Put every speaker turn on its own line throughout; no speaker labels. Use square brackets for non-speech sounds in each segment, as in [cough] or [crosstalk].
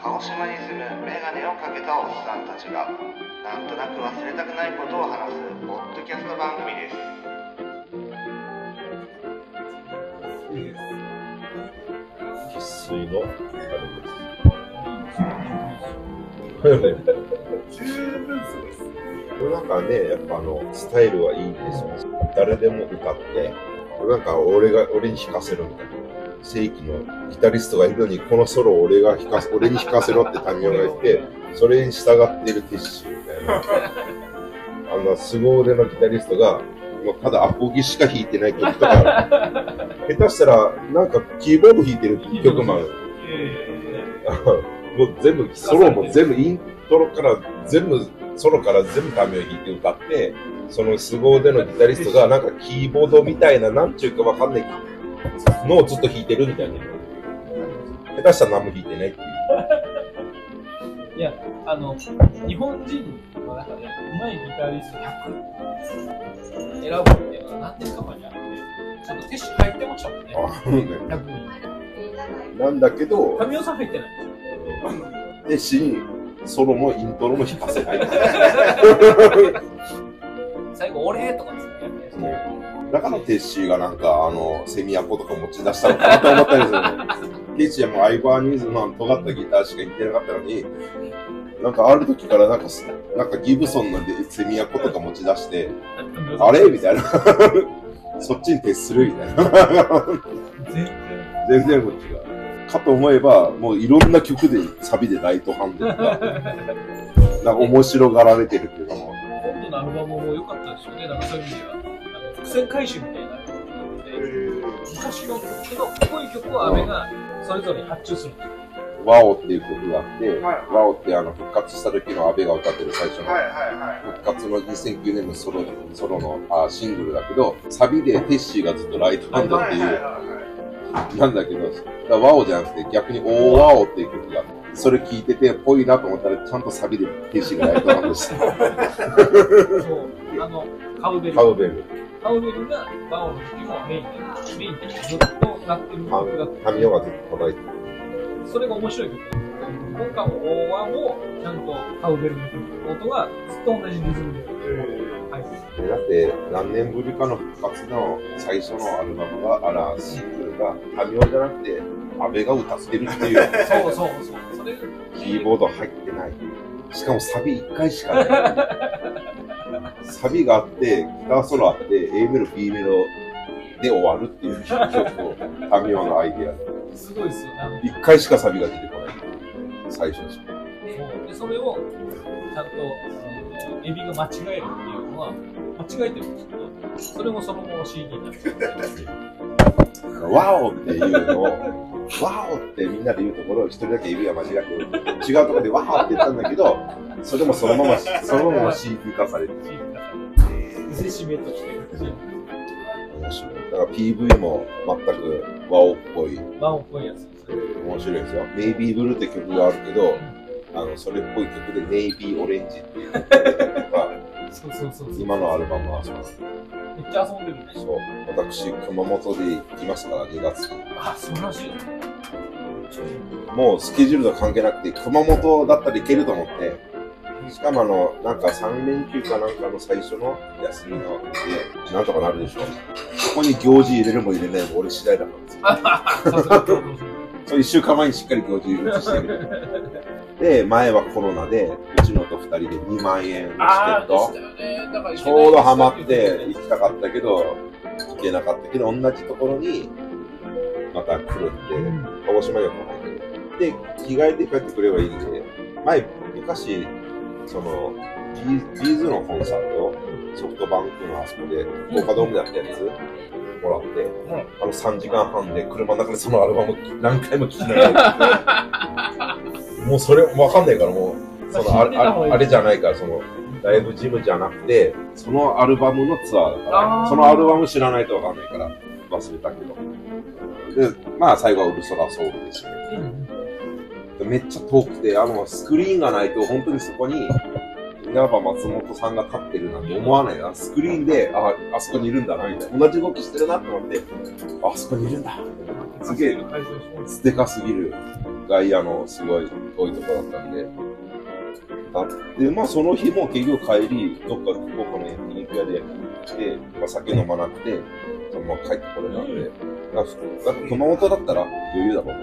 鹿児島に住むメガネをかけたおっさんたちがなんとなく忘れたくないことを話すポッドキャスト番組です
生粋の
十分そうです。
これなんかね、やっぱあの、スタイルはいいんですよ。誰でも歌って、これなんか俺が、俺に弾かせろみたいな。正規のギタリストがいるのに、このソロを俺が弾かせ、俺に弾かせろって民謡がいて、それに従ってるティッシュみたいな。あんな凄腕のギタリストが、もうただアコギしか弾いてない曲とかある、下手したら、なんかキーボード弾いてる曲もある。 [laughs] もう全部、ソロも全部、イントロから全部、ソロから全部ダメを弾いて歌って、その凄腕のギタリストが、なんかキーボードみたいな、なんちゅうかわかんないのをずっと弾いてるみたいな。下手したら何も弾いてないっていう。
あの、日本人の中で、うまいギタリスト100選ぶっていうのは何年か前にあって、ちょっとティッシュ入ってましたもんね。
あうんね
100人。
なんだけど、
神尾さん入ってない。
で、新、ソロもイントロも弾かせない。
最後、俺とかですね。
だからテッシーがなんか、あの、セミアコとか持ち出したのかなと思ったんですよね。テッシーはもうアイバーニーズマン、尖ったギターしか弾けなかったのに、なんかある時からなんかす、なんかギブソンのセミアコとか持ち出して、あれみたいな。 [laughs] そっちに徹するみたいな。 [laughs]
全然。
全然こっちが。かと思えば、もういろんな曲で、サビでライトハンドとか、なんか面白がられてるっていうかもう。
今度のアルバムも良かったですよね。なんかそういう意味では。あの伏線回収みたいなのがあって。昔の曲の濃い曲を阿部がそれぞれに発注するんですよ。
ワオっていう曲があって、
はい
ワオってあの復活した時の安倍が歌ってる最初の、
はいはいはい。
復活の2009年のソロソロのあシングルだけど、サビでテッシーがずっとライトハンドっ
は
て
い
い、
はいうは
なんだけど、だからワオじゃなくて逆にオーワオっていう曲があって、それ聞いてて、ぽいなと思ったら、ちゃんとサビでテッシーがライトハンドして、
そう。あの、カウベル
ハ。ウベル、
カウベルがバオの時もメインで、メインでずっと鳴ってる曲だっ
タミオがずっと叩いてる。
た。それが面白い曲だった。今回も大和もちゃんとカウベルの音がずっと同じリズムで入ってる。
でだって何年ぶりかの復活の最初のアルバムがあらシングルがタミオじゃなくて安倍が歌ってるっていう
そうそうそう。それ
キーボード入ってないしかもサビ1回しかないサビがあってギターソロあって A メロ B メロで終わるっていう曲をタミオのアイディアで
すごいですよ。なん
1回しかサビが出てこない最初しか
でそれをちゃんとあのエビが間違えるっていうのは間違えてるんですけどそれもそのまま CD になる
ワオっていうのをワオってみんなで言うところ一人だけ指が間違って違うところでワオって言ったんだけどそれもそのままそのまま CD 化されて
CD だから見せしめとしてる
面白いだから PV も全くワオっぽい
ワンっぽいやつですね
面白いですよ「ネイビーブルー」って曲があるけどあのそれっぽい曲で「ネイビーオレンジ」っていう曲が出たりとか
そうそうそうそ
[laughs]
う
今のアルバムはそうです
めっちゃ遊んでるね
そう私熊本で行きましたから2月に
あ素晴らしい
もうスケジュールと関係なくて熊本だったら行けると思ってしかもあのなんか3連休かなんかの最初の休みのでなんとかなるでしょここに行事入れるも入れないも俺次第だからですよ
さすが
そう、一週間前にしっかり行事誘致してる。で、前はコロナで、うちのと二人で2万円のチケ
あ
ッ
あでし
ト
た。よねだから
ちょうどハマって行きたかったけど、行けなかったけど、同じところに、また来るんで、鹿児島には来ないけど。で、着替えて帰ってくればいいんで、前、昔、その、ビービーズのコンサート、ソフトバンクのあそこで、福岡ドームでやったやつ、もらって、
はい
あの3時間半で車の中でそのアルバム何回も聴きながら
[laughs]
もうそれわかんないからもうそのあれあれあれじゃないからそのライブジムじゃなくてそのアルバムのツアーだか
あ
ら
ー
そのアルバム知らないとわかんないから忘れたけどでまあ最後はウルソラソウルでしたねめっちゃ遠くてあのスクリーンがないと本当にそこに稲葉松本さんが立ってるなんて思わないなスクリーンでああそこにいるんだなみたいな同じ動きしてるなと思ってあそこにいるんだすげえステカすぎる外野のすごい遠いとこだったんで。だって、まあその日も結局帰り、どっか福岡の焼肉屋で来て、まあ酒飲まなくて、そのまま帰ってこれたんで、だからふだから熊本だったら余裕だもん。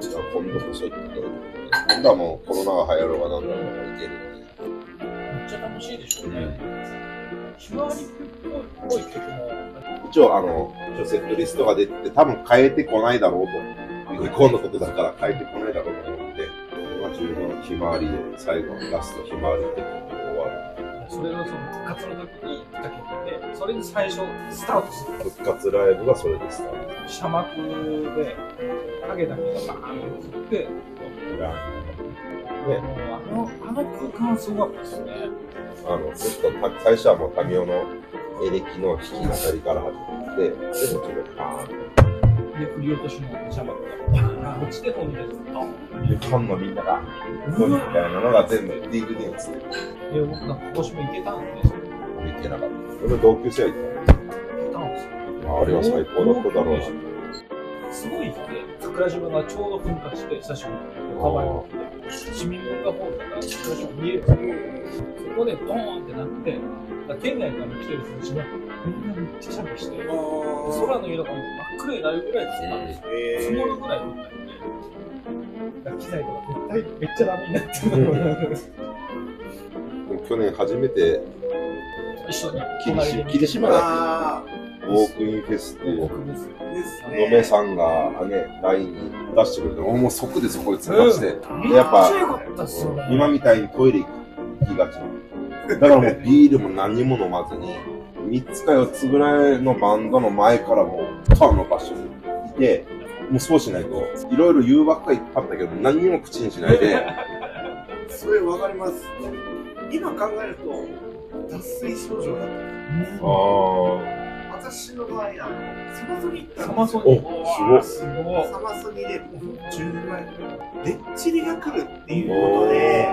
じゃあ今度こそ行ってこようと思って今度はもうコロナが流行ろうがなんだろうが行ける。
めっちゃ楽しいでしょうね。ひまわりっぽい曲も、
一応、あの、一応セットリストが出てて、多分変えてこないだろうと。離婚のことだから変えてこないだろうと思って、まあ、中のひまわりで、最後のラストひまわりで終わ
それがその復活の時に歌曲で、それで最初スタートする。
る。復活ライブがそれでした。
シャマクで、影だけがバーンって降って、
ね、
あの、あの空間はすごかったですね。
あの、ずっとた最初はもう民生のエレキの弾き語りから始まって、で、もちろん、パーン
で、振り落としのシャマクがバーン落ちて飛んでると。
で、ファンのみんなが、こう
う
み
わ
たいなのが全部 DVD について
で、僕なんか今年も行けたんで、行
いけなかった。俺同級生は行っ
けたんですよ。
たのあれは最高だっただろうな。
すごい日で、桜島がちょうど噴火して、久しぶりに岡山に行って、市民文化ホールだから桜島見えるんですよ。そこでドーンってなって、だから県外から来てる人たちがみんなめっちゃシャして、で空の色が真っ黒になるぐらい降ったんですよ。積もるぐらい降ったんで、だから機材とか絶対めっちゃダメになってるのが
去年初めて
一緒に
霧
隣で
島
見て
霧島だっ
あ
けウォークインフェスっていう
僕ですよ
あ、ですね。
野目さんがね LINE に出してくれてもう即でそこで通過して、
めっち
やっぱ
ゃ良かったっすよね。
今みたいにトイレ行きがちだからもうビールも何も飲まずに3つか4つぐらいのバンドの前からもうターの場所にいてもうそうしないといろいろ誘惑がいっぱいあったけど何にも口にしないで
それわかります。今考えると、脱水症状だっ
ああ
た。私の場合、あの、サマソニ行った
サ
ん
マ
です
ソ
よ。
ニ
おすごい
すごい。
サマソニで、もう10年前くらい。レッチリが来るっていうことで、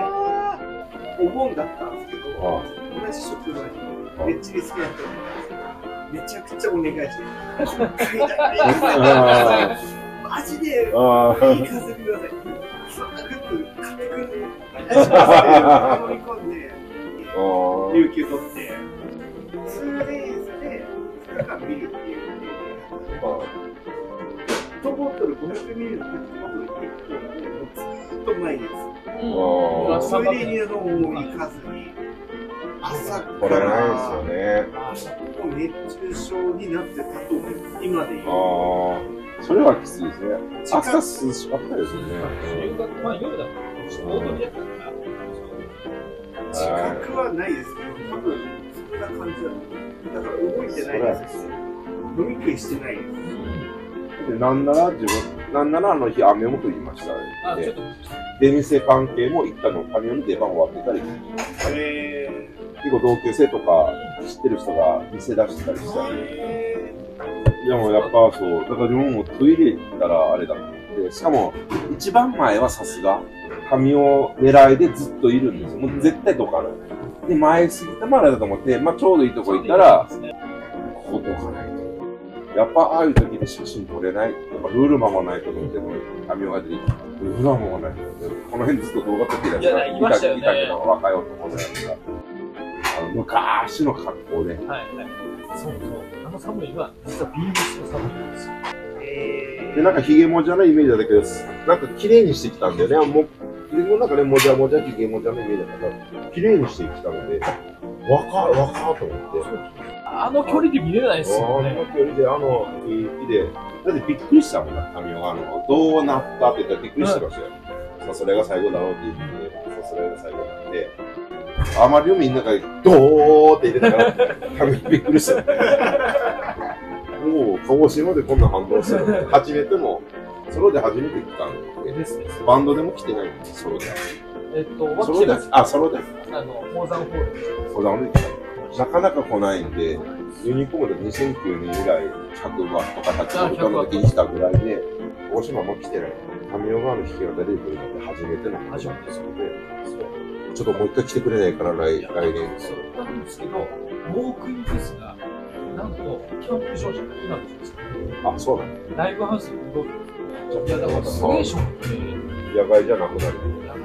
お盆だったんですけど、
あ
同じ職場に、レッチリ好きな人がいてめちゃくちゃお願いして、
[laughs]
今回だけ行かせてください。
あ
マジで
ああ
行かせてください。サクッと買ってくるのお願いしますって飲み込んで、
あ
有給取って、2 days で2日間見るっていうね。ペットボトル500ミリのペットボトル1本で、もうずーっと毎日。
あ
トイレにはどうも行かずに、朝
こ
か
れ
ら
ないですよね。
もう熱中症になってたと思います。今で言
あ
う。
あ、それはきついですね。
時間
朝涼しかったですよね。
夕方、まあ夜だったけど、仕事にやったから、
自覚はないですけど、多分そんな感じだと思う。だから動いてないですし、飲み食いしてないです。
でなんなら自分、なんならあの日雨も降りました、
あ、ちょ
ね
っ。と、
で、店関係も行ったの、神尾の出番終わってたり、
え
結構同級生とか知ってる人が店出してたりしたり。
ー、
いやもうやっぱそう、だから自分もトイレ行ったらあれだと思って、しかも一番前はさすが、髪を狙いでずっといるんですよ。もう絶対どかない。で、前過ぎたもあれだと思って、まあちょうどいいとこ行ったら、ここどかないと。やっぱああいう時で写真撮れない。やっぱルール守らないと思って、髪をが出てきて、ルール守らないと。この辺ずっと動画撮ってたじゃない
いやい
見
ま
た
したよね
見たけど、若い男のやつが。あの昔の格好で。
はい、はい。そうそう。あの寒いは、実はビームスの寒いなんですよ。
え
で、なんかヒゲもじゃのイメージだったけど、なんか綺麗にしてきたんだよね。もう、自分の中でもじゃもじゃヒゲもじゃのイメージだったから、綺麗にしてきたので、若い、若いと思って。
あの距離で見れないですよ
あ
ね。
の距離で、あの雰囲気で、だってびっくりしたもんな、髪が。あの、どうなったって言ったらびっくりしてましたよ。さあ、それが最後だろうって言って、さあ、それが最後だって。あまりにもみんなが、どーって入れたから、髪びっくりした。もう、鹿児島でこんな反応するの初めても、ソロで初めて来たんで、
ですね。
バンドでも来てないんです、ソロで。
えっと、ワ
ソ
クチ
ロ
ン
で
が、
あ、ソロで。
あの、宝山ホール
そうだ、俺来た。なかなか来ないんで、ユニコーンで2009年以来100話とか100話とかの時に来たぐらいで、大島も来てない。神尾川の弾き語りで来るのって初めての
初めて
ですよね。そうちょっともう一回来てくれないから来来
や
年。
そうなんですけど、ウォークインフェスが、なんと、基本無償じゃなくなるんですよ。
あ、そうなんだ。
ライブハウスに戻るんですよ。いや、だからすごいショックで、
野外じゃなくなる。
やばい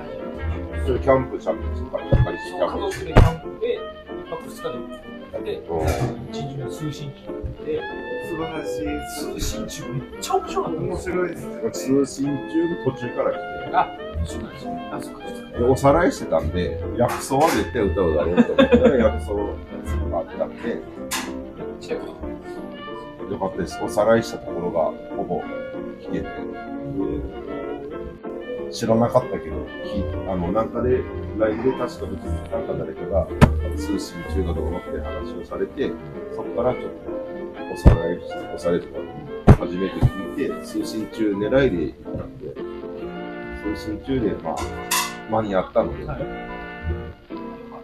それキャンプちゃんとか、会社キ
そう、家
ャン
族でキャンプで、一泊二日で
プ。うん。
行って、一日目は通信地で、
素晴らしい。
通信地めっちゃ面白かったんで
面
すよ。
白いですね。
通信中の途中から来
あ、そうなんですよ。あ、そっか、そっか。
て、でおさらいしてたんで、薬草は絶対歌うだろうと思ったら、薬草があったんで、
来たことない
よかったです。おさらいしたところがほぼ聞けて、知らなかったけど、聞いあの、なんかで、ライブで確か別になんか誰かが通信中のどうのって話をされて、そこからちょっとおさらいして、おさらいとか初めて聞いて、通信中狙いで行ったんで、通信中で、まあ、間に合ったので、
はい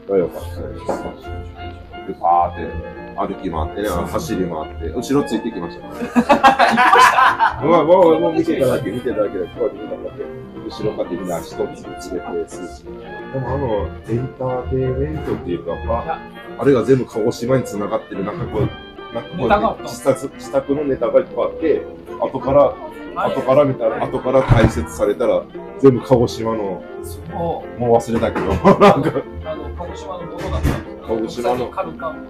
よかったです。で、パーって歩き回ってね、走り回って、後ろついてきました。 [laughs] うわ、もう、もう見てた [laughs] だけ、見てただけで、こうやって見ただけ。後ろからみんな一つ連れて、数字。でもあの、エンターテインメントっていうか、まあ、あれが全部鹿児島に繋がってる、なんかこう、なん
ネタが
か
あっ
こ
た
う、自宅自宅のネタがいっぱいあって、後から、後から見たら、後から解説されたら、全部鹿児島の、
もう、
もう忘れたけど、なんか、
あの、鹿児島のものだったんです
鹿児島の
カルカン。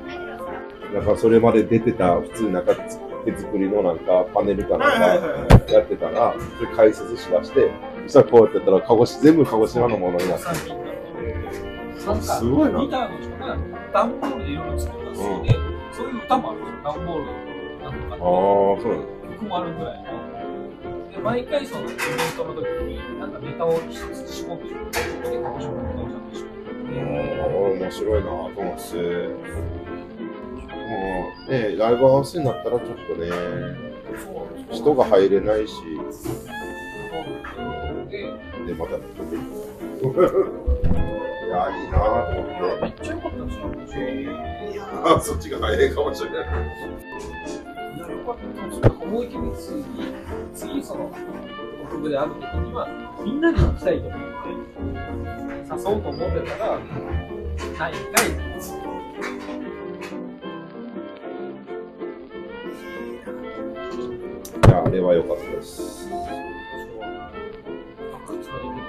なんかそれまで出てた、普通なんか手作りのなんかパネルかなん
はいはい
か
はい
やってたら、それ解説しだして、そしたらこうやってやったら、鹿児島、全部鹿児島のものになって。
三人だったんで。 [laughs]
すごいな
ギターの人が段ボールでいろいろ作ったそうで、そういう歌もあるんですよ。段ボールのなんとか
ああ、
っ
そうなんだ。
て曲もあるぐらいの。で、毎回そのイベントの時に、なんかネタを一つ仕込んでるんですよで、鹿児島の歌をちゃんと仕込ん
あー
で。
面白いなと思って。もうね、ライブハウスになったらちょっとね、人が入れないし、
で、
で、また、いや、 [laughs] いいなと思って。
めっちゃ良かったんですよ。
いやーそっちが大変かもしれない。
よかったんですよ。思い切り次、次その、北部で会う時には、みんなで行きたいと思って、誘おうと思ってたら、ないんかい
いや、あれは良かったです。
靴がどこ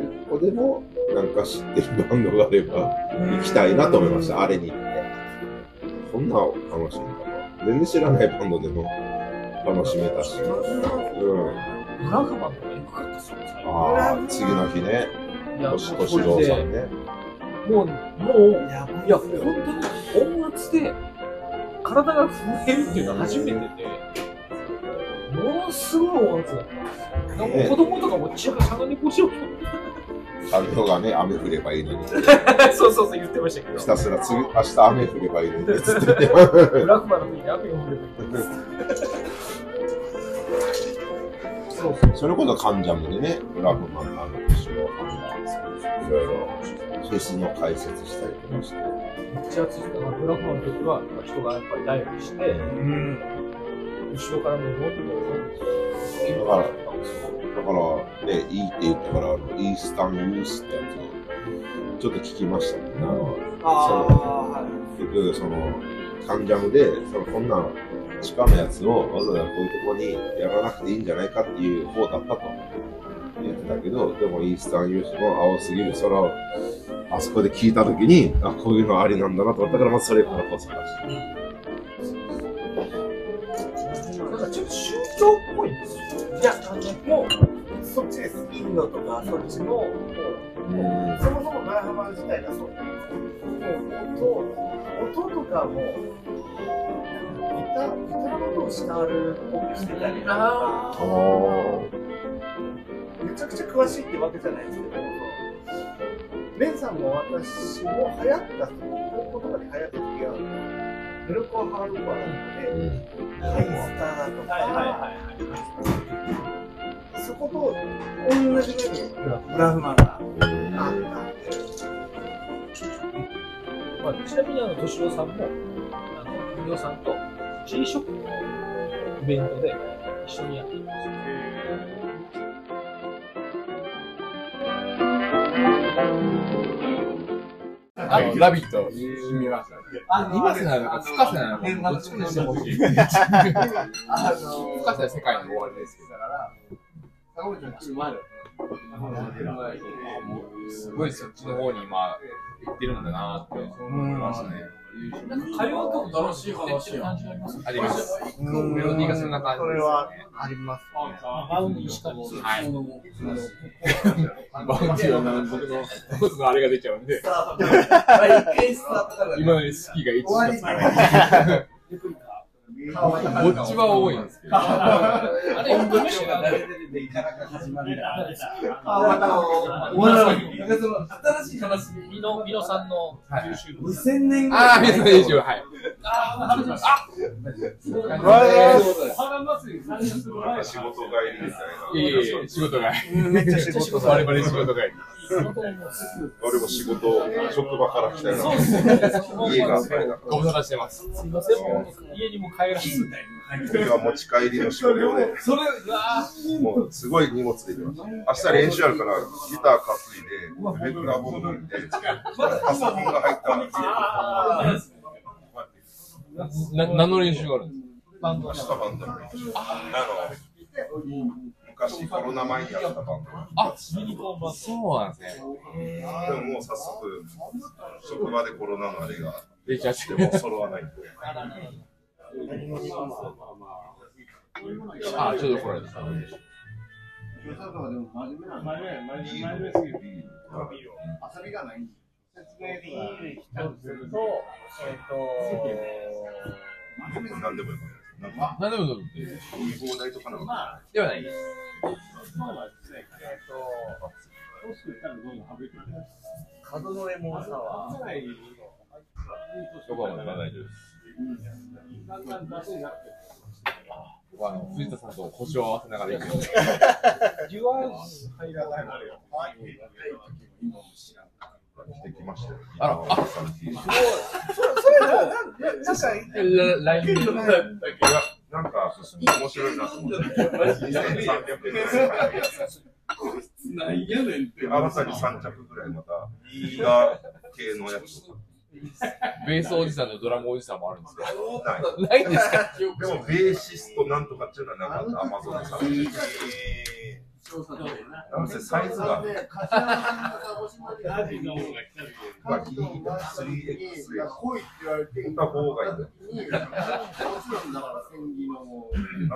一個でもなんか知ってるバンドがあれば行きたいなと思いました、あれに行って。こんな楽しみ方。全然知らないバンドでも楽しめたし。うん。
ブラグマンとかエグかったっすよ、最後。
ああ、次の日ね、
いや、もう
星
こ
敏郎
れ
さ
で
ん、ね。
もう、もう、
やば
いや、本当に音圧で、体が震えるっていうのは初めてで、ものすごい音圧だったんですよ。なんか子供とかもちゃしゃがんで腰を
あの人がね、雨降ればいいのに。
そうそうそう言ってましたけ
ひたすら次、明日雨降ればいいのに。つって [laughs] て。
ブラックマンの時に雨が降ればいい。そうそう。
それこそ関ジャムでね、ブラフマンのあの星郎さんが、いろいろフェスの解説したりとかして。
血圧とかブラックマンの時は、まあ人がやっぱりダイブして、後ろからもどんどんどんどん
だから、だから、ね、いいって言ったから、あのイースタンニュースってやつを、ちょっと聞きましたね。あの、
あ
結局、その、カンジャムで、その、こんな地下のやつをわざわざこういうとこにやらなくていいんじゃないかっていう方だったと言ってたけど、でもイースタンニュースの青すぎる空を、あそこで聞いたときに、あ、こういうのありなんだなと思ったから、まずそれからこう探して。
なんかちょっと宗教っぽいんですよ。いや、も
あ、そっちです。インドとか、そっち
う、
の。
もう、
うん。
そもそもバラハマ自体がそう。もう音、音とかも、ギター、ギターの音を下あるっぽくしてたりとか、
あ
あ
ー
めちゃくちゃ詳しいってわけじゃないですけど、レンさんも私も流行った時、高校とかで流行った時は、メルコアハードコアな
う
ので、
ん。
ハイスターだとか、
はいはいはいはい。
そこと同じメニュー、
ブラック
ブラフマンがあっ
うん
たんで、
まあ、ちなみにあの敏郎さんも、あの文雄さんと G ショップのイベントで一緒にやっています。
あ
あの、ラビット、見ました。
あ
今世なのか、深世なのか、どっちもしてほしい。あの、深世は世界の終わりですけど。だから、坂本君、まる。すごいそっちの方に今、行ってるんだなって思いましたね。
なんか通うとこ楽しい話や感じがありますね。
ありました。
うん
メロディーがそんな感じ
そ
です、
れはありますね。
合うにしたり、そういうのも。
バウンティーは僕の、僕のあれが出ちゃうんで、今のスキーが一
終わり
致ぼっちは多いんですけど。
あれ、本当に美濃、美濃さんの優秀度。
2000年ぐらい。
ああ、水野選手、はい。
あー、
仕事帰りみたい
いえいえ、仕事が。
めっちゃ仕事
我々仕事が。
な。俺も仕事、職場から来たよ
そう
な
で。すね。
家があったりだ
ご無沙汰してます。
すいません、もう家にも帰らず。
今持ち帰りの仕事で、
それ、うわ
もうすごい荷物できました。明日練習あるから、ギター担いで、レクラボムで、パソコンが入ったら、
な、何の練習があるんです
バン
明
ドは
日バンドの練習。あの、昔コロナ前にやったバンド。
かあ、ユニコーンバそうなんですね。
でももう早速、職場でコロナのあれが、
できちゃって。
でも揃わないんで。
あ、ちょっとこれ。
何でもよくない。なんか、
何でもどうって。
飲み放題とかなのか
ではないです。
角のレモンサワー。
横浜では大丈夫です。僕はあの藤田さんと腰を合わせながら行くんで。
来てきましたよ。
あら、あ、
確かに、
ラインの
なんか、面白いなと思って。2300円ぐらい。で、新たに3着ぐらいまた、リーダー系のやつとか。
ベースおじさんとドラムおじさんもあるんですか
ない
ないんですか
でも、ベーシストなんとかっていうのはなかった、アマゾンさん。なんせサイズが、まあ、ギリ 3XS。本当は方がいいんだよ。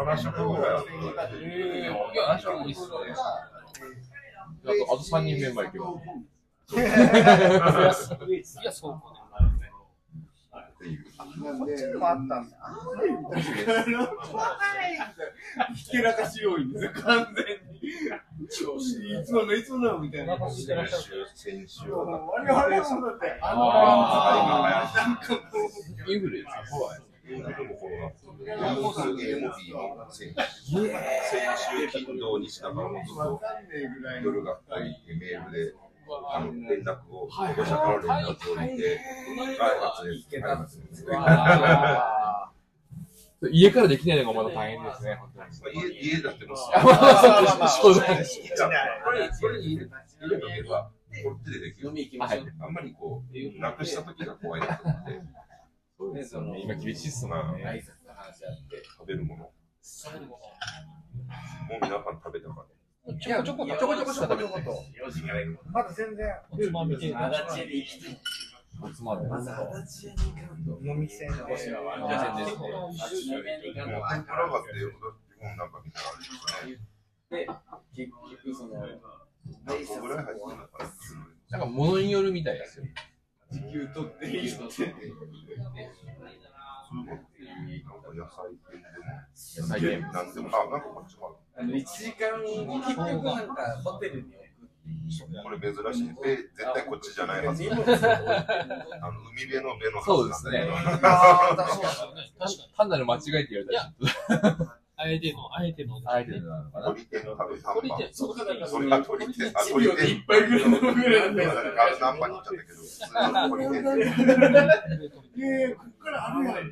7色ぐらいあるから。
えー、いや、確かにいいっすね。あと、あと3人メンバーいけば。
いや、そうか
こっちにもあったんだ。
ね。お腹空いてらっしゃる。
先週は
あ
なんか、
ー、インフルですかそうなんです
今流行ってる。でもこの AMD の選手。先週、金土日だからもうずっと夜学校行ってメールで、あの、連絡を、保護者から連絡を入れて、開発です。開発です。
ね家からできないのがまだ大変ですね、本当に。
まあ家家だってもう、
あま
ま
あ
あまあ
そうです
いやこれ、これに入れた入れとけば、こっちでできる。
はい。
あんまりこう、なくした時が怖いなと思って、
今厳しいっすもんね。
食べるもの。もう皆さん食べたか
ちょこちょこ、ちょこちょこ、ちょこちょこ。
まだ全然、
おつまみ系の。
つまる。
飲みせんの。
ら。もう、腹が出るほど、日本なんか見たらあれですね。何個ぐらい入ってるのかな。
なんか物によるみたいですよ。
なんか野菜店
野菜
で
ゲー
も、
ム。
なんでも、あ、なんかこっちもある。これ珍しい。で、絶対こっちじゃないはず。あの海辺の辺の
そうで
はず
す
なんだけ
ね
ど。。
ああ、
そう
確
で
か
すよね。確かに。
単なる間違いって言われたら、
あえての、あえての。
アイデアなのかな。
鳥天食べたん
鳥
ば。
天
それが鳥天。あ、鳥天。あ、ナンパに行っちゃったけど、普通の鳥天。
に。ええ、こっからあるやん。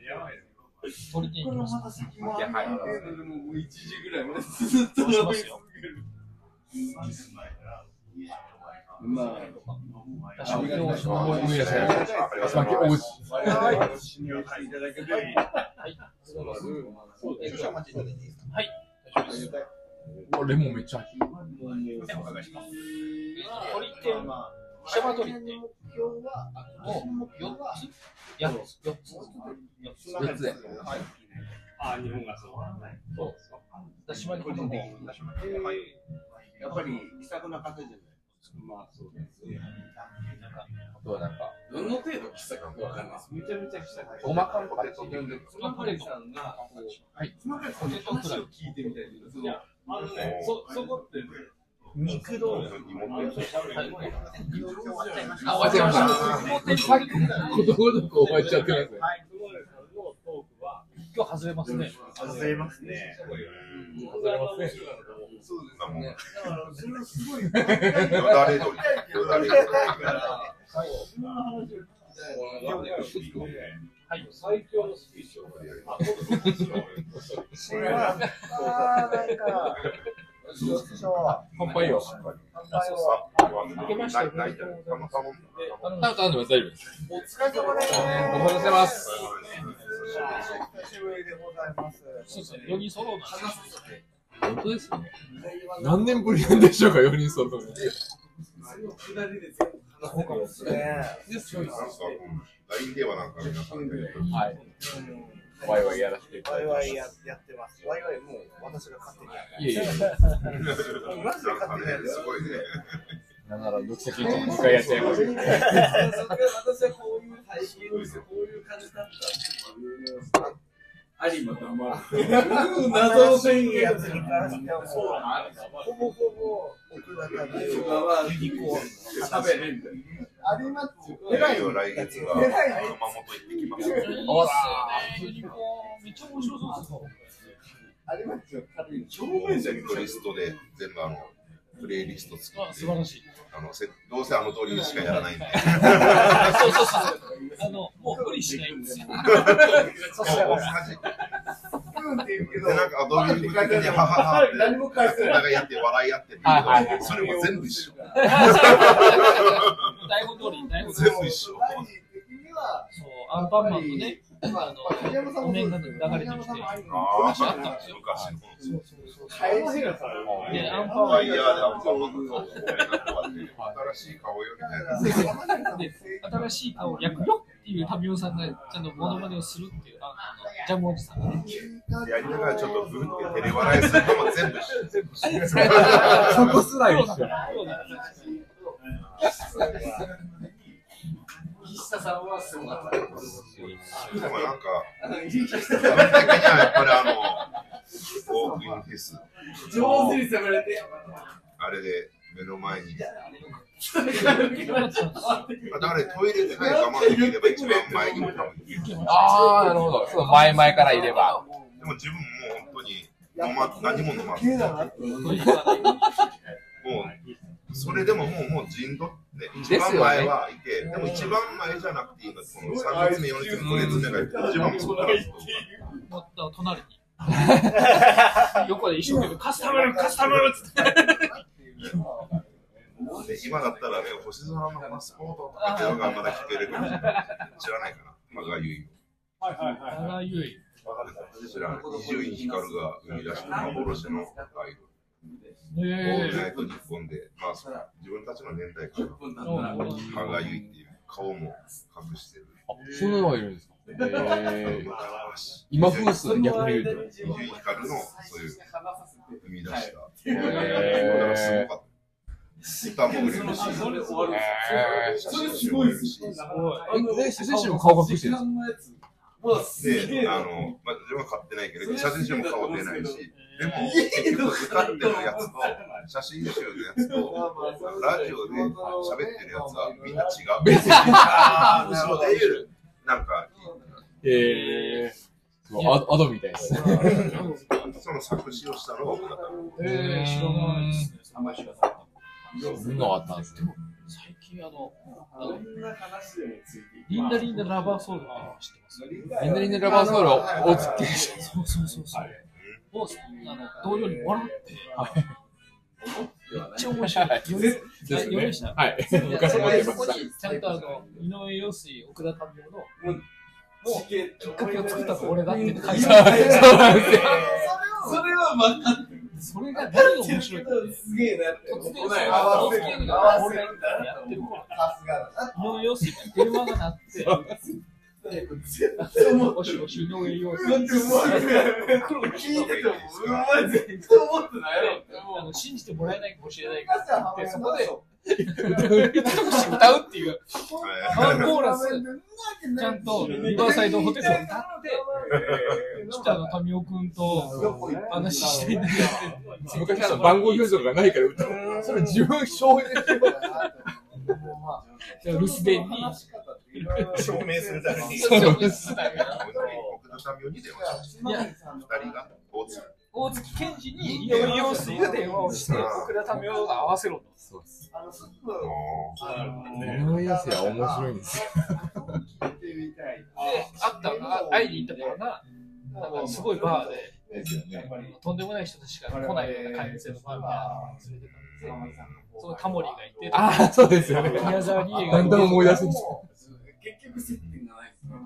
鳥天いきます。
まあ、
多少
ありがとうござい
の
ます
思い出し
ありがと
うございます
負け惜しい
はい
住所待ちいただいていいですか
はい。
大丈夫ですうわレモンめっちゃ入ってる
お伺いします。鳥って、下馬鳥って、もう4つ ?4 つ ?4 つ ?4 つ。
四つや
そうですか。私はこの方
やっぱり、気さくな方じゃないあとはなんか、どの程度気さくかわかんないです。めちゃめちゃ気さく。ごまかんとかって呼んでる。
妻パレさんが、
はい。
ポテトフライ。
聞いてみたいな。その
あのね、そ、そこって、肉豆腐。
あ、終わっちゃいました。さっきことごとく終わっちゃってますね。
今日外れますね。
外れますね。
外れますね。そう
すね。
だから、それはすごい。
よだれ鶏。よだれ
だか
鶏。
ら、
はい。
それは、あーなんか、そう、
乾杯よ。
抜けましたよ
ないないないあの頼む
あの
タンタンでも大丈夫です。
お疲れ様です。
おはようございます。
久しぶりでございます。
そうですね、4人揃うな。
本当ですね。何年ぶりなんでしょうか、4人揃うの。
ね
です
なんかうん、LINE ではなんか皆さんで、
はい。
うん
ワイワイやらせていた
ワ
だ
イ
い
ワイややってます。ワイワイもう私が勝手にやる。
て。いえいえ。
マジで
なんか
勝手にや
ね、
る。
すごいね。
なんなら、読者聞いても一回やっちゃいました。
私はこういう体験をしてこういう感じだったありまたま
謎の宣言やつに関してはもう、ほぼほぼ奥田民生が
は喋れんだよ
有馬って
いよいよ来月は熊本行ってきます。
おっす
ユニコーン、めっちゃ面白そうですよ。
有馬って軽い
表面じゃ
セットリストで全部あの、プレイリスト作
あ
っ
素
て
晴、らしい。
あのせどうせあの通りにしかやらないんで、
あそうそうそう。あの、もう無理しないんですよ。
そ
同
し
じ
たら、
で
うんって言うけど、
なんかアドリブ的にハハハっ
彼
て、
何も返せ
お
ない。
互いやって笑い合ってって
はいはい
いうけど、それも全部一緒。
台本通り、台本通り。
全部一緒。
ライジ的には、
そう、アンパンマンのね、
まあ、影山さんもそうですけど、影山さんもあり
あ
昔あ
あ、
ったんですよ。
昔の。
返しがさ、
で、アンパンマ
ワ
ン
イヤーでアンパンマンの顔をこうやって新しい顔よみたいな。
新しい顔を焼くよっていう民生さんがちゃんとモノマネをするっていう、ああの、ジャムおじさんがね。
やりながらちょっとふーって照れ笑いするのも全部一緒。
そこすら一
そうな
緒。
んですよ
岸田さんはすごかった
でもなんか、基本的にはやっぱりあの、ウォークインフェス、
上手に攻められて
あれで目の前に。
今やってたんですよ
まあだからトイレでさえ我慢できれば一番前にも多分行ける。
ああ、なるほど。その前々からいれば。
でも自分もう本当に飲ま何も飲まず、もうそれでももうもう陣取って、
す
一
よ
番
ね
前はいて、でも一番前じゃなくていいの、この3列目、4列目、5列目が一番外なんですよ
もっと隣に。 [laughs] 横で一生懸命カスタムカスタムっつって。
で今だったらね、星空のパスポートとかっていうのがまだ聞けるかもしれない。知らないかな。今が言う
あらゆい。
知らない。伊集院光が生み出した幻のアイドル。オールナ
ね
イト日本で、まあ、そ自分たちの年代から、
分だ
そうなんだ
歯がゆいっていう顔も隠してる。
あ、そんなのがいるんですか。えー、
昔
今風っすね、逆に言う
伊集院光のそういう生み出した。
と。
だからす
え
ごかった。歌も売れるし、
それ終わる
え
写真も売れるし。
すごい。
ー、で、写真集も顔隠してるんです
で、あの、まあ、自分は買ってないけど、写真集も顔出ないし、でも、結局歌ってるやつと、写真集のやつと、ラジオで喋ってるやつはみんな違う。別に。ああ、なるほど。っていう、なんか、
か。ええー、すごいアドアドみたいですね。
その作詞をしたのが僕だった。
えー、知らないですね。そんな知らなかった
そんなのあったんですね。
最近あの、あのリンダリンダラバーソウルは知ってます
リンダリンダラバーソウルを
[laughs]
お付けして。
そうそうそうそう。もう、あの、同僚に笑って、
ではない。
一応面白い。
です
読みました。
はい。昔
昔
も
も
出
出
ま
ま
した。
ちゃんとあの、井上陽水、奥田民生の、
うん
もう、
きっ
きっかけを作ったの俺だって書いてある。
そうなんですよ。
それは分かっ
それが何が面
て
白い
る
かって
けど、。すげえなって。
突然、
ない
合わせる
る
合わせるんだ
や
なと
ってる
思
か
さすがだ
ら。
な。
井上陽水から電話が鳴って、
う。絶対思う。
おしおし井上陽
だってうまい
水。
ね。聞いてても、うまい。絶対思ってないやろって
あ
思う。
の信じてもらえないかもしれないからって言って、そこで
そ
歌うっていう、ワンコーラス、ち
ち
ゃんとリバーサイドホテルに立って、北野民生君と
どこ行った
話してんだよって。
昔あの番号表示がないから歌う。それ自分証明
留守電に。
証明するために、
そうそう
奥田民生に電話し
いや
た。二人が大津
大月健二に井上陽水が電話をして、奥田民生が合わせろと。
そうです。
あの、す
思い出せは面白いんですよ。
聞いてみた
で、会
い。
ったが、会いに行ったからが、なんかすごいバーで、
ですよね。
とんでもない人たちしか来ないような会員制のバーみたいなのに連れてたんですよ。そのタモリがいて、
ああ、そうですよね。
宮沢りえが
だ
い
ん
て、
だん思い出してき
結局接点がない。
な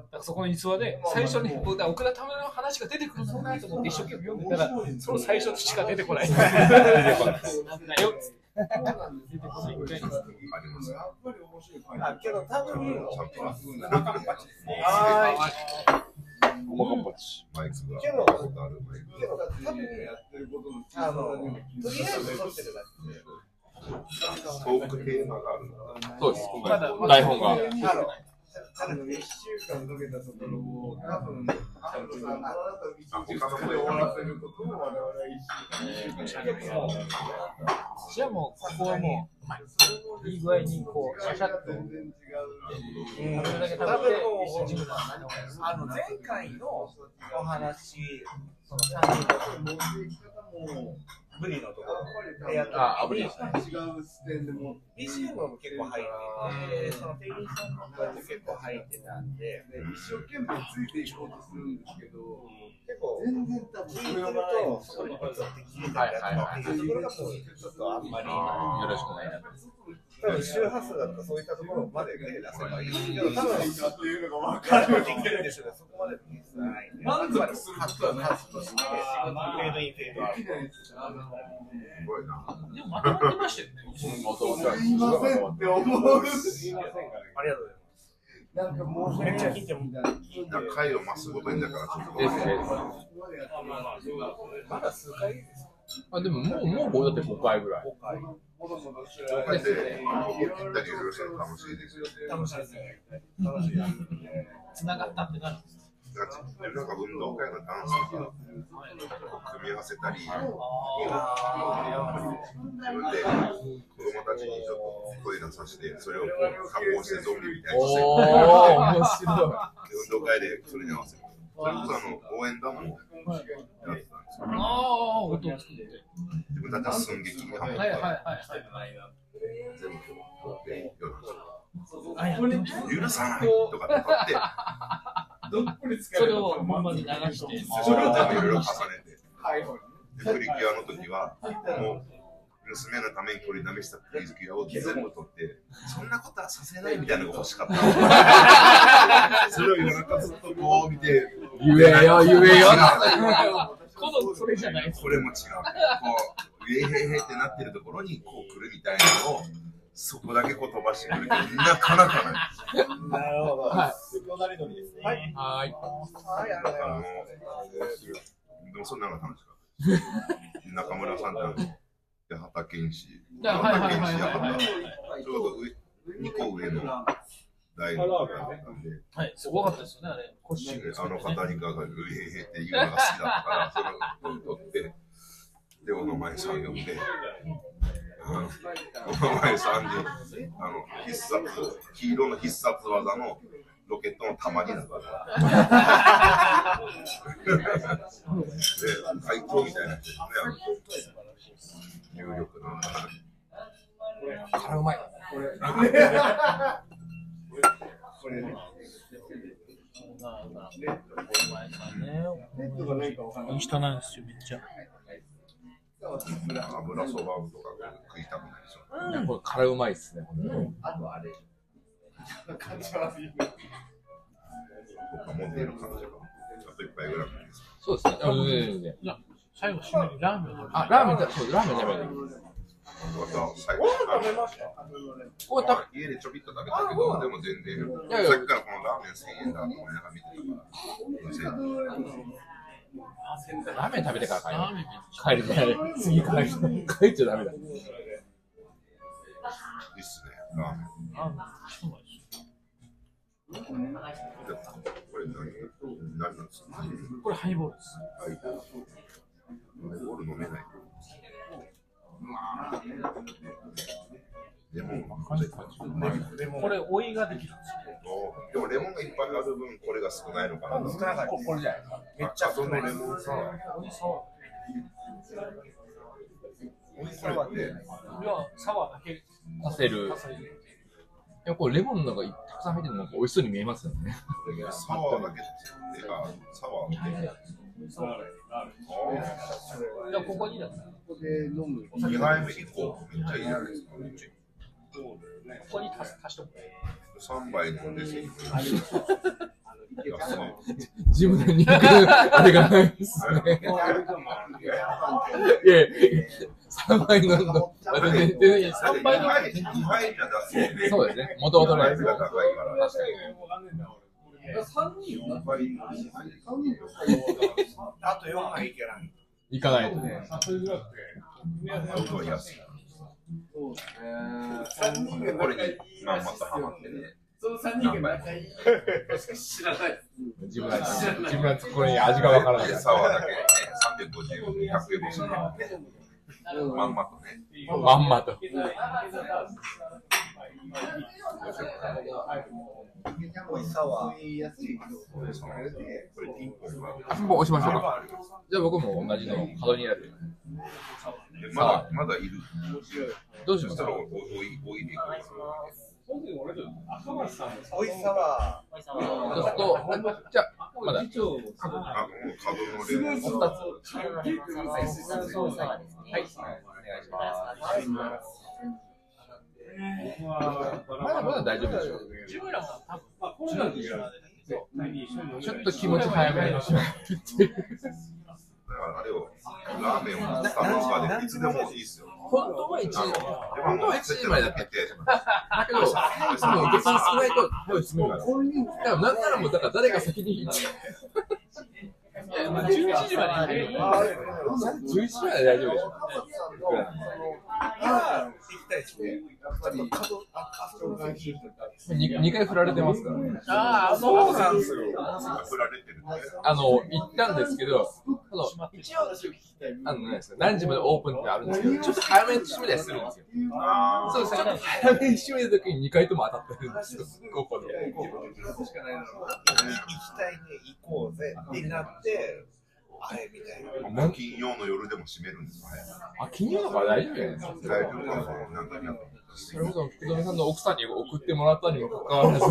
んかそこに座で、最初に、僕だから奥田民生の話が出てくるのかなと思って一生懸命読んでたら、その最初のしか出てこない。出てこない。なんだよ。出てこないみたいな。
あ、けど多分、
は
た。もかんぱち。
マイクが。
けど
あるマイク
けど多分、あの、とりあえず撮ってるだ
トークテーマがあるんだ
そうです。
ーい。
今
まだ、
回、
ま
台
だ、
本が。
け。あの、彼の1週間かけたところを、多分、あのさん、あなたの1週間で終わらせることも我々1週間でやる。
じゃあもう、ここはもう、いい具合にこう、シャシャッと。
全然違う。
うんそれだけ食べて、一日分は何をやる
あの前回のお話、その3人のブリのところでやった
あ、あぶりですね。
BGM も結構入ってて、その店員さんの感じ結構入ってたんで、結構聞いてると、そこにポツって消えたりだとかっていうところがもうちょっとあんまり、
よろしくお願いします。
多分周波数だったらそういったところまで手出せばいいけど、多分っていうのが分かるできるんでしょうね、そこまでの技術はないんで。
満足することはない。
フェードインフェードアウト
すごいな。
でもまとまってましたよね。
すいませんって思う。
すいませんありがとうございます。なんかもうめっちゃ聞いても
みんな回を増すごとにだから、ちょっと。
ですです。
まだ数回です
あ、でももう、もうこうだって5回ぐらい。
もどもどして
紹介で、行ったりいろいろしたら楽しいですよ。
楽しいですね。
繋がったってなる。
なんか運動会のダンスとか、組み合わせたり、自分で子供たちにちょっと声出させて、それをこう加工してゾンビみたいにして、
おー、面白
運動会でそれに合わせる。それこそあの応援団もやってたんですよ。
ああ、音を作って。
自分たちは寸劇にハマって
はいはいはい。
全部こうね夜許
許
さないとかって言って、
どっぷり疲
そ
れ
れをまんまに流して。
それをいろいろ重ねて。
はい、ほ
で、プリキュアの時は、もう、娘のためにこれ試したプリキュアを全部取って、そんなことはさせないみたいなのが欲しかった。それを夜中ずっとこう見て、
い。言えよ、言えよ。
今度それじゃない
これも違う。こう、ウェイヘイヘイってなってるところに、こう来るみたいなのを、そこだけこう飛ばしてくる。なかなかない。
ど。なるほど。
はい
隣取りですね。はい、
はーい。
はい、ありがとうござい
あ
ま
の
す。、
でもそんなのが楽しかった。中村さんだと、八幡健志。
あはいはいはい
八
はい
幡健志ちょうど上2個上の大の方だったんで、
はい、すごかったですよね、あれ。コッシュ。
あの方にががる、うえへへっていうのが好きだったから、それを取って、で、お名前さん呼んで、うんお名前さんで、あの、必殺、黄色の必殺技のロケットの玉になったから。 [laughs] で、最高みたいな人ですね、あの有力な。
辛うまい。
お前さんね。いい人なんですよ、めっちゃ。
油そばとか食いたくなりそう。
いやこれ辛うまいっすね、ほんと
あとあれでしょ。感じ悪い。
僕が持っている彼女が、あと一杯ぐらいです。
そうですね。あ全然全然
最後締めにラーメンを食べ
あ、ラーメンだ、そう、ラーメン食べる。
また最
ご
後
飯食べました
これ食べ
家でちょびっと食べたけど、でも全然、
いやいや
さっきからこのラーメン1000円だと思いながら見てたから、
ラーメン食べてから帰る
ラーメン
帰るじゃない。次帰る。帰っちゃダメだ。
いいっすね、ラーメン。
ラーメンそうなんですよ
でもこれ何何なんですか
これハイボールです
ハイボール。ハイボール飲めない。レモンが混ぜた感じうまいな
これ追いができるんですよ
おでもレモンがいっぱいある分、これが少ないのかなと思って。
ここれじゃないですか。
めっちゃそのレモンサワー。美味しそう。これって、
いやサワーだけ
足せる。でもこれレモンのがたくさん入ってるのが美味しそうに見えますよね。
サワーだけっていうか、サワーって。
じゃここにだったらこ
ここで飲む
ああ、2杯目以降、めっちゃいいじゃないですか。
こに足す足しておく
3杯飲んで1000円。安い。
ジムの肉、あれがないですね。いやいや、3倍なんだ。あれ全然いいです
3杯の2杯じゃ出せね。
そうですね。もともとのやつ
が
が。
高いから。
三人よ。
あと4杯いけない。
いかないとね。
うどん安い。
三人が
これ
仲い
に
い。
まんまとハマってね。
その三人が仲いい。しかし知らない。
自分のやつ、自分のやつ、これに味がわからない。
サワーだけね、350円、100円もするからね。まんまとね。
まんまと。
おいしさは
これピンポンが。
もう押しましょうか。じゃあ僕も同じの角にや
で
る。
まだ、まだいる。
どうし
そ
ま
し
す
た、
から
おおおい、おいでいこうかな。
おいしさは
そうすると、じゃあ、まだ、
あ、もう株の
す
レ
ご
モ
い
ン
そ
サ
う。
ワー。
結構難しいですね。そ
は
うそう。
い、お願いします。まだまだ大丈夫でしょう。
ジムラは多分
ちょっと気持ち早めにしよ
だからあれを、ラーメンをスタバとかでいつでもいいですよ。
う。本当は1時、
あの、
本当は1時までだった
け
けど、多分別に少ないと手を詰めるから。だからなんならもう、だから誰が先に行っちゃ
11時まで
ああれ
う。11時まで大丈夫でし
若松さ
ょ
んのそのああ行きたいですねやっぱり角あ角がいい
2, 回振られてますからね。
ああそうなんです
すよ。振られてるね。
あの、行ったんですけど、あの、
一応私を聞きたい。
あの、なんですか、何時までオープンってあるんですけど、ちょっと早めに閉めたりするんですよ。
あ
そうです、ちょっと早めに閉めた時に2回とも当たってるんですよ、ここで。
結構難しくないだろう。
行きたいね、行こうぜってなって、あれみたいな。
あ。もう金曜の夜でも閉めるんですかね。
あ、金曜のから大丈夫じゃないですか。
大丈夫かな、なんかなんか。
それこそ福留さんの奥さんに送ってもらったにもかかわらず、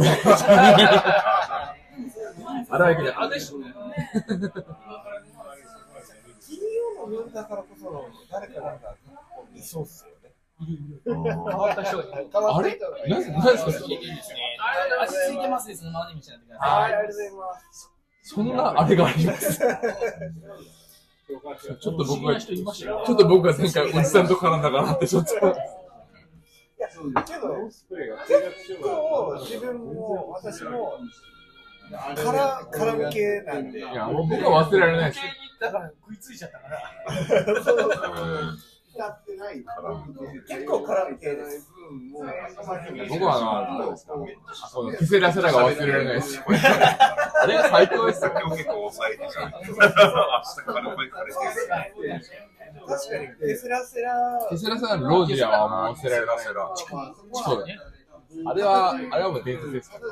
洗い切れ、あれし
金曜の夜だからこそ誰かなんかいそうっすよね
変わった人がいる
あれ何です何ですかそれ
あ
足ついてますね、そのままに見ちゃってくだ
はいありがとうございます
そんなあれがあります。 [laughs] ちょっと僕が、ちょっと僕が前回おじさんと絡んだからって、ちょっと。
いやけど結構自分も私もからカラオケなんで
いや、僕は忘れられないですよ。
だから食いついちゃったから
歌ってない結構カラオケですもう
僕はあの、何ですか、あその、キセラセラが忘れられない [laughs] です。あれ最高ですよ。
今日結構抑えてた。明日から声かれて
確かにデスラセラ
キセラセラのロジアはもう忘れられない。そうだね。あれは、あれはもう伝説ですから。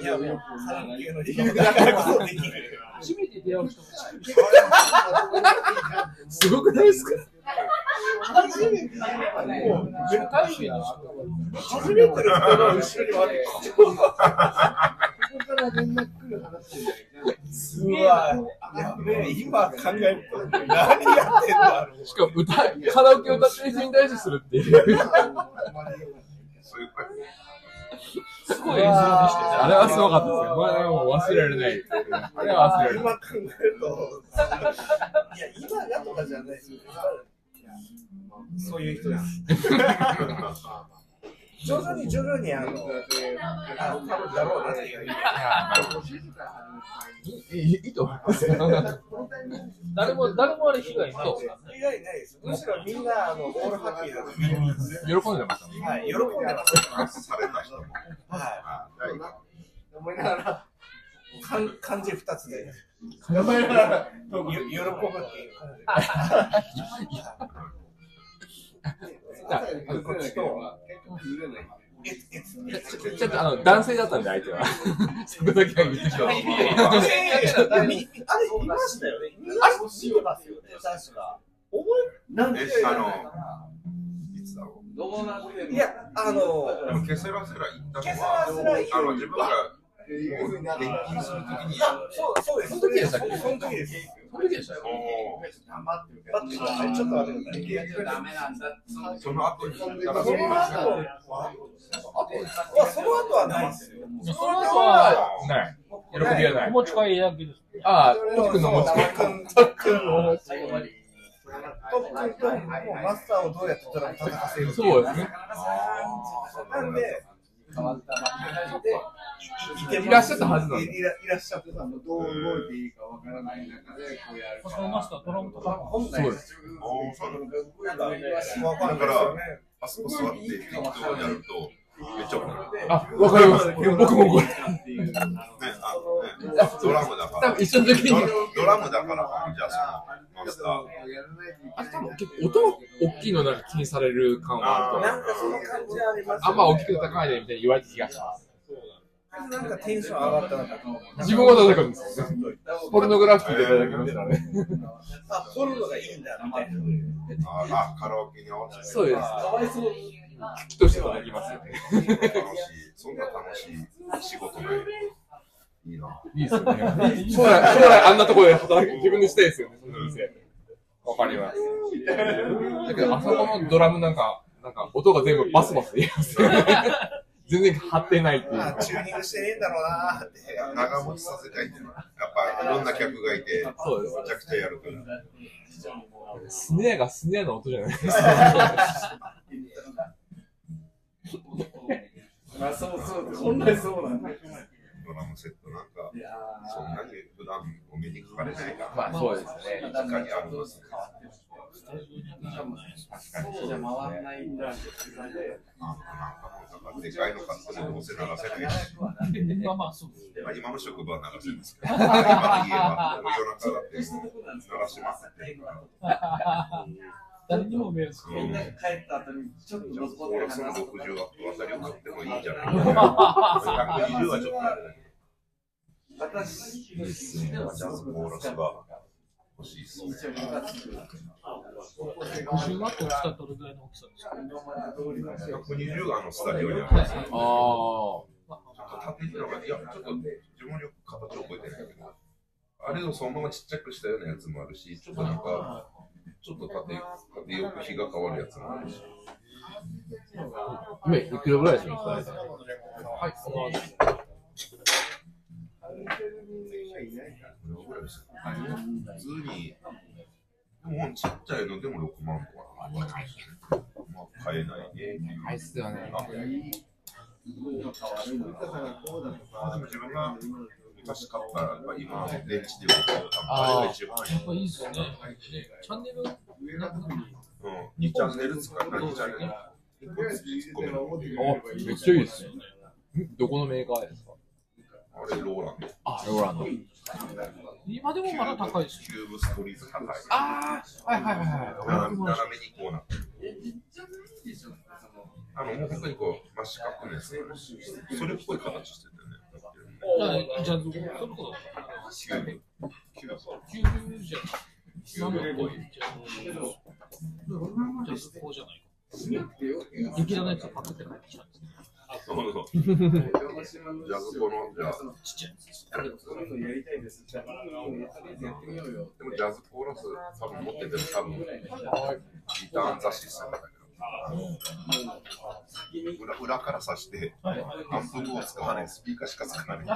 いやもうカラオケの理由だからこそできる
初めて出会う人も
すごくないですか
初めてもう初対面の人初めての人が後ろに回ってここから連絡来る話うわやべえ今考えると何やっ
しかも歌、カラオケ歌ってる人に対してするっていう。
すごい演奏でしたよ。
あれはすごかったですよ。これはもう忘れられない。あれは忘れられない。
今考えると、いや、今がとかじゃないですよ。そういう人です。徐々に徐々に、あの、あ、多分だろうなっていう。
いいいいいいと思いますよ。
誰も、誰もあれ被害ないですからね。
以外ないです。むしろみんな、あの、オールハッピーだと。
喜んでましたね。
はい、喜んでます。
された人も。
は
はい
い。思いながら、かん漢字二つで、
思いながら、
喜ぶっていう感じ。
こっちと、結れない。
ちょっとあの、男性だったんで、相手は。そこだけは言ってきた。
いやいやあれ、いましたよね。あれ、見てますよね、確か。覚
え、あの、いつだろ
どうなってる
えいや、あの、
う。でも、ケセラセラ行ったの
ケセラセラ
は
行、
あの、自分ら
な
転勤するときに、
そう、そうです。
その時でしたっけ
その時です。
その時でしたよ。
も
待ってください、ちょっと待ってください。
ダメなんだ。
うその後に行った
その
ら、
後は、その後はないですよ。
その後は、ない。喜びはな
お
い。
持ち帰りだけです。
ああ、トックンの持ち帰り。
トックンの持ち
最後まで。
トックンと、もうマスターをどうやって戦わせるか。
そうですね。
なんで、いてます
いらっしゃったはずなんだ
いらいらっしゃった。
どう動いていいかわからない中で、こうやる
そのマスター、ドラムとか。
本
そうです。
す。
なんか、わかんないですよね。
あそこ座って適当にやると、めっちゃ怒る。
あ、わかります。僕もこれ。
ね、あ
[laughs]
のね、ドラムだか
多
ら
分、一緒の時
ドラ
に。
ドラムだから、じゃあその、マスター。
あ、多分、結構音は大きいのなんか気にされる感はあると思う。
なんかその感じあります
あんま大きくて高いねみたいに言われた気がします。
なんかテンション上がったなんか
自分は叩くんですよ。ポルノグラフィティで叩きますからね。
あ、ポルノがいいんだみたいな。
ああ、カラオケに合わせて。
そうです。
かわいそう。
きっとして叩きますよね。
楽しい。そんな楽しい仕事ない。いいな。
いいですよね。 [laughs] 将来、将来あんなところで働く、自分でしたいですよね、その店。わかります。だけど、あそこのドラムなんか、なんか音が全部バスバス言いますよ [laughs] ね。全然張ってないっていう
あ
か。
チューニングしてねえんだろうなーって。
長持ちさせたいっていうのは、やっぱいろんな客がいて、
そうです。
めちゃくちゃやるから。
スネアがスネアの音じゃないですか。
まあ、そうそう。本来そうなんだ。
ドラムセットなんか、そんなに普段お目にかかれないから、
まあ、そうですね。
確かにありますね。
そうじゃ回んないんだ。
なんかもう、なんかでかいの買ってもどうせ流せないし、
まあまあ、そうです。
まあ、今の職場は流せるんですけど、
[laughs]
今の家はもう夜中だって鳴らしますっていうから。
誰にも迷惑かけ
う
ない
ん
帰った後に、ちょっと
じゃあ、
残っ
俺
て
はその
話す。
60ワットあたりを買ってもいいんじゃないかな。120はちょっ
[laughs]
とやれない。
私の
ジャズコーラスが欲しいっすね。
50ワット使ったどれぐらいの大きさですか
120があのスタジオにあるんですよ。
ああ。
ちょっと縦広がり、いや、ちょっと自分の形を覚えてないけど、あれをそのままちっちゃくしたようなやつもあるし、ちょっとなんか、ちょっと縦、縦よく日が変わるやつもあるし、
今、いくらぐらいですかはい、その
これぐらいですよ普通に、でもちっちゃいのでも6万とかな。まあ、買えないね。
はいっすよね。
あでも自分が昔買ったら、やっぱ今、電池で動くあれが一番いい
やっぱいいですよね。チャンネル、
うん、2チャンネル使ったら2チャンネル。1個突っ込める
めっちゃい
[laughs]
いですね。どこのメーカーですか
あれ、ローランド。
あ、ローランド。
今でもまだ高いですよ。
キューブストリート高い。
ああ、はいはいはいは
斜め斜めにこうなってる。あの、もう本当にこう、真四角のやつがあるしそれっぽい形してた
だからジャズ、それ
よ
こ
ね。キューブ。キューブ。
そ、キューブじゃない。なんだこれジャズ、ジャズこうじゃないか。劇団のやつをパクって帰ってきたんですね。
そ
そうそう。
鹿児島の
じゃあ、この、じゃあ、
そういうのやりたいですじゃあとりあえずやってみようよ
でもジャズコーラス多分持ってても多分、ギター雑誌さんだけど、裏裏からさして、アンプも使わない、スピーカーしか使わない。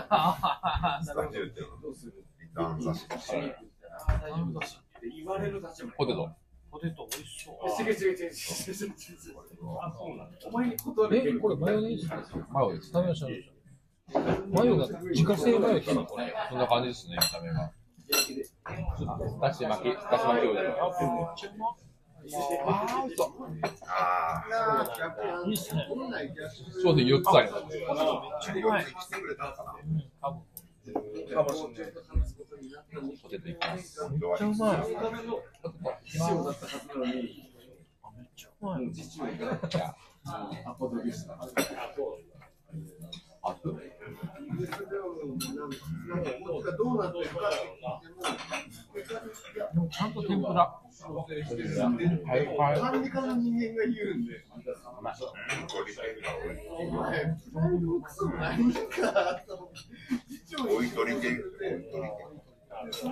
スタジオっていうのは
どうする
ギター雑誌
趣味って大丈夫だしって言われる立場
ポテト。
ポテト美味しそう。
違う違う違う違う違う違うあそうなのお前に断る
え、これマヨネーズ
マヨです。
食べましたマヨが自家製マヨですかこれ。
そんな感じですね、見た目が。だし巻き、だし巻きをあー、そう。
[laughs] ああ、
いいっすね。
商品4つあります。
ち
[laughs]
ょっとよく来てくれたのかな。
かもしれない
ポテトいきます。
弱い。
ための師匠だったはずなのにもう父親がアポ取りしたあと
あと、
どうなってるか
でもちゃんと天ぷら。
はいはい。
管理課の人間が言うんで
おいとりけん、おい
そ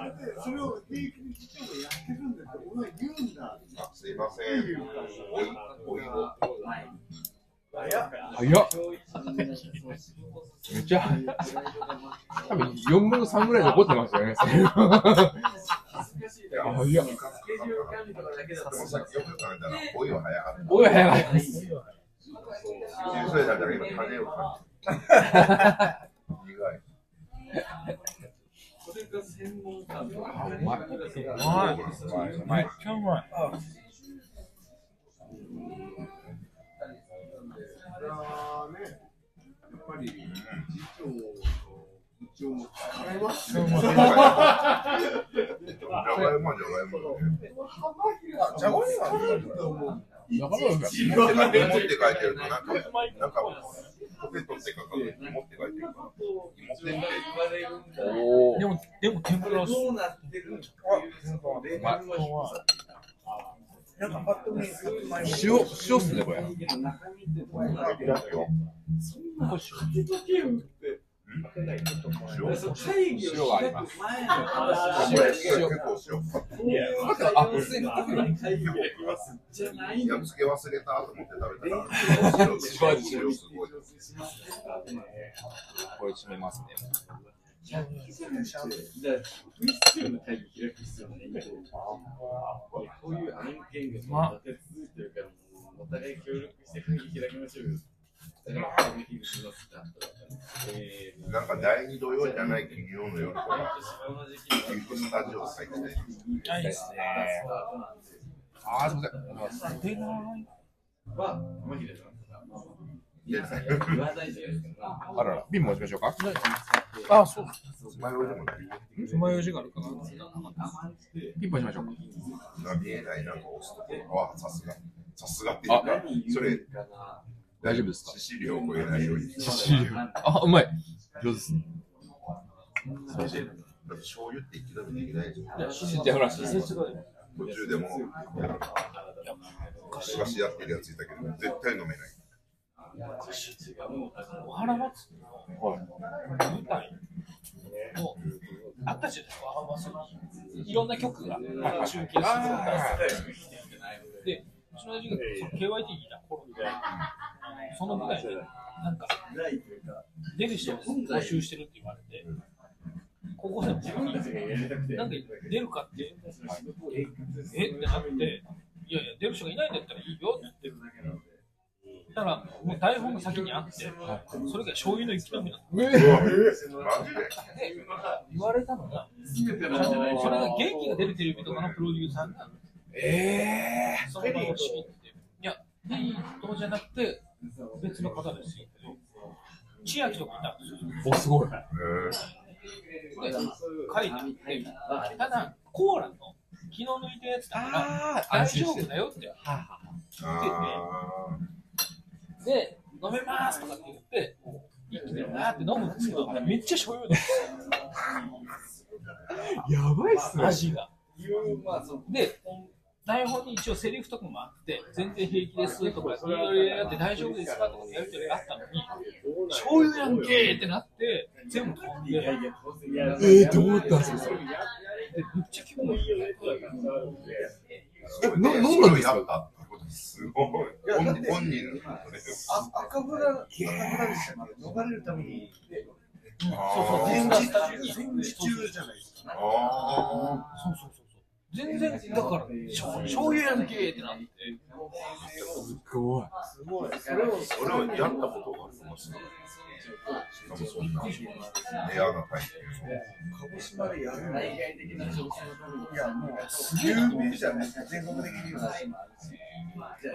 れを平気で市長がやってるんだって俺は言うんだ
とりあすいません。おい、おいを。
早っ。めっちゃ、多分4分の3ぐらい残ってますよね。
恥ずかしい
いや、
だ
で
早っ。
けスケジュール管理とかだけだと
もさっきよく食べたら、おいは早かった。
おい、早い。
小さいだから今、種を感じる。意外。
それが専門家とか
うまい。
だからねやっぱり市長と部長も変えますよ
じゃがいもはじゃがいもね。
じゃがいもは
なかなか
持って帰って持って帰ってると、なんか、なんか、ポケットって書かない持って帰ってるから。持ってって、
言われるんだ
おー。
でも、でも天ぷらっす。
どうなってるっていうそのレベルは低さ
なんかパッと見、
塩、塩っすね、これ。
中身ってどうなってる
よ。
そんな勝手とけよって
塩
その会議を開く前の話
これ、結構
いや、わかるあ、うせえな。会議を開きますじゃない
塩。い
の
や、つけ忘れたと思って食べたら、塩、塩、すごい。
これ締めますね。
じゃあ、不必要な会議開く必要ないんだけどこういう案件がずっと立て続いてるから、もうお互い協力して会議開きましょうよ。だから、会議しますってなったらえー
なんか、第二土曜じゃない金曜の夜か
毎
ら、
年この時期に
ゆっくスタジオ最近で。
いいですね。あー、すみません。
は、浜平さんとか、皆さんや言わないじゃないですか。
あらら、瓶も押しましょうか。
あ、そう。
マヨでもない。
マヨジがあるかな。
ピンポンしましょうか。
見えない、なんか押すところは、さすが。さすがっていうか
何、言
それ、
うかな。
大丈夫ですか
致死量を超えないように。
あ、うまい。上手ですね。
だって醤油って生きなみできないじゃん。
信じゃうらしいです。
途中でも、ガシガシやってるやついたけど、絶対飲めない。
お花祭りの舞台のあったじゃないですか、お花祭り。いろんな曲が中継してたんですで、うちの親父がその KYT にいた頃で、その舞台で、なんか、出る人を募集してるって言われて、高校生の時に、なんで出るかって、えってなって、いやいや、出る人がいないんだったらいいよって言って、だから、もう台本が先にあって、それが醤油の一き止めだった。
マジで
で、言われたのが、
全てなんじゃない
それが元気が出るテレビとかのプロデューサーが、ええー、その場を仕切って、いや、いい人じゃなくて、別の方ですよ。千秋とかいたんですよ。
お、すごい。
で、書いてって、ただ、コーラの気の抜いたやつだから、
あ
大丈夫だよって。
あ
で、飲めますとかって言って、一気にわーって飲むんですけど、あれめっちゃ醤油なんです
やばいっす
よ、味が。
いう、まあ、その、
で、台本に一応セリフとかもあって、全然平気ですとか、いろいろやって大丈夫ですかとかやりとりがあったのに、醤油やんけーってなって、全部飛んで、で
えー、どう思ったんですか、それ。
めっちゃ気分がいいよね。
え、の飲んだんですか
すごい。
いやだって
本人のことですよ。
あ赤ブラ、赤ブラでしたっけ逃れるために、
あー
全然
戦時中じゃないですか。
あ
そうそうそうそう。全然、だから、醤醤油やんけーってなって。
すごい。
すごい。それを、
ー。俺はやったことがありますね。しかもそんなレアな体
鹿児島でやるの。いや、もう、有名じゃないですか、全国的には。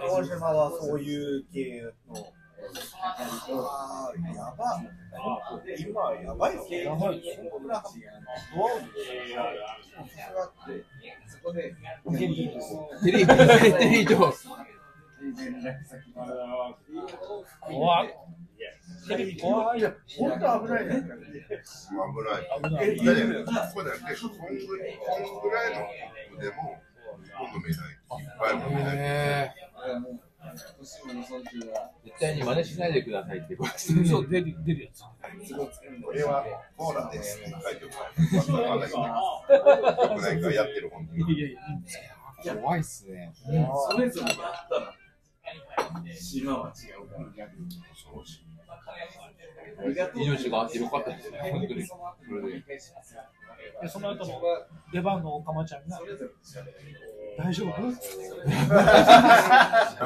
鹿児島はそういう系の。ああ、やば。今はやばいよね。やばい。こんぐらいは
テレビ、テレビ上
怖っ。テレビ怖い。
いや、本当危ないじゃないですか。
験。危ない。
危ない。
え、
いやいや、ここだけ、こんぐらいこんぐらいの子でも、ほとんど見ない。いっぱいも見ない。
へー絶対に真似しないでくださいってことですね。
そう、出る、出るやつ。
これはコーラですって書いてもらえます。よくないからやってる、本当に。
いやいや、
怖いっすね。
それぞれやったら、島は違うから。
恐ろしい。
命があってよかったですね、本当に。それで。
でその後の出番のおかまちゃんが、大丈夫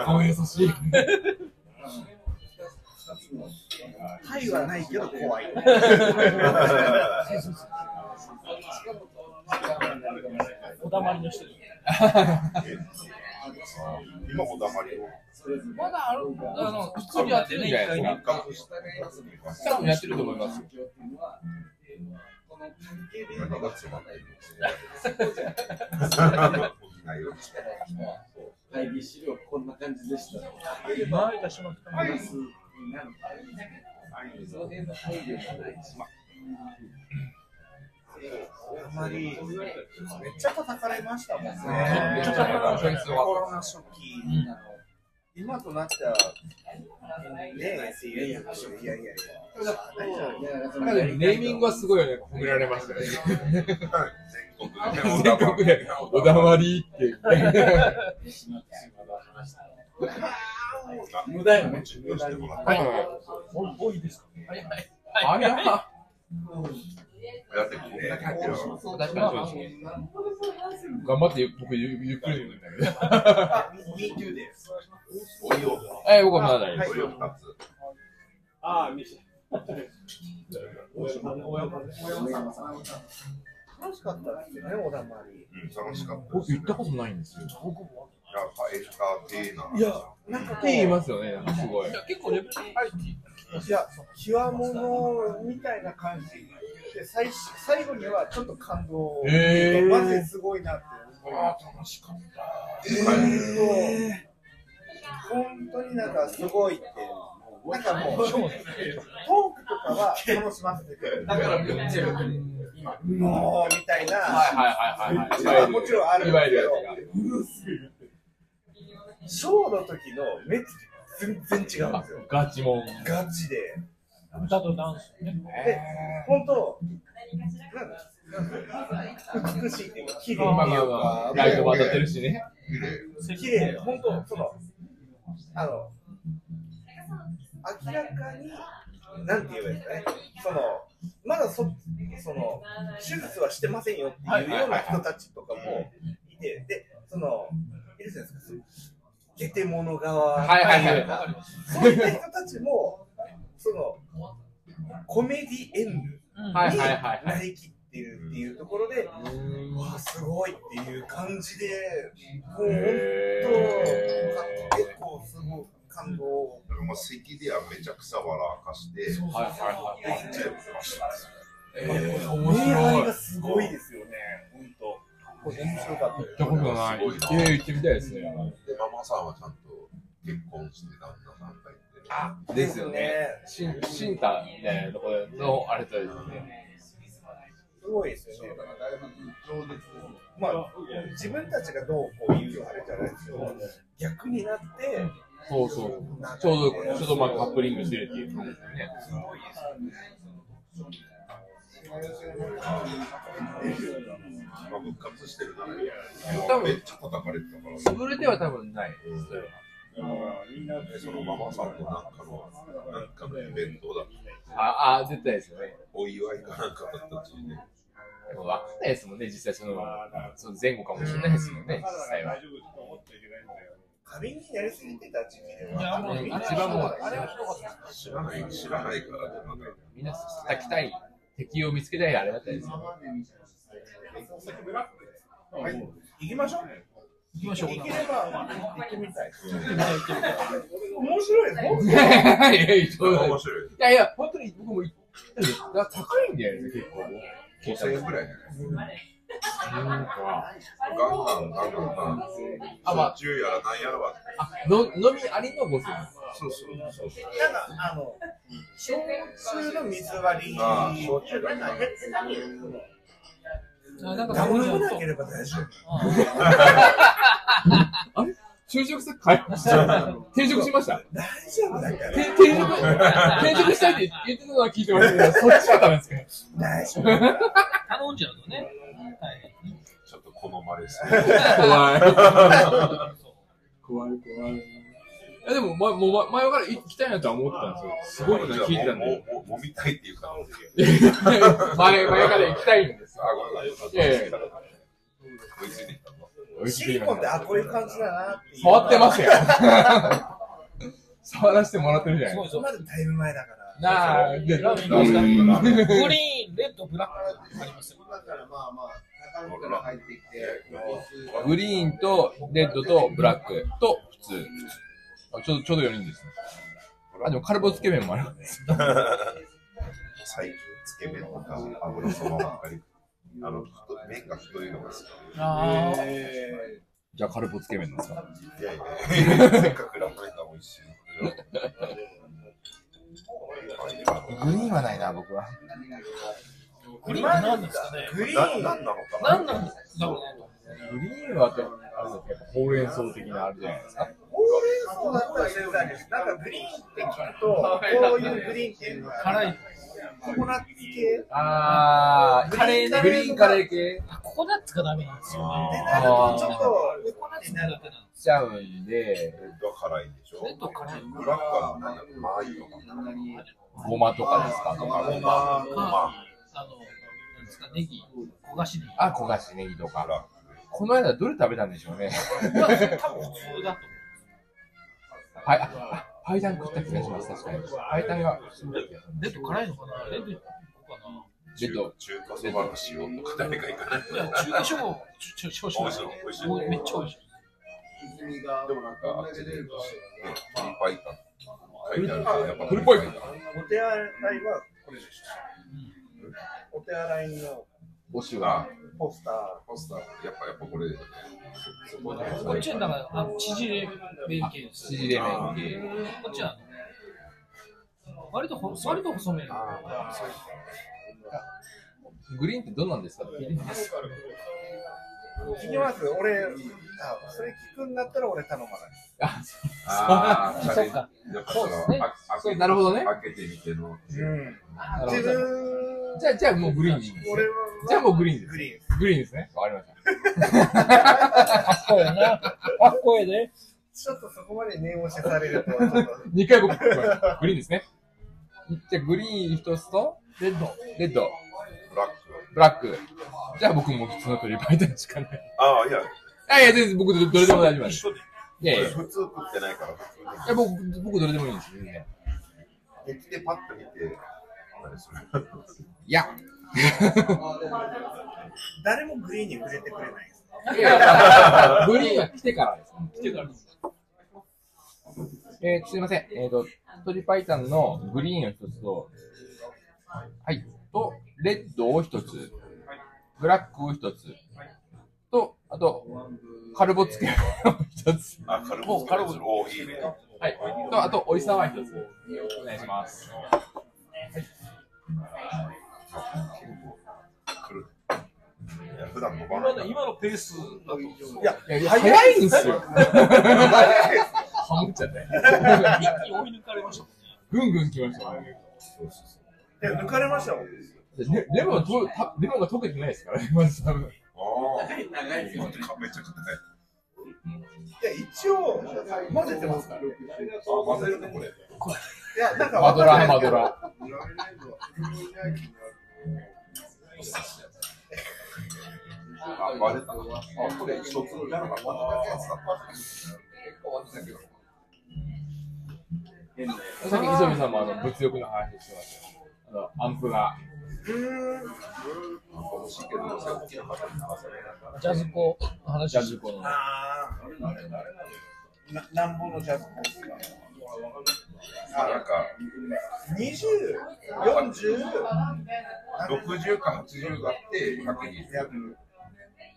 顔優しい。
害はないけど怖い。
おだまりの人に。
今、おだまりを。
まだあるあの、普通にやってるんじゃないですか。
多分やってると思いますよ。
何がつまんないないよ。
会議資料こんな感じでした。
前出しました。
その辺の配慮もないし。
あまり、めっちゃ叩かれましたもんね。
めっちゃ叩かれましたね
コロナ初期。今となっちゃねえ、いやいやいやいやいや。
なんかでもネーミングはすごいよね、褒められました [laughs] ね。
全国でおだ
全
ま
国
り。
で、おだまりって。
無駄よね。してもらった。
多いですか
あれは、
やってくれ。
確かにそうですね。頑張ってゆ僕ゆゆっくり飲んだけど。
お湯を、
え、僕はまだ大丈夫
お湯を2つ。
ああ、見せ
楽しかったですよね、おだまり。
うん、楽しかった
僕言ったことないんですよ。
エンターテイナー。
いや、なんかって言いますよね、なんかすごい。
結構レベル
いや、極物みたいな感じで、最し最後にはちょっと感動。
えー
マジですごいなって。本当になんかすごいって。なんかもう、トークとかは楽しませてくれる。
だからめっちゃよくね。
もう、みたい
はいはい
な。
はいはい。
まあもちろんあるん
い
で
わ
す
ゆ
け
る
ど
や、
ショーの時の目つき全然違うんですよ。
つが。ガチもん。
ガチで。
歌とダンスね。
で、本当、なん美しいっていうか、綺麗
まあ
って
ま
い
あ
う
ま
か
あ、、ライトも当たってるしね。
綺麗、本当、その、あの、明らかに、なんて言えばいいですかね、その、まだそ、その、手術はしてませんよっていうような人たちとかもいて、で、その、いるじゃないですか、ゲテモノ側
はいはいはい
とかそういった人たちも、その、コメディエンヌ。
はいはいはいはい。
なりきってるっていうところで、うわあすごいっていう感じで、もう本当、結構すごい感動。
だからもう席ではめちゃくちゃ笑わかして、めっ
はいは
ちゃやってました。
えー面
恋
白
愛
い。
がすごいですよね、本当。面白かったです
行ったことない。ええ、行ってみたいですね。
で、ママさんはちゃんと結婚して旦那さんがいて、あ
ですよね。。シン、シンタみたいなところの、あれとですね。
すごいですよね。まあ、自分たちがどうこう言うあれじゃないですけど、逆になって、
そうそう。ちょうど、ちょうどまあカップリングしてるっていう感じですよね。
まあ、復活してるな。多分めっちゃ叩かれてたから、
潰れては多分ない。
そのママさんとなんかの、なんかのイベントだ。
ああ、絶対ですよね。
お祝いかなんかだった時にね。
わかんないですもんね、実際その、その前後かもしれないですもんね、実際は。
仮にやりすぎてた時期で
いやもうあれは
一番もう
あれはひどかった。
知らない、知らないからね、まだ。
みんな叩きたい、敵を見つけたいあれだったんですよ。
行きましょう。
行きましょう。
行ければ行ってみたい。
面白いね。
いやいや、
それが面白い。
いやいや、本当に僕も言ったんですよだから高いんだよね、結構。
5000円ぐらいじゃない
なんか、
ガンガン、ガンガン、ガン。
あまあ
焼酎やらなんやらは。
あの飲みありの5000
そうそうそう。
なんか、あの、焼酎の水割り。
ああ
焼酎割りなんか別に何よ
あなんか
ダ
そ
ブ
う
ル
いう
も
の
な
と
ければ大丈夫。
就職先変えました。転職しました。
大丈夫だか
て
ら。
転職、転職したいって言ってたのは聞いてましたけど、そっちはダメですか
大丈夫。
頼んじゃうとね。はい。
ちょっと好まれそう。
怖い。怖い怖い。いやでも、ま、もうま前から行きたいなとは思ってたんですよ。すごいな、聞いてたん [laughs] で。
もももみたいっていうか、
前、前から行きたいんですよ。
あ、ごめんなさい、よかった。
ええ
追いついてきたの。
シリコンってあこういう感じだなっていう。
触ってますよ。触らせてもらってるじゃ
す
な
ご
いで
い
す
ぞ。
まだだいぶ前だから。
か。なあ、で、
ラーメン
ラーメン
ラーメン
グリーン、レッド、ブラックありますよ。
だからまあまあ、中野から入ってきて、
グリーンと、レッドと、ブラックと、普通。あちょうど、ちょうど4人ですね。あ、でも、カルボつけ麺もある。
最近、つけ麺とか油そばばっかり。あの、太い麺が太いのが好き。
ああ。
じゃあ、カルボつけ麺なんですか
いやいや、 [laughs] せっかくラーメンが美味しい。
グリーンはないな、僕は。
グリーンって何ですかね。
グリ
な
ーン、
なんなのかな
何なんだろうね。
グリーンは、あれですやっぱほうれん草的なあれじゃないですか。
ほうれん草だったら全然だけど、なんかグリーンって聞くと、こういうグリーンっていうのは、
辛い。
ココナッツ系。
あー、
カレー
グリーンカレー系
あ、ココナッツがダメなんですよ
で、
ね。
なるとちょっと、ココナッツになる
苦手なんです
しちゃうんで、
レッドは辛いでしょ
レッド辛い
ブラックはなんだろうマー油とか。
ごまとかですか
とかごま
あ
ごま
あの、なんですか、ネギ、焦がしネギ。
あ、焦がしネギと
ブ
か。
ラ
この間どれ食べたんでしょうね。
まあ、多分普通だと
はい、あ、あパイタン食った気がします、確かに。パイタンが、
思う。レッド辛いのかなレッドいこうかな。
ック
レッド、
中華そばの塩とか誰か行かない
いや、中華処方、中華処方
美味しい美味しい
めっちゃ美味しい。
泉が、
でもなんか、あっちで言うと、ね、フリパイタン。書いてあるからやっぱ
フリパイタン
フリ
お手洗いはこれでしょ。お手洗いの
お塩
パイタン
が
あ。、
ポスター。
ポスター、やっぱ、やっぱこれ、ね、そこで
こっちはだから、あ縮れ麺系です。
縮れ麺系。
こっちは、割とほ、割と細めの。
グリーンってどんなんですか
聞きます俺、あ、それ聞くんだったら俺頼まない。
あ、
あー、チャ
そ
レ
う
ンジ。
か。
やっぱそ
そ
のあ開け
うですね
そうなるほどね
開けてみての。
うん。
なるほ
自
ど。
分、
じゃあ、じゃあもうグリーンにいいんですね
俺は、
じゃあもうグリーンです
グリーン。
グリーンですね。わかりました。
かっこええな。かっこええね。
ちょっとそこまで念押しされると、ちょっと。
2回僕、ごめんグリーンですね。じゃあ、グリーン一つと、レッド。レッド。
ブラック。
ブラック。じゃあ僕も普通の鳥バイタンしかない。
ああ、いや、
あ、いや、全然僕どどれでも大丈夫なんで
一
す。
緒で。
いやいや。い
普通食ってないから、普通に。
や僕、僕どれでもいいんですよ、全然。
駅でパッと見て、何それ。
いや。
誰もグリーンに触れてくれないです。
いやグリーンが来てからです。
来てからです。
えー、すいません。えっ、と、鳥パイタンのグリーンを一つと、はい。と、レッドを一つ。ブラックを一つ。と、あと、カルボつけを一つ。
あ、カルボス。カルボス。おーいいね。
はい。と、あと、おいさんは一つ。お願いしま
い
す。
や普段飲ま
今
ない
の
から。
今のペースだと。
いや、早いんですよ。
早いです。
ハモっちゃって。
一気に追い抜かれましたもんね。
ぐんぐん来ましたね。
いや、抜かれましたもん。
レレモンとたレモンが溶けてないですからね、まず多分。
長いですよね。
めっちゃ硬い。
いや、一応、混ぜてますから。い
混ぜるね、これ。
や、なんか
マド
わかんな
ラ
い
ー、マドラー。
あ、混ぜた。あ、これ一つなんか混ぜたやつだ
さっき磯部さんもあの物欲の話してましたよ。あの、アンプが。
ジャズコの話
ジャズコの。
あーななんぼのジャズコースか。
あ、なんか、
20、40、
60か80があって、100に。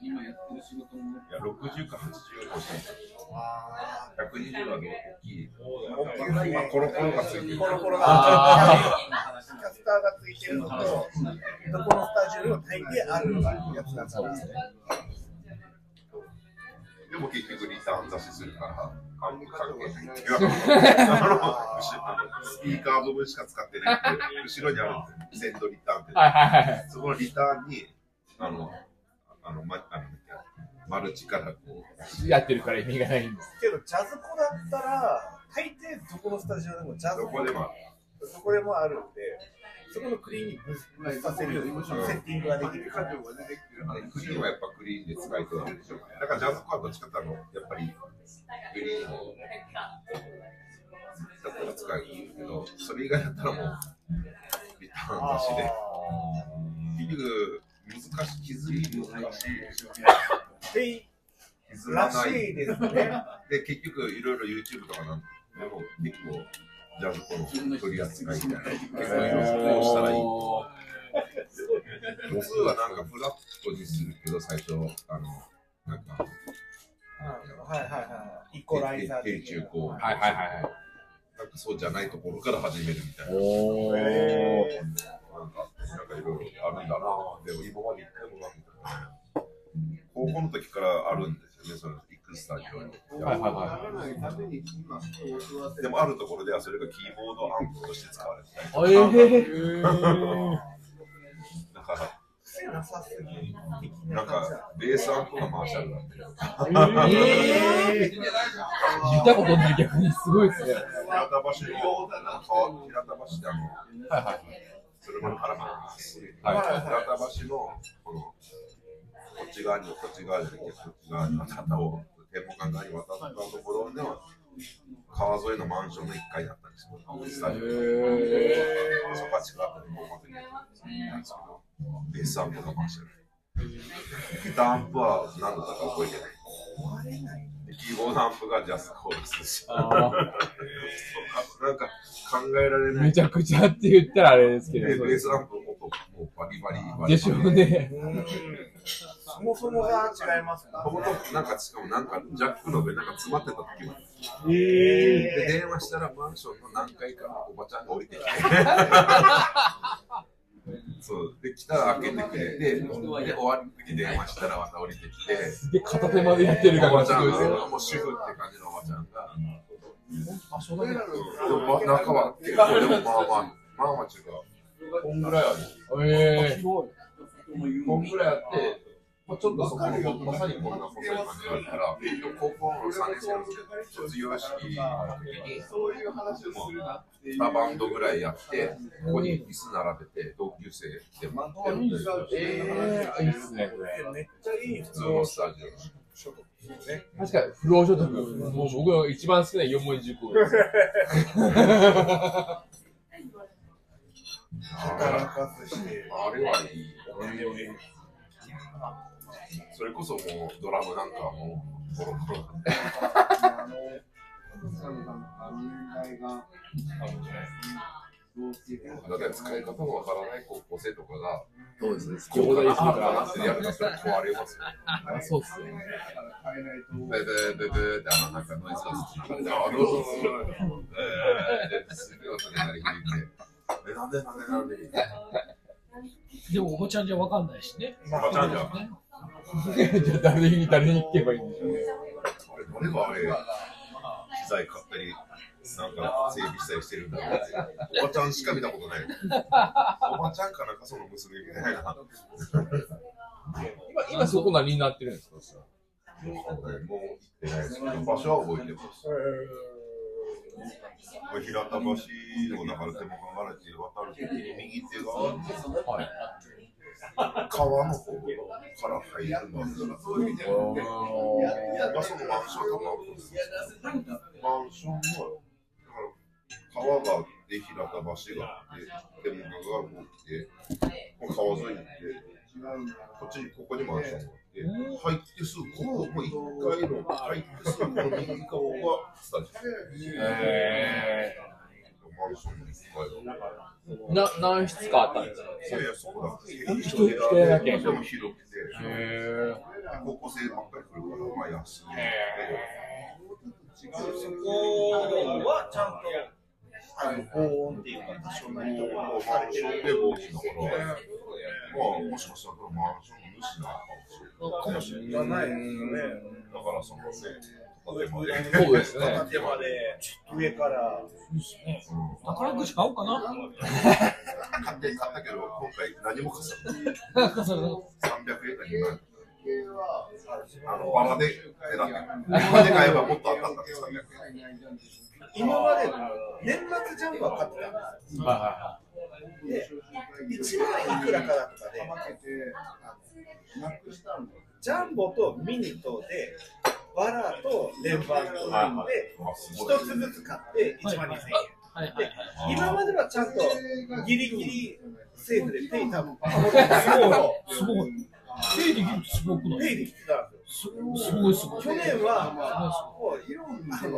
いや、
今やってる仕事も。
60か80が
あ
120はね、大きい。
ー大きいね
あコロコロがついてる
コロコロが
あ
キャスターがついてるのと、どこのスタジオにも大抵あるやつだ
ー
か
そう
ら
で。すね。
でも結局リターン出しするから、あんま関係ないっていうあのスピーカー部分しか使ってないっていう後ろにあるんですよ。センドリターンって。
はいはいはいはい。
そこのリターンに、あの、あの、ま、あの、マルチからこ
やってるから意味がないんです。
けど、ジャズコだったら、大抵どこのスタジオでもジャ
う、
ズ
ど
コ
こでもある。
どこでもあるんで、そこのクリーンにぶっさせるようにセッティングができるから。
クリーンはやっぱクリーンで使いとるでしょ。だからジャズコはどっちかってあの、やっぱりグリーンをだったら使うけど、それ以外だったらもうリターンなしで。結局、難しい、削り難しい。
で、
削ら
ら
な
し
い。
いですね。
で、結局いろいろ YouTube とかなんでも結構、ジャズコの取り扱いみたいな。結構いろいろしたらいい。普通はなんかフラットにするけど、最初、あの、なんか、
はいはいはい。イコライザー
低
的
中
な
高。
はいはいはいはい。
なんかそうじゃないところから始めるみたいな。
おー。
えー
なんか、なんかいろいろあるんだなぁ。でも今まで一回もなかった。高校の時からあるんですよね、その行くスタジオに。
はいはいは
ならないために今、
でもあるところではそれがキーボードアンプとして使われてたりとか。
い。ええ
だから、
癖なさす [laughs] ぎ的
な
なん感じだ
か、ベースアンプがマーシャルなんで。
えー、見たことない逆にすごいですね。
平田橋に、平田橋ってあの、
はいはい。
車の腹が、
はい
平田橋の、この、こっち側に、こっち側じゃなくて、こっち側に渡ったを、店舗間側に渡ったところでは、川沿いのマンションの一階だったんですよ、スタジオ。そこは違ったり、もう本当に、ベースアンプがマンション。ギターアンプは何度だか覚えてない。 [laughs] でキーボードアンプがジャスコールする [laughs] し、
あ
なんか考えられ
ー
ない
め。ちゃくちゃって言ったらあれですけ
で、ベ
ど。そうで
ー
す
スアンプの音がもうバリバリバリバリ。
でしょうね。
うんそもそもが違いますか
僕となんかしかもなんかジャックの上なんか詰まってた時もあるで
え
電話したらマンションの何階かのおばちゃんが降りてきてそうで来たら開けてくれてで終わりの時電話したらまた降りてきて
すげえ片手までやってるか
おば
ら
ち
す
ゃ
ごい
ん
ですよ。
がもう主婦って感じのおばちゃんが
場所だけ。
でも中は結構でもまあまあまあまあ中がこんぐらいある
え
こんぐらいあってまあちょっとそこのまさにこんな細い感じがあるから高校の3年生の卒業式の時に
そういう話をするなっていう。
2バンドぐらいやって、ここに椅子並べて、同級生で待ってる
ー、えー、いいっすね、これ。
ーめっちゃいい
普通のスタジ
確かに、不労所得。もう僕の一番好きな四文字熟語です。
働かずして
オ。あれはいい。それこそもうドラムなんかはもう、ボロボロ。だって使い方もわからない高校生とかが、
そうですね。
こう
だ
だなってやるとそれ壊れますよ。
そうっすね。
ブーブーブーブーってあのなんかノイズがつながって、あ、どうぞ。えー、すぐ音が鳴り響いて。え、なんでなんでなんで
でもおばちゃんじゃわかんないしね。
おばちゃんじゃん。
じゃあ誰に、誰に聞けばいいんでしょうね。
俺、どれがあれ、材買ったり、なんか整備したりしてるんだけど、おばちゃんしか見たことない。おばちゃんかなんかその娘みたいな。
今そこ何になってるんですか
もう行ってないですけど、場所は覚えてます。これ平田橋の中で手も離れて渡る時に右手が、川の方から入るのだから、そういう意味では、場所のマンションがマンションです。マンションも、だから川があって、平田橋があって、手もが動きて、川沿いに行って、こっちにここにマンションがあって、入ってすぐ、ここもう一回の、入ってすぐ、この右側がスタジオ。
え
マンションの一階だ
ー、な何室かあったんですか
いやいや、そうなんですよ。
人一人だけ
でも広くて、
え
高校生ばっかり来るから、まあ安いので。
そこはちゃんと。あの高温っていうか、多少なりと
まあ
も
マン
されて
ション
る
で大きなから、まあ、もしかしたらマンションの主なのかもしれない。
がないですよね。
だから、そのね、建てまで。
ー、そうですね。
手まで上から
宝くじ買おうかな。
買って買ったけど、今回何もかさない。300円だけない。あの、バラで選んで。バラで買えばもっと当たったんです、300円。
今まで年末ジャンプは買ってたんです
は
1万いくらかだったで、ジャンボとミニとで、バラとレバーとで、
あ、すごい。
1つずつ買って1万2000
はいはいはい。
円。今まではちゃんとギリギリセーフでペイ多分守っ
[laughs]
て
すごい。手できるってすごくない
ペイできてたんです
すごいすごい。
すよ。去年はもういろんな不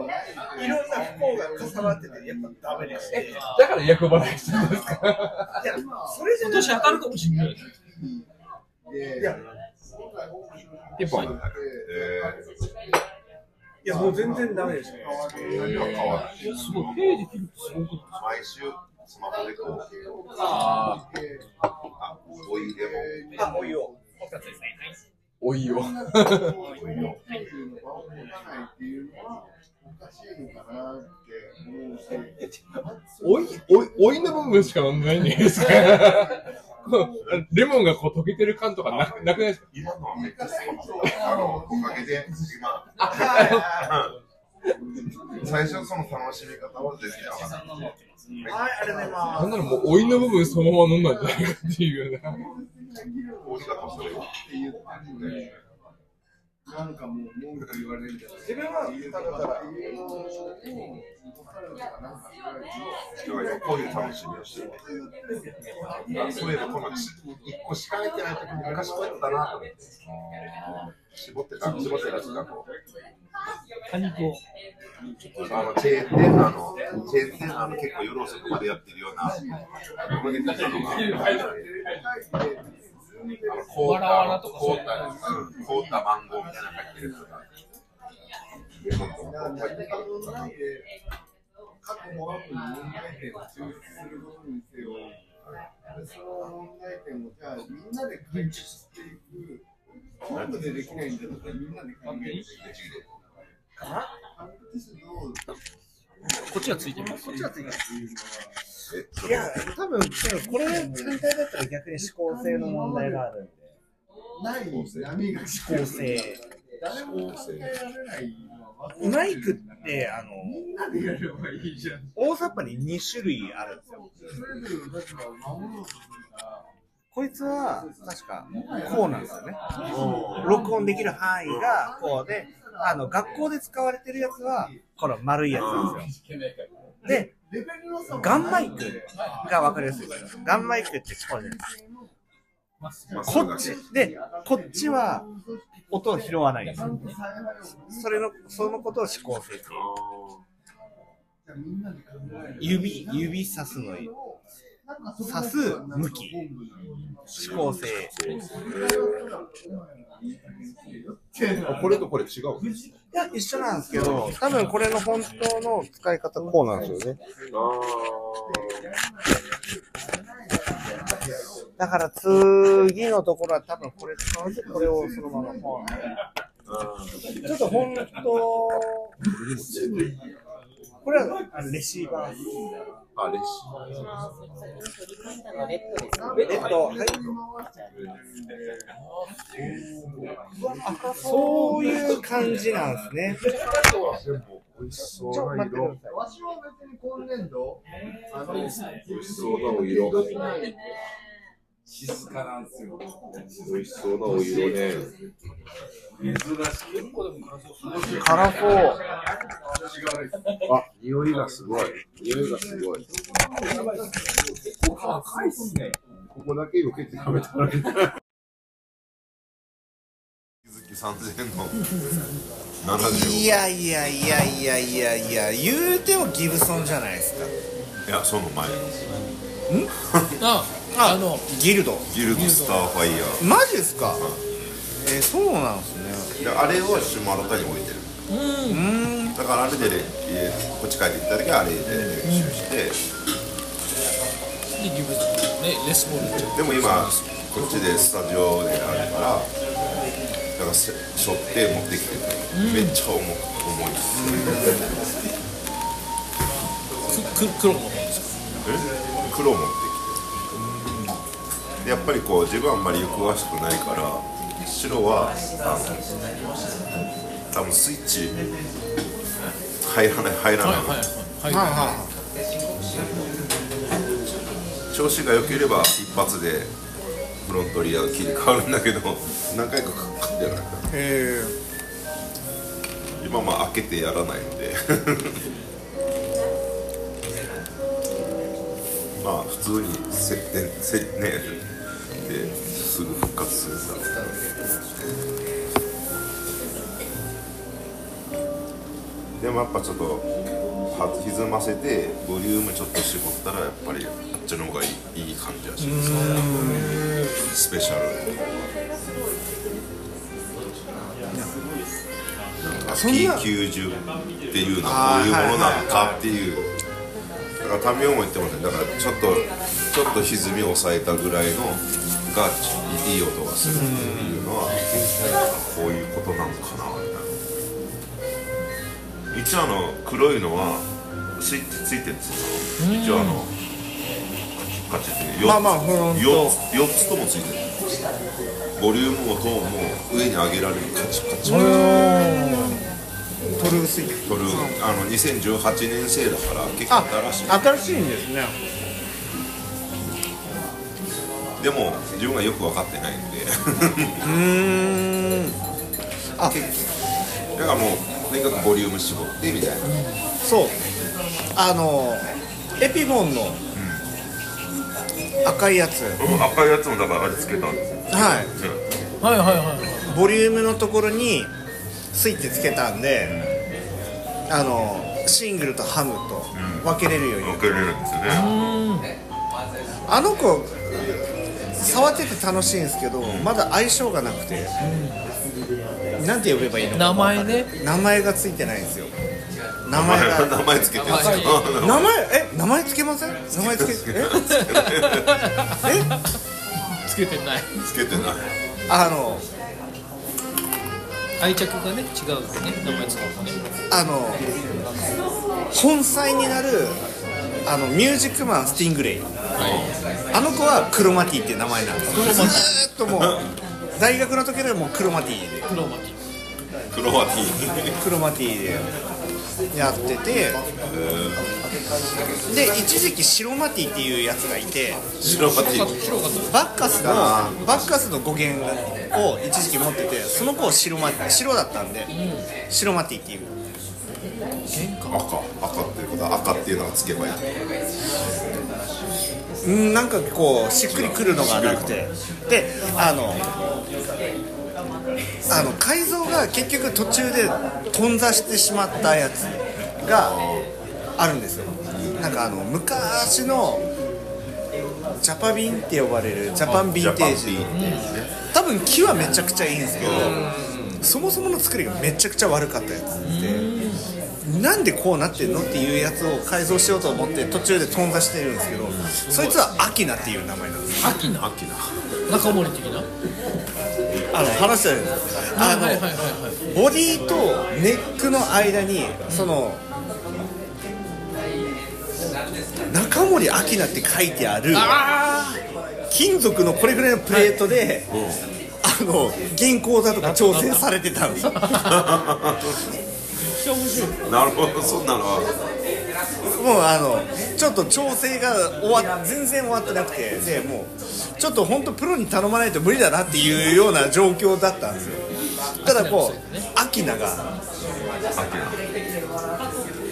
幸が重なってて、やっぱダメでして、いや、
だから役払いしてるんですか
それじゃ
今
な
年当たるかもしれない。
いや、
一本。
え
いやもう全然ダメでしたね。
ー、いや変わらない
すごい。手できるってすごくない
毎週スマホでこう、
ああ、
あ、おいでも、
あ、お湯を。
おいよ。
おいよ。
おい、おい、おいの部分しか飲んでないんじゃないですか。レモンがこう溶けてる感とかなくなくないですか
今のはめっちゃスマホあの、おかげで、今、最初その楽しみ方はできなかった。
はい、ありがとうございます。
なんならもうおいの部分そのまま飲んだんじゃないかっていうような。
おいだとそれは。ね
なんかもう文句言われるじゃない
自分はだから
人がこういう楽しみをしてる。あそういえば、この一個しか入ってない時昔こうやったなと思って。絞ってた、絞ってた時間も。
果肉を。
あのチェーン店あの、チェーン店あの、結構夜遅くまでやってるような、あの、凍った、凍った、うん、凍ったマンゴーみたいなの入ってるやつが。でほんとこう入ってた
過去もあるの問題点を抽出することにせよ、でその問題点をじゃあみんなで解決していく、なんでできないんだったらみんなで考えて、ハンドテストを
こっちがついてます。
えそ
い
れ
や、多分、でもこれ単体だったら逆に思考性の問題があるんで。
ない波が
思考性。
誰も考えられないのは
マイクって、あの、
みんなでやればいいじゃん。
大雑把に2種類あるんですよ。
それぞれの立場を守ろうとするから。
こいつは、確か、こうなんですよね。録音できる範囲がこうで、あの、学校で使われてるやつは、この丸いやつなんですよ。で、
レベルの差も
ガンマイクが分かりやすいです。ガンマイクってこうじゃないですか。こっち、で、こっちは音を拾わないんですよ。それの、そのことを指向性と指、指さすの指す向き、指向性。
これとこれ違う。
いや、一緒なんですけど、多分これの本当の使い方こうなんですよね。だから次のところは多分これ使わず、これをそのままこう。ちょっと本当、これはあのレシーバー。
あれし。
えっと、はい。そういう感じなんです
全部
ね。
美味しそ
ちょっと
うな
待ってくだ
色。
さい。
わしは別に今年度、あの、
美味しそうなお色。
静かなんですよ。
美味しそうなお色ね。
辛そう。
あ、匂いがすごい。匂いがすごい。
赤いっすね。
ここだけ避けて食べたられた。月三千の七十。
いやいやいやいやいやいや、言うてもギブソンじゃないですか。
いや、その前の
あ、あの、
ギルド。
ギルドスターファイヤ
マジですか。えーそうなんですね。
ー。で、あれをシュマラタに置いてる。
うーん。
だからあれで練、えーこっち帰ってきた時はあれで練習して、
で、ギブス、ね、レスポールって。
でも今こっちでスタジオであるから、だからせ背負って持ってきてる、めっちゃ重重いです。
く、く、黒の方です
黒持ってきてでやっぱりこう自分はあんまり詳しくないから白はあの多分スイッチ入らない入ら
か。
な
はいい、、はい、
はい
は
は
調子が良ければ一発でフロントリアが切り替わるんだけど何回かかかってないから
い。え
今まあ開けてやらないんで [laughs] まあ普通に接点接ねですぐ復活するんだろうなでもやっぱちょっとは歪ませてボリュームちょっと絞ったらやっぱりあっちの方がいいいい感じがしますスペシャルなんか
そんな
P90 っていうのはこういうものなのかっていうだからタミオも言ってましたねだからちょっとちょっと歪みを抑えたぐらいのがいい音がするっていうのはこういうことなのかなみたいな。一応あの黒いのはスイッチついてるんですよ一応あのカチッて
まあまあほんと
4つ四つともついてるボリュームもトーンも上に上げられるカチカチ
えー。トルースイッチ。
取るあの2018年製だから結
あ
構新しい、
新しいんですね。
でも自分がよく分かってないんで [laughs]
うーん。あ、
だからもうとにかくボリューム絞ってみたいな
そう。あの、エピボンの。赤いやつ。
赤いやつもだからあれつけたんですよ
はい。
い、はい、はい、はい。
ボリュームのところにスイッチつけたんで、あのシングルとハムと分けれるように、
けれるんですよね
あの子触ってて楽しいんですけどまだ相性がなくて、なんて呼べばいいのか
名前ね
名前がついてないんですよ名
名
前
前
が
名前つけてるんですよ
名前え名前つけません名前つけえ
つけてない。
つけてない
あの
愛着がね、違うってね、名前使うとね。
あの本妻になるあのミュージックマンスティングレイ、あの子はクロマティって名前なんですずーっともう [laughs] 大学の時でもうクロマティで
黒巻。
クロアティ
クロマティでやっててで一時期シロマティっていうやつがいて
白アティ
白かった。
バッカスのバッカスの語源を一時期持っててその子を白マ白だったんでシロマティっていう
赤赤っていうことは赤っていうのがつけばいい
うんなんかこうしっくりくるのがなくてであのあの改造が結局途中で頓挫してしまったやつがあるんですよなんかあの昔のジャパビンって呼ばれるジャパンビンテージ
ジャパンビンテージね
多分木はめちゃくちゃいいんですけどそもそもの作りがめちゃくちゃ悪かったやつでなんでこうなってんのっていうやつを改造しようと思って途中で頓挫してるんですけどそいつはアキナっていう名前なんです
秋な。
秋だ
中森的な。
あの話したじゃないですかあの、ボディとネックの間にその中森明菜って書いてある金属のこれぐらいのプレートで、あの原稿だとか調整されてたんですよ
なるほどそんなのは
もうあのちょっと調整が終わっ全然終わってなくてでもうちょっと本当プロに頼まないと無理だなっていうような状況だったんですよただこうアキナが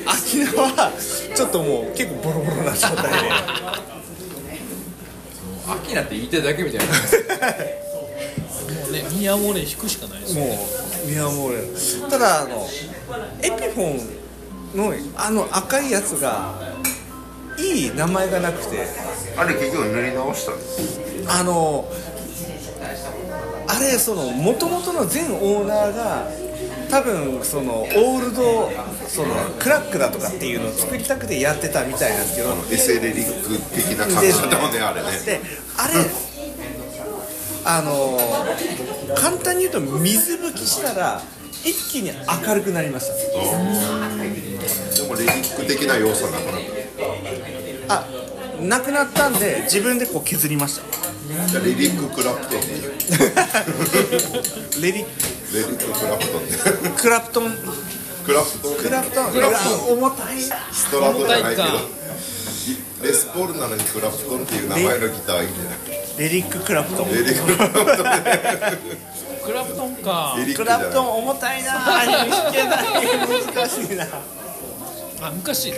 アキナはちょっともう結構ボロボロな状態で
アキナって言いたいだけみたいな。
もうね、ミヤモレ引くしかないですよ
もうミヤモーレただあのエピフォンのあの赤いやつがいい名前がなくて
あれ結局塗り直したんです
あのあれその元々の前オーナーが多分そのオールドそのクラックだとかっていうのを作りたくてやってたみたいなんですけど
エセレリック的な感じだったもんねあれね
であれあの簡単に言うと水拭きしたら一気に明るくなりました
でもレリック的な要素なかな
あなくなったんで自分でこう削りました
じゃあレリッククラプトンでいいよレ
レディ
リッククラプトンで
クラプトン
クラプトンで
クラプトン重たい
ストラトじゃないけどレスポールなのにクラプトンっていう名前のギターいいんじゃない
レリッククラプトン
レリッククラプトン
クラプトンか
レリック
ク
じゃ
ラ
な
プ
い
トン重たいな弾けない難しいな
あ昔
も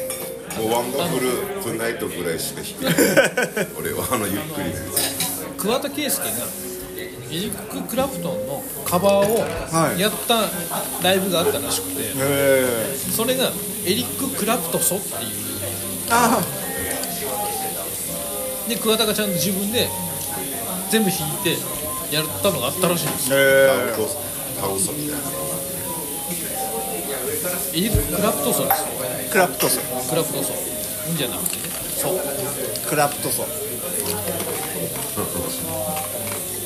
うワンダフルトゥナイトぐらいしか弾けない俺はあのゆっくりなやつ
桑田佳祐がエリック・クラプトンのカバーをやったライブがあったらしくて、それがエリック・クラプトソっていう
あ
で桑田がちゃんと自分で全部弾いてやったのがあったらしいんですよ
タウトタウソみたいな
エリック・クラプトソですよ
クラプトソ
クラプトソうんじゃなくてねそう
クラプトソ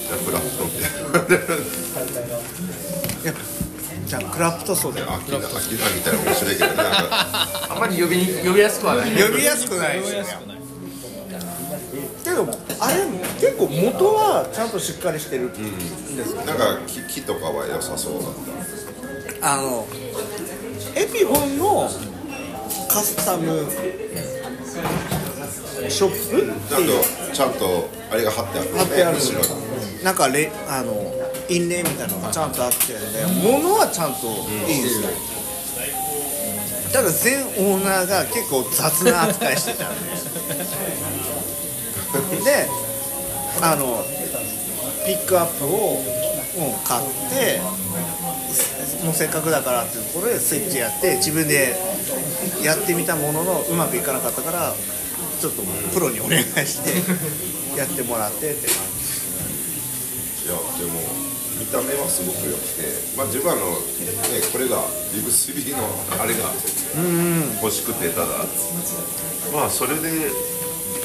じゃあクラプトンって
いやじゃあクラプトソで
アキナアキナみたいな面白いけどねなんか
あんまり呼びに呼びやすくはない。
呼びやすくないですよねけどあれ結構元はちゃんとしっかりしてるんですよ、
なんか木木とかは良さそうだった
あのエピフォンのカスタムショップって
ちゃん
いう
とちゃんとあれが貼ってある
貼ってある
後ろに
なんかレあの印例みたいなのがちゃんとあってるんで、物はちゃんといいんですよ、ただ全オーナーが結構雑な扱いしてたんでであのピックアップを、うん、買ってもうせっかくだからっていうところでスイッチやって自分でやってみたもののうまくいかなかったからちょっとプロにお願い [laughs] してやってもらってって感じ
いやでも見た目はすごく良くて、まあ、自分はあの、ね、これがビブスビーのあれが欲しくてただ
まあそれでギ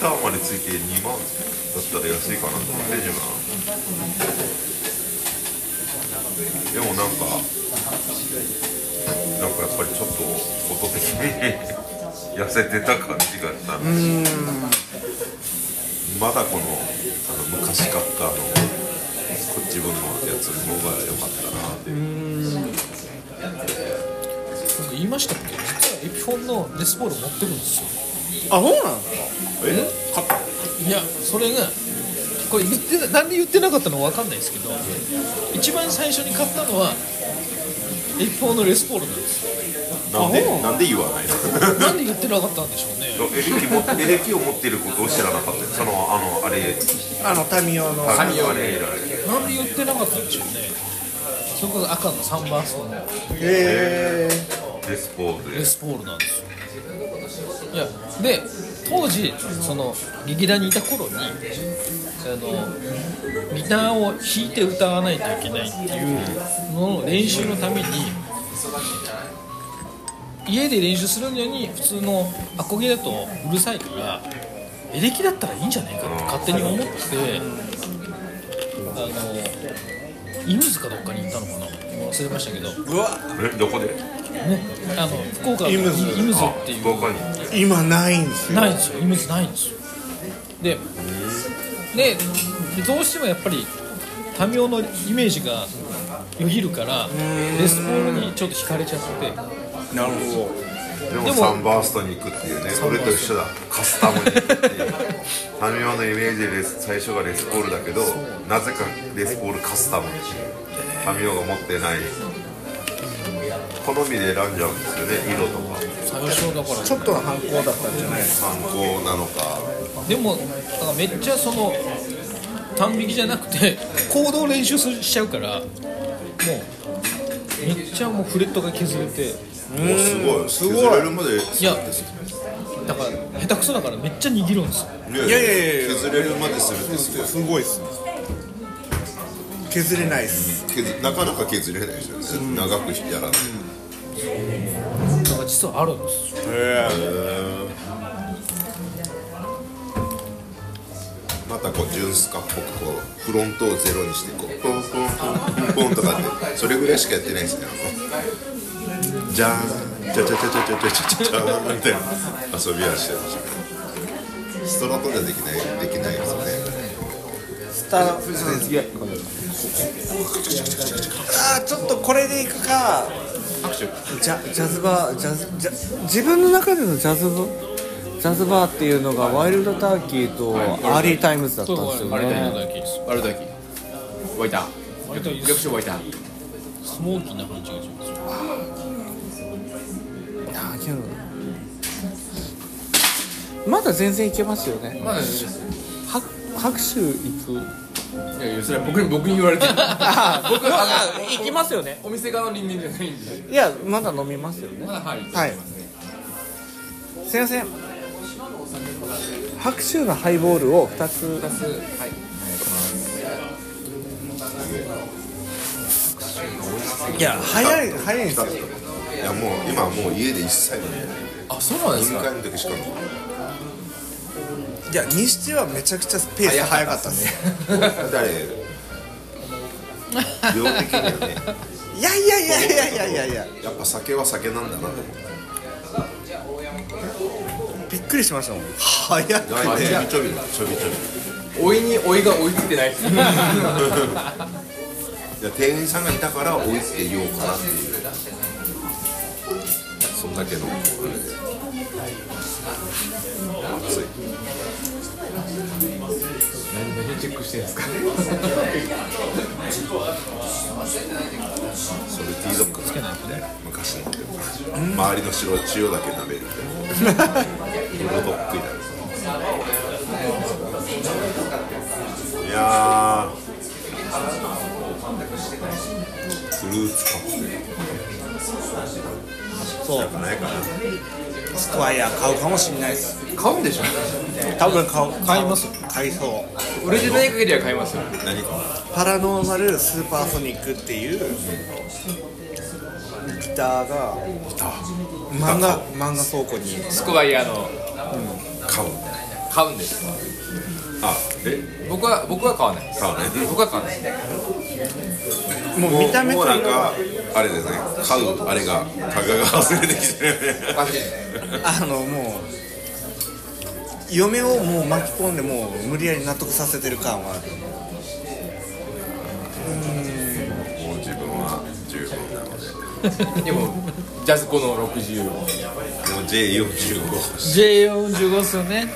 ターまでついて2万だったら安いかなと思って自分はでもなんかなんかやっぱりちょっと音的に [laughs] 痩せてた感じがしたまだこのあの昔買ったあのこ自分のやつの方が良かったなって
なんか言いましたっけ実はエピフォンのレスボール持ってるんですよ
あ、そうなんですか
いやそれがこれ言ってななんで言ってなかったのかわかんないですけど一番最初に買ったのはエピフォンのレスポールなんですよ
なんでなんで言わない
[laughs]
の
[laughs] なんで言ってなかったんでしょうね
エレキもエレキを持っていることを知らなかったよそのあのあれ
あの、タミオの
あれあれ以来
なんで言ってなかったんでしょうねそれこそ赤のサンバーストの
へ
レスポール
レ
で
スポールなんですよいやで当時その劇団にいた頃にあのギターを弾いて歌わないといけないっていうのの練習のために家で練習するのに普通のアコギだとうるさいからエレキだったらいいんじゃないかって勝手に思ってあの犬塚どっかに行ったのかな忘れましたけど
うわ
えどこで
ねあの福岡の
イ
イ
ムズ
ムズ
あ
っていう
福岡に
今ないんですよ
ないんですよイムズないんですよでででどうしてもやっぱり民生のイメージがよぎるからレスポールにちょっと惹かれちゃって
なるほど
でも
でも
サンバーストに行くっていうねそれと一緒だカスタムに行くっていうタミオのイメージでレス最初がレスポールだけどなぜかレスポールカスタムにタミオが持ってない好みで選んじゃうんですよね色とか
最初だから
ちょっとの反抗だったんじゃないですか
参考なのか
でもなんかめっちゃその単引きじゃなくて行動練習しちゃうからもうめっちゃもうフレットが削れて
もうすごい
すごい
削れるまで
いやだから下手くそだからめっちゃ握るんですよ
ね
いやいやいやいや
削れるまでするってすごい
すごいっすね削れないっす
削なかなか削れないですよね、長くやらない、
だから実はあるんですよ
またこうジュンスカっぽくこうフロントをゼロにしてこうポンポンポンポンポンとかってそれぐらいしかやってないですねあのじゃーんじゃじゃじゃじゃじゃじゃじゃじゃーんみたいな遊びはしてましたけどストロートじゃできないできないですよね
スター
いや、こ
あーちょっとこれでいくかジャジャズバージャズジャ自分の中でのジャズバジャズバーっていうのがワイルドターキーとアーリータイムズだったんですよ
あれだ
ね
けです
悪だき。湧いた。
割と
緑色湧いた。
スモーキーな感じがします
あーけどまだ全然いけますよね
まあ、い
は拍手行く
や、それは僕に、僕に言われてる。
[laughs] あ僕
僕、あ
あ行きますよね
の、お店側の人間じゃないんで。
いやまだ飲みますよね
まだ、はい。
はいすいません白州のハイボールを2つ
プラス、はい。お願いします。
いや早い早いんですよ
いやもう今はもう家で一切飲んでない
あ、そうなんです
飲み
か。
会の時しか飲んでない
いやにしてはめちゃくちゃペースが早かったです
誰
[laughs]
量的にはね
いやいやいや [laughs] いやいやいやいや
やっぱ酒は酒なんだなと思って
びっくりしましたもん早くて
大体ちょびちょびちょびちょび
おいに、おいが追いつい
[laughs]
てないです。
いや店員さんがいたから追いつけようかなっていうそんだけのあれで熱い
何チェックしてるんですか。
それティードッグつけないみたいな昔の周りの白い中央だけ舐めるみたいなブルドッグになるいやーフルーツカップね
そう
ないかな
スクワイヤー買うかもしれないです
買うんでしょ
多分買う買います買いそう
売れてない限りは買いますよ。
何か
パラノーマルスーパーソニックっていうギターが漫画漫画倉庫に
スクワイヤーの、
買う
買うんです。
あえ
僕は、僕は買わないです。
買わない
僕は買わないです。
もう
もう
見た目
も
と
う
い
なん
うか
かあれですね買うあれがタガが忘れてきてる
おかしいです。
あのもう嫁をもう巻き込んでもう無理やり納得させてる感はある
もう自分は十分なので
でもジャズコの60を
でも J45
J45 ですよね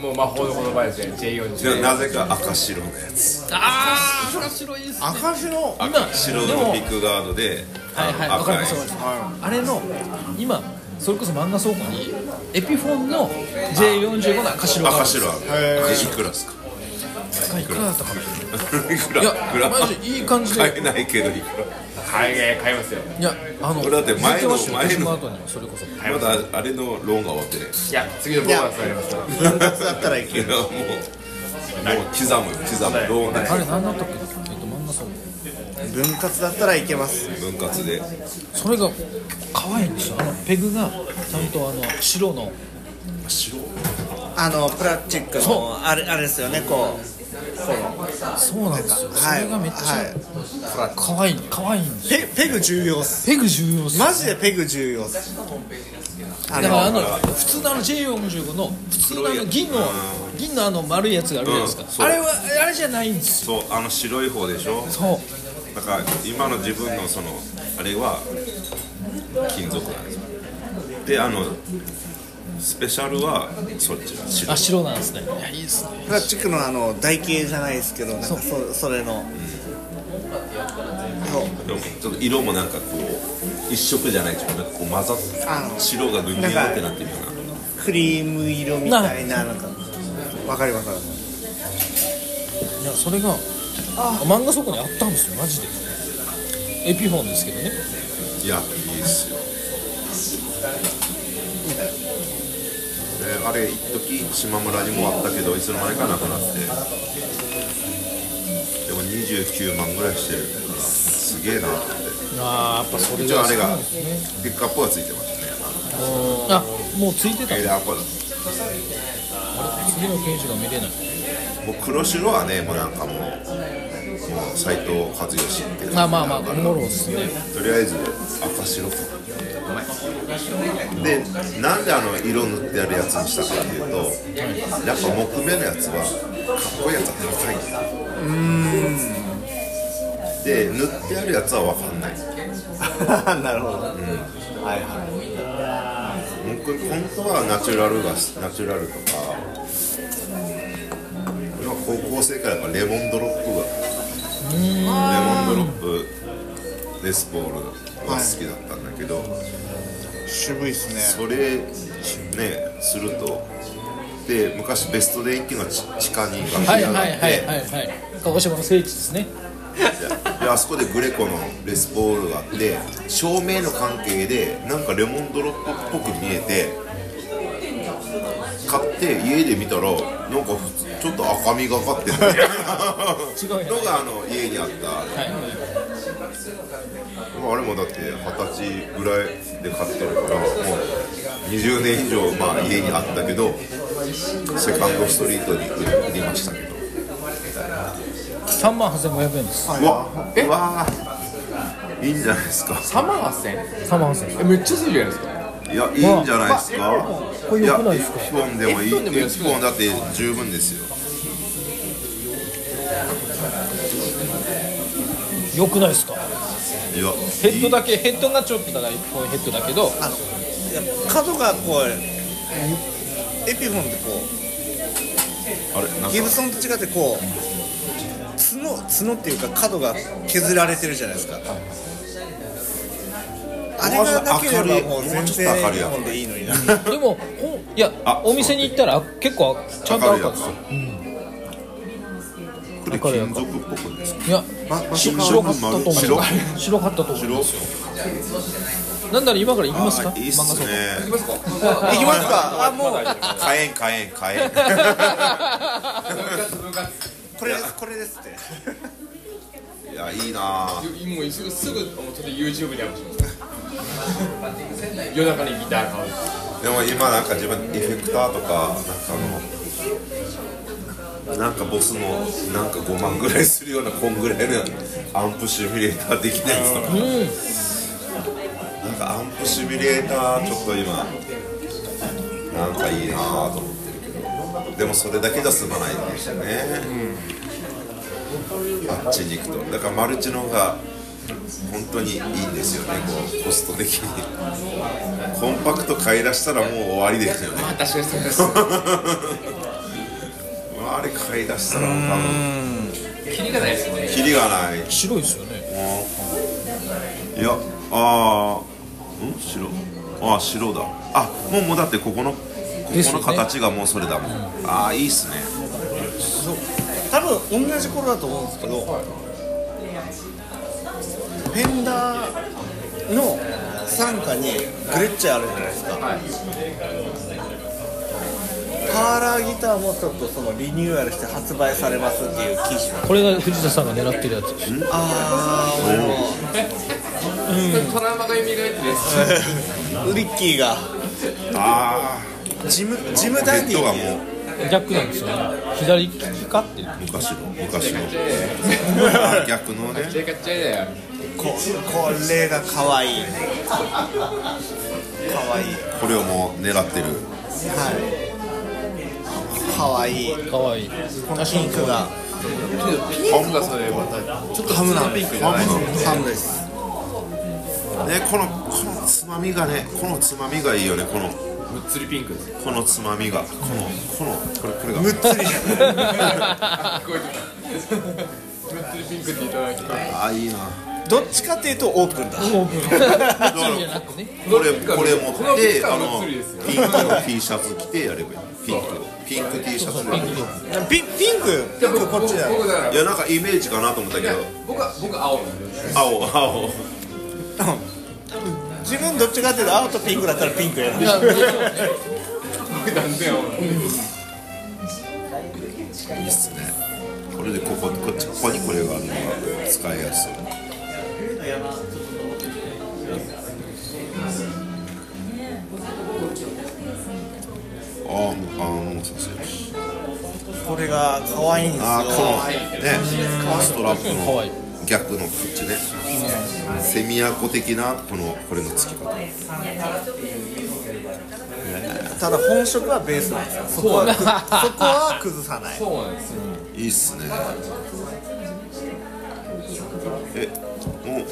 もう魔法のこのバイスで J40
でなぜか赤白のやつ
ああ面白いですね
赤字の
赤白のピックガードで
はいはい
あ
わ
の赤
かり
い
ますわかりますあれの今それこそ漫画倉庫にエピフォンの J45 の赤白があるん
赤
です
白あるでいくらですか
いくらだったかない
くらいく
や
ら
マジいい感じで
買えないけどいく
買え買いますよ
いやあの
俺だって前の
言てましたよ
前の
私も後にそれこそ
らまだあれのローンが終わってない
いや次のボーナスありますから
分割だったらいけ
いやもうもう刻む刻むローンない
あれ何だったっけえっと漫画倉庫
分割だったらいけます
分割で
それが可愛いんですよあのペグがちゃんとあの白の
あのプラスチックのあれあれですよねこう
そうなんですよ。そ
はい
れがめっち
はい
ゃ可愛い可愛いんですよ。
ペペグ重要っす
ペグ重要っす。
マジでペグ重要っすあ
だからあ
の
の普通のあの J45 の普通のあの銀の銀のあの丸いやつがあるじゃないですか。
うん
あれはあれじゃないんですよ。
そうあの白い方でしょ
そう
だから今の自分のそのあれは金属なんですよであのスペシャルはそっちが白
あ白なんですね。いやいいですね。
プラスチックのあの台形じゃないですけどなんかそそれのそう
でもちょっと色もなんかこう一色じゃないけどなんかこう混ざって
あの
白がグニューってなってるような
クリーム色みたいななんかわかりますわかります
いやそれが漫画そこにあったんですよマジで。エピフォンですけどね。
いやいいっすよであれ一時島村にもあったけどいつの間にかなくなってでも29万ぐらいしてるからすげえなと思って
ああやっぱそれ
一応あれが
そうですね
ピックアップはついてましたね
あもうついてた。
エイダーアップは
次の刑事が見れない。
もう黒白はねもうなんかもうもう斎藤和義っていう
まあまあまあおもろいっすね。
とりあえず赤白かでなんであの色塗ってあるやつにしたかっていうとやっぱ木目のやつはかっこいいやつは高いんだで塗ってあるやつは分かんない
[laughs] なるほど、はいはい
僕本当はナチュラルがナチュラルとか俺は高校生からやっぱレモンドロップがレモンドロップレスポールが好きだったんだけど、
渋いっすね
それねするとで昔ベストデイっていうのはち地下に楽器
はい
屋があ
はいは
っ
い
て、
はいはい。鹿児島の聖地ですね。
でであそこでグレコのレスポールがあって照明の関係でなんかレモンドロップっぽく見えて買って家で見たらなんかふちょっと赤みがかってる
違うやん
のがあの家にあった
はい。
まあ、あれもだって二十歳ぐらいで買ってるからもう20年以上まあ家にあったけどセカンドストリートに売りましたけど
3万8500円です。
うわえわーいいんじゃないですか
3万8000
3万8500円。
円めっちゃするじゃないですか
いやいいんじゃないですか
これ
い
良
や
くないですか
1本でもいい
一本でも安
1
くない
本だって十分ですよ
良くないですか
いや
ヘッドだけ、ヘッドになっちゃうってたら1本ヘッドだけど、
あのいや角がこうエピフォンってこ
あれなん
う
か
ギブソンと違ってこう角角っていうか角が削られてるじゃないですかあれがなければもう全然エピフォンでいいのにな
でも、ほんいや
あ、
お店に行ったら結構ちゃんと赤ですよ。
これ金属っぽくですか
いや、
ま
し白かったと思います
白。
白かったと思い
白
ますよ。なんなら今から行きますか
あいいっ
漫画
す
倉庫
ね
いきますかあもう
買えん買えん買えん
[laughs] これですこれですって
いやいいなぁ
もうすぐすぐもうちょっと YouTube にアップします夜中にギター買う
でも今なんか自分エフェクターとかなんかあのなんかボスのなんか5万ぐらいするようなこんぐらいのアンプシミュレーターできないですか、なんかアンプシミュレーターちょっと今なんかいいなぁと思ってるけどでもそれだけじゃ済まないんですよね、あっちに行くとだからマルチの方が本当にいいんですよねこうコスト的に。コンパクト買い出したらもう終わりですよね。
確かにそうです
ま [laughs] ああれ買い出したらもう多分
切りがないですよね
キリがない。
白いですよね。
いや、ああ、ん白。ああ白だ。あもうもうだってここのこ
です
こ
よ
の
ね
形がもうそれだもん。ああいいっすね。
多分同じ頃だと思うんですけど、フェンダーの傘下にグレッチャーあるじゃないですか、パーラーギターもちょっとそのリニューアルして発売されますっていう記事
これが藤田さんが狙ってるやつです。
あ
トラウマが蘇ってるやつ
あウリッキーが
あ
ジムジム
あヘ
ダン
ッ
ディ
ドが
ー
もう
逆なんですよね左利きかっていう
昔の昔
[laughs]
の逆のね
ここれが可愛い可愛い
これをもう狙ってる
はい可愛い
かわいい
このピンクがピンクがそれちょっとハムなんです
ハムなの
ハムです
ねこのこのつまみがねこのつまみがいいよねこの
むっつりピンクです。
このつまみがこのこのこれこれが
むっつり
聞こえてた。むっつりピンクっていただいて。
ああいいな
どっちかっていうとオープンだ
だから
じゃなくね
これこれ持
この
っ
ピン
て
ク
あ
は
の
むっつりですよ
ピンクの T シャツ着てやればいいピンクピンク T シャツで
ピンピンクピンクこっちだよ
僕だから
いやなんかイメージかなと思ったけど
僕は僕は青。
青青
自分どっちかっていうと青とピンクだったらピンクやる
いいっすねこれでこここっちここにこれがあるのが使いやすいあーもうあーもうさせるし
これが可愛いんですよ
あーこのねストラップ
可愛い
の逆のこっちねセミアコ的なこのこれの付き方
ただ本職はベースなんですよそこはそこは崩さない
そうなんですよ。
いいっすねえもう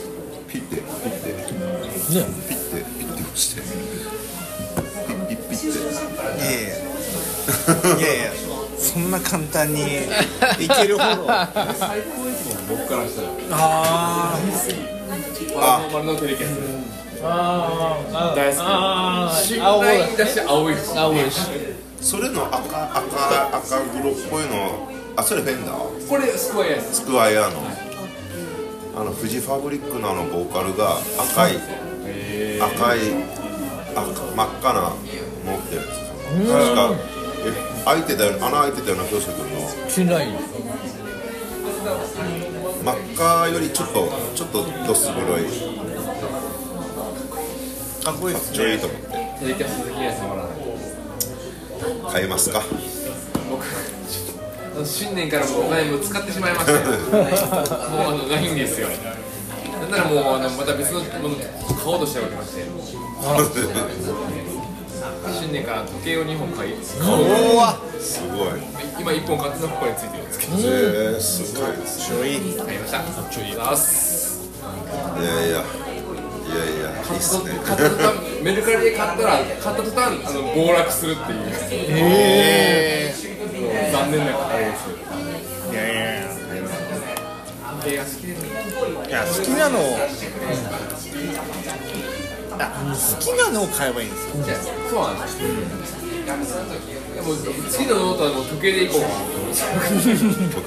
ピッてピッてピッてピッて押してピッピッピッて
いやいやいやいやそんな簡単にいけるほど
僕からしたら。
あ
あ
丸のテレキャス。
ああ
大好き
あ
信
青だ
頼だし青いし。
青いし
それの赤赤赤黒っぽいのあそれフェンダー
これスコアや
スクワイヤーのあのフジファブリックのあのボーカルが赤い赤い赤真っ赤な持ってるんですよ確かえ開いてたよ穴開いてたような教師君の
しないよ
真っ赤よりちょっとちょっとドス黒い
あかっこいいです
ちょいと思って
テレキャス好きやつもらない。
買えますか
新年からもうお金も使ってしまいましたよもうあのないんですよなんならもうあのまた別のもの買おうとしておりまして新年から時計を2本買い
うわ
すごい
今1本買ってのここについてるんですけど
えー、すごいですね
買いましたちょいます
いやいやいやいやいいっすね
買った途端メルカリで買ったら買った途端あの暴落するっていうええ残念な方です
いやいやいや
時計が好きです
いや好きなのをあ好きなのを買えばいいんですよ
そうなんですよでも次のノートはもう時計でいこうかな
[laughs] 時計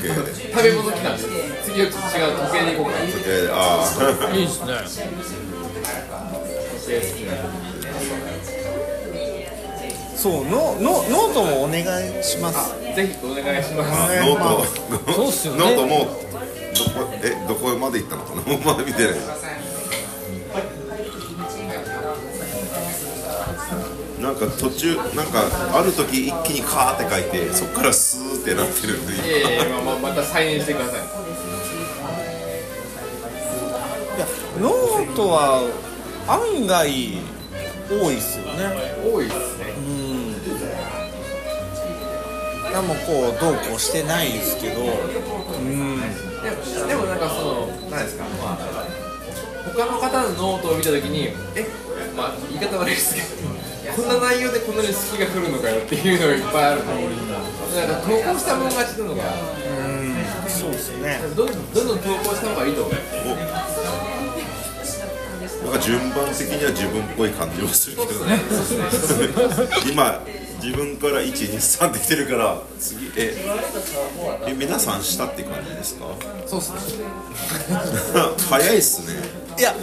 で
食べ物来たんです次は違う時計に行こうかな
時計でああ
いいですね
そうののノートもお願いします
ぜひお願いします
お願いし
ノ
ま
ート、
そうっすよね
ノートもうどこえどこまで行ったのかな [laughs] まだ見てない。なんか途中なんかある時一気にカーって書いてそっからスーってなってるんで
いやいやまあまた再演してください
すいやノートは案外多いっすよね
多いですね
何もこうどうこうしてないですけどうん
でもでもなんかその何ですかまあ他の方のノートを見たときにえまあ言い方悪いですけどこんな内容でこんなに好きが来るのかよっていうのがいっぱいあると思うなんか投稿したもん勝ちなのが
そうですね
どんどんどんどん投稿した方がいいと思う
なんか順番的には自分っぽい感じはするけどね今自分から123できてるから次ええ皆さんしたって感じですか
そうっすね
[laughs] 早いっすね
いや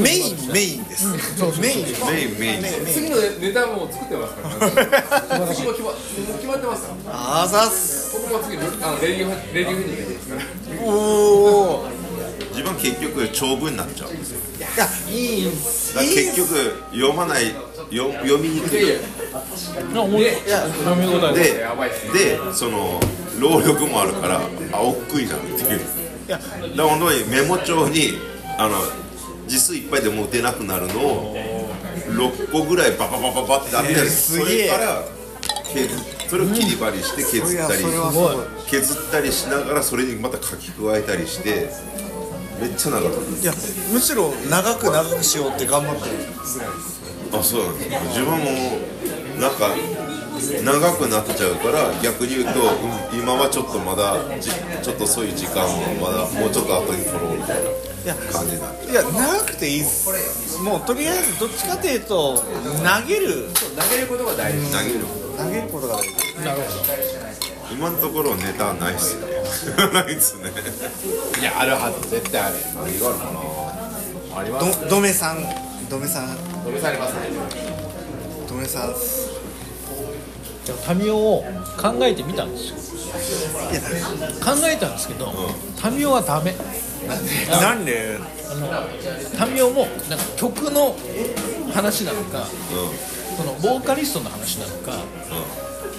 メインメインですメイン
メインメイン
次のネタも作ってますから
[laughs]
ね次も決まもう決まってますから
あざっす
僕も次あのレディオヘレディオヘッドでいいですから
おお
自分結局長文になっちゃうんですよ
いやいいんす
だから結局読まないよ読みにくい
いやいや
あ、面白い。飲み応え
ででその労力もあるから青っくいじゃんっていうだから本当にメモ帳にあの字数いっぱいでもう出なくなるのを6個ぐらいバババババってあったり、
えーすげえ
それから削っそれを切り張りして削ったり、
それはすごい
削ったりしながらそれにまた書き加えたりしてめっちゃ長かっ
いやむしろ長く長くしようって頑張ってる
たあそうなんですか自分もなんか長くなっちゃうから逆に言うと、うん今はちょっとまだじちょっとそういう時間をまだもうちょっと後に取ろうみたい
いや
な感じになって
いや長くていいっすもうとりあえずどっちかというと投げる
投げる
投げることが大事
今のところネタないっすね [laughs] ないっすね
いや、あるはず、絶対ある。あるよな。ありま
どどめさんどめさん
試されますね。
どめさん
じゃあ、タミオを考えてみたんですよ。
いや
考えたんですけど、タミオはダメ。
なんで
あのタミオもなんか曲の話なのか、そのボーカリストの話なのか、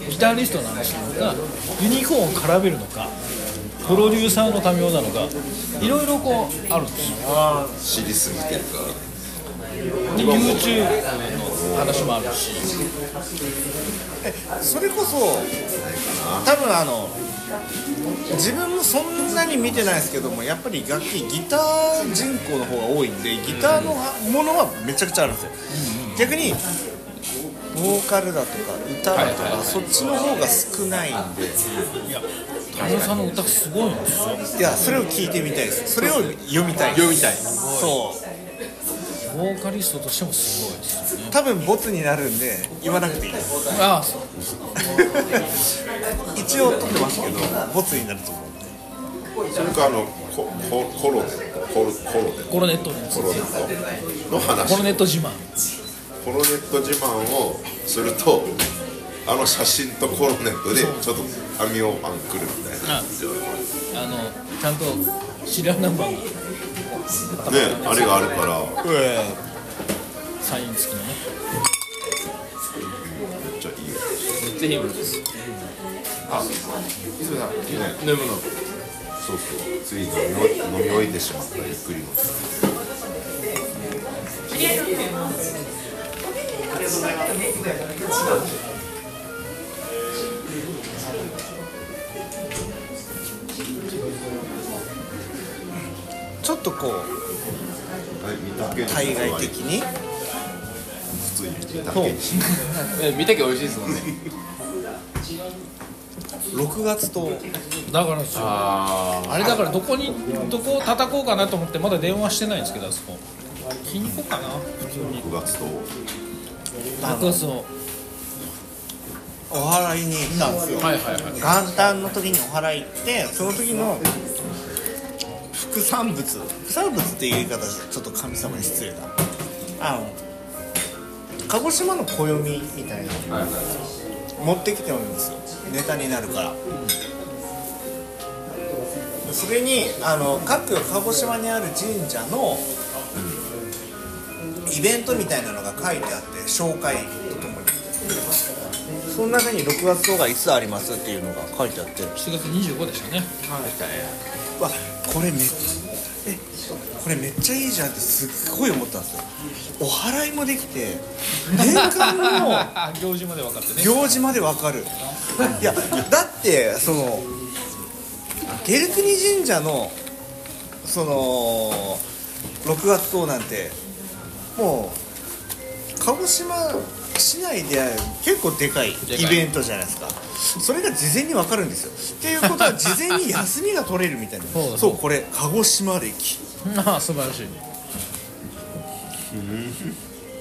ギタリストの話なのかユニコーンを絡めるのかプロデューサーのタミオなのかいろいろこうあるんですよ
知りすぎてるから
で YouTube の話もあるし
それこそ多分あの自分もそんなに見てないですけどもやっぱり楽器ギター人口の方が多いんでギターのものはめちゃくちゃあるんですよ、逆にボーカルだとか歌だとか、そっちの方が少ないんで
タミオさんの歌すごいんですよ
いやそれを聞いてみたいですそれを読みたい読みたいそう
ボーカリストとしてもすごいです
多分ボツになるんで言わなくていいです
ああそう
一応撮ってますけどボツになると思う
それかあのコココロネコロコロネ
コロネットです
コロネットの話
コロネット自慢
コロネット自慢をするとあの写真とコロネットでちょっと網をパンくるみたいな
ああのちゃんとシリアルナンバーが
ねあれがあるから
サイン付きのね
めっちゃいいよ
ぜひ無理です。
そうそうつい飲み終え飲み終えてしまったゆっくりの
ちょっとこう
はい見たけ
対外的に
普通に見たけにし
見たけ美味しいですもんね。
6月と
だからですよあれだからどこにどこを叩こうかなと思ってまだ電話してないんですけどあそこ金庫かな
6月と
爆発を
お祓いに行ったんですよ、
はいはいはい
元旦の時にお祓い行ってその時の副産物副産物っていう言い方じゃちょっと神様に失礼だあの鹿児島の暦みたいな、持ってきてもいいんですよネタになるから、それにあの各鹿児島にある神社のイベントみたいなのが書いてあって紹介とともにその中に6月号がいつありますっていうのが書いてあって
7月25でしたね
わこれめっえこれめっちゃいいじゃんってすっごい思ったんですよお祓いもできて年間の
あ [laughs] 行事まで分かってね
行事までわかるいやだってそのゲルクニ神社のその6月号なんてもう鹿児島市内で結構でかい
かい
イベントじゃないですかそれが事前にわかるんですよっていうことは事前に休みが取れるみたいな
[laughs] そうだ
これ鹿児島歴
ああ素晴ら
[laughs]
しい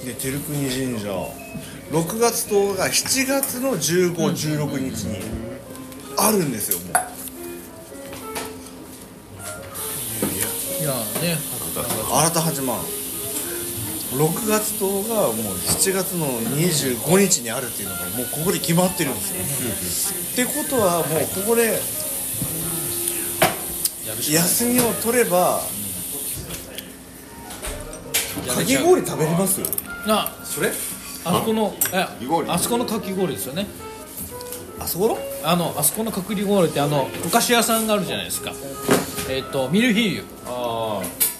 で照国神社6月とが7月の1516日にあるんですよもう
いやね
新た八幡6月とがもう7月の25日にあるっていうのがもうここで決まってるんですよってことはもうここで休みを取ればかき氷食べれますよ
な
それ？
あそこの
き氷
えあそこのかき氷ですよね
あそこの
あのあそこのかき氷ってあのお菓子屋さんがあるじゃないですかえっ、とミルフィーユ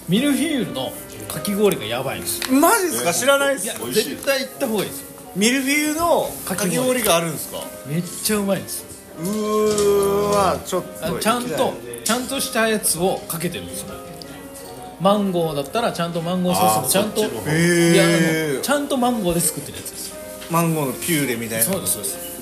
ミルフィーユのかき氷がやばいんですよ
マジですか知らないで
いや
す
美味しい
絶対行った方がいいですよ
ミルフィーユのか
かき
き
氷
氷があるんですか
めっちゃうまいんですよ
うーわちょっ
あ
と
ちゃんとちゃんとしたやつをかけてるんですよマンゴーだったらちゃんとマンゴーソースもちゃんと
あーそっちの
いやあ
え
のちゃんとマンゴーで作ってるやつですよ
マンゴーのピューレみたいな
そうですそうです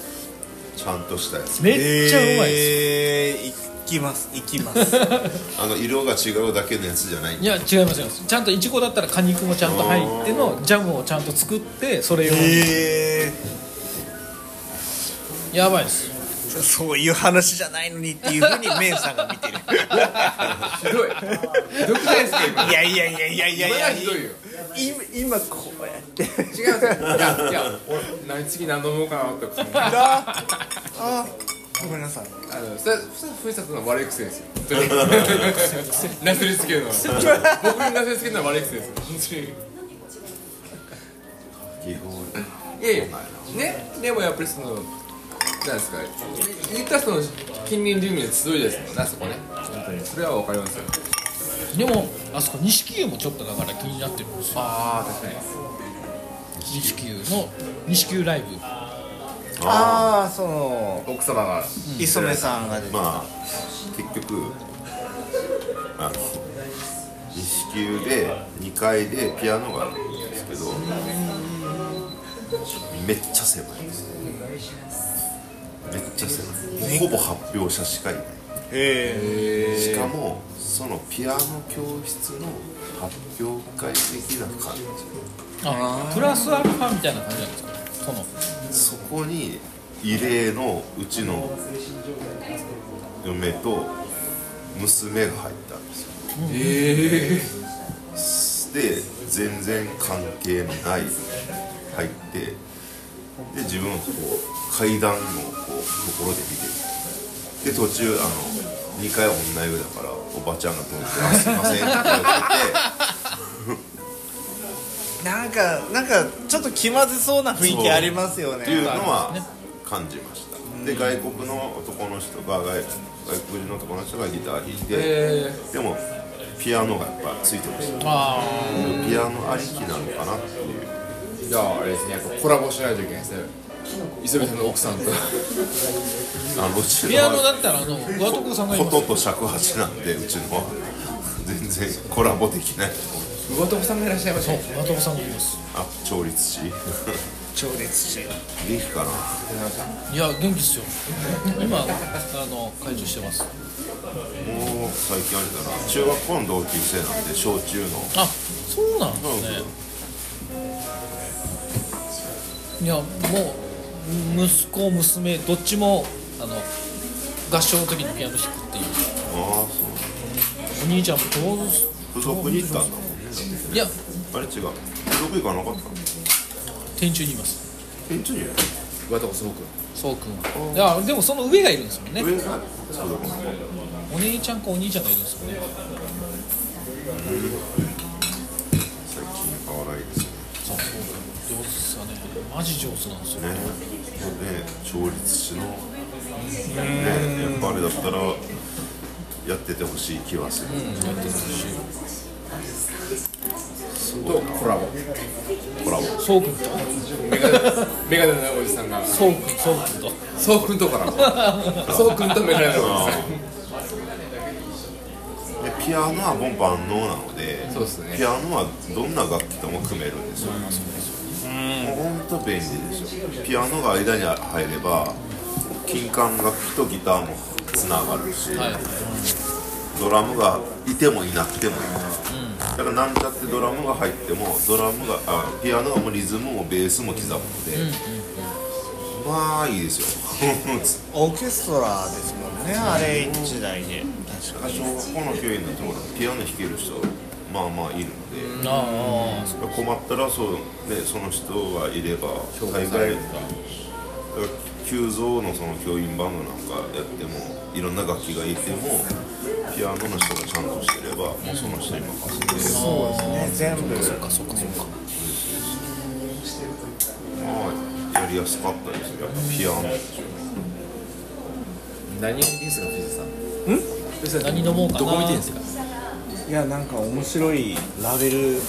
ちゃんとしたやつ
めっちゃうまいですよ、
えー、行きます行きます
あの色が違うだけのやつじゃない
いや違います違いますちゃんといちごだったら果肉もちゃんと入ってのジャムをちゃんと作ってそれ用に
え
やばいですよ
ー、そういう話じゃないのにっていうふうにメンさんが見てる
ひどいひどくないですか今
いやいやいやいやいやい
今の
や
はひどいよ
今今こうやって
違うんですよいやいや俺何次何飲もうかなって思って
ああごめんなさい
あのそれそれふるさとの悪い癖ですよ本当になすりつけるのは僕になすりつけるのは悪い癖ですよ
基本
いやいやねでもやっぱりそのなんですか言ったらその近隣住民の集いですもんねあそこね本当にそれはわかりますよ
でもあそこ錦湯もちょっとだから気になってるんですよ
ああ確かに
錦湯の錦湯ライブ
ああその
奥様が
磯目さんが出て
まあ結局あの西急で2階でピアノがあるんですけどめっちゃ狭いですめっちゃ狭いほぼ発表者しかいないしかもそのピアノ教室の発表会的な感じ
あプラスアルファみたいな感じなんですかその
そこに異例のうちの嫁と娘が入ったんですよええで全然関係のない入ってで自分はこう階段のこうところで見てるで途中あの2階は女湯だからおばちゃんが飛んで「あすいません」って言って
なんかなんかちょっと気まずそうな雰囲気ありますよね
っていうのは感じました、で外国の男の人が外外国人の男の人がギター弾いて、でもピアノがやっぱついてました
あ
ピアノありきなのかなっていう
じゃああれですねやっぱコラボしないといけないですね磯部さんの奥さん [laughs] と
あのうち
ー
の
ピアノだったらあの和徳さんがい
こ
ます
とと尺八なんでうちのは全然コラボできない
上戸さんがいらっしゃいましたね
和徳さんがいます
あ調律師
超烈士
元気かない
や元気っすよ今あの解除してます
もう最近あれだな中学校の同級生なんで小中の
あそうなんですねいやもう息子娘どっちもあの合唱の時にピアノ弾くっていう
ああ
お兄ちゃんも上手っす
そう付属に行ったんだもんね
いや
あれ違う付属行かなかったの
天中にいます
店長に
上戸すごく
そうくんはいやでもその上がいるんですもんね
上がそうだもん
お姉ちゃんかお兄ちゃんがいるんですもんね
最近合わないですね
そうそう上手っすよねマジ上手なんですよ
ね調律師のねやっぱあれだったらやっててほしい気はする、
やってるし
とコラボ
コラボ
そうくんと
メガネメガネのおじさんが
そうくんそうくんと
そうくんとコラボ [laughs] そうくんとメガネのおじさん
でピアノはもう万能なので
そうですね
ピアノはどんな楽器とも組めるんですよ、もうほんと便利ですよピアノが間に入れば金管楽器とギターもつながるし、
はい
ドラムがいてもいなくてもいい、だから何だってドラムが入ってもドラムがあピアノはもうリズムもベースも刻むので、まあいいですよ
オーケストラですもんねあれ一台で
だから小学校の教員のところピアノ弾ける人まあまあいるので、
ああ
困ったらそう、ね、その人がいれば大概急増のその教員バンドなんかやってもいろんな楽器がいてもピアノの人がちゃんとしてればもうその人に任せて
そうですね全部
そうかそうかそうか
あやりやすかったですよやっぱピアノっていうのは
何を見てんすか藤井さん
何飲もうかな
どこ見てんすか
いやなんか面白いラベルエ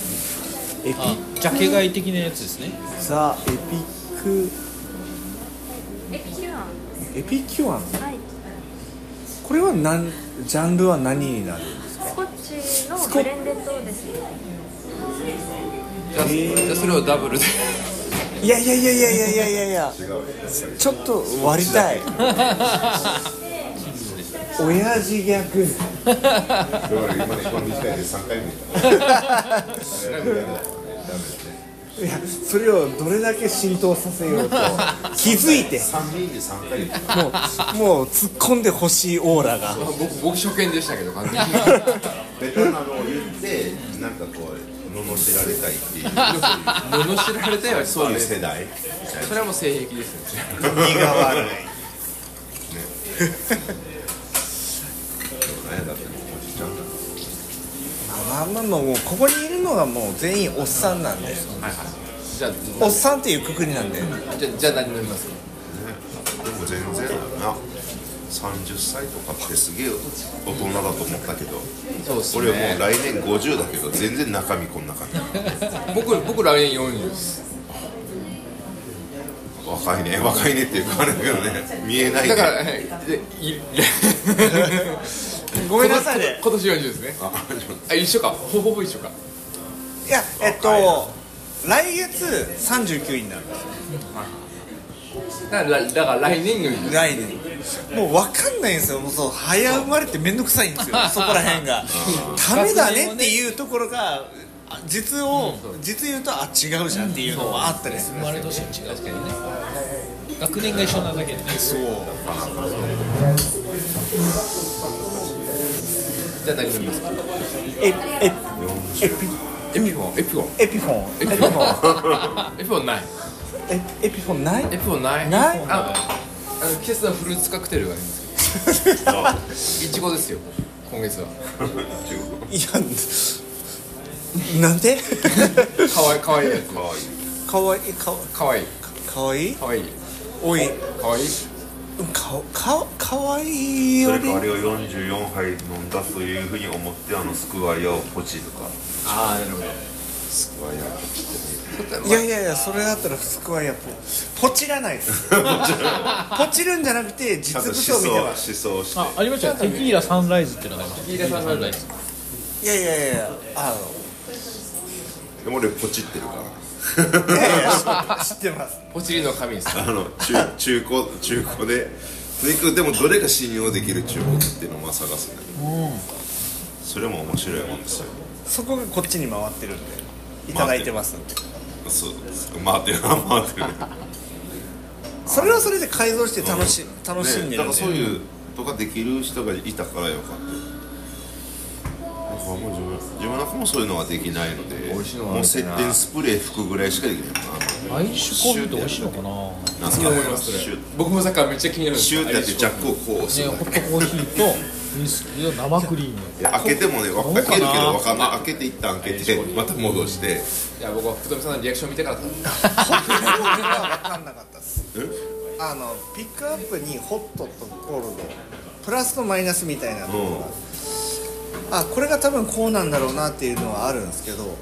ピ
あジャケ買い的なやつですね
ザ・エピックエピキュアンこれは何ジャンルは何になる
スコッチのブレンデッドですね
じゃあじゃあそれをダブルで
いやいやいやいやいやいやいやいやちょっと割りた
[laughs]
い親父ギャ
[laughs]
グ
だから今ねこの時代で3回目だ
いやそれをどれだけ浸透させようと気づいて
3人で3回目
もうもう突っ込んでほしいオーラが
僕、僕初見でしたけど、完全に。
ベタなのを言ってなんかこう罵られたいっていう
[laughs] 罵られたよりそう
そうい
で
う
す。
世代
それはもう性癖ですね。
気が悪いね何やだってもうおじちゃんだか
まあまあもうここにいるのがもう全員おっさんなんで
じゃあ、
おっさんっていうくくりなんで
じゃあ、じゃあ何飲みます
らでも全然だよな30歳とかってすげえ大人だと思ったけど
そうです
俺はもう
ね。
来年50だけど全然中身こんな感じ
僕、僕来年40です。
若いね [laughs] 若いねっていうかあれだけどね見えないね
だから、はいで、 [laughs] い、
ごめんなさいね
今年40ですね。
あちょっと
あ、一緒か。ほぼほぼ一緒か。
いやえっと来月39になる
だから、だから来年40です。
来年もう分かんないんですよもうそう早生まれって面倒くさいん [laughs] ですよそこら辺がダメだねっていうところがあ実を実言うとあ違うじゃんっていうのはあったりする
生まれ年は違うけどね学年が一緒なだけでね
じゃあ何飲みますか
エエ
エピフォン、エピフォン。
エピフォン
エピフォン。エピフォンない。
エエピフォンない
エピフォンない。
ない
ああの季節のフルーツカクテルがありますけど。いちごですよ。今月は。
いやなんで [laughs]
かわいい、かわいいやつ。
かわいいかわ
かわいい。
かわいい
かわいい。
おい
かわいい。
かかかわいい
そ
よ
れ
り
かあれを44杯飲んだというふうに思ってあのスクワイヤーをポチとか
ああ、なるほど。
スクワイヤーポチ
いやいやいやそれだったらスクワイヤーポポチらないで
[laughs]
すポチるんじゃなくて
ちゃ
実
んと思
物を見てます
想思想して
あありましたよテキーラサンライズってのがありました
テキーラサンライズ
いやいやいやあ
でも俺ポチってるから
のいやいや知知ってます
ポチリの神です。
あの
[laughs]
中中古中古でとにかくでもどれが信用できる中古っていうのを探すんだけど、それも面白いもんですよ
そこがこっちに回ってるんでいただいてますんで
そう回ってる回ってるね
それはそれで改造して楽し楽しんで
だ
る
か
ん
らそう
で
いうとかできる人がいたからよかったなんかもう自分自分なんかもそういうのはできないので
味しいのは
もう接点スプレー吹くぐらいしかできないか
アイシュコンビって美味しいのかなね
ななんか
思います
シュッ
僕もさっきからめっちゃ気になるんです
シュッてやってジャックをこう押す
ホットコーヒーとウイスキーと生クリーム
いや開けてもねわ開けるけどわかんない開けて一旦開けてまた戻して
いや、僕は福富さんのリアクション見てからだった。
は分かんなかったっすあのピックアップにホットとコールドプラスとマイナスみたいなところがあこれが多分こうなんだろうなっていうのはあるんですけど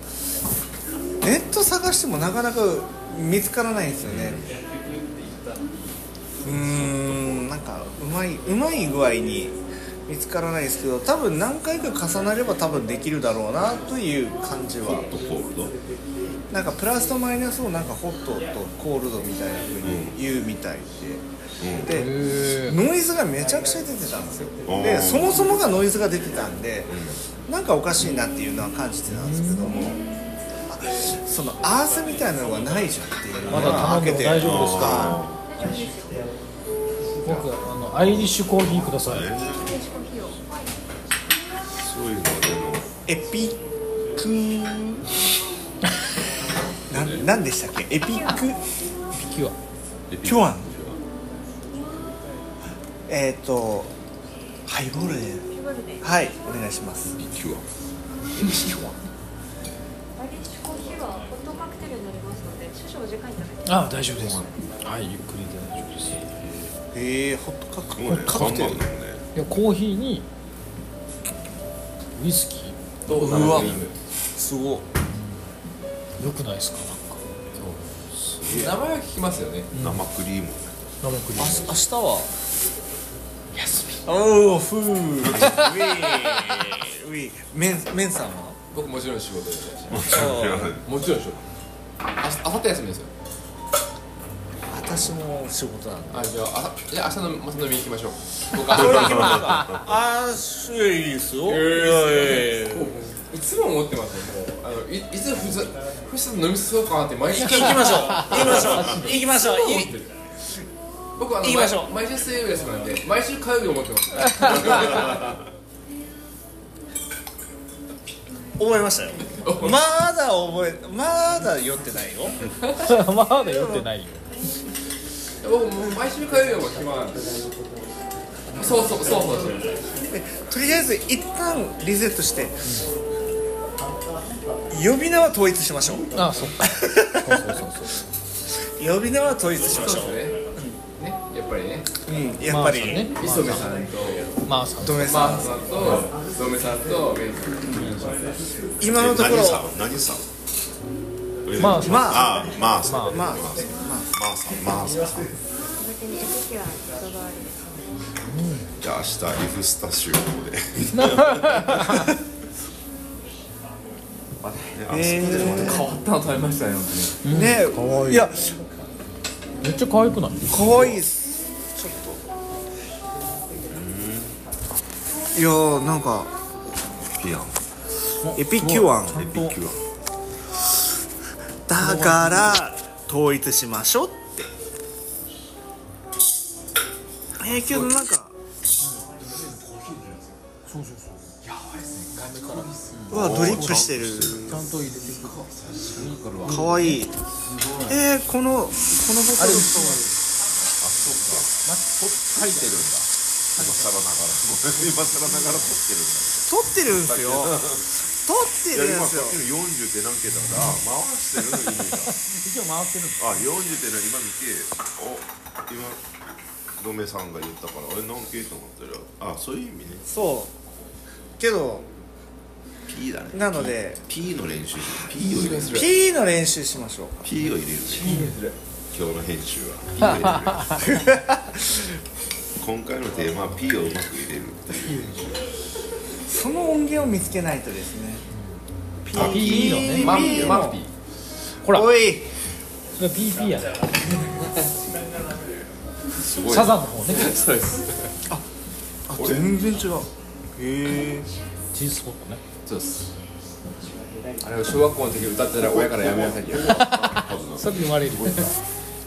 ネット探してもなかなか見つからないんですよねうーんなんかうまいうまい具合に見つからないですけど多分何回か重なれば多分できるだろうなという感じは
とホールド
なんかプラスとマイナスをなんかホットとコールドみたいな風に言うみたいで、でノイズがめちゃくちゃ出てたんですよ
おー
でそもそもがノイズが出てたんで、なんかおかしいなっていうのは感じてたんですけども、あそのアースみたいなのがないじゃんっていうの
まだ頼んでも大丈夫ですか
あ
僕あのアイリッシュコーヒーください
ーそういうのはでも
エピックなんなんでしたっけエピック
キュア
ピュアンえっ、ー、とハイボールではいお願いします
今日は
アイリッシュコーヒーはホットカクテルになりますので、少々お時間いただけます
あ大丈夫ですはいゆっくりで大丈夫です
ええホットカクテ
もうね
ルカクテ
看
ル
板だもんね
いやコーヒーにウイスキーと
うわすごい
よくないですか
名前は聞きますよね。
生クリーム
生クリ
あ
ー
明日は休みおおふうウィーウィーメンメンさんは
僕もちろん仕事で
あ
もちろん仕事。あ、明後日休みですよ。
私も仕事なんだ
あ、じゃあ、あ、じゃあ明日の、また飲み行きましょう。僕
それは
は。
暇だからあーいいですよ
いつも思ってますよ、もう。あの、い、いつふざ、ふざ飲みそうかなって、毎日。
行きましょう行きましょう行きましょうい
僕はあの
行きましょう
毎毎週水曜日休みなんで毎週火曜日思ってます
覚えま [laughs] したよまだ覚えまだ酔ってないよ
ム [laughs] まだ酔ってないよ
僕もう毎週火曜日も暇なんでそうそうそうそうしてる
でとりあえず一旦リセットして、呼び名は統一しましょう
あそっか
呼び名は統一しましょ
そうですねねやっぱりね
う、うん、やっぱり、
ね
磯部さんと
まあさん
ドメさん、
マーさんとゾメさんとメンさん
[laughs]
今のところ
何さん何さん
まあさん
まあ
ああまあさん
ま
まあさ
あ
まあ
んまあさん
お酒に行く時は外回りです
じゃあ明日リフスタ集合で [laughs]
変わったの食べましたね
ねいや
めっちゃ可愛くない
可愛いっすちょっといやーなんか
ピアン
エピキュアン
エピキュア
だから統一しましょうってえー、けどなんかうわドリップしてる
ちゃんと入れてく
かわいいえー、このこのボトル
今更ながら撮ってるんだ
取ってるんすよ取っ
い
て
や
るん
今
す
さ
よ
っきの40って何桁だ回してるの意味が一応回ってるあ40って何今見てお今ドメさんが言ったからあれ何桁と思ってるあそういう意味ね
そうけど
P だね
なので
P の練習 P を入れる
P の練習しましょう
P を入れる今日の編集は P を入れる今回のテーマは P をうまく入れるっていう
その音源を見つけないとですね P
あ P のね
マン
P
マンピー
ほら
おい
それは PP やね
すごい
サザンの方ね
そうです
あ全然違うへえ
チーズスポットね
そうですあれを小学校の時歌ってたら親からやめなさいって言われた
さっき言われる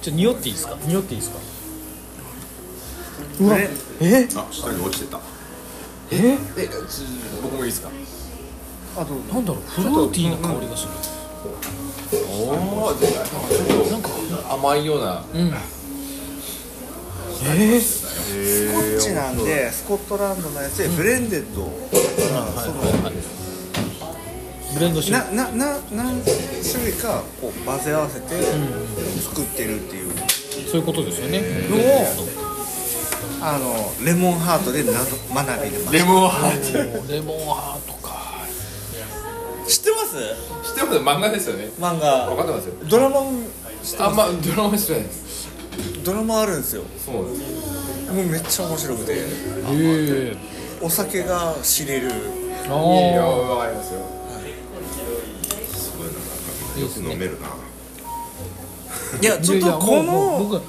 ちょ匂っていいですか匂っていいですか
あ下に落ちてた
え
えちょ僕もいいですか
あどうぞ
なんだろうフルーティーな香りがする
おおでなんかちょっと甘いような
えー
スコッチなんでスコットランドのやつでブレンデッドを、
ブレンドしてる
ななな何種類かこう混ぜ合わせて作ってるっていう
そういうことですよね
のをあのレモンハートでなぞ学びでます
レモンハー
レモンハートか
知ってます
ト知ってます漫画ですよね
漫
分
画
かってますよ
ドラマ
あんまドラマ知らないです
ドラマあるんですよ
そうなんです
もうめっちゃ面白くて
ええ
お酒が知れる
いや
あ
分かりますよ
すごいななんかよく飲めるない
や
あ
ちょっとこの
僕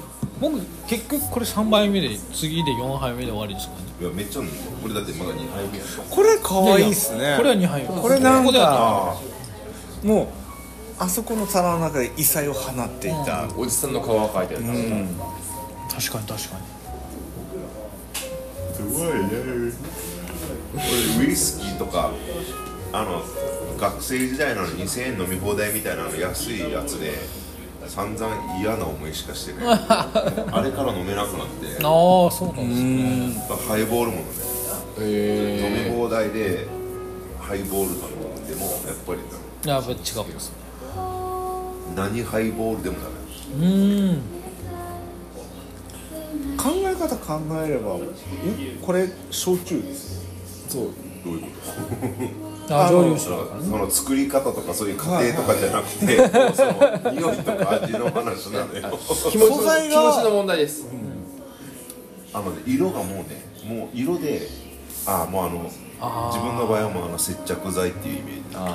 僕結局これ3杯目で次で4杯目で終わりですからね
いやめっちゃ飲む俺だってまだ2杯目や
これ可愛いっすね
これは2杯目
これなん
ここでは
かもうあそこの皿の中で異彩を放っていた、
おじさんの顔が描いてある
うん、
確かに確かに
すごいね俺ウイスキーとかあの学生時代の2000円飲み放題みたいなの安いやつで散々嫌な思いしかしてないあれから飲めなくなって
ああそうなんですね
ハイボールも飲めない飲み
へ
放題でハイボールとか飲んでもやっぱり
やっぱ違うんですね
何ハイボールでもダメ
うん
考え方考えればえこれ焼酎ですそう
どういうこと
あ蒸留酒
だからその作り方とかそういう過程とかじゃな
[laughs]
くて、もうその匂いとか味の話なのよ
気持ちの
素材
気
が
持ちの問題です。
あのね色がもうねもう色でああもうあの自分の場合はもうあの接着剤っていうイメージ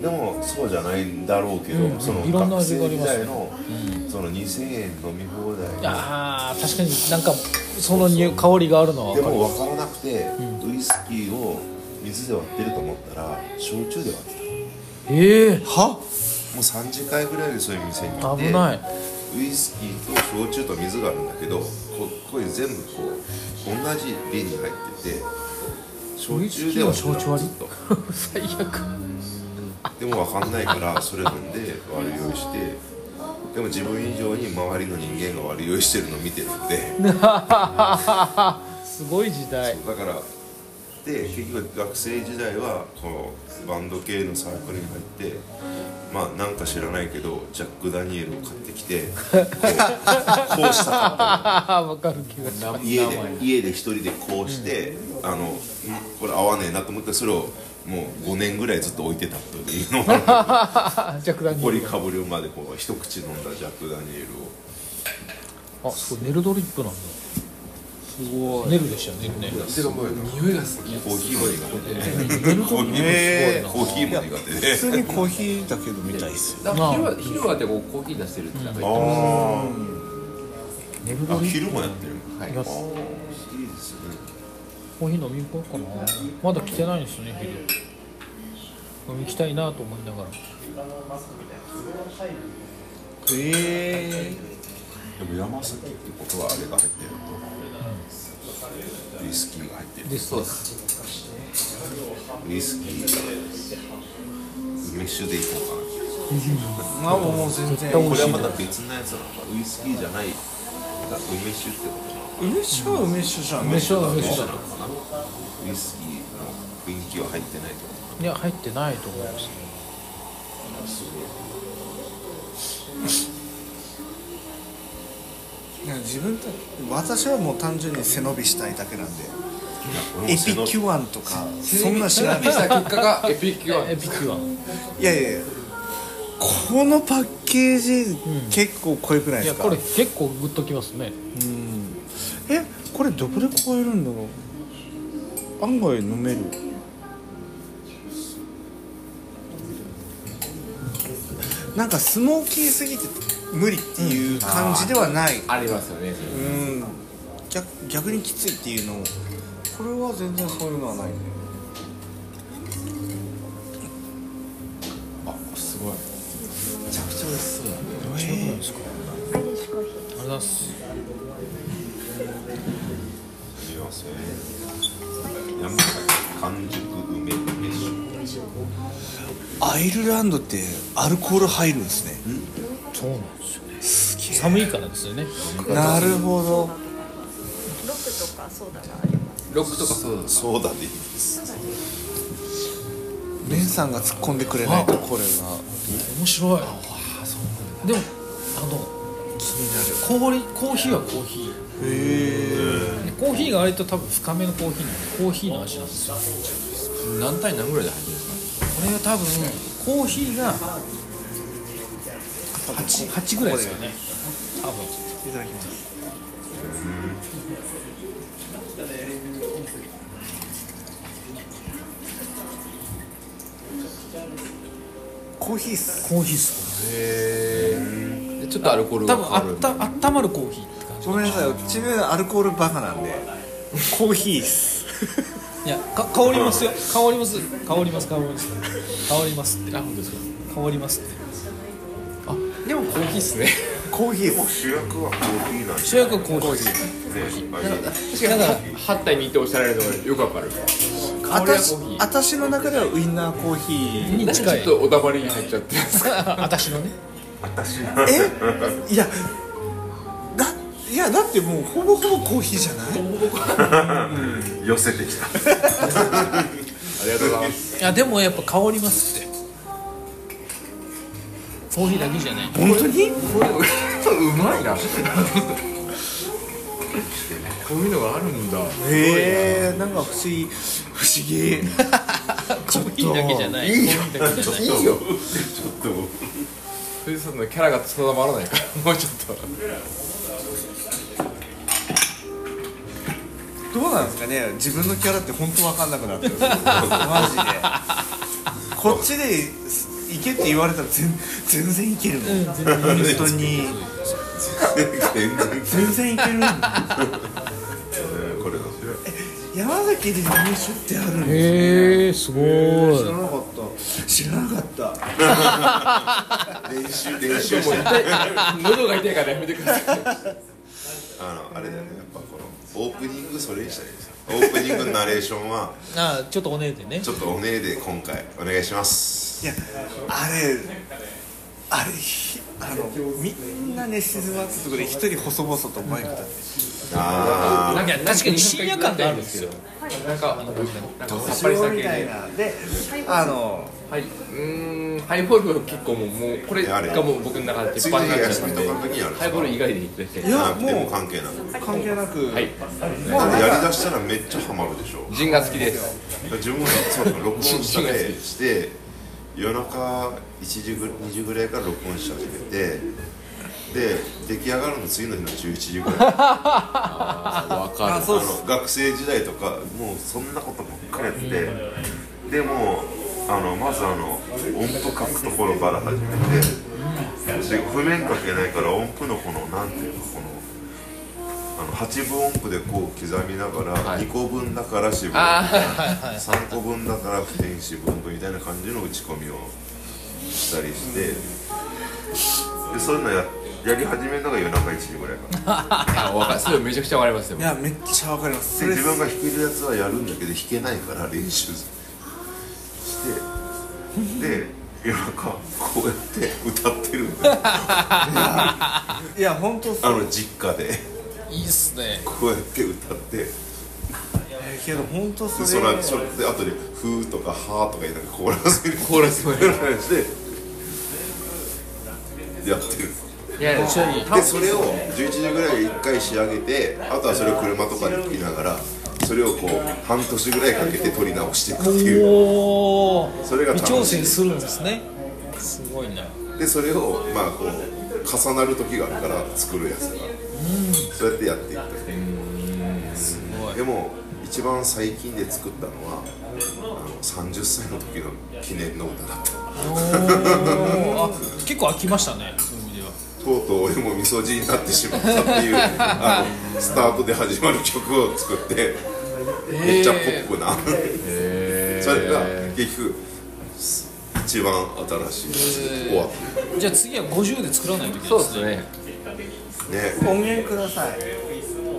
でもそうじゃないんだろうけど、
うん
その
いろんな
学
味が
生
あ
時
りますね
代の、その2000円飲み放題の
あー確かになんかその匂い香りがあるのは
で
分かる
も分からなくて、ウイスキーを水で割ってると思ったら焼酎で割ってた
ええ
は
もう3時間ぐらいでそういう店に行って
危ない
ウイスキーと焼酎と水があるんだけどここれ全部こう同じ瓶に入ってて焼酎では
ウイスキーの焼酎割り
ずっと
[laughs] 最悪
でも分かんないからそれ飲んで悪酔いしてでも自分以上に周りの人間が悪酔いしてるのを見てるんで
[laughs] すごい時代
だからで結局学生時代はこのバンド系のサークルに入ってまあなんか知らないけどジャック・ダニエルを買ってきてこうこうしたかっ
分かる気がす
た
る
家で家で一人でこうして、あのんこれ合わねえなと思ってそれをもう5年ぐらいずっと置いてたというのを [laughs]
弱弾
掘りかぶるまでこう一口飲んだジャック・ダニエルを。
あすごいネルドリップなんだ
すご
ネルでしたよねネルね
でも匂いが好き。
コーヒーも苦
ネルドリップすごいな、
手でコーヒーも苦手で
普通にコーヒーだけどみたいですよ
だから昼は昼はでこうコーヒー出してるってなんか言ってま
あ
ネル
ー
ド
あ
リッ
昼もやってる
す。はい
プ。やっ
いいですね
コーヒー飲みに行こうかなまだ来てないんですね昼飲み行きたいなと思いながら
え
でも山崎ってことはあれが入ってるとウイスキーが入ってる
ですね
ウイスキー梅酒でいこう
えー、あもうもう全然
かなこれはまた別のやつなのかウイスキーじゃないだ梅酒ってことなのか
梅酒は梅酒じゃん
梅酒は梅酒
な
だ
のかなウイスキーの雰囲気は入ってないってこと
いや入ってないと思いますね
いや自分た私はもう単純に背伸びしたいだけなんで
俺
エ
も
ピ
背伸び
キュアンとかそんな知らない
した結果がエピックワン
エピキュア
いやいやいやこのパッケージ結構濃いくない
い
で
や
すか、
これ結構グッときますね
うんえこれどこで超えるんだろう案外飲めるなんかスモーキーすぎて無理っていう感じではない、
ありますよね。
うん逆逆にきついっていうのをこれは全然そういうのはないね
あすごい。めちゃくちゃ美味しそうだね。
アイリッシュコーヒー
ありがとうございます
いますね山崎完熟梅梅酒
アイルランドってアルコール入るんですね
そうなんですよ
すげ
寒いからですよね
えなるほど
ロックとかそうだなあります
ロックとかそうだ。
そうだでいいです
レンさんが突っ込んでくれないとこれが
面白いでもあの
気に
氷コーヒーはコーヒー
なるへえ
でコーヒーが割と多分深めのコーヒーなんでコーヒーの味なんですよ
何対何ぐらいで入ってるんですか。
これは多分コーヒーが 8, 8ぐらいですよね多分
いただきますコーヒーっす
コーヒーっす
でちょっとアルコール
多
が
分
変わ
あ
る
っ。たあったまるコーヒーって感じ
ごめんなさい自分アルコールバカなんでコーヒーっす
いやか香りますよ香ります香ります香ります香りますってあ本当ですか香りますって
でもコーヒーっすね。
コーヒーっす
主役はコーヒーなんで
主役はコーヒーです
確かに8対2っておっしゃられるのがよくわかる。香
あ
り
た
は
し
コーヒー。
私の中ではウインナーコーヒー
に
なんか
近
ちょ
い
っとおだばりに入っちゃってますか。
私のね
えいやだいやだってもうほぼほぼコーヒーじゃない
寄せてきた
ありがとうございます。
いやでもやっぱ香りますってコーヒーだけじゃない
本当にこれうまいなこういうのがあるんだ
へえなんか不思議不思議
コーヒーだけじゃない
いいよ
コーヒーだけじゃない
いいよ
ちょっともう
藤さんのキャラが定まらないからもうちょっと
どうなんですかね自分のキャラって本当わかんなくなってるマジでこっちで行けって言われたら全全然いけるもん本当に
全然
全然いけるもん
これ面白い
山崎で入手ってあるんです
へえすごい
知らなかった知らなかった
練習練習して
喉が痛いからやめてください
あのあれだよねやっぱこのオープニングそれにしたらいいですよオープニングのナレーションは
あちょっとおねえでね
ちょっとおねえで今回お願いします
いやあれあれひあのみんなね静まったところで一人細々とマイク立って
あ
なんか確かに深夜感があるんですよ
なんかあのなんかさっぱり
塩
酒
みたい
で
なであの
はいうーんハイボール結構もうもうこれがもう僕の中で
あつ
鉄
い
板になっ
で
ちゃった
休み
ん
と
で
かの時にやる
ハイボール以外でいって
いや
なくて
も
も
う
関係なく
関係なく、
はい
もうなん
やり
か
だしたらめっちゃハマるでしょ
ジンが好きです
自分もそう録音したり [laughs] して夜中1時ぐ2時ぐらいから録音し始めてで出来上がるの次の日の11時ぐらい
わか
あそう
あ
っす
の学生時代とかもうそんなことばっかりやっててでもあのまずあの音符書くところから始めてで譜面書けないから音符のこのなんていうのこのあの8分音符でこう刻みながら2個分だから四分みたいな3個分だから不転四分みたいな感じの打ち込みをしたりしてでそういうのややり始めるのが夜中1時ぐらいから。
るわかるそれめちゃくちゃわかりますよ
いやめっちゃわかりますそ
で
れ
自分が弾けるやつはやるんだけど弾けないから練習してで夜中こうやって歌ってるんだよ
いや本当そ
あ
う
の実家で
いいっすね
こうやって歌ってで
けど本当それ
そのそれで後で「ふー」とか「はー」とか言いながらコーラスに
コーラスもやる
してやってる
いやいや
でそれを11時ぐらいに1回仕上げてあとはそれを車とかで聴きながらそれをこう半年ぐらいかけて撮り直していくっていう
おお
それが
微
楽しい
調整するんですねすごいな
でそれをまあこう重なる時があるから作るやつが、そうやってやっていったでも一番最近で作ったのはあの30歳の時の記念の歌だった
あ結構飽きましたねそういう意味では
とうとう俺もみそじになってしまったって
[laughs]
いうあのスタートで始まる曲を作ってめっちゃポップな、それが結局一番新しい終わって
じゃあ次は50で作らないといけない
そう
で
ですす
ね
ね
ね
音源ください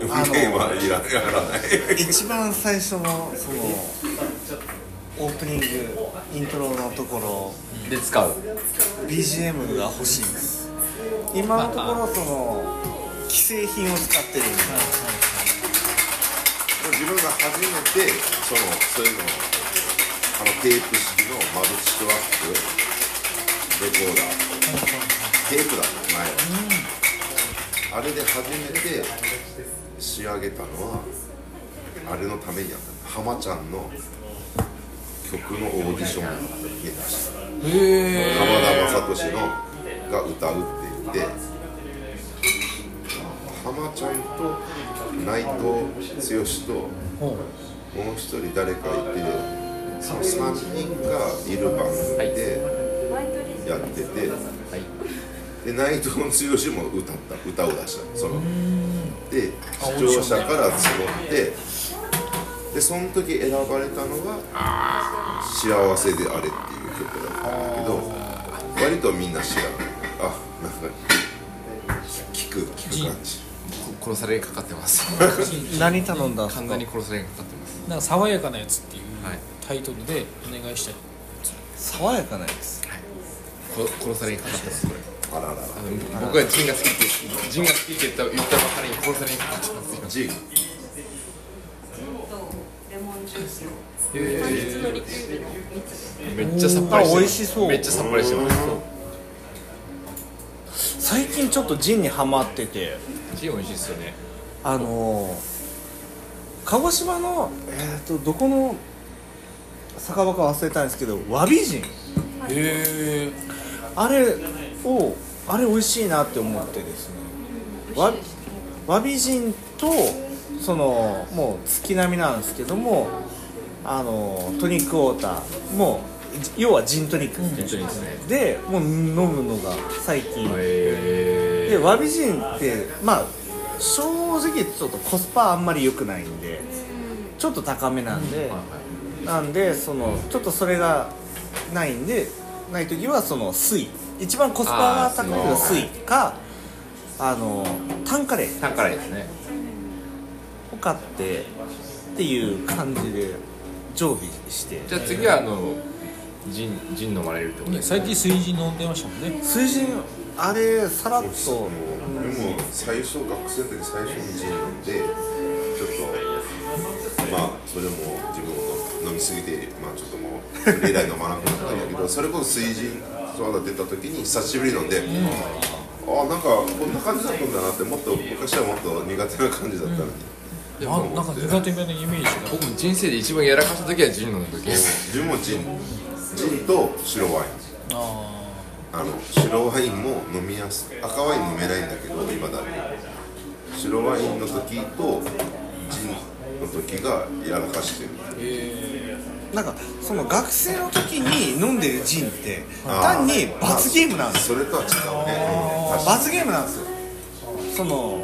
運 [laughs]
あの
転はいらやらない
一番最初のそのオープニングイントロのとこ
で使う
ろ BGM が欲しいんです今のところその既製品を使ってるんで
自分が初めてそのそういうのをあのテープ式のマルチトラックレコーダーテープだった前は、あれで初めて仕上げたのはあれのためにやったハマちゃんの曲のオーディションに出した浜田雅俊のが歌うって言って浜ちゃんと内藤剛ともう一人誰かいてその3人がいる番組でやってて、で内藤剛も歌った歌を出したそので視聴者から募ってでその時選ばれたのが「幸せであれ」っていう曲だったんだけど割とみんな知らないあなんか聞く聞く感じ
殺されかかってます
す何頼んだんです
完
か
全に殺されかかってます
なんか爽やかなやつっていう
はい
タイトルでお願いしたい
爽やかなやつ
こ殺されにかかってますこれ
あららら
あの僕はジンが好きってジンが好きって言った言ったばかりに殺されにかかってます
ジ
よ
ン
レモンジュースの
え
のリキュールの蜜
ーめっちゃさっぱりして
あ
ま
美味
す
しそう
めっちゃさっぱりしてます
最近ちょっとジンにハマってて
ジン美味しいですよね。
あのー鹿児島のえっ、とどこの酒場か忘れたんですけど和美人
へえ
あれをあれ美味しいなって思ってですねわ和美人とそのもう月並みなんですけどもあのトニックウォーターもうじ要はジントニック
ジントニックですね
でもう飲むのが最近
へ
で和美人ってまあ正直ちょっとコスパあんまり良くないんでちょっと高めなんで、なんでそのちょっとそれがないんでない時はその水一番コスパが高いのが水かあのタンカレー
タンカレーですね。
を買ってっていう感じで常備して
じゃあ次はあのジンジン飲まれるってこと
ね
です。
最近水人飲んでましたもんね
水人あれさらっと
もうでも最初学生の時最初にジン飲んでちょっとまあそれも自分も飲みすぎてまあちょっともうそれ以来飲まなくなったんだけどそれこそ水人そうだ出た時に久しぶりに飲んで、ああなんかこんな感じだったんだなってもっと昔はもっと苦手な感じだったのに、
ななんか苦手めなイメージが
僕も人生で一番やらかした時はジン飲んだ時。
自分もジンジンと白ワイン
あ
あの白ワインも飲みやすい赤ワイン飲めないんだけど今だに白ワインの時とジンの時がやらかしてる
なんかその学生の時に飲んでるジンって単に罰ゲームなんですよ
それとは違うね確か
罰ゲームなんですよその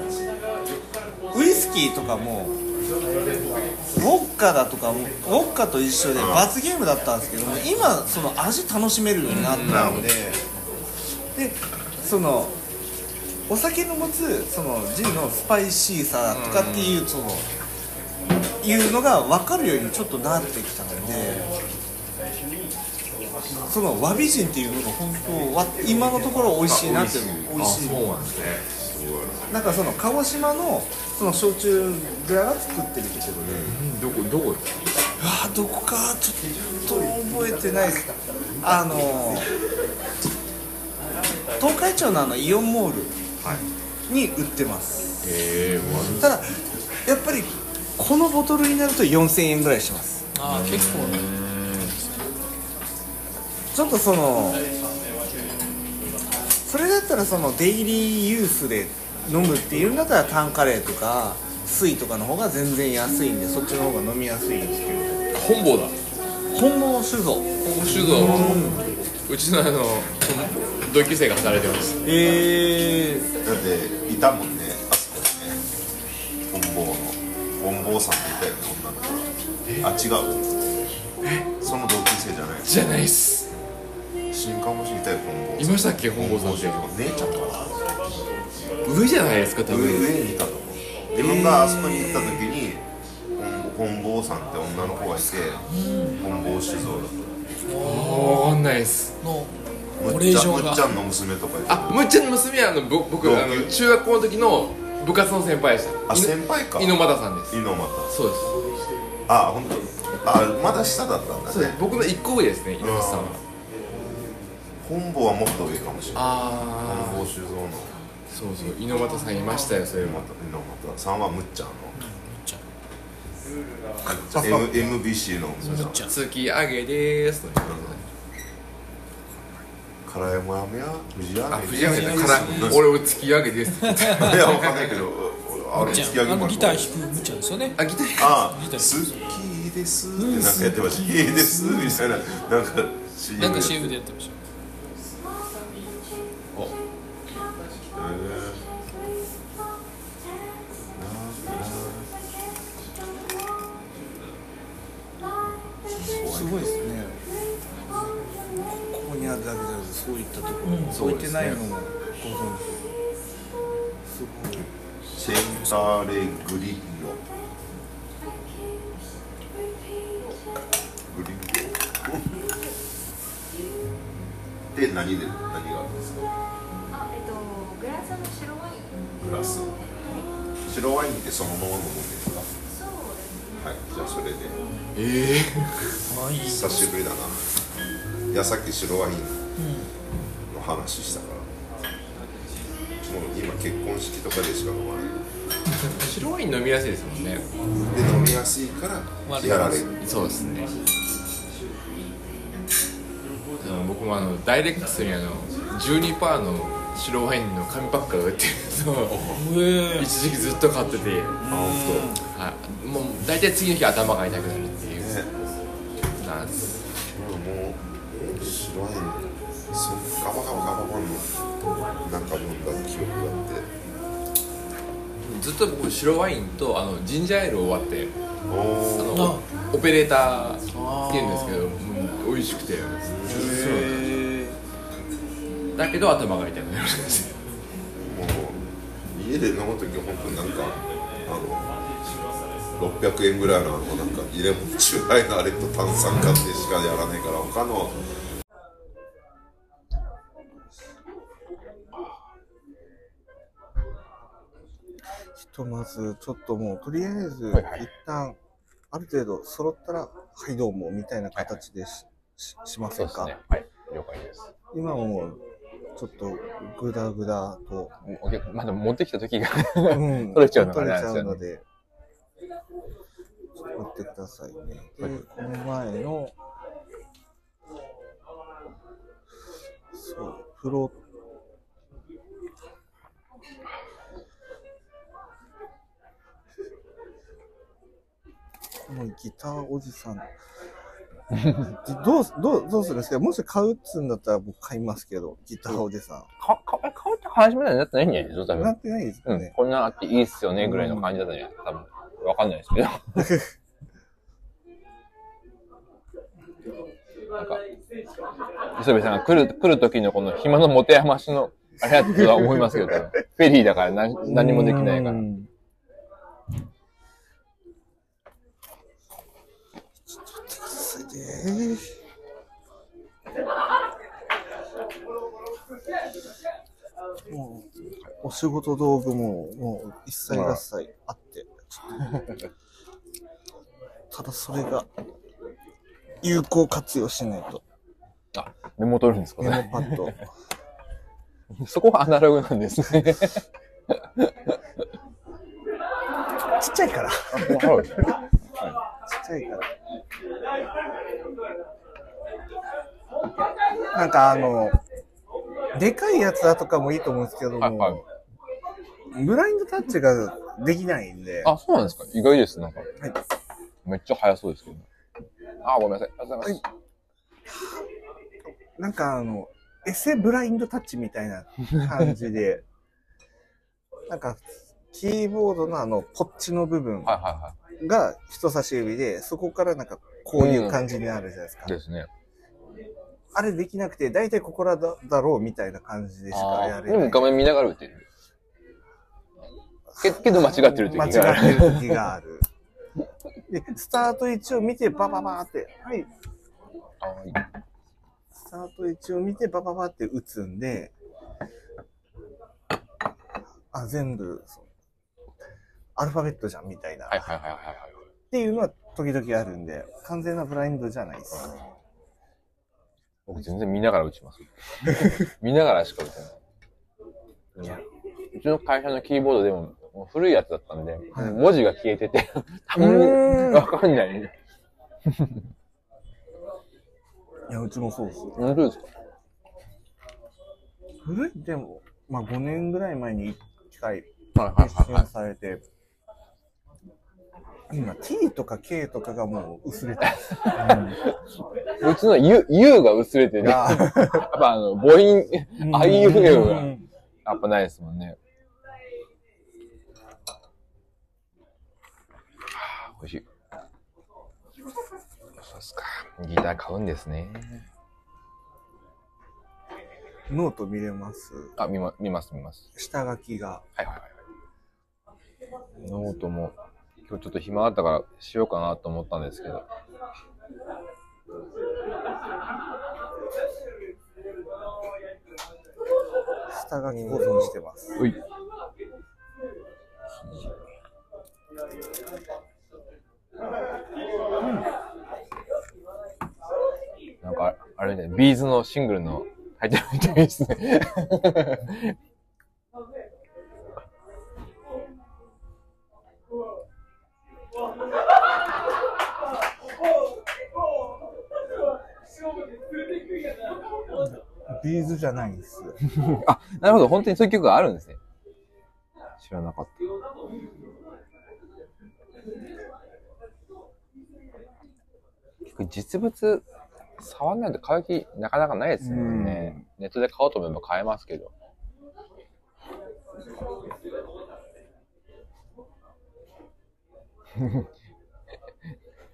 ウイスキーとかもウォッカだとかもウォッカと一緒で罰ゲームだったんですけども今その味楽しめるようになったのででそのお酒の持つそのジンのスパイシーさとかっていうそのいうのが分かるようにちょっとなってきたので。その和美人っていうのが本当わ今のところ美味しいなっていう美味しい
そうなんですね。
なんかその鹿児島のその焼酎蔵が作ってるところで、
どこどこですか。
あどこかちょっと覚えてないですあのー東海町のあのイオンモールに売ってます、
ええー、
ただやっぱりこのボトルになると4000円ぐらいします
ーあー結構ね
ちょっとそのそれだったらそのデイリーユースで飲むっていうんだったらタンカレーとか水とかの方が全然安いんでそっちの方が飲みやすいんですけど
本坊だ。
本物酒造
本坊酒造。うちのあの同級生が働いてます。
えー、
にだっていたもんねあそこにね本坊の本坊さんっていたよね女の子があ違うその同級生じゃない
じゃないっす。
新刊も知りたい本坊
いましたっけ本坊さんって。
姉ちゃんかな
上じゃないですか多
上
分。
上にいたと思う自分があそこに行った時に本坊さんって女の子がいて本坊酒造だ
わかんないっす。
と
のお
むっ
礼
ちゃん
状
む
が
っちゃんの娘とかいて
あ、むっちゃんの娘はあのぼ僕
同級
あの中学校の時の部活の先輩でした。
あ先輩か
井ノ又さんです。
猪俣
そうです。
あ本当あまだ下だったんだ
そうです
ね
僕の一個上ですね井ノ又さんは。
本坊はもっと上かもしれない
あ
本
あ
坊。酒造の
そうそう井ノ又さんいましたよそういう
猪
の。
俣さんはむっちゃんのむっちゃん M- MBC のむっちゃん
突き上げでーすということで。
唐山やめや藤山
あ、藤山さん
か
から
ら
俺を突き上げです。
いやわかんないけどあれ
じゃ
突き上
あ
げ
あの
も
ギター弾くむっちゃんですよね
あ、ギター
あ
ギ
あ、好
ター
きですってなんかやってました。好きですみたいな、なんか CM
なんか CM でやってました
えー
すごいですねここにあるだけじゃなくてそういったところに置いてないのもご存知すごい
センタレグリッド。グリッド。で、何で、何があるんですか。
あえっとグラスの白ワイン
グラス。白ワインってそのまま飲むんですか。
そうです
は
ね
い、じゃあ、それで。
え
久しぶりだな。いや、さっき白ワイン。の話したから。
あ
もう今結婚式とかでしか飲まない
白ワイン飲みやすいですもんね
で飲みやすいからやられる
そうですねあの僕もあのダイレックスにあの12パーの白ワインの紙パックが売ってるのを一時期ずっと買っててはいもう大体次の日頭が痛くなるっていうなんです
俺もう白ワインそんガバガバガバガバのなんか飲んだ記憶があって
ずっと僕白ワインとあのジンジャーエールを割って
お
あ
お
のオペレーターっていうんですけどもう美味しくてそうだけど頭が痛くなるんですよ
もう家で飲むとき本当になんかあの600円ぐらいのあのなんか入れ物中杯のあれと炭酸買ってしかやらないから他の
ひとまず、ちょっともう、とりあえず、
はいはい
一旦、ある程度揃ったら、はい、どうも、みたいな形でし,し、しませんか、
はい了解です
今はもう、ちょっと、ぐだぐだと、
お客まだ持ってきた時が
うん
[laughs]
取れちゃうのが
取
ね
れ
あれで
ちゃ
す
う
よ
の
ね
で、作ってくださいね。で、この前の、そう、フロこのギターおじさん。でどうす、どう、どうするんですかもし買うっつうんだったら僕買いますけど、ギターおじさん。
か、か、顔って話みたいになってないんじゃないですか、多
な
分。
ってないです
う
よ
ん
ね。。
こんなんあっていいっすよね、ぐらいの感じだったんじゃないですか、多分。わかんないですけど。なんか、磯部さんが来る、来る時のこの暇の持て余しの、あれだとは思いますけど、多分。フェリーだから何、何もできないから。
すげえ。もう、お仕事道具も、もう、一切合切あって、ちょっとただそれが、有効活用しないと。
メモ取るんですか
メモパ
ね。
ッド。
そこはアナログなんですね。
ちっちゃいから。ち
はい
っちゃいから。なんかあの、でかいやつだとかもいいと思うんですけども、ブラインドタッチができないんで、
あ、そうなんですか意外です、なんか。
い
めっちゃ早そうですけど。あ、ごめんなさい。ありがとうございます。
なんかあの、エセブラインドタッチみたいな感じ
[laughs]
で、なんか、キーボードのあの、ポッチの部分
はいはいは
が人差し指で、そこからなんか、こういう感じになるじゃないですか。
い。ですね。
あれできなくて、大体ここらだだろうみたいな感じでしかや
あー
れ
で
な
も
い。
画面見ながら打てる。けけど間違ってる時
間
があ
違え
る。
る時があ [laughs] る。で、スタート位置を見て、バババーって、はい。スタート位置を見て、バババーって打つんで、あ、全部、そうアルファベットじゃん、みたいな。
はいはいはいはいはい。
っていうのは時々あるんで、完全なブラインドじゃないです。
僕全然見ながら打ちます。 [laughs] 見ながらしか打てない。うんうちの会社のキーボードでももう古いやつだったんで、文字が消えて [laughs] て、たまにわかんない。
いや、うちもそうです。
本当ですか
古い、でも、まあ5年ぐらい前に1回、
はいはいはい
一
はい
新されて、今 T とか K とかがもう薄れてます。
うちの U, U が薄れてる。や
あ
っぱあの、母音、 [laughs] あいうえおが、
う
や
ん
っぱないですもんね。あー美味しい。そうっすか。ギター買うんですね。
ノート見れます。
あ、見ま見ます見ます。
下書きが。
はいはいはいはい。ノートも、今日ちょっと暇あったからしようかなと思ったんですけど。
下書き保存してます。
うい。なんか、あれね、ビーズのシングルの入ってるみたいですね。
ビーズじゃないんですよ。
あ、なるほど。本当にそういう曲があるんですね。知らなかった。結構実物、触んないと買う気なかなかないですよね。ネットで買おうと思えば買えますけど。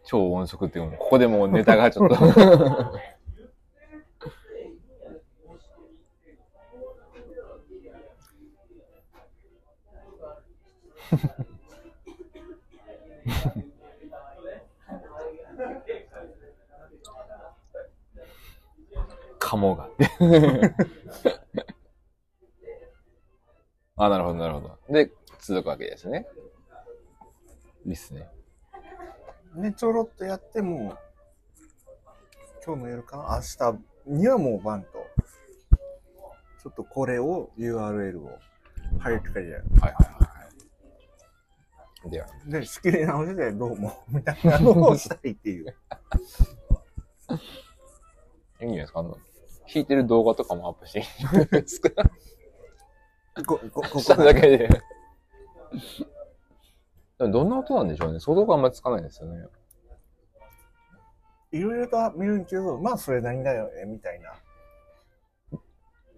超音速っていうのもここでもうネタがちょっと。カモ [laughs] が。あ、なるほど、なるほど。で、続くわけですね。いいっすね。
ね、ちょろっとやっても、今日の夜かな明日にはもうバンと、ちょっとこれを URL を貼り付けて、はいはいはい。
で、
で仕切り直しでどうも、みたいなのをしたいっていう。 [laughs]
いいんじゃないですかあの、弾いてる動画とかもアップしていいんじゃないです [laughs] か
こ、こ、こ
しただけで。でもどんな音なんでしょうね。想像があんまりつかないですよね。
いろいろと見るんけど、まあそれなりだよね、みたいな。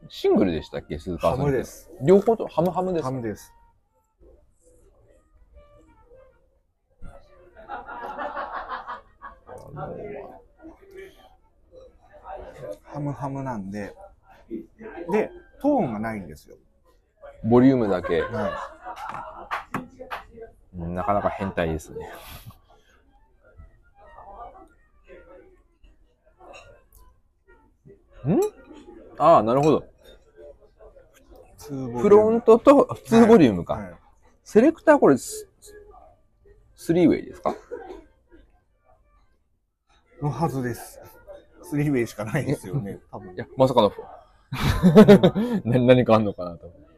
シングルでしたっけスーパー
ハムです。
両方と、ハムハムです。ハ
ムです。ハムハムなんで。で、トーンがないんですよ。
ボリュームだけ。
は
なかなか変態ですね。んああ、なるほど。フロントと普通ボリュームか。セレクターこれス、スリーウェイですか
のはずです。スリーウェイしかないですよね、多分。
いや、まさかの、 [laughs] な何かあんのかなと思って。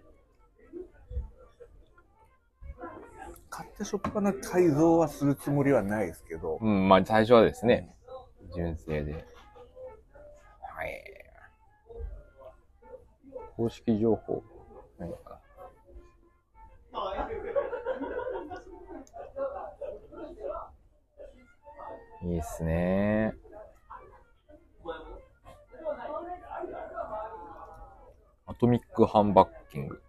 買ってしょっぱな改造はするつもりはないですけど。
うん、まあ最初はですね、純正で。はい。公式情報。何か。いいっすね。アトミックハンバッキング。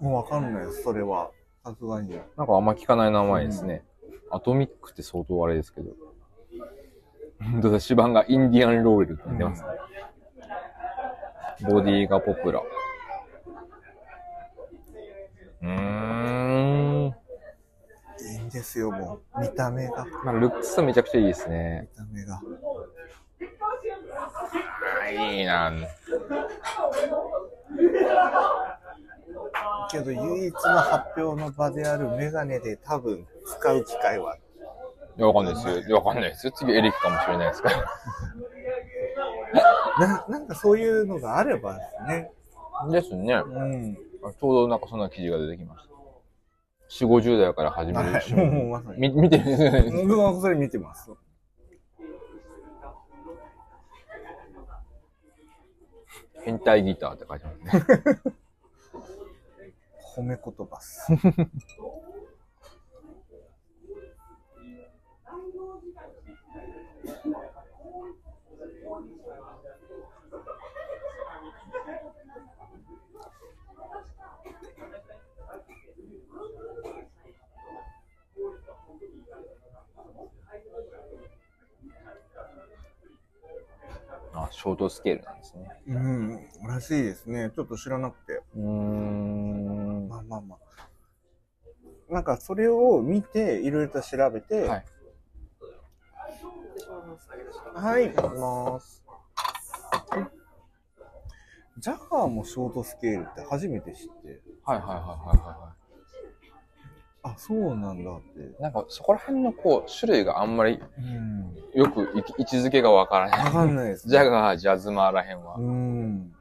もうわかんないです、それは。さすがに。
なんかあんま聞かない名前ですね。アトミックって相当あれですけど。本当だ、指板がインディアンローレルって言ってますね。ボディがポプラ。うーん。
いいんですよ、もう。見た目が。
まあ、ルックスめちゃくちゃいいですね。
見た目が。
あいいな。
けど、唯一の発表の場であるメガネで多分使う機会は。
いやわかんないですよいや。わかんないですよ。次エレキかもしれないですから。
ななんかそういうのがあればですね。
ですね。
うん。
ちょうどなんかそんな記事が出てきました。四五十代から始める趣味
は
[laughs]
いもうまさに
み見てるんですよね。
僕はそれ見てます。
変態ギターって書いてますね。
褒め言葉っす。
あ、ショートスケールなんですね。
うん、らしいですね。ちょっと知らなくて。
うーん。
まあまあまあ。なんかそれを見て、いろいろと調べて、はい、はい、行きます。ジャガーもショートスケールって初めて知って、
はいはいはいはいは
あ、そうなんだって。
い。なんかそこら辺のこう、種類があんまり
うん。
よくい位置づけがわからない。
わかんないですね
ジャガー、ジャズマーら辺は。
うん。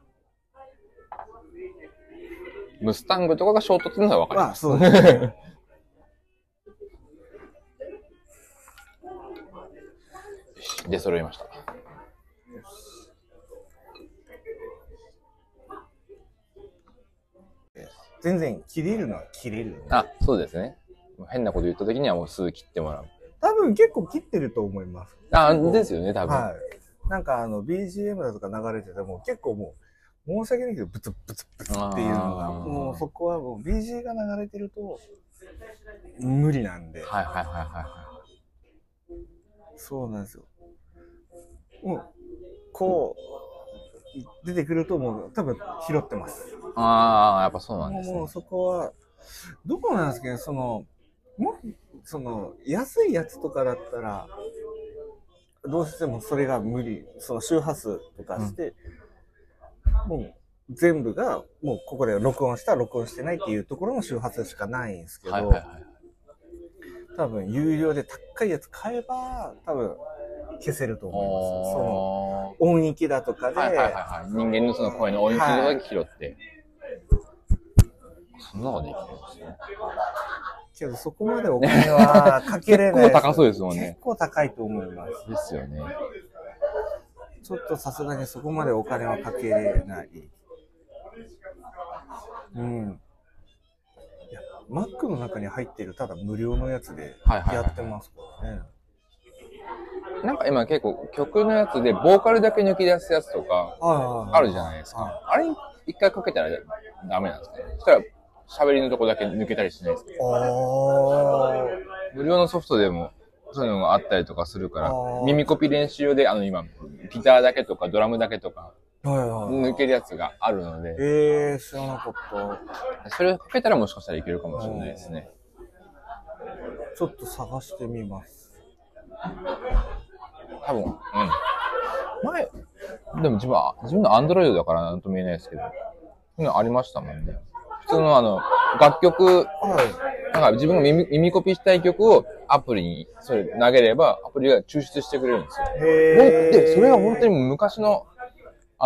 ムスタングとかがショートっていうのはわかります。
あ、そうですね。
出揃いました。
全然切れるのは切れる。
あ、そうですね。変なこと言った時にはもうすぐ切ってもらう。
多分結構切ってると思います。
あ、ですよね、多分。
はい。なんかあの、BGM だとか流れてても結構もう、申し訳ないけど、ブツブツブツっていうのが、
あー
もうそこはもう BG が流れてると、無理なんで。
はいはいはいは
そうなんですよ。もう、こう、出てくるともう多分拾ってます。
い。ああ、やっぱそうなんですね。
もうそこは、どこなんですけど、その、も、その、安いやつとかだったら、どうしてもそれが無理、その周波数とかして、もう全部が、もうここで録音した、録音してないっていうところの周波数しかないんですけど、
はいはいは
多分有料で高いやつ買えば、多分消せると思います。その、音域だとかで、
はいはいはいはい。人間のその声の音域だけ拾って。そんなのができるんですね。
けどそこまでお金はかけれない。
[laughs] 結構高そうですもんね
結構高いと思います。
ですよね。
ちょっとさすがにそこまでお金はかけれない。うん。いや、Mac の中に入ってるただ無料のやつで
はいはいはい
やってますからね。
なんか今結構曲のやつでボーカルだけ抜き出すやつとか
はいはい
あるじゃないですか。あれ一回かけたらダメなんですね。そしたら喋りのとこだけ抜けたりしないですか無料のソフトでもそういうのがあったりとかするから、耳コピ練習用であの今ギターだけとかドラムだけとか
はいはいはい。
抜けるやつがあるので、
えー、知らなかった。
それをかけたらもしかしたらいけるかもしれないですね。
ちょっと探してみます。
多分、うん。前、でも自分は、自分のアンドロイドだからなんとも言えないですけど、そういうのありましたもんね。普通のあの、楽曲、なんか自分が耳耳コピしたい曲をアプリにそれ投げれば、アプリが抽出してくれるんですよ。
へー
で、それは本当に昔の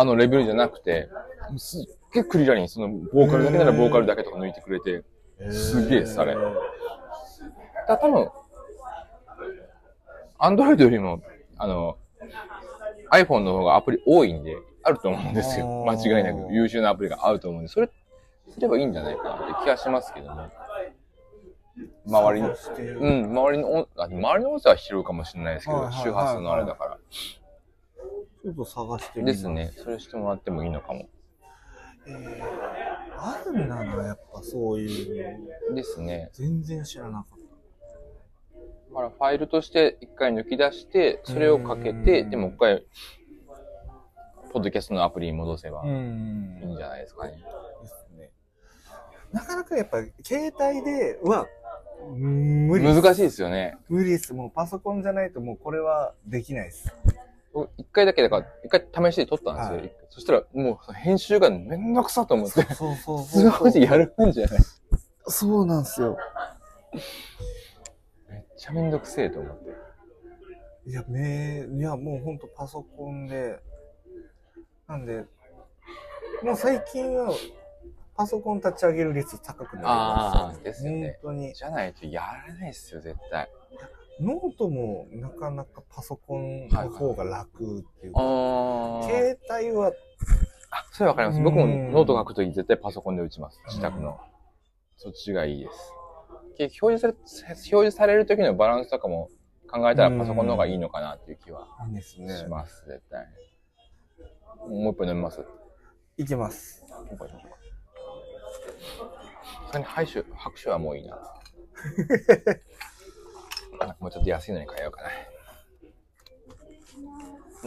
あのレベルじゃなくて、すっげえクリアにそのボーカルだけならボーカルだけとか抜いてくれて、すげえです、あれ。だ多分、アンドロイドよりも、あの、iPhone の方がアプリ多いんで、あると思うんですよ。間違いなく優秀なアプリがあると思うんで、それすればいいんじゃないかなって気がしますけどね。周りの、
探して
うん、周りの音、あ周りの音声は拾うかもしれないですけ
はい
ど、
はいはい
周波数のあれだから。
ちょっと探してみま。
ですすね。それしてもらってもいいのかも。
あるんだな、やっぱそういう。
ですね。
全然知らなかった。
だからファイルとして一回抜き出して、それをかけて、で、もう一回、ポッドキャストのアプリに戻せばいい
ん
じゃないですかね。
なかなかやっぱ携帯では無理っす
難しいですよね。
無理です。もうパソコンじゃないともうこれはできないです。
僕一回だけだから、一回試しに撮ったんですよ。一回そしたら、もう編集がめんどくさ [laughs] と思って、
そうそうそう
すごいやるもんじゃない。めっ
そうなんですよ。
ちゃめんどくせえと思って。
いや、めいや、もうほんとパソコンで、なんで、もう最近はパソコン立ち上げる率高くなり
あ
ま
あ、
す
ですよね。
本当に。
じゃないとやらないですよ、絶対。
ノートもなかなかパソコンの方が楽っていうか、
ああ。
携帯は、
それわかります。僕もノート書くとき絶対パソコンで打ちます。自宅の。そっちがいいです。結局表示され、表示されるときのバランスとかも考えたらパソコンの方がいいのかなっていう気は
ですね
します、絶対。もう一杯飲みます。
いけます。
もう一杯飲みますさすがに拍手、拍手はもういいな。なんかもうちょっと安いのに変えようか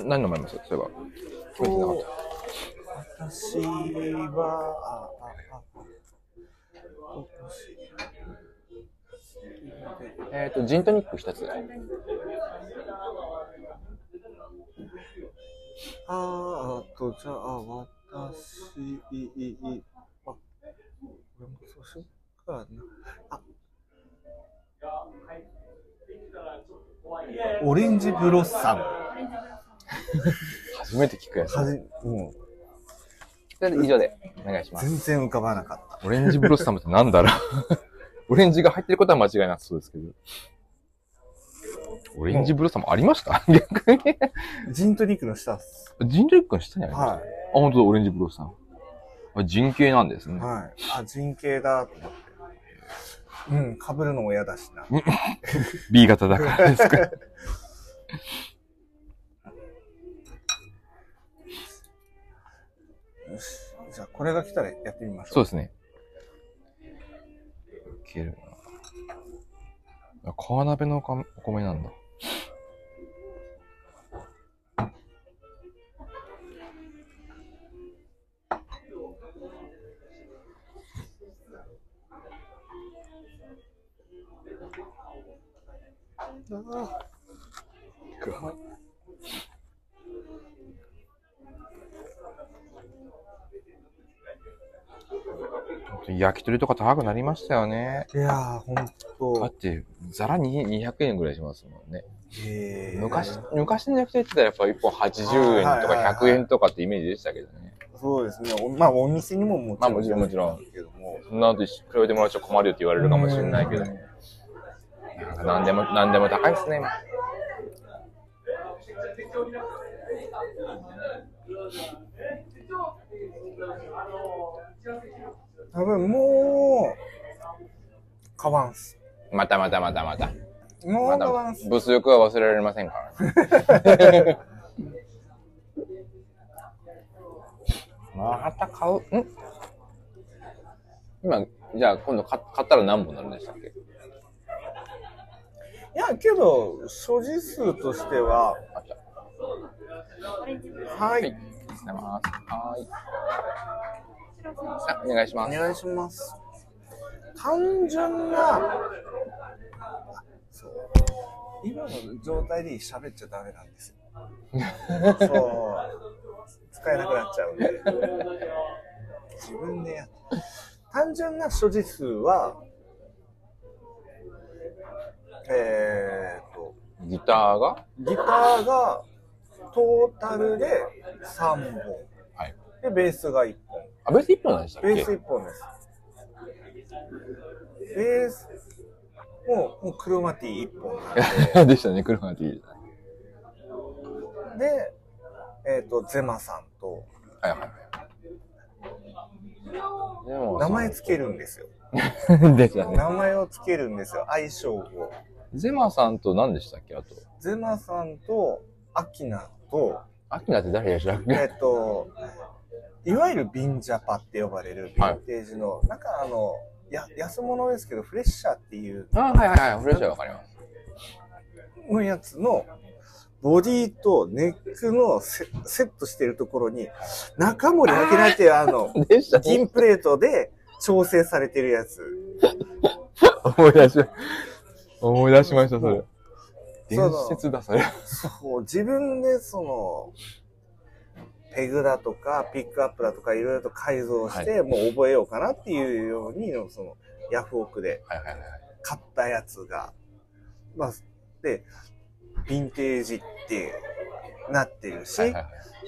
な。何飲まれますそういえば。決めてなかった。
私は、あ、あ、あ、
えっ、と、ジントニック一つ。
あーあと、じゃあ、私、い、い、い、あ、俺もそうしようかな。あ、オレンジブロッサム。
初めて聞くやつ。
はじ、も
う。以上で、お願いします。
全然浮かばなかった。
オレンジブロッサムってなんだろ
[laughs]
うオレンジが入ってることは間違いなさそうですけど。オレンジブロッサムありました逆に。
ジントニックの下っす。
ジンジャー君下にありました、
はい
あ、本当だ、オレンジブロッサム。あ人形なんですね。
はい。あ、人形だと思って。うん、被るのも嫌だしな。
B 型だからですか。
よし。じゃあ、これが来たらやってみましょう。
そうですね。いけるな。あ、川鍋のおかお米なんだ。本当に焼き鳥とか高くなりましたよね。
いやー、ほんと。
だって、ざらに200円ぐらいしますもんね。
へー
昔、昔の焼き鳥って言ったらやっぱ1本80円と
はいはいはい
か100円とかってイメージでしたけどね。
そうですね。おまあ、お店にももち
まあ
ろん。
もちろんもちろん。そんなのと比べてもらっちゃ困るよって言われるかもしれないけど。なんか何でも、何でも高いですね、今。
多分もう、買わんす。
またまたまたまた。
もう
ま
買わ
だ
んす。
物欲は忘れられませんから
[laughs]
ね。また買うん今、じゃあ今度買買ったら何本になるんでしたっけ
いや、けど、所持数としては、はい。はい。
あお願いします。
お願いします。単純な、そう。今の状態で喋っちゃダメなんですよ。そう。使えなくなっちゃうんで。自分でやっ単純な所持数は、えーっと、
ギターが
ギターがトータルで3本。で、ベースが1本。
あ、ベース1本なんでしたっけ
ベース1本です。ベース、もう、もうクロマティ1本なん
[laughs]
で。
でしたね、車でいいですね。
で、えっ、と、ゼマさんと、
はいはい。でも
名前つけるんですよ。
[laughs] でしたね
名前をつけるんですよ、相性を。
ゼマさんと何でしたっけあと。
ゼマさんと、アキナと、
アキナって誰でしたっけ
えっと、いわゆるビンジャパって呼ばれるヴィンテージの、なんかあの、や安物ですけど、フレッシャーっていう。
あはいはいはい、フレッシャーわかります。
のやつの、ボディとネックのセセットしてるところに、中森明菜っていう
[laughs]
あの、銀プレートで調整されてるやつ。
[laughs] 思い出し、思い出しました、それ。
そ
伝
の
説だ、それ。
そう、自分でその、ペグだとか、ピックアップだとか、いろいろと改造して、
はい
もう覚えようかなっていうように、その、ヤフオクで買ったやつが、まあ、で、ヴィンテージってなってるし、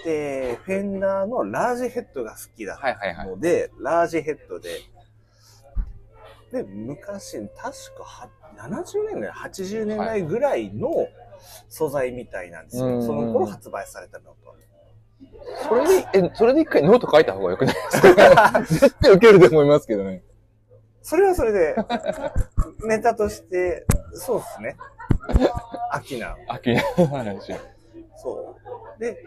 で、フェンダーのラージヘッドが好きだったので、ラージヘッドで、で、昔、確かは70年代、80年代ぐらいの素材みたいなんですよ。
うん
その頃発売されたのと。
それで、え、それで一回ノート書いた方がよくないですか絶対受けると思いますけどね。
それはそ
[laughs]
れで、ネタとして、そうですね。秋な。
アキナの話。
そう。で、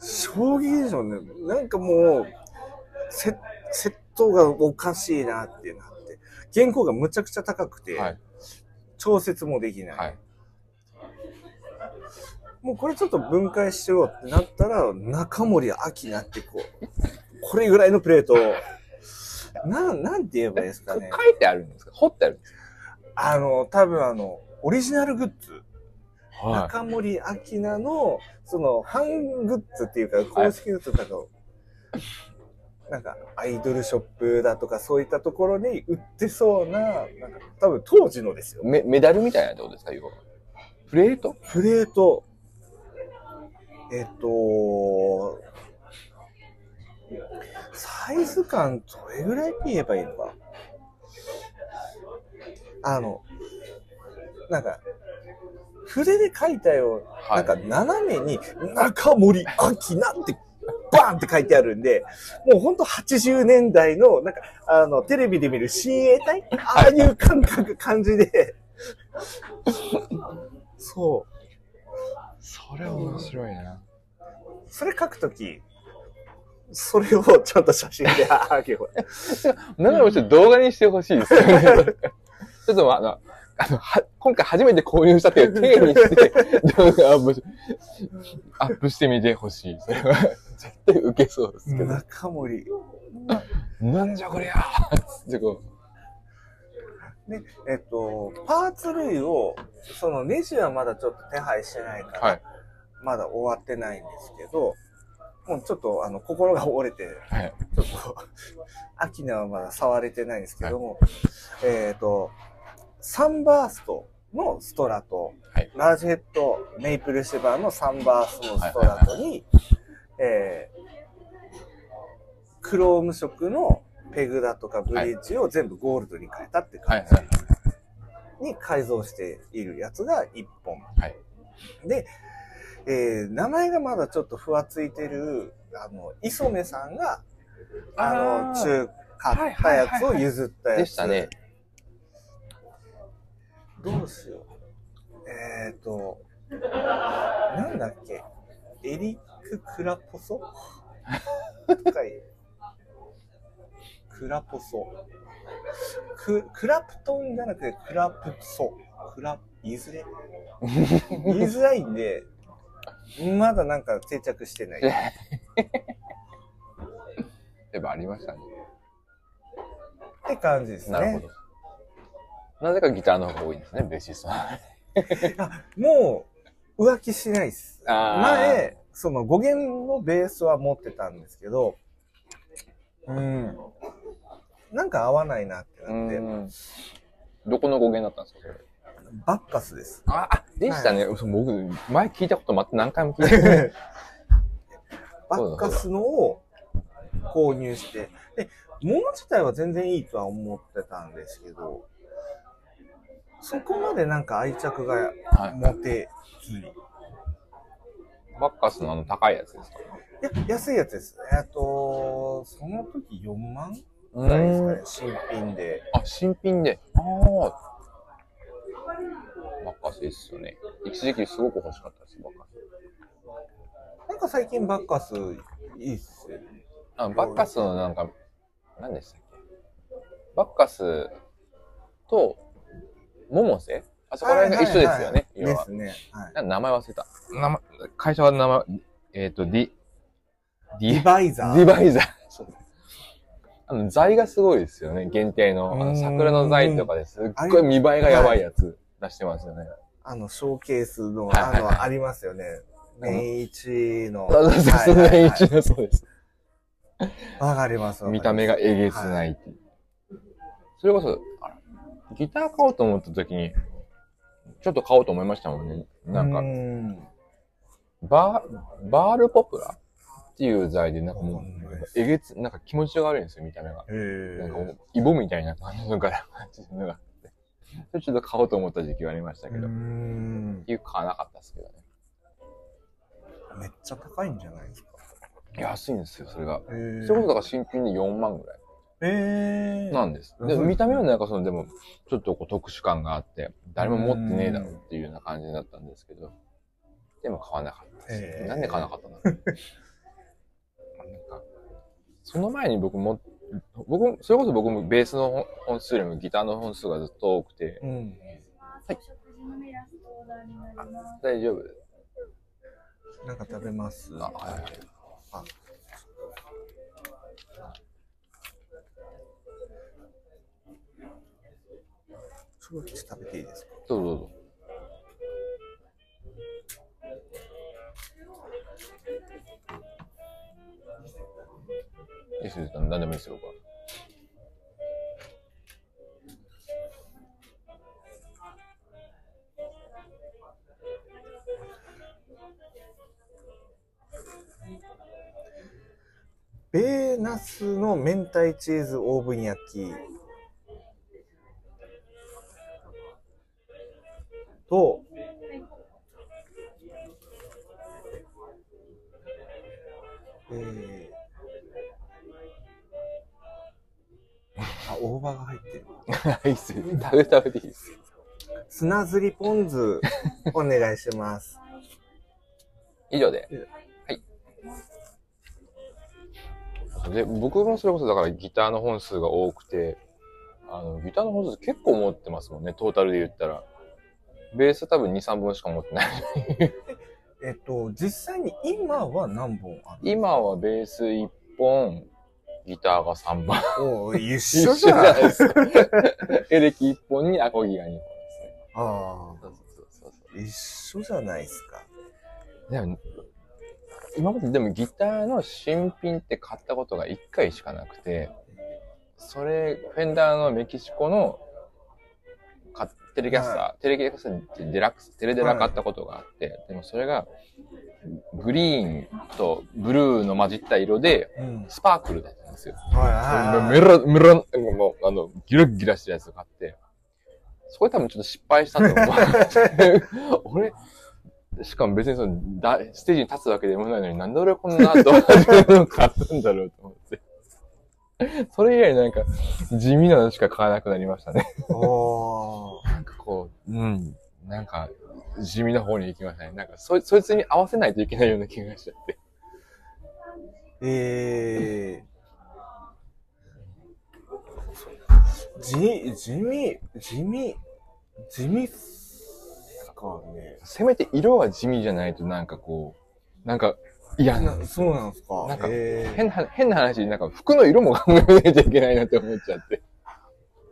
将棋でしょね。なんかもう、せ、窃盗がおかしいなってなって。原稿がむちゃくちゃ高くて、調節もできない,、もうこれちょっと分解しようってなったら、中森明菜ってこう、これぐらいのプレートを、な、なんて言えばいいですかね。
書いてあるんですか掘ってあるんです
かあの、多分あの、オリジナルグッズ。
は
中森明菜の、その、ファングッズっていうか、公式グッズとかの、なんか、アイドルショップだとか、そういったところに売ってそうな、なんか、多分当時のですよ。
メメダルみたいなってことですか、要は。プレート
プレート。えっと、サイズ感どれぐらいって言えばいいのかあの、なんか、筆で書いたような、なんか斜めに中森明菜ってバーンって書いてあるんで、もうほんと80年代の、なんか、あの、テレビで見る親衛隊ああいう感覚、感じ
[laughs]
で、そう。
それ面白いな。
それ書くとき、それをちゃんと写真であげよう。
ならもちょっと動画にしてほしい [laughs] ですよね。ちょっとあの、あのは今回初めて購入したっていう体にして、動画アップしアップしてみてほしい。それは絶対ウケそうですけど。
中森。
なんじゃこりゃってこ
で、えっと、パーツ類を、そのネジはまだちょっと手配してないから、
はい
まだ終わってないんですけど、もうちょっとあの心が折れて、
う。はい。
ちょっと、アキナはまだ触れてないんですけども、えっ、と、サンバーストのストラト、ラージヘッドメイプルシバーのサンバーストのストラトに、えークローム色のペグだとかブリッジを全部ゴールドに変えたって感じに改造しているやつが1本。で、えー名前がまだちょっとふわついてる、あの、磯目さんが、あの、
あー
中、買ったやつを譲ったやつ。
でしたね。
どうしよう。えっ、ー、と、なんだっけ。エリック・クラポソとかいう。クラポソ。ク、クラプトンじゃなくて、クラプソ。クラ、言いづれ。言いづらいんで、まだなんか定着してない。
やっぱありましたね。
って感じですね。
なるほど。なぜかギターの方が多いんですね、ベーシストは。
もう浮気しないです。
あー
前、その5弦のベースは持ってたんですけど、うん。なんか合わないなってなって、
どこの語源だったんですか、それ。
バッカス
[laughs]
です。
あ、あでしたね。嘘僕、前聞いたことまた何回も聞い
[laughs]
て
バッカスのを購入して、で、物自体は全然いいとは思ってたんですけど、そこまでなんか愛着が持てずに、
バッカスのあの高いやつですか
いや、安いやつです。えっと、その時4万ぐらいですかね、新品で。
あ、新品で。ああ。バッカスいいっすよね。一時期すごく欲しかったです、バッカス。
なんか最近バッカスいいっすよね。
あバッカスのなんか、何でしたっけバッカスと、モモセあそこら辺が一緒ですよね、
はいはいはい
要
ですねは
な
い
んか名前忘れた。名前、会社は名前、えっ、と、ディ、ディ
バイザー
ディバイザー。そうあの、材がすごいですよね、限定の。あの桜の材とかですっごい見栄えがやばいやつ出してますよね。
あの、ショーケースの、
はいはい
あ
はい
の、ありますよね。年一の。
そうそうそう、
はいはいはい
年一のそうです。
わかります。わかります
見た目がえげつないっていう。それこそ、あらギター買おうと思った時に、ちょっと買おうと思いましたもんね。なんか、バー、バールポプラっていう材で、なんかもう、えげつ、なんか気持ちが悪いんですよ、見た目が。なんかもう、イボみたいな感じの柄がついてるのがあって。それちょっと買おうと思った時期はありましたけど。っていう買わなかったですけどね。
めっちゃ高いんじゃないですか。
安いんですよ、それが。そ
ー
れこそだから新品で4万ぐらい。
え
なんです。で
そうですね
見た目はなんかその、でも、ちょっとこう特殊感があって、誰も持ってねえだろうっていうような感じだったんですけど、でも買わなかったです。なんで買わなかったんだろう。 [laughs] なんか、その前に僕も、僕も、それこそ僕もベースの本本数よりもギターの本数がずっと多くて、
うん。
はい。食事のメラストオーダーになります。
大丈夫です。
なんか食べます。
あ、はいはい。
あちょっと食べていいですか
どうぞどうぞ。いいっすよ、何でもいいですよ、僕は。
ベーナスの明太チーズオーブン焼きと、えー
いいっすよ。食べ食べていいです。
砂ずりポン酢、お願いします。
以上で。はい。で、僕もそれこそだからギターの本数が多くて、あの、ギターの本数結構持ってますもんね、トータルで言ったら。ベース多分2、3本しか持ってない。 [laughs]
えっと、実際に今は何本ある
今はベース1本、ギターが3本。
おー一緒じゃない
一緒ですか。 [laughs] エレキ1本にアコギが2本ですね。
あ
あ。
一緒じゃないですか。
でも今まででもギターの新品って買ったことが1回しかなくて、それ、フェンダーのメキシコの買っテレキャスター、テレキャスターってデラックス、テレデラ買ったことがあって、でもそれがグリーンとブルーの混じった色で、スパークルだったんですよ。
はい
メロ、メロ、もうあの、ギラッギラしてるやつを買って、そこで多分ちょっと失敗したと思う。
[laughs]
俺、しかも別にそのだ、ステージに立つわけでもないのに、なんで俺こんなドラムを買ったんだろうと思って。それ以来なんか、地味なのしか買わなくなりましたね。
お
なんかこう、うん、なんか、地味な方に行きましたね。なんか、そ、そいつに合わせないといけないような気がしちゃって。
えー、地、地味、地味、地味っすかね。
せめて色は地味じゃないとなんかこう、なんか嫌な。
そうなんですか。
なんか変な、変な話、なんか服の色も考えないといけないなって思っちゃって。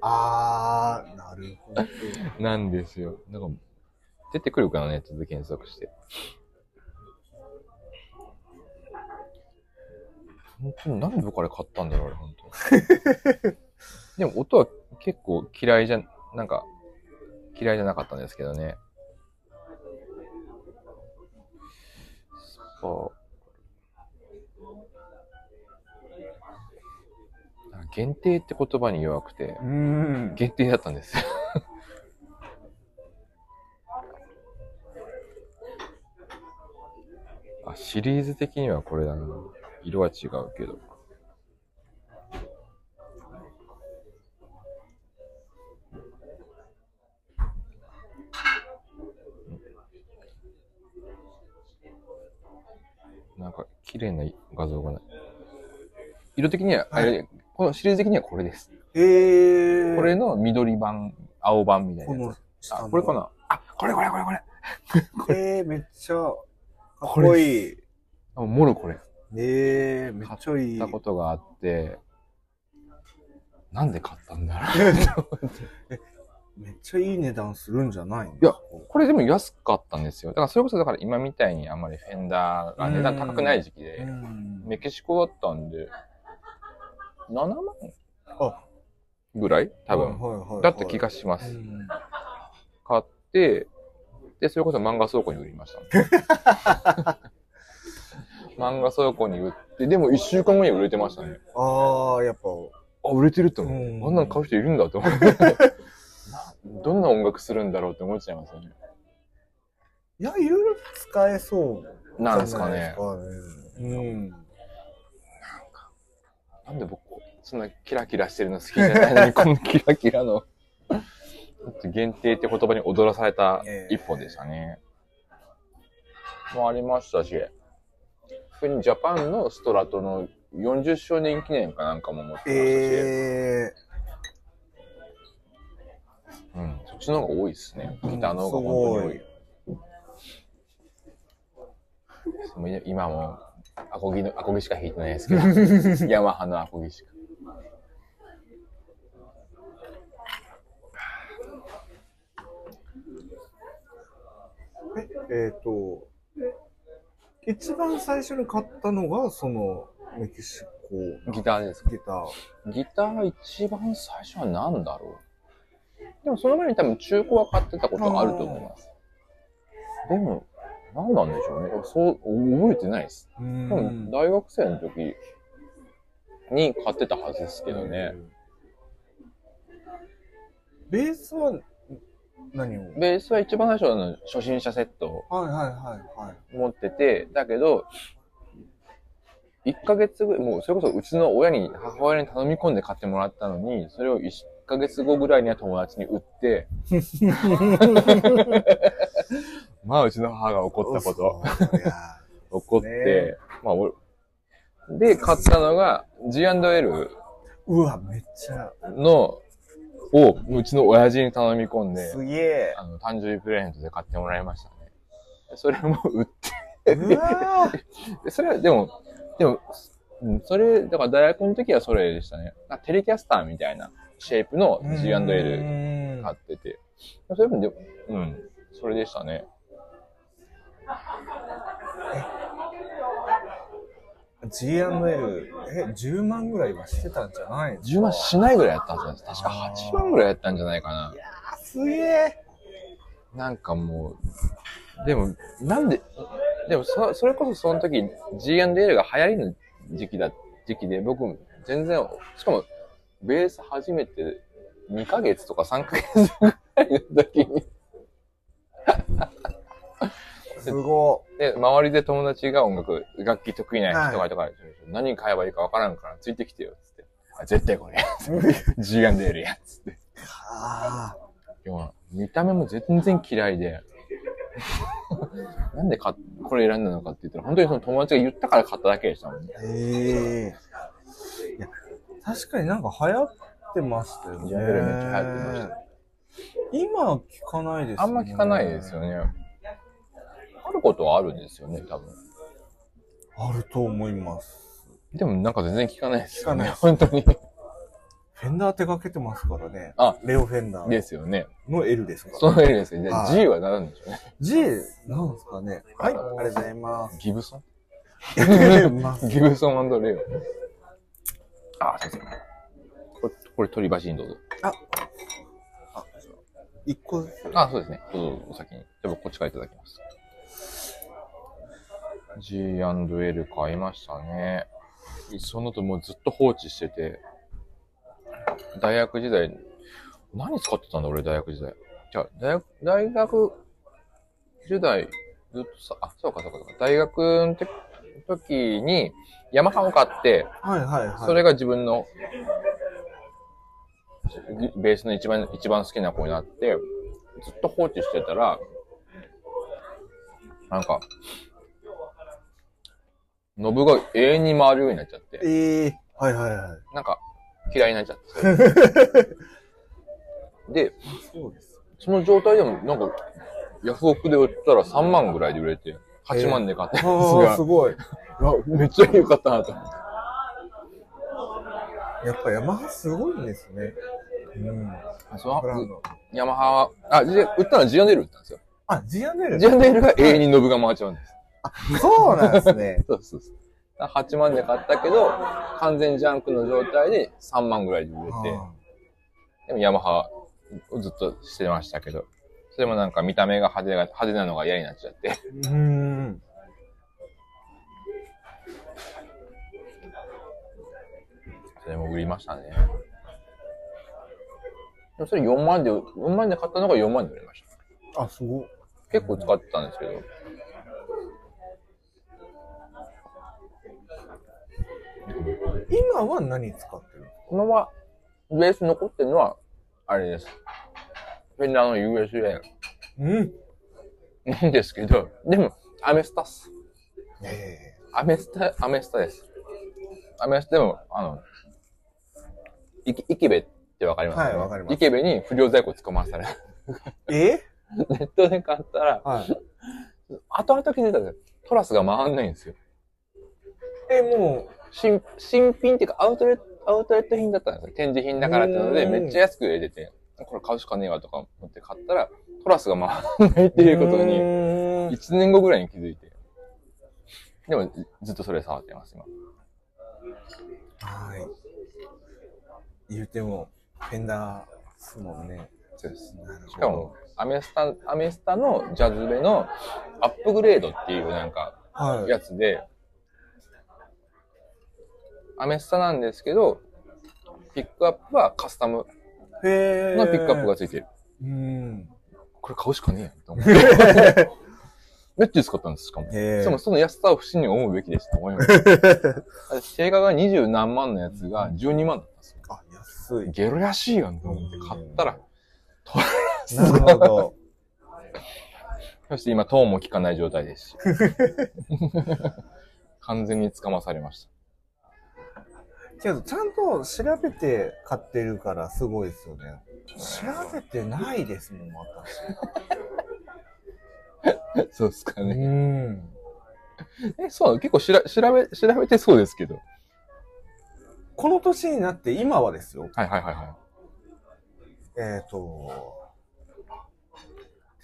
あー、なるほど。
なんですよ。なんか、出てくるからね、続き検索して。本当になんで僕あれ買ったんだろう、あれ、本当
[laughs]
に。でも音は結構嫌いじゃ、なんか、嫌いじゃなかったんですけどね。そう。なんか限定って言葉に弱くて、
うん
限定だったんですよ。 [laughs] あ、シリーズ的にはこれだな。色は違うけど。なんか、綺麗な画像がない。色的には、あれこのシリーズ的にはこれです。
えー、
これの緑版、青版みたいなやつ。
この
あ、これかなあ、これこれこれこれ。
えー、めっちゃ、かっこいい。
あ、もろこれ。
えー、めっちゃいい。
買ったことがあって、なんで買ったんだろうと思って。
めっちゃいい値段するんじゃないの
いや、これでも安かったんですよ。だからそれこそだから今みたいにあんまりフェンダーが値段高くない時期で、メキシコだったんで、7万ぐらい多分、
はいはいはい
だった気がします。買って、で、それこそ漫画倉庫に売りました、 [laughs] 漫画倉庫に売って、でも1週間後には売れてましたね。
あー、やっぱ。
あ、売れてると思う。あんなの買う人いるんだ [laughs] と思って。どんな音楽するんだろうって思っちゃいますよね。
いや、いろいろ使えそう。
なんですかね。
うん。
なんで僕、そんなキラキラしてるの好きじゃないのに、このキラキラの、ちょっと限定って言葉に踊らされた一本でしたね。もありましたし、普通にジャパンのストラトの40周年記念かなんかも持ってましたし、うん、そっちの方が多いですね。ギターの方が本当に多い。もう今も、アコギの、アコギしか弾いてないですけど、ヤマハのアコギしか。
えっ、と、一番最初に買ったのが、その、メキシコ。
ギターですか
ギター。
ギター一番最初は何だろうでもその前に多分中古は買ってたことがあると思います。でも、何なんでしょうね。そう、覚えてないです。
う
で
ん
も大学生の時に買ってたはずですけどね。
ベースは、何をはい
ベースは一番最初はあの初心者セットを
はいはいはい。
持ってて、だけど、1ヶ月ぐらい、もうそれこそうちの親に、母親に頼み込んで買ってもらったのに、それを一ヶ月後ぐらいには友達に売
[laughs]
って、まあ、うちの母が怒ったこと。怒って、まあ、俺、で、買ったのが G&L
うわ、めっちゃ。
の、を、うちの親父に頼み込んで、
すげえ。
あの、誕生日プレゼントで買ってもらいましたね。それも売って。
うわ
[laughs] それは、でも、でも、うんそれ、だから大学の時はそれでしたね。あテレキャスターみたいなシェイプの G&L 買ってて。それもでも、うん、それでしたね。
G&L、え、10万ぐらいはしてたんじゃない
10万しないぐらいやったんじゃないですか。確か8万ぐらいやったんじゃないかな。
すげえ。
なんかもう、でも、なんで、でもそ、それこそその時、G&L が流行りの時期だ、時期で、僕、全然、しかも、ベース始めて2ヶ月とか3ヶ月ぐらいの時に。
すご
で、周りで友達が音楽、楽器得意な人がとか、何買えばいいかわからんから、ついてきてよ、つって。あ、絶対これや、つって。G&L や、つって。
あ
でも見た目も全然嫌いで。 [laughs] なんでか、これ選んだのかって言ったら、本当にその友達が言ったから買っただけでしたもんね。
ええいや、確かになんか流行ってましたよね。
ジャンルめっちゃ流行ってました。
今は聞かないですね。
あんま聞かないですよね。あることはあるんですよね、多分。
あると思います。
でもなんか全然聞かないです
聞か
よ
ない
ね。
です
本当に。
フェンダー手掛けてますからね。
あ、
レオフェンダー。
ですよね。
の L ですか
その L ですね。じゃあ
い
G は何なんでしょうね。
G、なんですかね。はい、ありがとうございます。
ギブソン
ま
[laughs] ギブソンレオ。あ、そうそう。これ、これ鳥橋にどうぞ。
一個ずつ。
あ、そうですね。どうぞ、お先に。でもこっちからいただきます。G&L 買いましたね。その後もうずっと放置してて、大学時代、何使ってたんだ俺大学時代。じゃあ、大学、大学時代、ずっとさ、あ、そうかそうかそうか。大学の時時に、ヤマハを買って、
はいはいはい。
それが自分の、ベースの一番、一番好きな子になって、ずっと放置してたら、なんか、ノブが永遠に回るようになっちゃって、
ええはいはいはい。
なんか、嫌いになっちゃって。で、その状態でも、なんか、ヤフオクで売ったら3万ぐらいで売れて、8万で買ったやつ
ああ、
が
す、ごい。
[laughs] めっちゃ良かったなと思って。
やっぱヤマハすごいんですね。うん。
あそのヤマハは、あ、で売ったのはジアンデール売ったんですよ。
あ、ジアンデール
ジアンデールが永遠にノブが回っちゃうんです。
そうなんですね。
[laughs] そうそうそう。だから8万で買ったけど、完全ジャンクの状態で3万ぐらいで売れて、でもヤマハをずっとしてましたけど、それもなんか見た目が派手が派手なのが嫌になっちゃって。
うん。
それも売りましたね。でもそれ4万で、4万で買ったのが4万で売れました。
あ、すごい。
結構使ってたんですけど。
今は何使ってる
このままベース残ってるのは、あれです。フェンダーの USA
うん。
なんですけど、でも、アメスタっす。
え
アメスタ、アメスタです。アメスタでも、あの、イケイケベってわかります
はいわかります
イケベに不良在庫捕まわされ [laughs] た。
え
ネットで買ったら、後々気づいたんですよ。トラスが回んないんですよ。
え、も
新新品っていうかアウトレット、アウトレット品だったんですよ。展示品だからってので、
うん
めっちゃ安く入れてて、これ買うしかねえわとか思って買ったら、トラスが回んないっていうことに、1年後ぐらいに気づいて。でも、ずずっとそれ触ってます、今。
う、はい。言うても、フェンダーですもんね。
そうです。
なる
しかも、アメスタ、アメスタのジャズベのアップグレードっていうなんか、
はい
やつで、アメスタなんですけど、ピックアップはカスタム
へ
のピックアップがついてる。
うん。
これ買うしかねえやんと思って。めっちゃ安かったんです、しかも。
へえ
しかもその安さを不審に思うべきでした、思いました。あれ定価が二十何万のやつが12万だったんですよ。
あ、安安
[laughs]
い。
ゲロ安いやんと思って買ったら、ト
なるほど。
そして今、トーンも効かない状態 [laughs] ですし。完全につかまされました。
けど、ちゃんと調べて買ってるからすごいですよね。調べてないですもん、私。
そうですかね。え、そう、結構しら調べ、調べてそうですけど。
この年になって今はですよ。
はいはいはいは
えっ、と、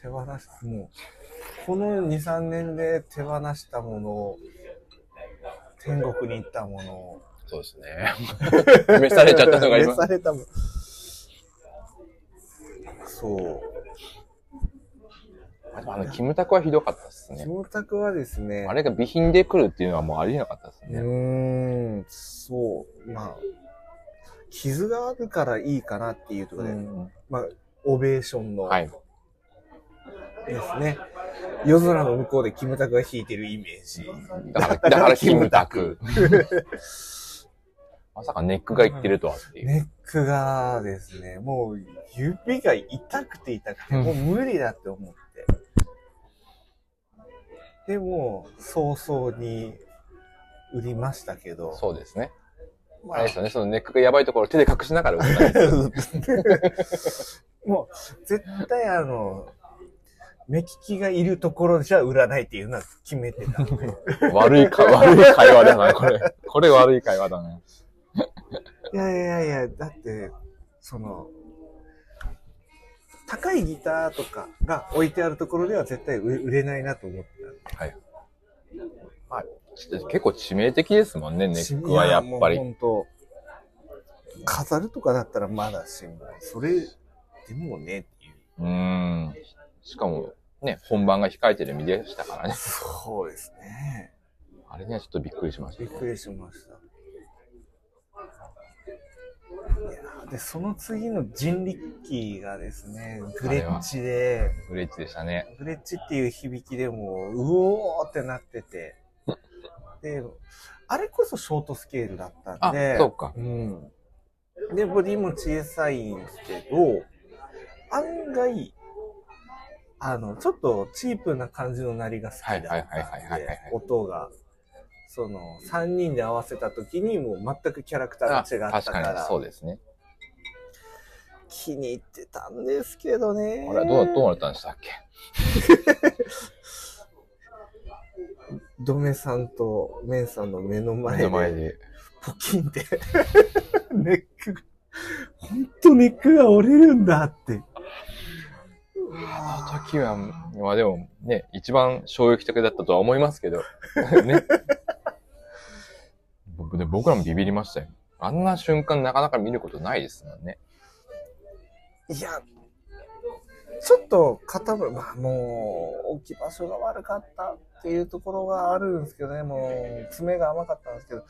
手放し、もう、この2、3年で手放したもの、天国に行ったもの、
そうです [laughs] ね召されちゃったのが今
召されたもんそう。
い。あの、キムタクはひどかったですね。
キムタクはですね、
あれが備品で来るっていうのはもうありえなかったですね。
うーん、そう。まあ、傷があるからいいかなっていうところで、まあ、オベーションの、ですね。夜空の向こうでキムタクが弾いてるイメージ。
だから、だからキムタ
[laughs]
ク。まさかネックがいってるとはっていう。
ネックがですね、もう指が痛くて痛くて、もう無理だって思って。でも、早々に売りましたけど。
そうですね。あれですよね、そのネックがやばいところを手で隠しながら動かないですよね
[laughs] もう、絶対あの、目利きがいるところじゃ売らないっていうのは決めてた。
[laughs] 悪いか、悪い会話だな、これ。これ悪い会話だね。
いやいやいや、だって、その、高いギターとかが置いてあるところでは絶対売れ売れないなと思って
はい。まあ、ち結構致命的ですもんね、ネックはやっぱ
いやも
り
う。本当飾るとかだったらまだしも、それ、でもね、
うーん。しかも、ね、本番が控えてる身でしたからね。
そうですね。
あれね、ちょっとびっくりしました
びっ。くりしました。いやで、その次の人力がですね、グレッチで、
フレッチでしたね。
グレッチっていう響きでもう、うおーってなってて。で、あれこそショートスケールだったんで。
あそうか
ん。で、ボディも小さいんですけど、案外、あの、ちょっとチープな感じの鳴りが好きだったんで、音が。その、3人で合わせた時にもう全くキャラクターが
あ
違った
確
から。
かに、そうですね。
気に入ってたんですけどね。
あれはどうどうなったんでしたっけ
ドメさんとメンさんの目の前
目
で、
の前で。
ポキンって、 [laughs] ネックが、本当ネックが折れるんだって。
あの時は、まあでもね、一番衝撃的だったとは思いますけど、 [laughs] ね。僕で僕らもビビりましたよ。あんな瞬間なかなか見ることないですもんね。
いや、ちょっと傾い、まあもう、置き場所が悪かったっていうところがあるんですけどね、もう、爪が甘かったんですけど、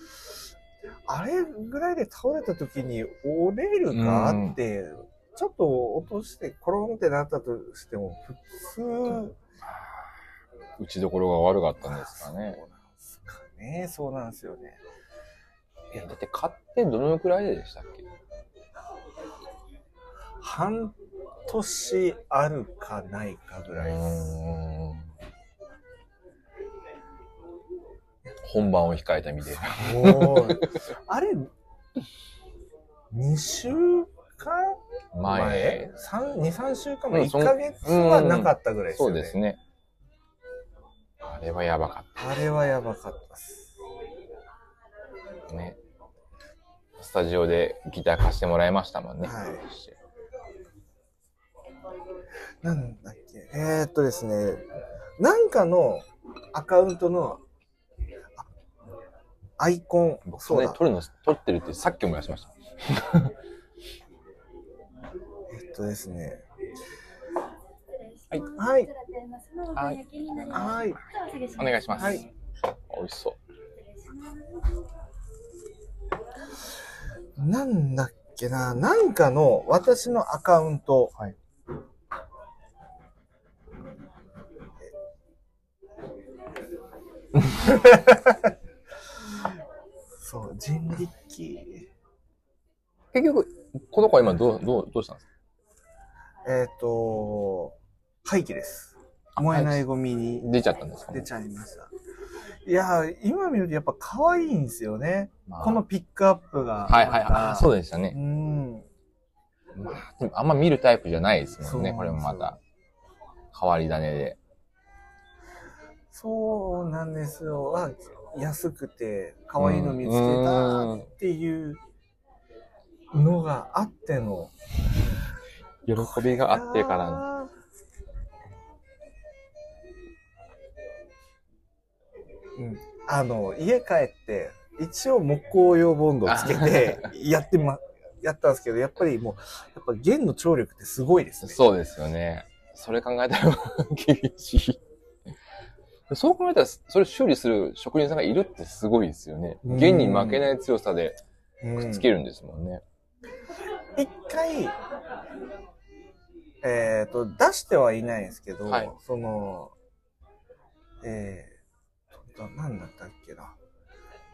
あれぐらいで倒れた時に折れるか
うん
って、ちょっと落として、コロンってなったとしても、普通、
打ちどころが悪かったんですかね。
ねそうなんですよね。
いやだって買ってどのくらいでしたっけ
半年あるかないかぐらいです。
本番を控えた身で。
もう、あれ、2週間
前
三2、3週間
う
前、
んそ
1
ん
ヶ月はなかったぐらいですよ
うんそ
ね。
うですね。あれはやばかっ
あれはやばかったです。
たね。スタジオでギター貸してもらいましたもんね。
なんだっけ。えー、っとですね、なんかのアカウントのあアイコン、
僕
そう
それ
だ
撮るの、撮ってるってさっき思い出しました。
えっとですね、
はい。
はい。
はい。
はい。
お願いします。
はい。
美味しそう。
なんだっけな、なんかの私のアカウント。 [laughs] そう、人力。
結局、この子は今どう、どう、どうしたんですか
えっ、と、廃棄です。燃えないゴミに。
出ちゃったんですか
出ちゃいました。いやー、今見るとやっぱ可愛いんですよね。このピックアップが。
はいはい
また
はい。そうでしたね。
うん。
でもあんま見るタイプじゃないですもんね、これもまた。変わり種で。
そうなんですよ。あ安くて可愛いの見つけたっていうのがあっての。
喜びがあってからの。
うんあの、家帰って、一応木工用ボンドをつけ
[laughs]
て、やってま、やったんですけど、やっぱりもう、やっぱ弦の張力ってすごいですね。
そうですよね。それ考えたら [laughs] 厳しい。そう考えたら、それ修理する職人さんがいるってすごいですよね。
うん
弦に負けない強さで
うん
くっつけるんですもんね。
一回、えっ、と、出してはいないんですけど、
はい
その、えーと、なんだったっけな。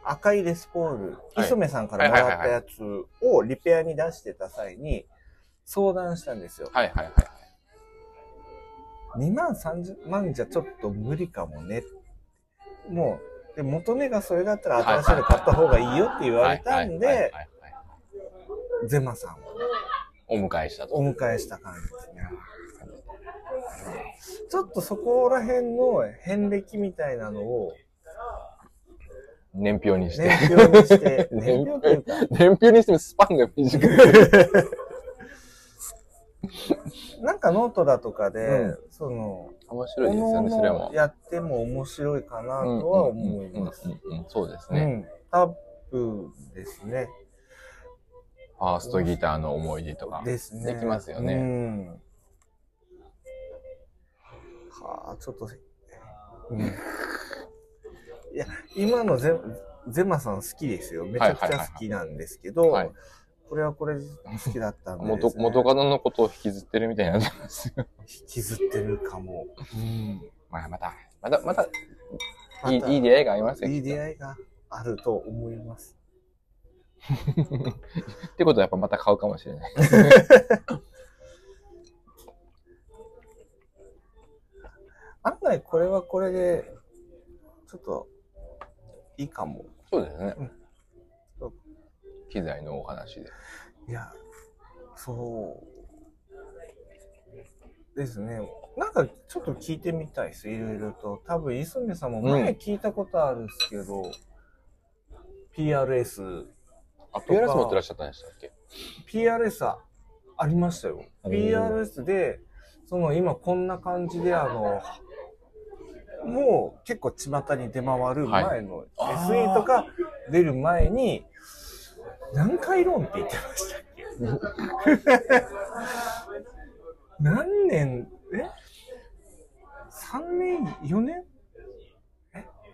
赤いレスポール、
はい
磯目さんからもらったやつをリペアに出してた際に相談したんですよ。
はいはいはい。
2万30万じゃちょっと無理かもね。もう、で元値がそれだったら新しいの買った方がいいよって言われたん
はいはい
で
はい、
ゼマさんを
お迎えしたと。
お迎えした感じですね。ちょっとそこら辺の遍歴みたいなのを
年表にして。
年表にして [laughs] 年表というか
[laughs] 年表にしてもスパンが短い。
なんかノートだとかで、
うん
その、
面白いですよねそれも
やっても面白いかなとは思います。
うんうんうんうんそうです
う
ね。
ん。多分ですね。
ファーストギターの思い出とか。
ですね。
できますよ
う
ね。
ん。はあ、ちょっと、うんいや、今のゼゼマさん好きですよ。めちゃくちゃ好きなんですけど、これはこれ好きだったんで
元、元カノのことを引きずってるみたいになってますよ。
引きずってるかも。うん。
まあまた、また、また、いい
また
いい出会いがありますよ。
いい出会いがあると思います。
ってことはやっぱまた買うかもしれない。
案外これはこれで、ちょっと、いいかも。
そうですね。
そう
機材のお話で。
いや、そう。ですね。なんかちょっと聞いてみたいです。いろいろと。多分、磯部さんも前聞いたことあるんですけど、PRS
あ、PRS 持ってらっしゃったんでしたっけ
PRS はありましたよ。
おー
PRS で、その今こんな感じで、あの、もう結構巷に出回る前の、SE とか出る前に、何回ローンって言ってましたっけ何年、え ?3 年、4年
っ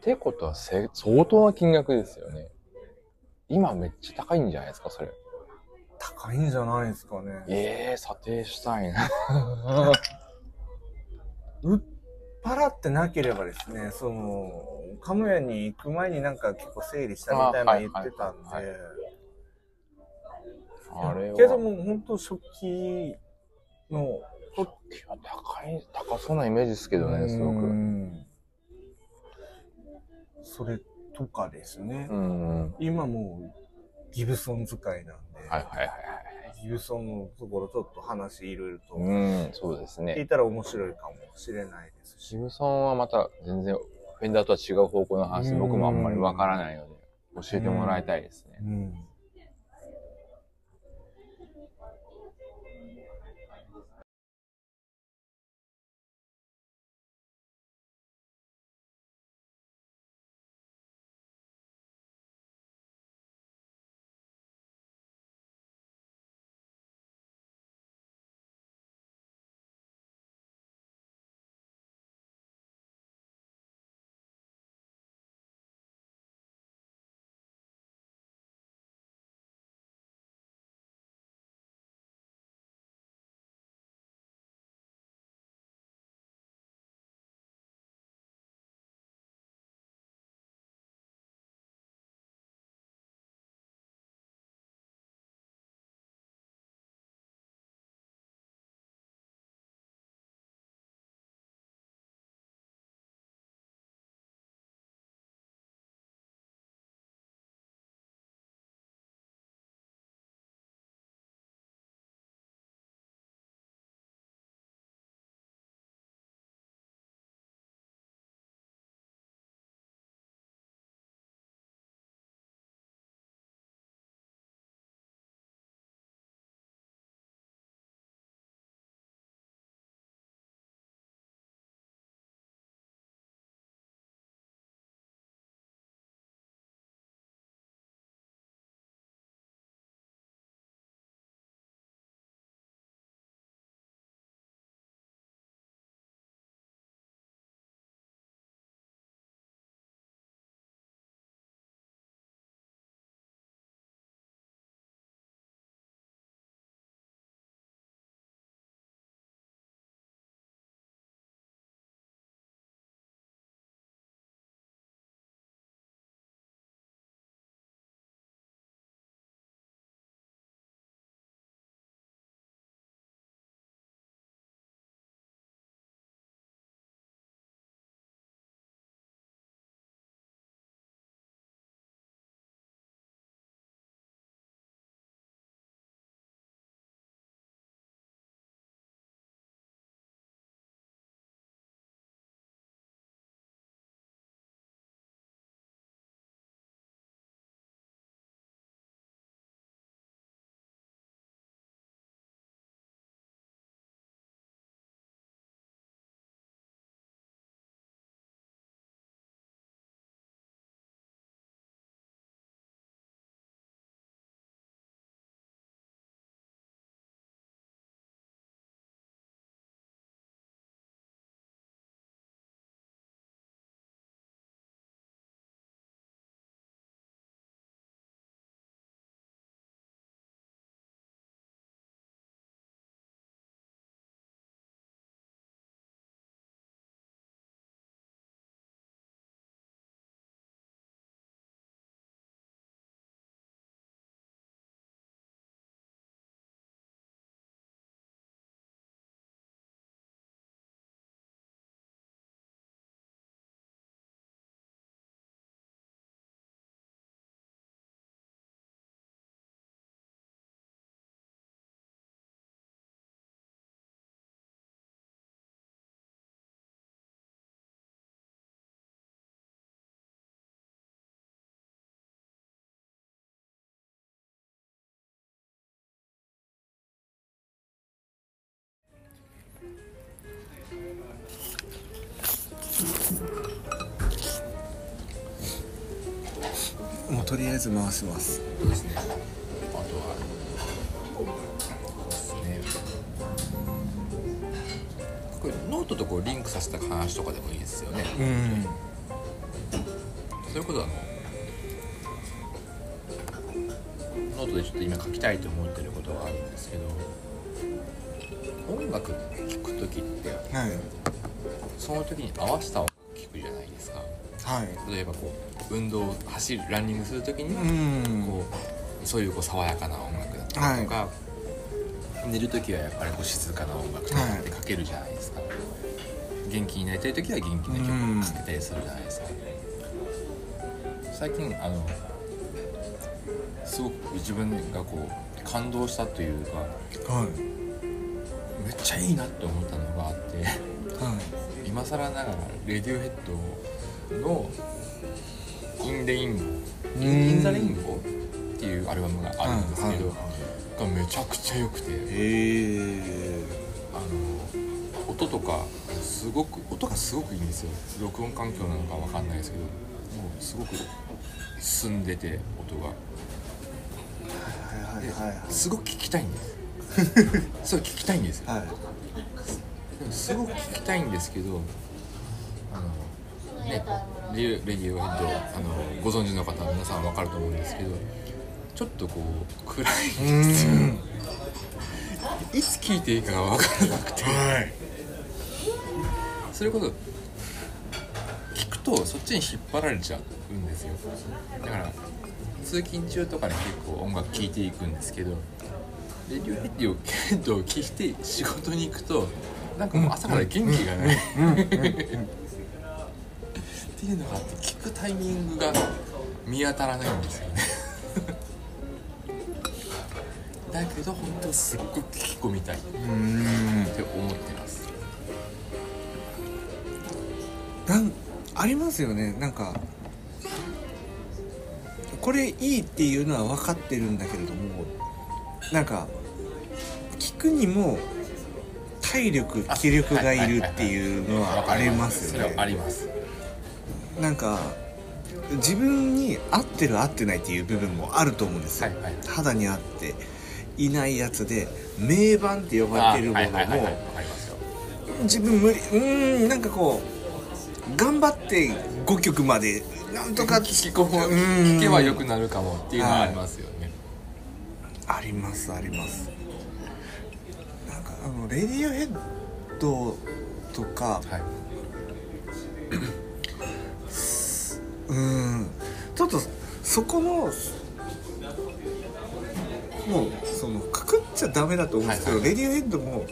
てことはせ相当な金額ですよね。今めっちゃ高いんじゃないですか、それ。
高いんじゃないですかね。
ええ査定したいな。
売っ払ってなければですね、その、カムヤに行く前になんか結構整理したみたいなの言ってたんで、
あれは。
けども本当食器の、
高い、高そうなイメージですけどね、すごく。
それとかですね
うん。
今もうギブソン使いなんで、
はいはいはいは
ギブソンのところちょっと話いろいろと、
うんそうですね
聞いたら面白いかもしれないですし、
ジムさんはまた全然、フェンダーとは違う方向の話で、
うん
僕もあんまりわからないので、教えてもらいたいですね。
うんもうとりあえず回します
そうですねあとは
そうですねこれノートとこうリンクさせた話とかでもいいですよね、
うん
そういうことだノートでちょっと今書きたいと思ってることがあるんですけど音楽聴く時って、
はい
その時に合わせた音楽聴くじゃないですか
はい
例えばこう運動走るランニングする時に
うん
こうそういうこう爽やかな音楽だったりとか、寝る時はやっぱりこう静かな音楽とかってかけるじゃないですか、元気になりたい時は元気な曲をかけたりするじゃないですか、最近あのすごく自分がこう感動したというか
はい
めっちゃいいなって思ったのがあって
はい
今更ながらレディオヘッドの「イン・レインボー」
うん
イン・ザ・レインボーっていうアルバムがあるんですけど、がめちゃくちゃ良くて、あの音とかすごく音がすごくいいんですよ録音環境なのかわかんないですけどもうすごく進んでて音が。ですごく聞きたいんです [laughs] そう聞きたいんですよ、でもすごく聞きたいんですけどあのねレディレディオヘッドあのご存知の方は皆さんわかると思うんですけどちょっとこう暗いんですよいつ聞いていいかが分からなくて、それこそ聞くとそっちに引っ張られちゃうんですよだから通勤中とかに結構音楽聴いていくんですけどレディオヘッドをヘッドを聴いて仕事に行くとなんかもう朝から元気がないっていうのがあって聞くタイミングが見当たらないんですよねだけど本当すっごく聞き込みたいって思ってます
なんありますよねなんかこれいいっていうのは分かってるんだけれどもなんか聞くにも体力気力がいるっていうのはありますよ
それ
ね
はあります
なんか自分に合ってる合ってないっていう部分もあると思うんですよ、肌に合っていないやつで名盤って呼ばれてるもの
あはいはいはい
も
はいわかりますよ
自分無理うーんなんかこう頑張って5曲までなんとか
聞こ聞けば良くなるかもっていうのはありますよね、
ありますありますなんかあのレディオヘッドとか、うーんちょっとそこのもうそのくくっちゃダメだと思うんですけど、レディオヘッドも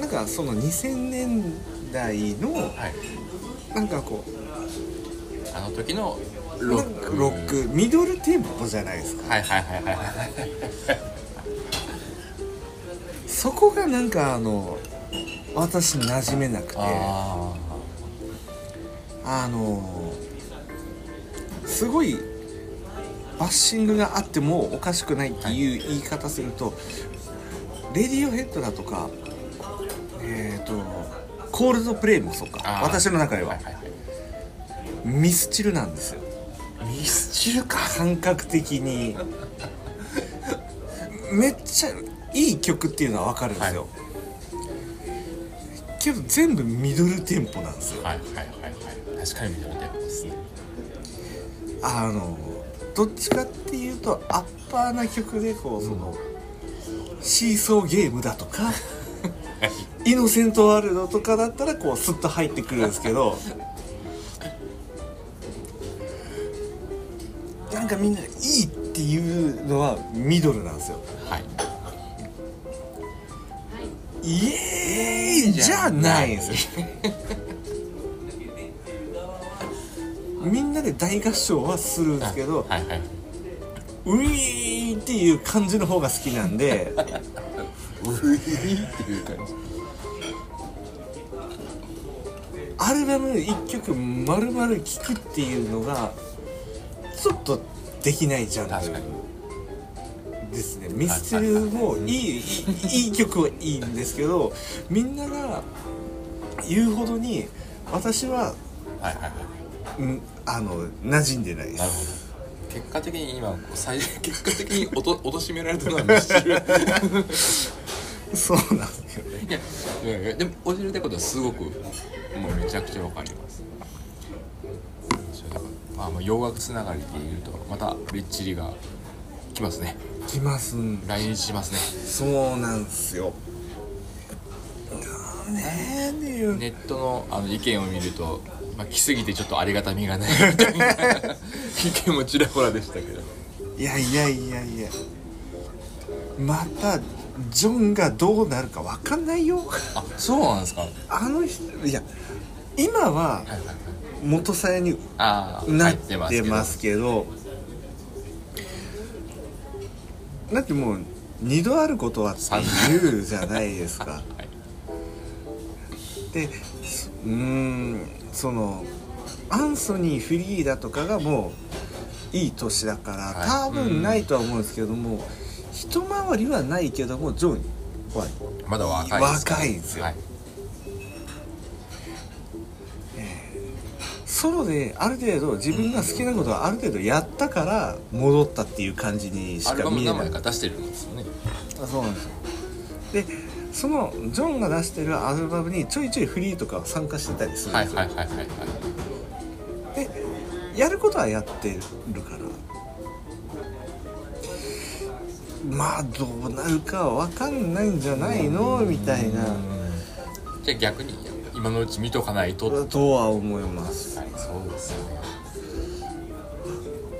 なんかその2000年代の、なんかこう
あの時の
ロックロックミドルテンポじゃないですか
はいはいはいはい
そこがなんかあの私馴染めなくて
あ
のすごいバッシングがあってもおかしくないっていう言い方すると、レディオヘッドだとかえっ、とコールドプレイもそうか私の中では、ミスチルなんですよミスチルか感覚的にめっちゃいい曲っていうのは分かるんですよ、けど全部ミドルテンポなんですよ
はいはいはいはい確かにミドルテンポですね
あのどっちかっていうとアッパーな曲でこうその、シーソーゲームだとかイノセントワールドとかだったらこうスッと入ってくるんですけどなんかみんないいっていうのはミドルなんですよ
はい
イエーイじゃないんですよみんなで大合唱はするんですけど、ウィーっていう感じの方が好きなんでウィーっていう感じアルバム1曲丸々聴くっていうのがちょっとできないジャンルですねミスチルもいいいいいい曲はいいんですけどみんなが言うほどに私は,、うんあの馴染んでないです
結果的に今こう最 [laughs] 結果的におと [laughs] 貶としめられたのはミスチル
そうなんです
よねいやいやいやでもおしるってことはすごくもうめちゃくちゃわかりますそうだからまあまあ洋楽つながりで言うとまたレッチリが来ますね
来ますん
来日しますね
そうなんですよ
ネットのあの意見を見ると、まあ、来すぎてちょっとありがたみがないみたいな意見もちらほらでしたけど
いやいやいやいやまたジョンがどうなるかわかんないよ
あそうなんですか
あの人いや今は元さやに
ああ
な
入
っ
ってますけ
て
ど
ますけどだってもう二度あることはって言うじゃないで
[laughs]
すか。でうーんそのアンソニー・フリーだとかがもういい年だから
は
多
い
分ないとは思うんですけども、一回りはないけどもジョーニーは
まだ若いです
若いですよ、
はい
ソロである程度自分が好きなことはある程度やったから戻ったっていう感じにし
アル
か
バム
見え
名
な
前
い
が出してるんですよね
あそうなんですよでそのジョンが出してるアルバムにちょいちょいフリーとか参加してたりするん
は
で
い
すよ、
はいはいはいはい
やることはやってるからまあどうなるかは分かんないんじゃないのみたいな
じゃあ逆に今のうち見とかないと
とは思います
はいそうですよね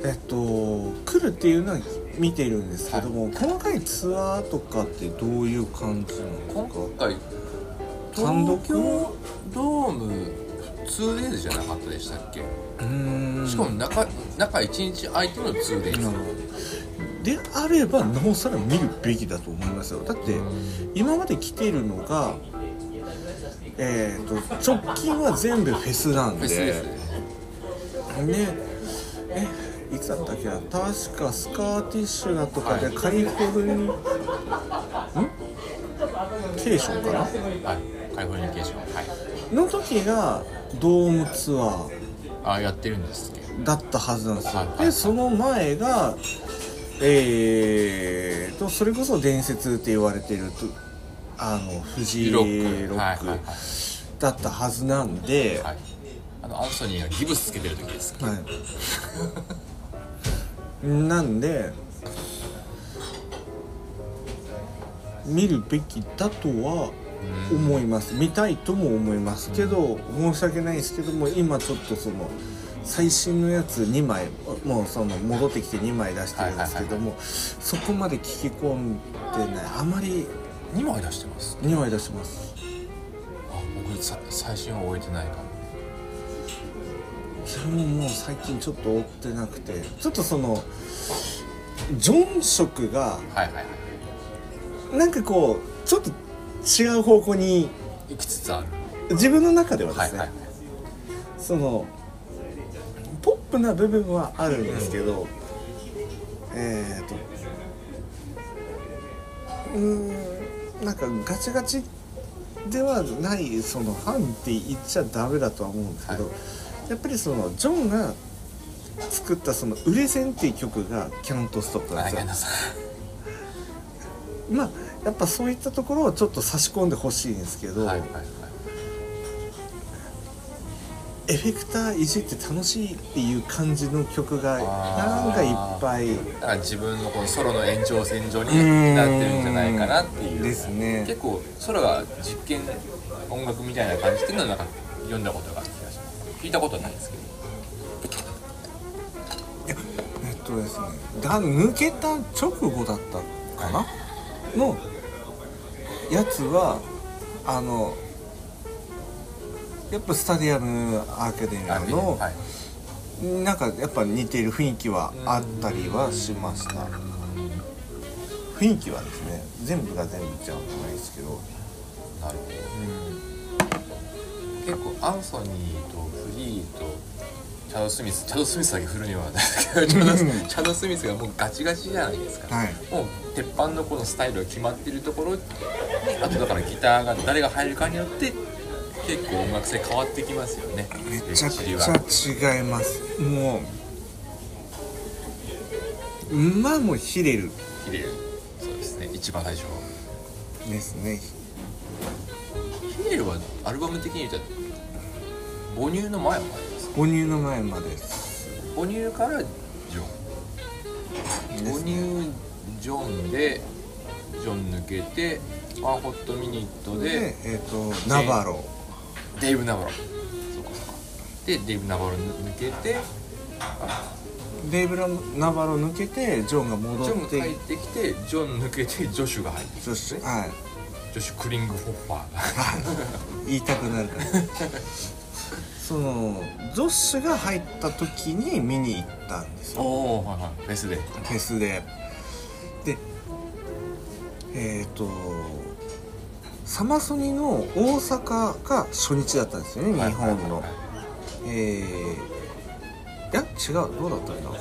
えっと来るっていうのは見てるんですけども、細かいツアーとかってどういう感じなのか
今回
単独
東京ドーム 2days じゃなかったでしたっけしかも中中1日空いての 2days
であればなおさら見るべきだと思いますよだって今まで来てるのがえっ、と直近は全部フェスなん
フェ
で
スですね
ねえいつだったっけな確かスカーティッシュだとかでカリフォルニケーションかな
はいカリフォルニケーションはい
アの時がドームツアー
ああやってるんですっけ
だったはずなんですよでその前がえー、とそれこそ伝説って言われてるとあの藤井ロック
はいはいはい
だったはずなんで、
はいあのアンソニーがギブスつけてる時ですか、
はいなんで見るべきだとは思います見たいとも思いますけど申し訳ないですけども今ちょっとその最新のやつ2枚もうその戻ってきて2枚出してるんですけどもそこまで聞き込んでないあまり
2枚出してます
2枚出してます
あ僕さ最新を終えてないかも
それももう最近ちょっと追ってなくてちょっとそのジョン色
はい
が
はいはい
なんかこうちょっと違う方向に
いくつある
自分の中ではですね、そのポップな部分はあるんですけど、えっ、とうーんなんかガチガチではないそのファンって言っちゃダメだとは思うんですけど、やっぱりそのジョンが作ったその「売れ線」っていう曲が「キャントストップ」なんですよ。まあやっぱそういったところをちょっと差し込んでほしいんですけど、エフェクターいじって楽しいっていう感じの曲がなんかいっぱい
だから自分のこのソロの延長線上に
うん
なってるんじゃないかなっていう
ですね
結構ソロが実験音楽みたいな感じっていうのはなんか読んだことがある気がします聞いたことはないですけど
えっとですねだ抜けた直後だったかな、のやつはあのやっぱスタディアムアーケデミアの、なんかやっぱ似ている雰囲気はあったりはしました雰囲気はですね全部が全部じゃないですけど
なるほど、うん、結構アンソニーとフリーとチャド・スミスチャド・スミスだけ振るにはですけどチャドスチャド・スミスがもうガチガチじゃないですか、
はい
もう鉄板のこのスタイルが決まってるところにあとだからギターが誰が入るかによって結構音楽性変わってきますよね
めちゃくちゃ違いますもうまあもうヒレル
ヒレルそうですね一番最初
ですね
ヒレルはアルバム的に言ったら母乳の前までです
母乳の前までです
母乳からジョン母乳ジョンでジョン抜けてワンホットミニットで
でえっ、とナバロ
デイブ・ナバロそうかそうかでデイブ・ナバロ抜けて
デイブラ・ナバロ抜けてジョンが戻
ジョン
っ
が
て
帰ってきてジョン抜けてジョシュが入ってきて
ジョシュはい
ジョシュ・クリング・ホッパーが
言いたくなるからそのジョッシュが入った時に見に行ったんですよ
おおはいはいフェスで
フェスででえっ、とサマソニの大阪が初日だったんですよね日本のえー、いや違うどうだったか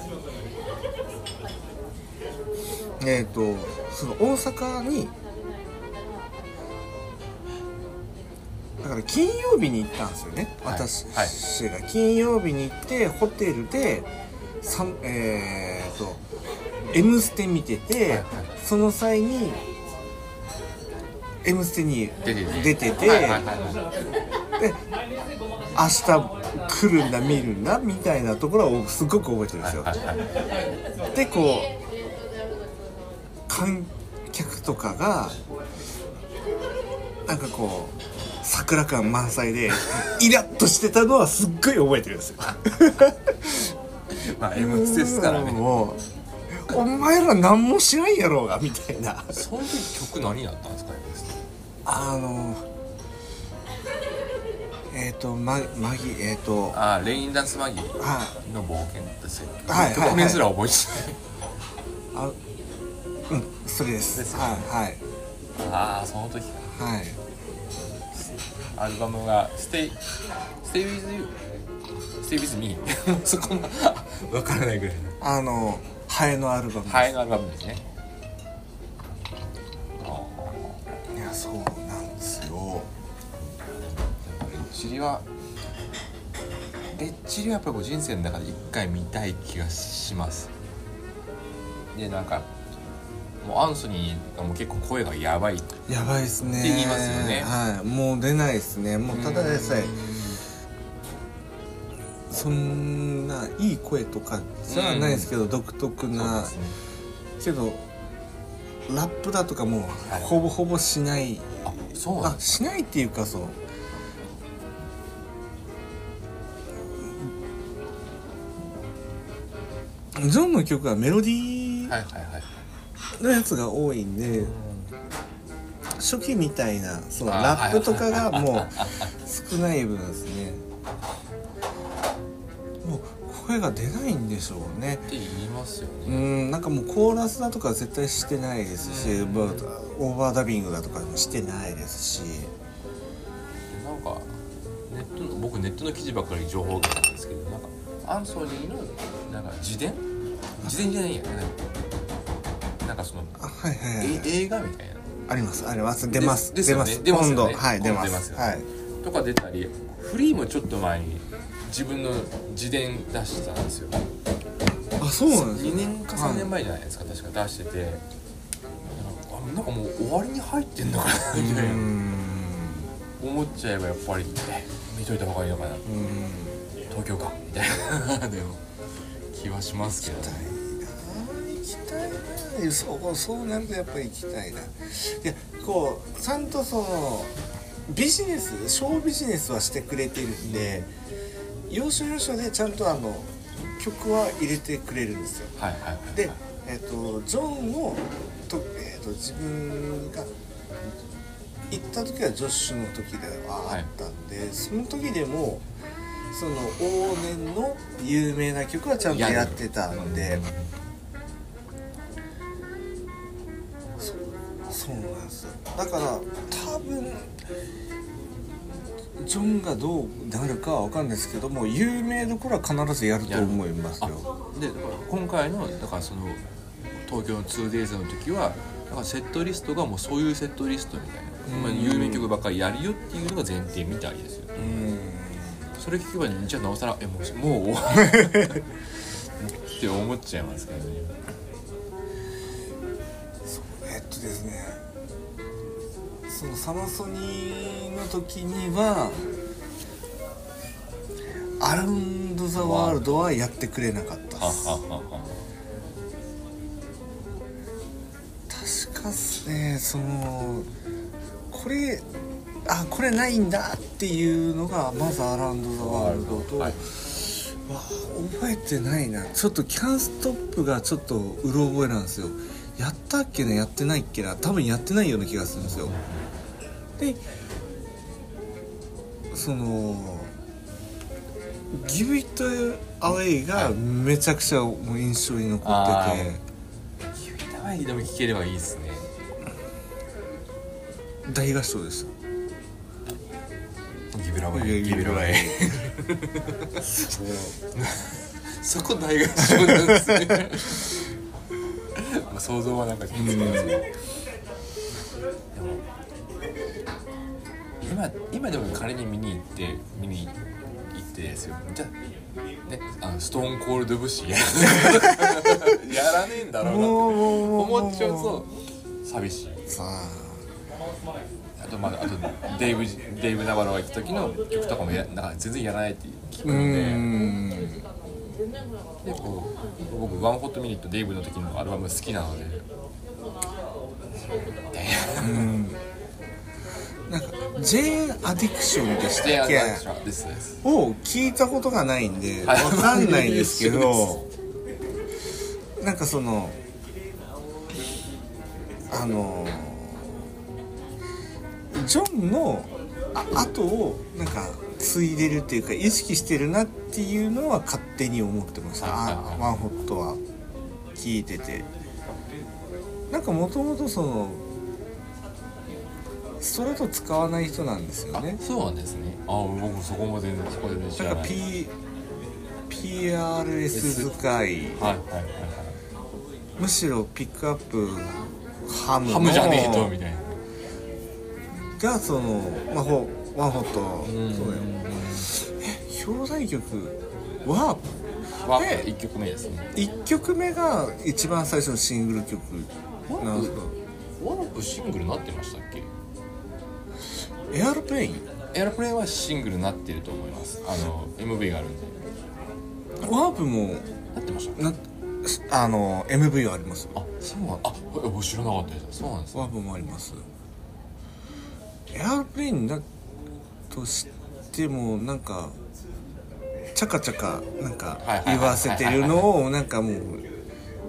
なえっ、とその大阪にだから金曜日に行ったんですよね、私が金曜日に行ってホテルでさんえー、と「M ステ」見てて、その際に「M ステ」に出てて
はいはいはいはい
で明日来るんだ見るんだみたいなところをすごく覚えてるんですよ、でこう観客とかがなんかこう桜感満
[laughs]
載でイラッとしてたのはすっごい覚えてるんですよ
まあ M ステですからね
もうお前ら何も知らんやろうがみたいな
その時曲何だったんですか M ステ
あのえっ、とママギえっ、と
ああレインダンスマギ
は
ーの冒険ですよ
はいはいはい
曲名すら覚えてない
あうんそれですはいはい
ああその時か
はい
アルバムが「Stay, Stay with You」「Stay with Me」そ [laughs] こも分からないぐらいの
あのハエのアルバムです
ハエのアルバムですね
いやそうなんですよ
知りはレッチリはやっぱりこう人生の中で一回見たい気がしますでなんかもうアンソニーがもう結構声がやばい
やばいですね
って言いますよね
はいもう出ないですねもうただでさえそんないい声とかじゃないですけど、独特な、けどラップだとかもうほぼほぼしない、あ
そう
しないっていうかそのジョンの曲はメロディーのやつが多いんで、初期みたいなその
あー
ラップとかが
はい
もう少ない分ですねもう声が出ないんでしょうね
って言いますよね
うんなんかもうコーラスだとか絶対してないですし、まあオーバーダビングだとかもしてないですし
なんかネットの僕ネットの記事ばっかり情報源なんですけどなんかアンソニーのなんか自伝自伝じゃないやなんかなんかその、
はいはいはい
え映画みたいな
ありますあります出ます
です
出
よ
ま
ね
す
出ます
今
よ
度
ね
はい出
今度
ます
出ますよ
はい
とか出たりフリーもちょっと前に自分の自伝出してたんですよ
あそうなんです
2年か3年前じゃないですか、確か出しててなんかあなんかもう終わりに入ってんのかなみたいな思っちゃえばやっぱりえ見といた方がいいのかな東京かみたいな [laughs] でも気はしますけどね
行きたいなそうそうなるとやっぱり行きたいないやこうちゃんとそのビジネスショービジネスはしてくれてるんで要所要所でちゃんとあの曲は入れてくれるんですよ
はいはいはい
で、えっとジョンのと、えっと自分が行った時はジョッシュの時ではあったんで、その時でもその往年の有名な曲はちゃんとやってたんで。そそうなんですよだから多分ジョンがどうなるかは分かんないですけども有名どころは必ずやると思いますよ
でだから今回のだからその東京の 2days の時はだからセットリストがもうそういうセットリストみたいな、
うん
まあ、有名曲ばっかりやるよっていうのが前提みたいですよ、それ聞けばじ [laughs] ゃあなおさらえもうもうって思っちゃいますけどね
とですねそのサマソニの時にはアラウンド・ザ・ワールドはやってくれなかったっす確かっすねそのこれあこれないんだっていうのがまずアラウンド・ザ・ワールドと、わ覚えてないなちょっとキャンストップがちょっとうろ覚えなんですよやったっけなやってないっけな多分やってないような気がするんですよでその「Give It Away」がめちゃくちゃもう印象に残ってて、
ハワイでも聴ければいいですね。
大合唱でした
ギブラバイ、ギブラバイ。 [laughs] そこ大合唱なんですね。まあ想像はなんか変ですけど。でも今今でも仮に見に行って見に行ってですよ。じゃあねあのストーンコールドブッ [laughs] シーやらやらねえんだろうなって思っちゃうと寂しい。あとまああとデイブデイブナバロが行った時の曲とかもやなんか全然やらないって聞くので。でこう僕ワンホットミニットデイブの時のアルバム好きなので
なんか「ジェーン・アディクション」でし
ジェーンア
たっ
デ
け
ィクションですです
を聞いたことがないんでわ
はい
かんないんですけ
そ
ど
[laughs]
なんかそのあのジョンのあ後をなんか継いでるっていうか意識してるなっていうのは勝手に思ってましたあワンホットは聞いててなんかもともとそのストレート使わない人なんですよね
そうなんですねあ僕そこも全然そこで知ら
なん
な
か
い
P PRS 使い、
はいはいはい
むしろピックアップハムの
ハムじゃねえとみたいな
がその、まあ、ほワンホット、そうだよえ表題曲は
は1曲目ですね
1曲目が一番最初のシングル曲なんですか
ワープシングルなってましたっけ
エアロプレイン
エアロプレインはシングルになってると思いますあの MV があるんで
ワープも
なってました
なあの MV はあります
あそうなんあえ知らなかったですそうなんです
ワープもありますエアロプレインだとしてもなんかチャカチャカなんか
はいはいはい
言わせてるのをなんかもう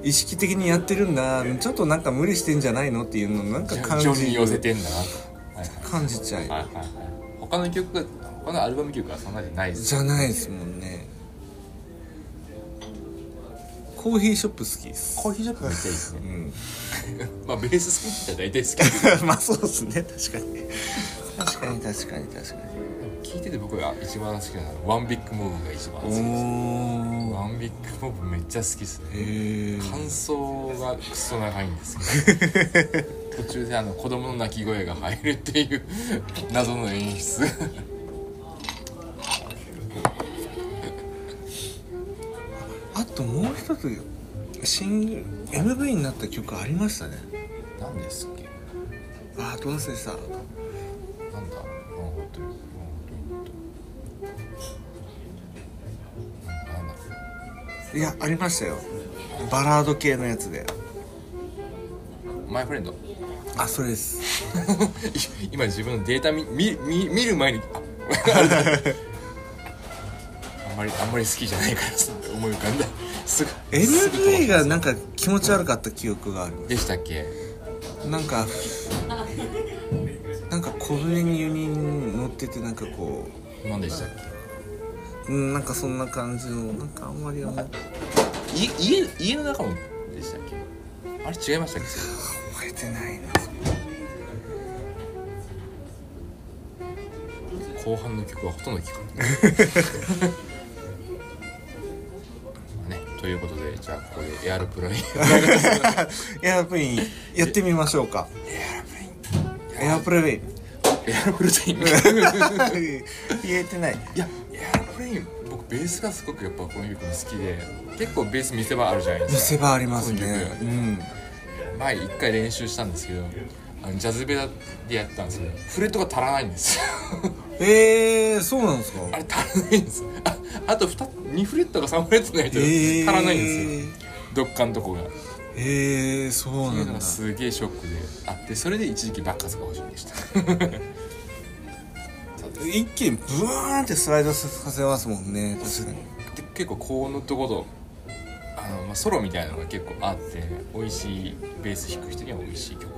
意識的にやってるんだちょっとなんか無理してんじゃないのっていうのをなんか感じ
情に寄せてんだな
感じちゃう、
はいはいはい、他の曲が他のアルバム曲はそんなじゃないです
じゃないですもんねコーヒーショップ好きです
コーヒーショップめっちゃいいですね、 [laughs] まあベース好きって大体好きですけど
[laughs] まあそうですね確かに確かに確かに確か
聞いてて僕が一番好きなのはワンビッグモーブが一番好きですワンビッグモーブめっちゃ好きです
ね
感想がクソ長いんですけ [laughs] ど途中であの子供の泣き声が入るっていう謎の演出
あともう一つシングル MV になった曲ありましたね
[laughs] 何ですっけ
あーどうせさ
なんだワンホットミニットなんだ
いやありましたよバラード系のやつで
マイフレンド
あそれです
[laughs] 今自分のデータ見見見見る前にあ [laughs] あれだあんまりあんまり好きじゃないからさ思い浮かんだすぐ
MV がなんか気持ち悪かった記憶がある
でしたっけ
なんかなんか小舟に4人乗っててなんかこ
う何でしたっ
けうんなんかそんな感じのなんかあんまりあの
い家家の中もでしたっけあれ違いましたっけ
覚えてないな
後半の曲はほとんど聴かない [laughs] まあねということでじゃあここでエアロプライン
エアプリンやってみましょうかエアプレイ [laughs]
エアプレイ
言えてない
いやエアロプレイン僕ベースがすごくやっぱこの曲も好きで結構ベース見せ場あるじゃないですか
見せ場ありますね
この曲
うん
前一回練習したんですけどあのジャズベラでやってたんですけどフレットが足らないんですよ
えー、そうなんですか
あれ足らないんですああと 2, 2フレットか3フレットないと
え
足
ー
らないんですよ、どっかのとこが
えー、そう
ってい
な
うんのが
だ
すげえショックであってそれで一時期バッカスが欲しいでした
一気にブワーンってスライドさせますもんね確かに
で結構高音のところあの、まあ、ソロみたいなのが結構あって美味しいベース弾く人には美味しい曲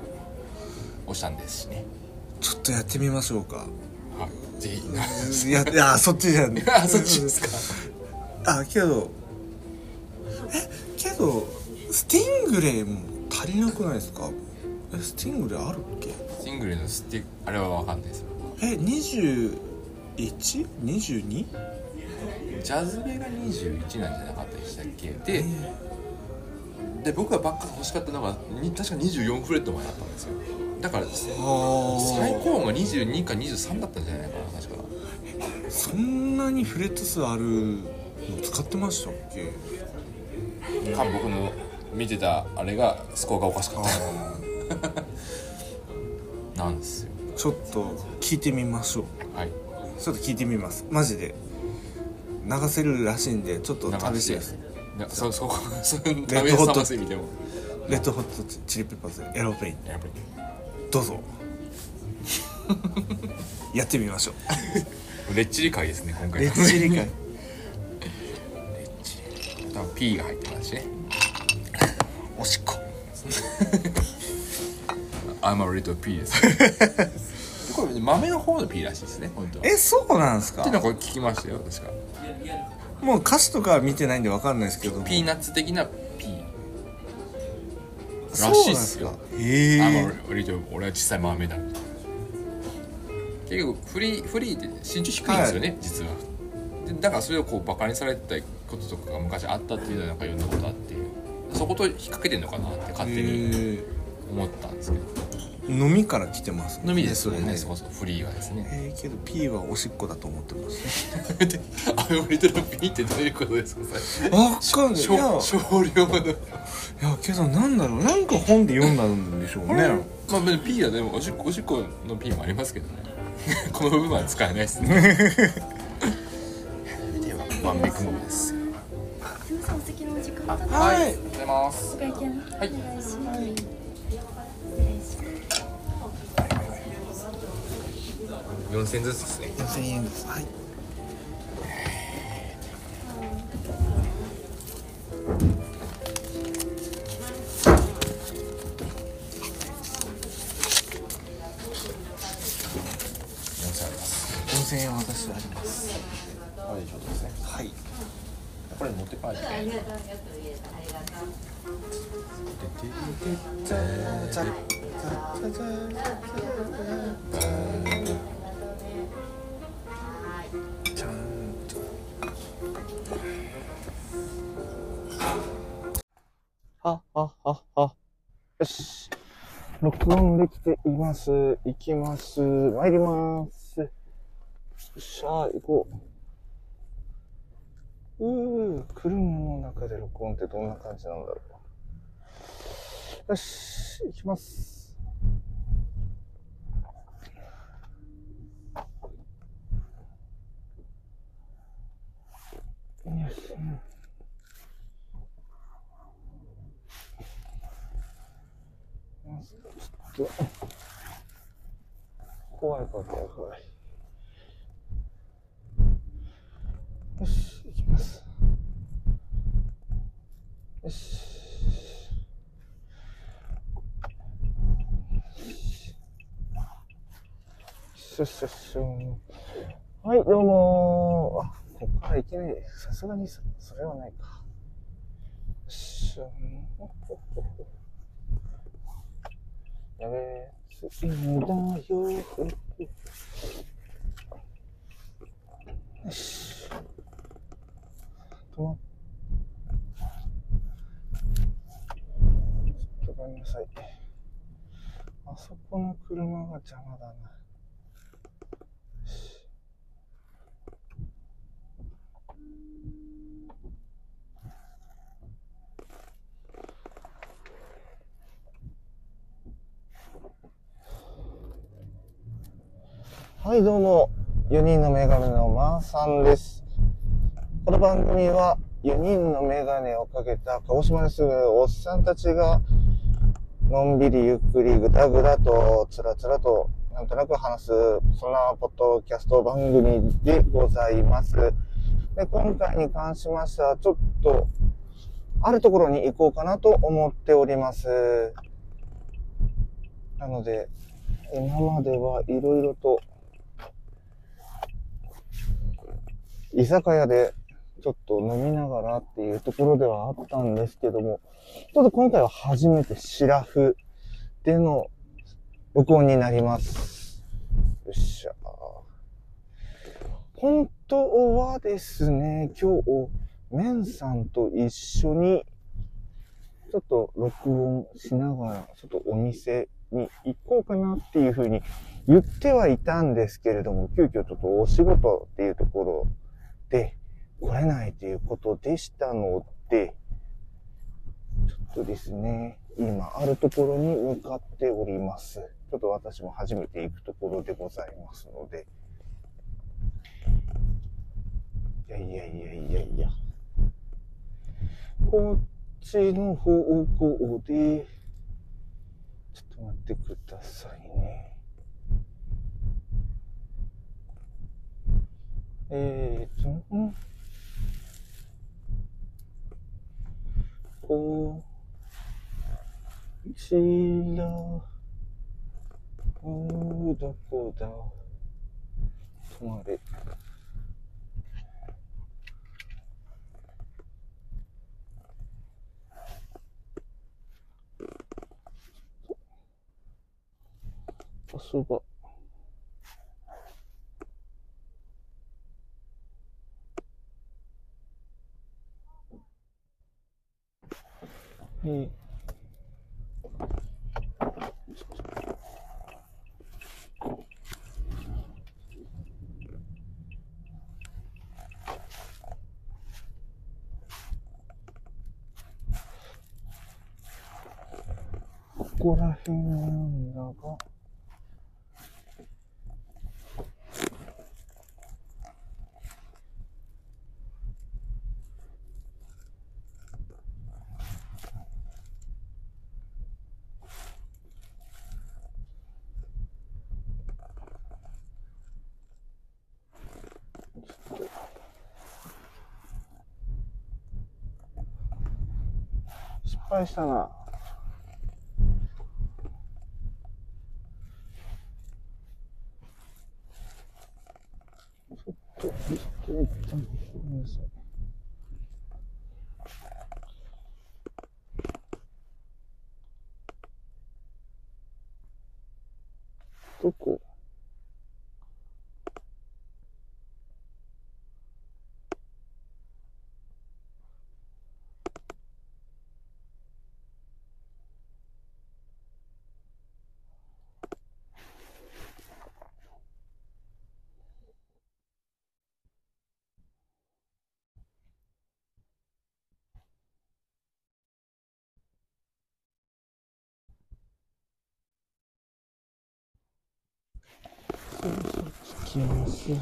おしゃんですしね
ちょっとやってみましょうか
ぜひ
いやい [laughs] やそっちじゃん
あそっちですか
あけどえけどスティングレイも足りなくないですかえスティングレイあるっけ
シングルのスティあれは分かんないですよ
え2 1 2 2
ジャズベが21なんじゃなかったでしたっけでで僕がバッカス欲しかったのがに確か24フレットまであったんですよだから最高音が22か23だったんじゃないかな確か
そんなにフレット数あるの使ってましたっけ
か僕の見てたあれがスコアがおかしかった [laughs] なんですよ
ちょっと聞いてみましょう
はい
ちょっと聞いてみますマジで流せるらしいんでちょっと試してです
なそそこそレ
レッドホット
試してみても
レッドホットチリペッパーズエロペイン
エロペイン
どうぞ [laughs] やってみましょ
レッチリ会ですね今
う
回
レッチリ会
多分 P が入ってますしねおしっこ I'm a little P ですこれ豆の方の P らしいですね本当は
[laughs] えそうなんです
っ
か
てなんか聞きましたよ確か
もう歌詞とかは見てないんでわかんないですけども
ピーナッツ的な P
そうなん
ら
ですか
しいっすよ
へー
あまあ俺と俺は小さい豆だ結局フリーフリーって身長低いんですよね、実はでだからそれをこうバカにされてたこととかが昔あったっていうのはなんか読んだことあってそこと引っ掛けてんのかなって勝手に思ったんですけど
飲みから来てます
のみですもんね
そ
そ
れ
こそこフリーはですね [laughs]
えー、けど P はおしっこだと思ってます
あれ俺との P ってどういうことですかそれ
わかんない
し
いや
ょ少量の
いやけどなんだろうなんか本で読んだんでしょう
これ
ね
まあ別に P はでもおしっこおしっこの P もありますけどね [laughs] この部分は使えないですね [laughs] ではワンメイクモーです
すみません、お席のお時間となります。
はいありがとうございます
お会見、お願いします。
4000ずつですね
4000円ですはい
4000あります
4000円は私はあります
これでちょっとですね
はい
これ持って帰って
はっはっはっは。よし。録音できています。行きます。参ります。よっしゃー、行こう。うー、車の中で録音ってどんな感じなんだろう。よし、行きます。よし。ちょっと怖い怖い怖い怖い。よし、行きます。よし。シュッシュッシュン。はい、どうもー。あ、こっから行けないです。さすがにそそれはないか。シュン。ほっほっほっほやべえ、すいんだよ。よし。止まっ。ちょっとごめんなさい。あそこの車が邪魔だな。よし
はい、どうも、4人のメガネのまーさんです。この番組は、4人のメガネをかけた鹿児島に住むおっさんたちが、のんびりゆっくりぐだぐだと、つらつらと、なんとなく話す、そんなポッドキャスト番組でございます。で、今回に関しましては、ちょっと、あるところに行こうかなと思っております。なので、今まではいろいろと、居酒屋でちょっと飲みながらっていうところではあったんですけども、ちょっと今回は初めてシラフでの録音になります。よっしゃ。本当はですね、今日、メンさんと一緒に、ちょっと録音しながら、ちょっとお店に行こうかなっていうふうに言ってはいたんですけれども、急遽ちょっとお仕事っていうところで来れないということでしたので、ちょっとですね、今あるところに向かっております。ちょっと私も初めて行くところでございますので。いやいやいやいやいや。こっちの方向で、ちょっと待ってくださいね。えーと、んこちら、うーどこだ止まれ。あ、そうか。えここら辺なんだが。失敗したな。ちょっと、ちょっと一旦ごめんなさい。どこ聞きますよ。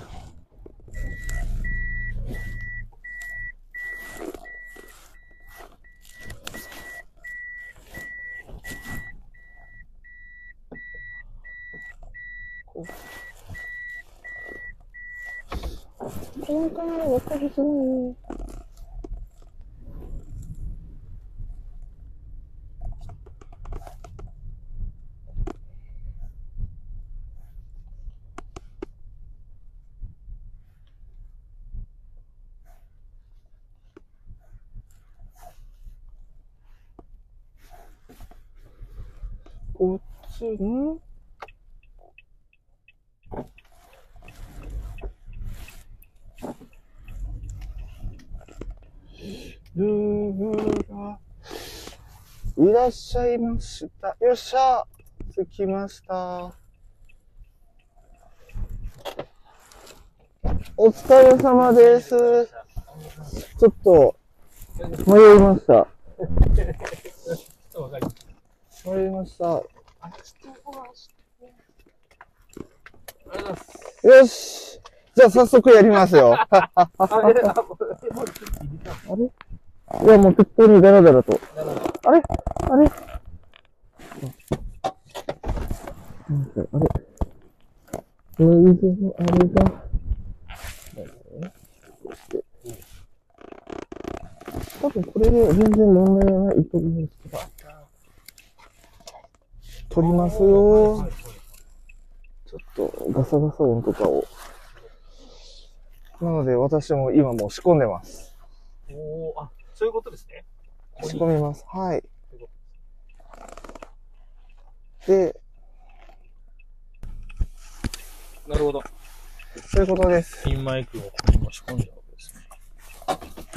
この回はかりづらい。こっち、んルーブが、いらっしゃいました。よっしゃ着きました。お疲れ様です。ちょっと、迷いました。
とわかり
わかりました。よしじゃあ早速やりますよ。あれいや、もう適当にダラダラと。あれあれなんかあれこれ以上のあれが。多分これで全然問題ないと思うんですけど。取りますよちょっとガサガサ音とかを。なので私も今もう仕込んでます。
おお、あ、そういうことですね。
仕込みます。はい。で、
なるほど。
そういうことです。
ピンマイクをここに持ち込んじゃうわけですね。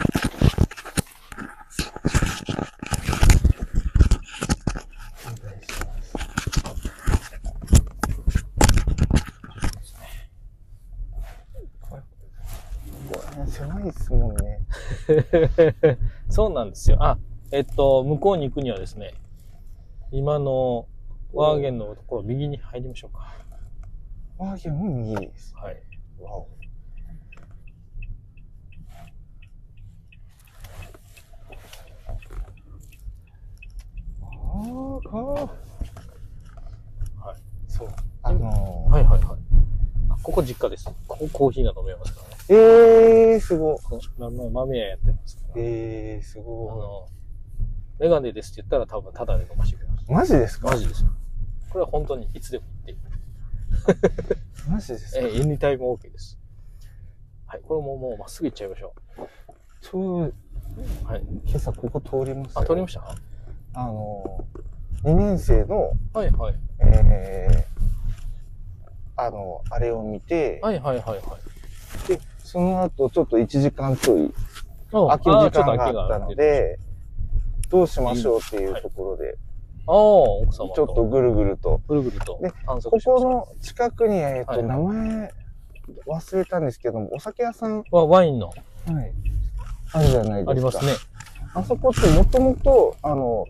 狭いですもんね。
そうなんですよ。あ、えっと、向こうに行くにはですね、今のワーゲンのところ右に入りましょうか。
ワーゲンも右です。
はい。
わお。ああ、か
はい。そう。
あの
はいはいはい。あここ実家です。ここコーヒーが飲めますからね。
ええー、すごい。
まま豆屋やってますから。
ええー、すご
い。あの、メガネですって言ったら多分タダで飲ましてくれます。
マジですか
マジですよ。これは本当にいつでも行っていい。
マジです
ええ、エニタイム OK です。はい。これももうまっすぐ行っちゃいましょ
ちょう
ど、はい、
今朝ここ通りました
あ通りました
あのー、2年生の、
はいはい。
えー、あの、あれを見て、
はいはいはいはい。
で、その後ちょっと1時間ちょい、
うん
空き時
あーちょっと空
間が
き
あ
が
ったので、どうしましょうっていうところで、
ああ、奥様
ちょっとぐるぐると。
ぐるぐると
で、
探
ここの近くに、えっ、と、
はい
名前忘れたんですけども、お酒屋さん
はワインの。
はい。あるじゃないですか。
ありますね。
あそこってもともと、あの、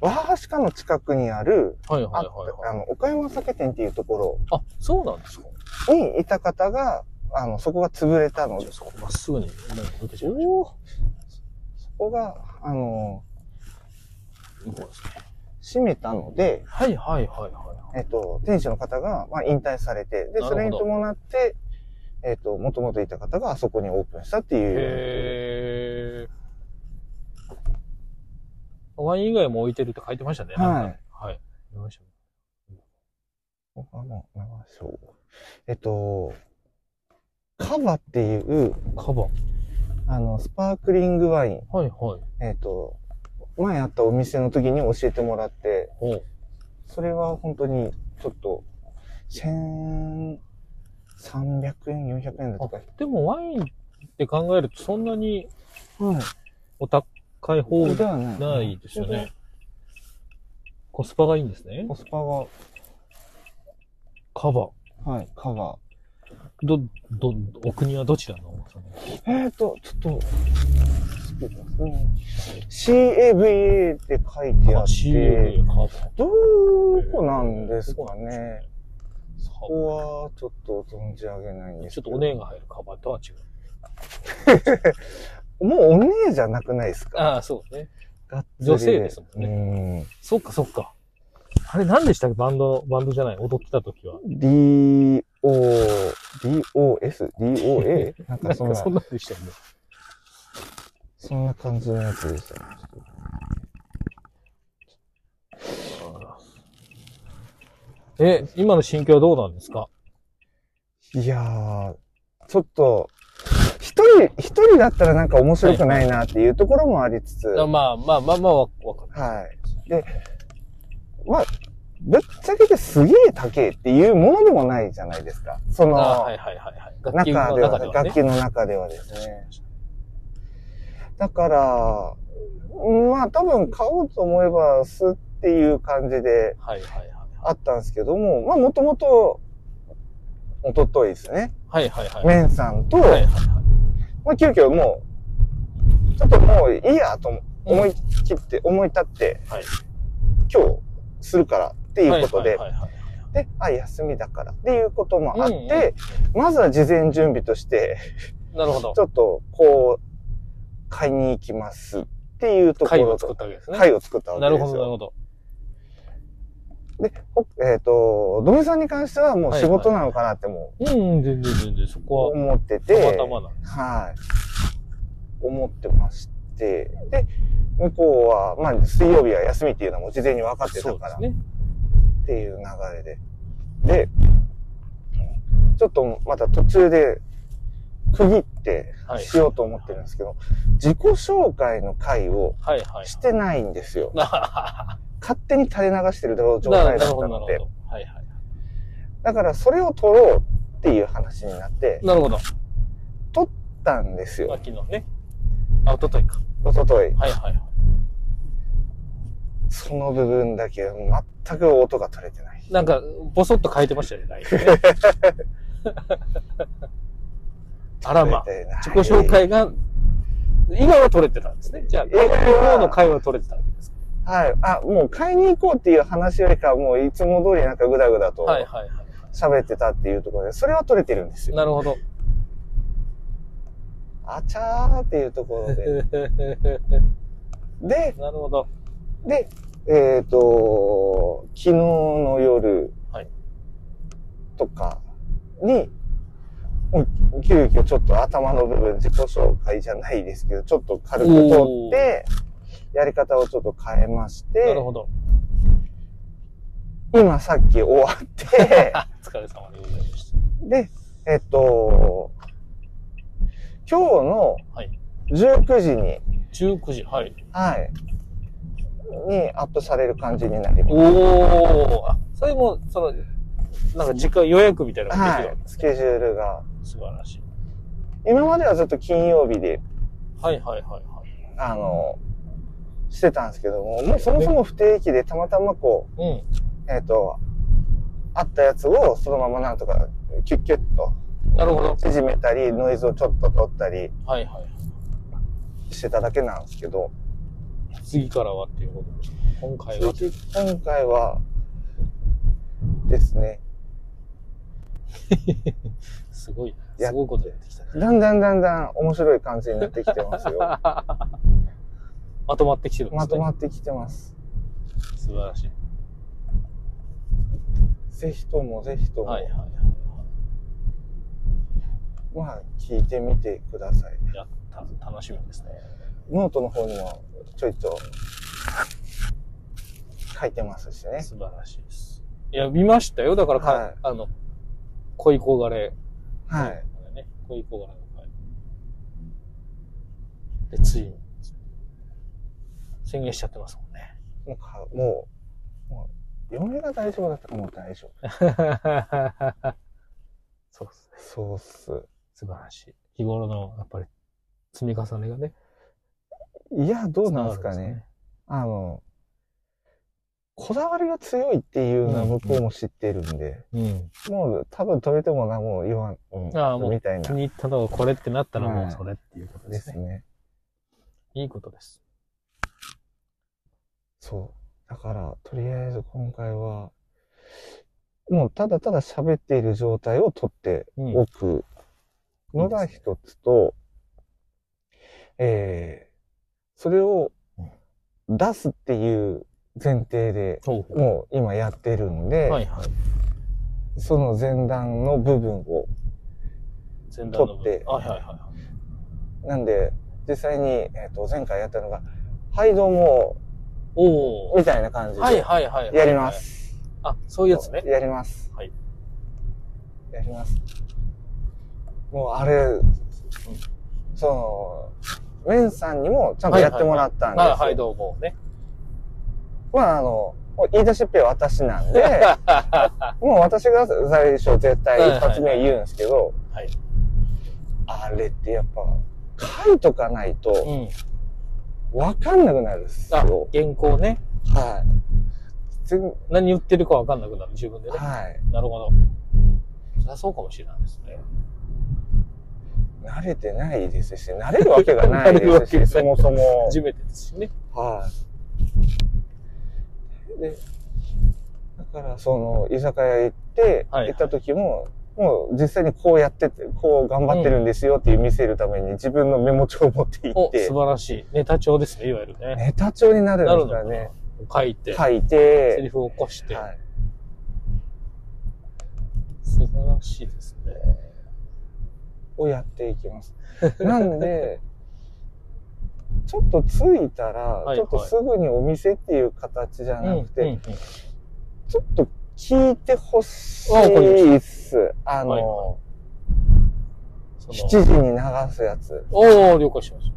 和ハシカの近くにある、
はいはいはい
ああの、岡山酒店っていうところ、
あ、そうなんですか
にいた方が、あの、そこが潰れたので、
そこまっすぐに、抜けちゃ
いまおーそこが、あの、閉めたので、
はいはいはいは
えっと、店主の方が、まあ、引退されて、
なる
で、
ほど
それに伴って、えっと、もともといた方があそこにオープンしたって
い。
いう、
へえ。ワイン以外も置いてるって書いてましたね。
はい
なんか。はい。よいしょ
他の流しをえっと、カバっていう、
カバ
あの、スパークリングワイン。
はいはい。
えっと、前あったお店の時に教えてもらって、それは本当にちょっと、1300円、400円だとか。
でもワインって考えるとそんなに
はい。
お高い方
ではない
ないですよね。コスパがいいんですね。
コスパが。
カバ。
はい、カバ。
ど、ど、お国はどちらの
えっと、ちょっと、CAVA って書いてあっ
あ CAVA
て
カバ、
どこなんですかね。
そ
こはちょっと存じ上げないんです
ちょ
け
っと
ど
お姉が入るカバとは違う。
もうお姉じゃなくないですか
ああ、そうですね。
つりで
女性ですもん
ね。
そっかそっか。あれ何でしたっけバンド、バンドじゃない踊ってた時は。
?D, O, D, O, S, D, O,
[laughs]
A? なんかそんな、
そんなんでしたよね。
そんな感じのやつでしたね。ちょっ
え、今の心境はどうなんですか
といやー、ちょっと、一人、一人だったらなんか面白くないなっていうところもありつつ、
あまあまあまあまあ、わわかる。
はい。で、まあ、ぶっちゃけてすげえ高えっていうものでもないじゃないですか。その、
あはいはいはいはい。
中では、
楽器の中ではね
楽器の中ではですね。だから、うんまあ多分買おうと思えばすっていう感じで
[laughs]
あったんですけども、まあもともと、おとといですね。
はいはいはい。
メンさんと、
はいはい
まあ急遽もう、ちょっともういいやと思思い切って、思い立って、
はい
今日するからっていうことで
はいはいはいはい、
で、あ、休みだからっていうこともあって、まずは事前準備として、
なるほど
ちょっと、こう、買いに行きますっていうとこ
会
ろ。
を作ったわけですね
会を作ったわけで
な
すよ。
るほどなるほど。
で、ほえっ、と、ドミさんに関してはもう仕事なのかなっても
う、うん、全然全然、そこは。
思ってて、
たまたまだ。
はい。思ってまして、で、向こうは、まあ、水曜日は休みっていうのも事前に分かってたから、っていう流れで。で、ちょっとまた途中で区切ってしようと思ってるんですけど、自己紹介の回をしてないんですよ。勝手に垂れ流してる状態だった
な
の
る
で
ほ、どはいはい。
だからそれを取ろうっていう話になって、
なるほど。
取ったんですよ。
昨日ね。あ、一昨日か。
一昨日
はいはい。
その部分だけ全く音が取れてない。
なんか、ボソッと変えてましたよね、ラインね
[laughs]
あらま。自己紹介が、今は取れてたんですね。じゃあ、今日の会話は取れてたわけです。
はい。あ、もう買いに行こうっていう話よりかは、もういつも通りなんかぐだぐだと
はいはいはい。
喋ってたっていうところで、それは取れてるんですよ。
なるほど。
あちゃーっていうところで。で、
なるほど。
で、えっ、と、昨日の夜とかに、もう急遽ちょっと頭の部分自己紹介じゃないですけど、ちょっと軽く取って、やり方をちょっと変えまして、
なるほど。
今さっき終わって、
お [laughs] 疲れ様でございまし
で、えっと、今日の19時に、
19時、はい。
はい、にアップされる感じになります。
おーあそれも、その、なんか時間予約みたいなのができるわ
はい、スケジュールが。
素晴らしい。
今まではずっと金曜日で、
はいはいはいはい。
あの、してたんですけども、もうそもそも不定期でたまたまこう、えっ、と、あったやつをそのままなんとか、キュッキュッと、
なるほど。
縮めたり、ノイズをちょっと取ったり
はいはい。
してただけなんですけど、
次からはっていうことですね今回
[laughs]
は。
今回は、ですね、
すごい、すごいことやってきた。
だんだんだんだん面白い感じになってきてます
[laughs]
よ。
まとまってきてるんですね。
まとまってきてます。
素晴らしい。
ぜひともぜひとも。
はいはいはい。
まあ、聞いてみてください。
やった、楽しみですね。
ノートの方にもちょいと書いてますしね。
素晴らしいです。いや、見ましたよ。だからか、あの、恋焦がれ。
はい。
ね、恋焦がれの回。で、ついに、宣言しちゃってますもんね。
もうか、もう、もう嫁が大丈夫だったらもう大丈夫。
[laughs] そうっすね。
そうっす。
素晴らしい。日頃の、やっぱり、積み重ねがね。
いや、どうなんですかね。あの、こだわりが強いっていうのは向こうも知ってるんで、
うん。
もう多分止めてもな、もう言わん、うん
ああ、もう
み
気
たいな。
に入ったのがこれってなったらもう
はい
それっていうことで
ですす
ね。
ね。
いいことです。
そう。だから、とりあえず今回は、もうただただ喋っている状態を取っておくのが一つと、えーそれを出すっていう前提で、もう今やってるんで、
はいはい。
その前段の部分を
前段の
取っ
部
て
分。、はいはいはい。
なんで、実際に、えっと前回やったのが、はい、どうも、
お
みたいな感じで、
はいはいはいはい
やります。
あ、そういうやつね。
やります。
はい。
やります。もうあれ、その、メンさんにもちゃんとやってもらった
はい
んですよ。
はいはい、どうもね。
まああの、もう言い出しっぺは私なん [laughs] で、もう私が最初絶対一発目は言うんですけど、
はい。
あれってやっぱ書いとかないと、わかんなくなるんですよ。
原稿ね。
はい。
何言ってるかわかんなくなる、自分でね。
はい。
なるほど。そりゃそうかもしれないですね。
慣れてないですし、慣れるわけがない
[laughs] 慣れるわけ
で
が
すし、そもそも。
初めてですしね。
はい。で、だからその居酒屋行って、行った時も、もう実際にこうやってて、こう頑張ってるんですよっていう見せるために自分のメモ帳を持って行っ
お、
て、
素晴らしい。ネタ帳ですね、いわゆるね。
ネタ帳になるんです
な
か
る
ね。
のか書いて。
書いて
セリフを起こして。素晴らしいですね。
をやっていきます。なんで、ちょっと着いたら、
はい
ちょっとすぐにお店っていう形じゃなくて、
うんうんうん
ちょっと聞いてほし
あわかり
い
ま
っす。あの、
はい
7時に流すやつ。
おお了解しまし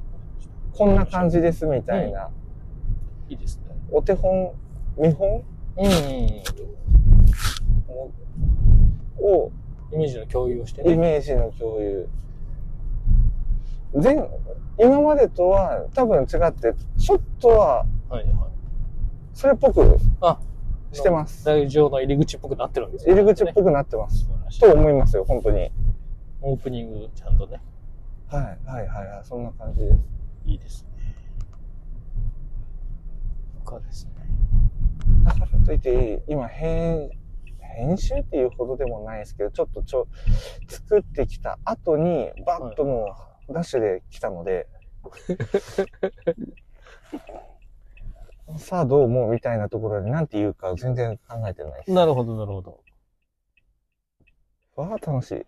た。
こんな感じですみたいな。
いいですね。
お手本、見本を、
イメージの共有をしてね。
イメージの共有。全、今までとは多分違って、ちょっとは、それっぽくしてます。
大場の入り口っぽくなってるんですね
入り口っぽくなってます。と思いますよ、本当に。
オープニングちゃんとね。
はい、はい、はいはい、そんな感じです。
いいですね。他ですね。
だからといって、今編、編集っていうほどでもないですけど、ちょっとちょ、作ってきた後に、バッともう、ダッシュで来たので、さあどう思うみたいなところで何て言うか全然考えてないです。
なるほど、なるほど。
わあ、楽しい。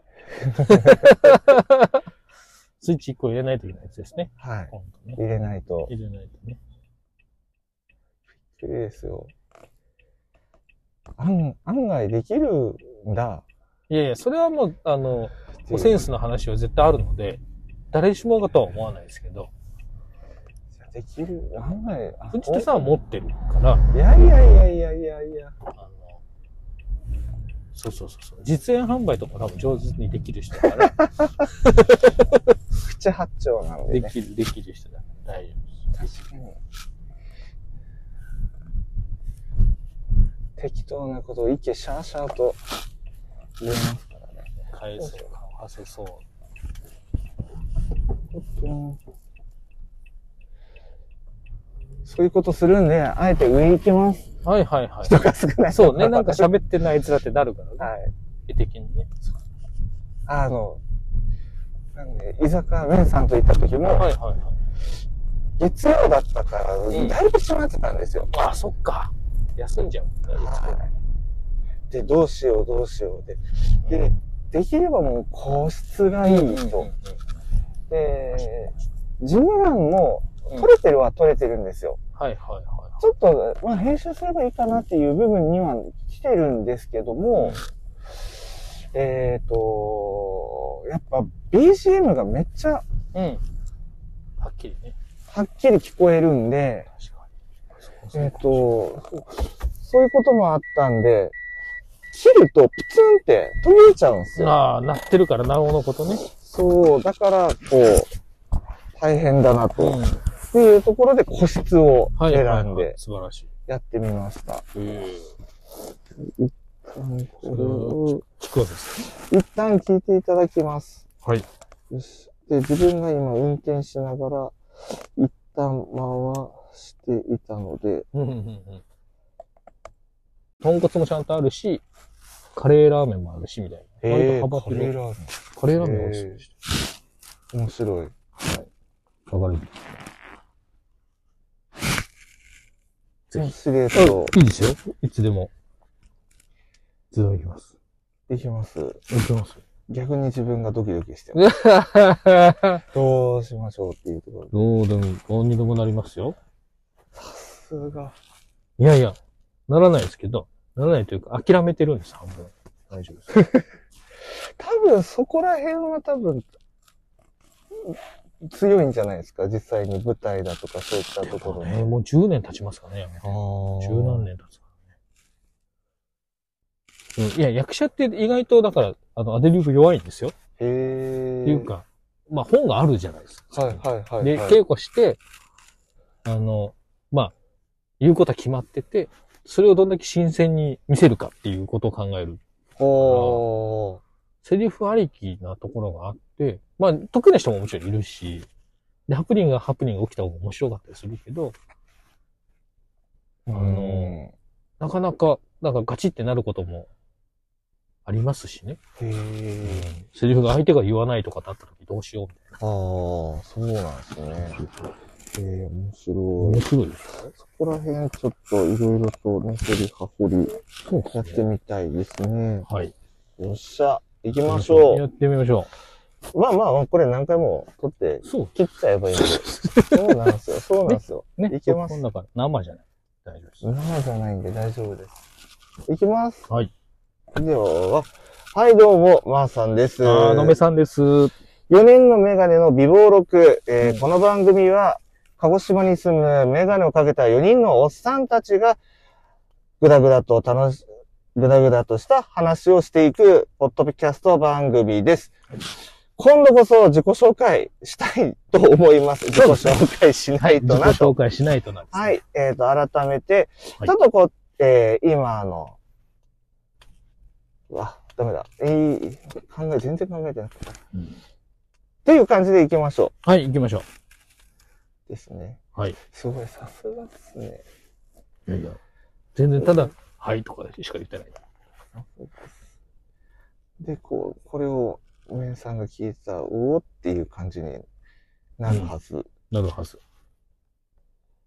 スイッチ1個入れないといけないやつですね。
はい
今度ね
入れないと
入れないとね。
綺麗ですよ。案、案外できるんだ。
いやいや、それはもう、あの、もうセンスの話は絶対あるので、誰しもがとは思わないですけど、
できる、案外。あ
藤田さんは持ってるから、
いやいやいやいやいやいや。
そうそうそうそう、実演販売とか多分上手にできる人だ [laughs] から、
口八丁なんで、
で
ね。
きる、できる人だから大丈
夫です。確かに。適当なことを一気にシャーシャーと言えますからね。
返そう、顔はせそう。
そういうことするんで、あえて上行きます。
はいはいはい。
人が少ない。
そうね、なんか喋ってないやつらってなるからね。絵的にね。
あの、なんで、居酒屋メンさんと行った時も、月曜だったから、だいぶ閉まってたんですよ。
あ、そっか。休んじゃう。
はいで、どうしようどうしようで。で、できればもう個室がいいと。で、事務欄も取れてるは取れてるんですよ。
はいはいは
ちょっと、まあ、編集すればいいかなっていう部分には来てるんですけども、えっ、と、やっぱ BGM がめっちゃ
い。うん。はっきりね。
はっきり聞こえるんで、えっ、と、そういうこともあったんで、切るとプツンって途切れちゃうんですよ。
ああ、なってるから、なおのことね。
そう、だから、こう、大変だなと。っていうところで個室を選
はいはい
ん
はい
で、
素晴らしい。
やってみました。一旦これを、
聞くわけです
一旦聞いていただきます。
はい。
よし。で、自分が今運転しながら、一旦回していたので、
豚骨もちゃんとあるし、カレーラーメンもあるし、みたいな。
へー
割と幅広い
カレーラーメン
カレーラーメン美味しいです。。
面白い。はい
わかる。
シルエット。
いいですよ。いつでも。いつでも行きます。
いきます。
いきます。
逆に自分がドキドキし
[laughs]
てます。どうしましょうっていうところで。
どうでも、どうにでもなりますよ。
さすが。
いやいや、ならないですけど、ならないというか、諦めてるんです、半分。大丈夫です。
多分そこら辺は多分、強いんじゃないですか実際に舞台だとかそういったところ
えーもう10年経ちますかね、やめて十何年経つからね。うん、いや、役者って意外と、だから、あの、アドリブ弱いんですよ。
へえ。
っていうか、まあ、本があるじゃないですか。
はいはいはい、
で、
はい。
稽古して、あの、まあ、言うことは決まってて、それをどんだけ新鮮に見せるかっていうことを考える。
お
セリフありきなところがあって、まあ、得意な人ももちろんいるし、で、ハプニングがハプニングが起きた方が面白かったりするけど、あの、なかなかなんかガチってなることもありますしね。セリフが相手が言わないとかだった時どうしようみたいな。ああ、そうなんですね。
えー、面白い。
面白いです
そこら辺ちょっといろいろとね、掘り葉掘りやってみたいですね。
はい。
よっしゃ、行きましょう。
やってみましょ
う。まあまあ、これ何回も撮って、切っちゃ
[laughs]
えばいいんで。そうなんですよ、そうなんですよ。
ね、
いけます。
だから生じゃない。大丈夫です。
生じゃないんで大丈夫です。いきます。
はい。
では、はい、どうも、まー、さんです。
あーのべさんです。4
年のメガネの美貌録、えーこの番組は、鹿児島に住むメガネをかけた4人のおっさんたちが、ぐだぐだと楽し、ぐだぐだとした話をしていく、ポッドキャスト番組です。今度こそ自己紹介したいと思います。自己紹介しないと
自己
な
紹
と。
介しないとな。
はい。えっ、と、改めて、ちょっとこう、えー、今あの、うわ、ダメだ。えー、考え、全然考えてなかった。という感じで行きましょ
う。はい、行きましょ
う。ですね。
はい。
すごい、さすがですね。
いやいや全然ただ、はいとかしか言ってない。
で、こう、これを、おえんさんが聞いたら、おおっていう感じになるはず。
なるはず。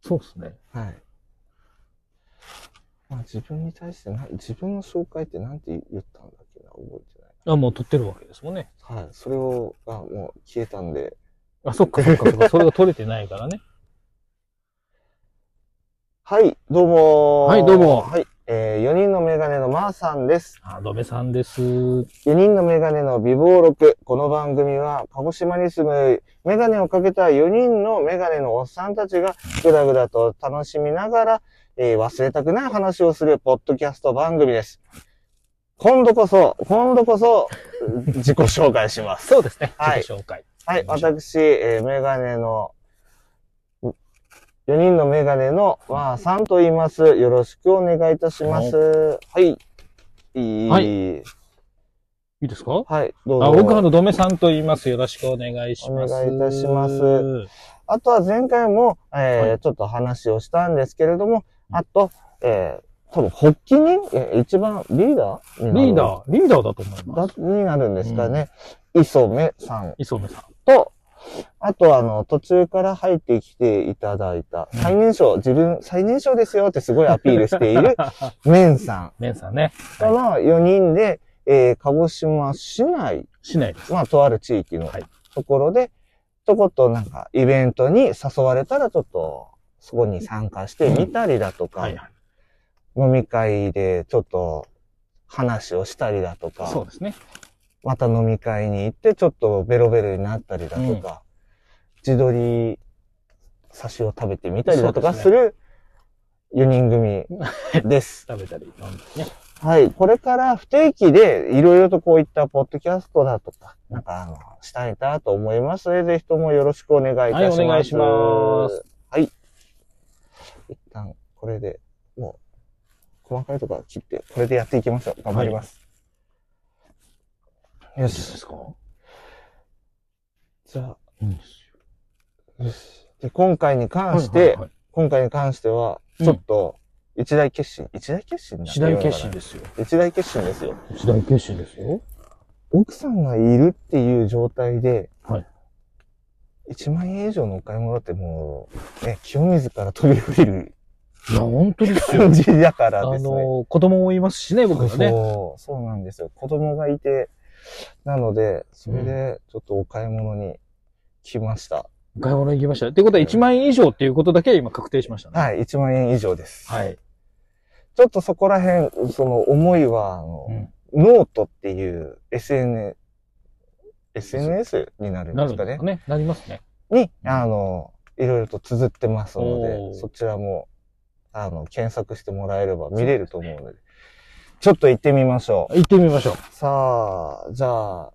そうですね。
はい。まあ、自分に対してな、自分の紹介ってなんて言ったんだっけな、覚えてない。
あ、もう撮ってるわけですもんね。
はい。それを、あ、もう消えたんで。
あ、そっかそっかそっか。それが撮れてないからね。
はい、どうもー
はいどうも
はい。えー、4人のメガネのまーさんです。
あ、どべさんです。
4人のメガネの美貌録。この番組は、鹿児島に住むメガネをかけた4人のメガネのおっさんたちが、ぐだぐだと楽しみながら、えー忘れたくない話をするポッドキャスト番組です。今度こそ、今度こそ、自己紹介します。
そうですね。
はい。
自己紹介。
はい、私、えーメガネの、4人のメガネのまーさんと言います。よろしくお願いいたします。はい。いい、
はい
い
いですか
はい、どうぞ。
あ、奥原のどめさんと言います。よろしくお願いし
お
ます。
願いいたします。あとは前回も、えーちょっと話をしたんですけれども、あと、えー、多分、発起人えー一番リーダーになる
リーダーリーダーだと思い
ます。だになるんですかね。磯目さん。
磯目さん。
と、あとあの、途中から入ってきていただいた、最年少、自分最年少ですよってすごいアピールしてい
[laughs]
る、メンさん。
メンさんね。
この4人で、えー鹿児島市内。
市内
まあ、とある地域のところで、ちょこっとなんか、イベントに誘われたら、ちょっと、そこに参加してみたりだとか、飲み会でちょっと、話をしたりだとか、
そうですね。
また飲み会に行って、ちょっとベロベロになったりだとか、自撮り、刺しを食べてみたりだとか
そう
す
です
る4人組です。
食べたり飲んだりね。
はい。これから不定期でいろいろとこういったポッドキャストだとか、なんかあの、したいなと思いますので、ぜひともよろしくお願いいたします。
はいお願いします。
はい。一旦、これで、もう、細かいところは切って、これでやっていきましょう。頑張ります。よし。ですかじゃあ、よし。で、今回に関して、
はいはいは
今回に関しては、ちょっと、一大決心、一大決心なんて
一大決心ですよ。
一大決心ですよ。
一大決心ですよ。
奥さんがいるっていう状態で、
はい。
1万円以上のお買い物ってもう、ね、清水から飛び降りる
いや、本当ですよ。
感じだから
あ
ですね。
の、子供もいますしね、僕はね。
そう、そうなんですよ。子供がいて、なので、それで、ちょっとお買い物に来ました。
お買い物行きました。ってことは1万円以上っていうことだけ今確定しましたね。
はい、1万円以上です。
はい。
ちょっとそこら辺、その思いは、あの、ノートっていう SNS、SNS になるんですかね。
ね、なりますね。
に、あの、いろいろと綴ってますの
おー
で、そちらも、あの、検索してもらえれば見れると思うので、ちょっと行ってみましょう。
行ってみましょう。
さあ、じゃあ、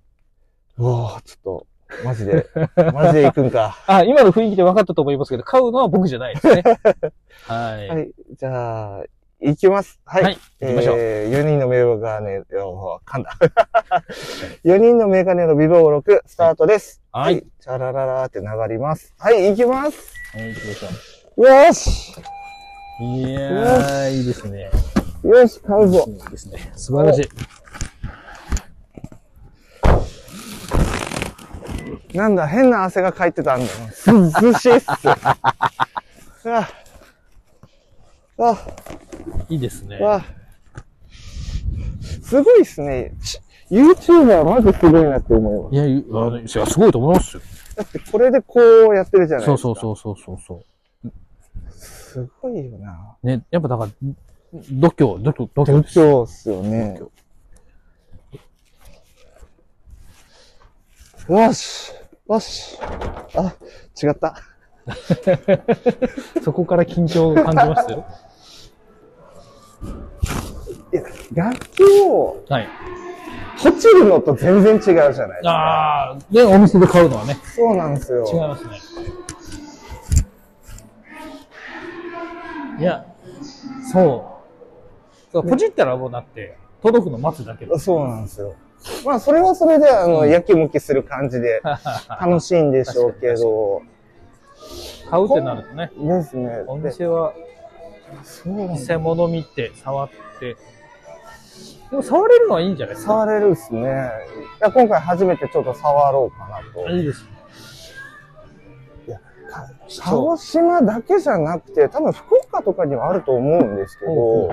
うわあちょっと、マジで、マジで行くんか。
あ、今の雰囲気で分かったと思いますけど、買うのは僕じゃない [laughs] ですね。はい。
はい、じゃあ、行きます。はい。
はい行きましょう
えー、4人のメガネ、おー噛ん [laughs] だ。4人のメガネの美貌録、スタートです。はい。チャラララーって流ります。はい、行きます。
はい、行きましょ
よーし
う。いやー、いいですね。
よよし、買うぞ。
ですね。素晴ら [laughs] しい。
なんだ、変な汗がかいてたんだよ。涼しいっす。あ [laughs] ああ
いいですね。
あすごいっすね。ち YouTuber マジすごいなって思います。
いや、いあのいやすごいと思いますよ。
だってこれでこうやってるじゃない
そ
で
う
すか。
そうそうそうそうそう。
すごいよな。
ね、やっぱだから、度胸、度胸、度胸です。
度胸っすよね。よしよしあ、違った。
そこから緊張を感じましたよ。
楽器を、
はい。
落ちるのと全然違うじゃないですか。
ああ、で、お店で買うのはね。
そうなんですよ。
違いますね。いや、そう。そう、ポチったらもうだって、届くの待つだけだ
そうなんですよ。まあ、それはそれで、あの、
うん
やきもきする感
[laughs]
じで、楽しいんでしょうけど。
買うってなるとね。
ですね。
お店は、偽物見て、触って。でも触れるのはいいんじゃないですか。
触れるっすね。いや今回初めてちょっと触ろうかなと。
いいですね。
鹿児島だけじゃなくて、多分福岡とかにはあると思うんですけど、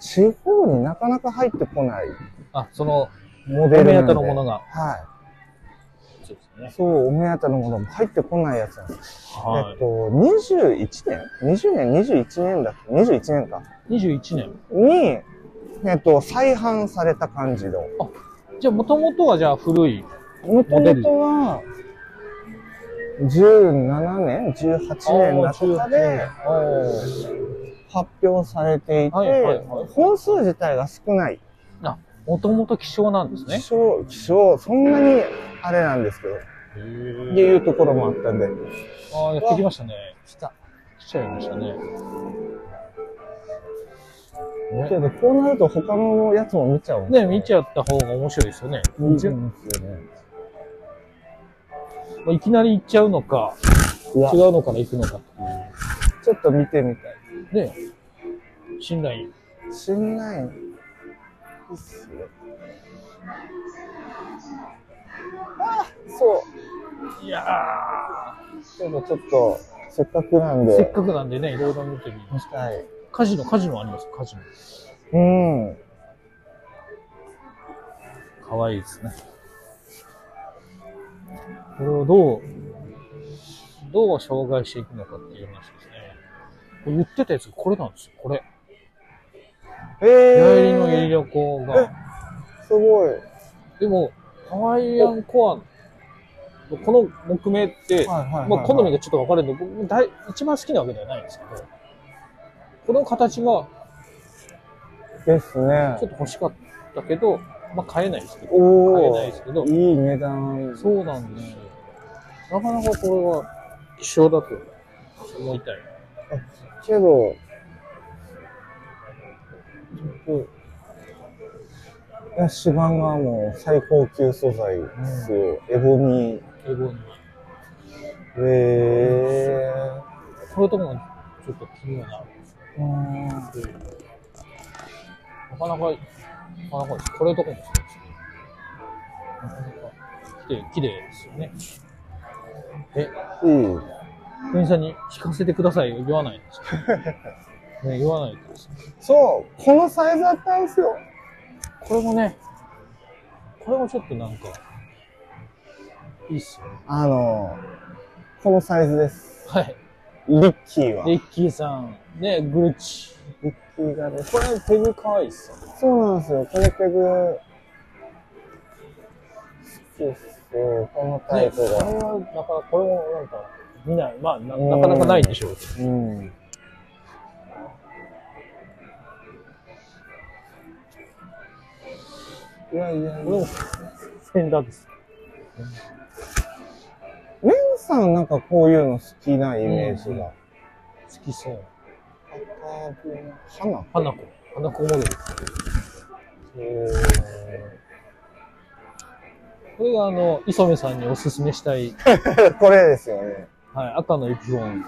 地方になかなか入ってこない
あ、その、
モデル
お目
なん
当て
で
のものが。
はい。
そうですね。
そう、お目当てのものも入ってこないやつなんです。
はい
えっと、21年 ?20 年 ?21 年だっけ ?21 年か。
21年。
に、えっと、再販された感じの。
じゃあ、もともとはじゃあ古い
もと
モデ
も
ル。
とは、17年 ?18 年だとかで、発表されていて、
はいはいは
本数自体が少ない。
あ、もともと希少なんですね。
希少、希少、そんなにあれなんですけど。っていうところもあったんで。
ああ、やってきましたね。
来た。
来ちゃいましたね。
けど、こうなると他のやつも見ちゃうん
ね、見ちゃった方が面白いですよね。
見ちゃうんですよね。
まあ、いきなり行っちゃうのか、違う
わ
のから行くのかっていう。
ちょっと見てみたい。
ね信頼。
信頼。いいっすよ。あそう。
いや
でもちょっと、せっかくなんで。
せっかくなんでね、いろいろ見てみます。
はい。
カジノ、カジノありますカジノ。
うん。
かわいいですね。これをどう、どう障害していくのかっていう話ですね。これ言ってたやつ、これなんですよ、これ。
えー
代理のゲリラコが。
すごい。
でも、ハワイアンコアの、この木目って、
はいはいはいはい
まあ好みがちょっと分かれるの、僕大、一番好きなわけではないんですけど、この形が
ですね
ちょっと。欲しかったけど、まあ買えないですけど、
お
買え
お
ないですけど、
いい値段。
そうなんですよ。なかなかこれは希少だと思いたい。
けど、うんいやシバンがもう最高級素材ですよ。エボニー。
英語に。
え
これとかもちょっと気にはなる。
ー。うん
なかなか、なかなかです。これとかもそうですね。なかなか、綺麗、綺麗ですよね。え、
うん。
店員さんに聞かせてくださいよ。言わないんですかね、言わないとですね。
そう、このサイズだったんですよ。
これもね、これもちょっとなんか、いいっすよね。
あの、このサイズです。
はい。
リッキーは。
リッキーさん、ね、グルチ。
リッキーがね、
これペグ可愛いっすよね。
そうなんですよ。このペグ、好きっすよ。このタイプ
ねこれ
が。
は、なかなか、これもなんか、見ない。まあ、ななかなかないでしょうけど。
うん。いやいやいや。
センダーです。
メンさんなんかこういうの好きなイメージが。
好きそう。
花
花子。花子モデル。これがあの、磯部さんにおすすめしたい。
これですよね。
はい、赤のエプロン。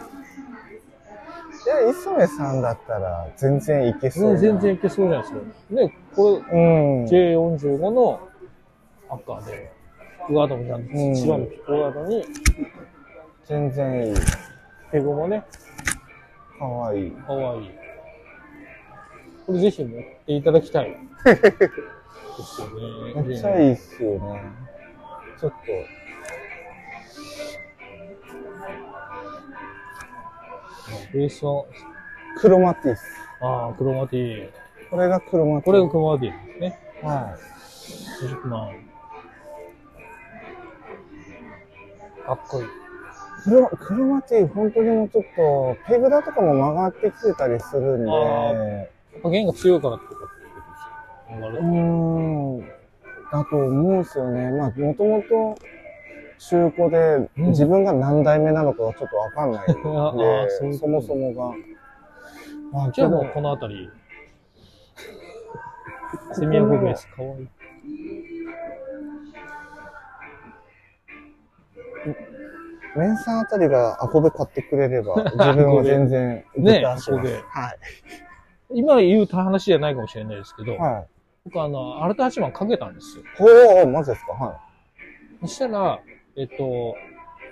や、磯部さんだったら全然いけそうう。
ん全然いけそうじゃないですか。ね、これ、
うん
J45 の赤で、フワードもちゃんと
うん
白のピコワードに、
全然いい。
ペゴもね、
かわいい。
かわいい。これぜひ持っていただき
[laughs]
たい。ですよね。
めっちゃいいっすよね。ちょっと。
ベースは、
クロマティス。
ああ、クロマティ。
これがクロマティ。
これがクロマティですね。。
はい
まあ、かっこいい。
クロクロマティ、本当にもうちょっと、ペグダとかも曲がってきてたりするんで、
やっぱ弦が強いからってこと
うーん、だと思うんですよね。まあ、もともと中古で自分が何代目なのかがちょっとわかんない [laughs] んで、
ああそういうこと
そもそもが。ま
じゃあもうこの辺
[laughs]
り、セミアゴメス、かわいい。、
メンさんあたりがアコベ買ってくれれば、 [laughs] 自分は全然
ねえ、
ギター
ア
し
コ
ます
ベ。今言うた話じゃないかもしれないですけど、
は
僕あの、アルタ8番かけたんですよ。
ほう、マジですかは
そしたら、えっと、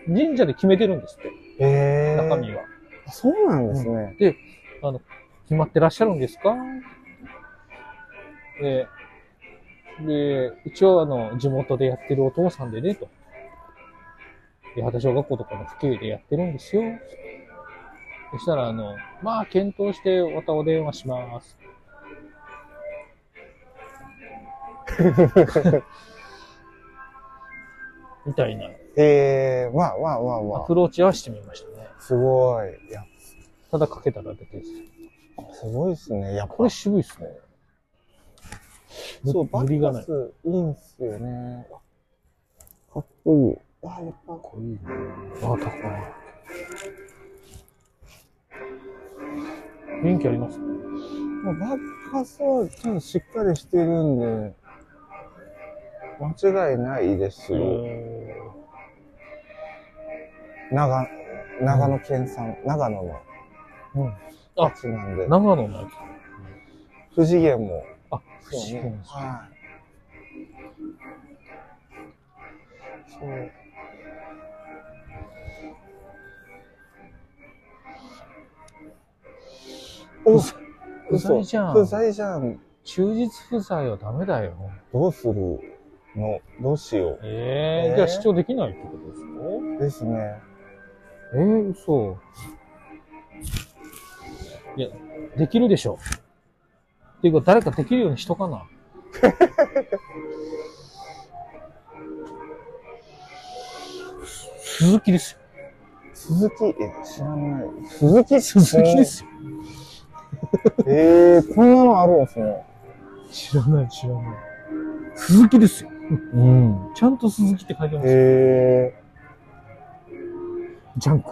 神社で決めてるんですって。
へー
中身は。
あそうなんですね。
で、あの、決まってらっしゃるんですかで、で、一応あの、地元でやってるお父さんでね、と。で、畑小学校とかの普及でやってるんですよ。そしたら、あの、まあ、検討して、またお電話します。 [laughs] みたいな。
えー、まあまあまあまあ。
アプローチはしてみましたね。
すごい。いや、
ただかけただけです。
すごいですね。やっぱ
これ渋いですね。
そう、バ
無理が
ッ
な
カ
い
スいいんすよね。かっこいい。あ、やっぱ。かっこ
いいね。あ、かっこいい。元気ありますね。
まあ、バッカスはちゃんとしっかりしてるんで、間違いないですよ。長、長野県産、長野の
うん。
やつなんで。
長野のや
つ。富士源も。
あ、
富士
源
はい。そう。お
不在じゃん。
不在じゃん。
忠実不在はダメだよ。
どうするのどうしよう。
ええ
えー
じゃあ視聴できないってことですか
ですね。
えー、嘘。いや、できるでしょ。っていうか、誰かできるようにしとか [laughs] な。鈴木ですよ。
鈴木、え、知らない。鈴木
鈴木ですよ。
えー、こんなのあるんですね。
知らない、知らない。鈴木ですよ。うん。ちゃんと鈴木って書いてます。
へ
ジャンク、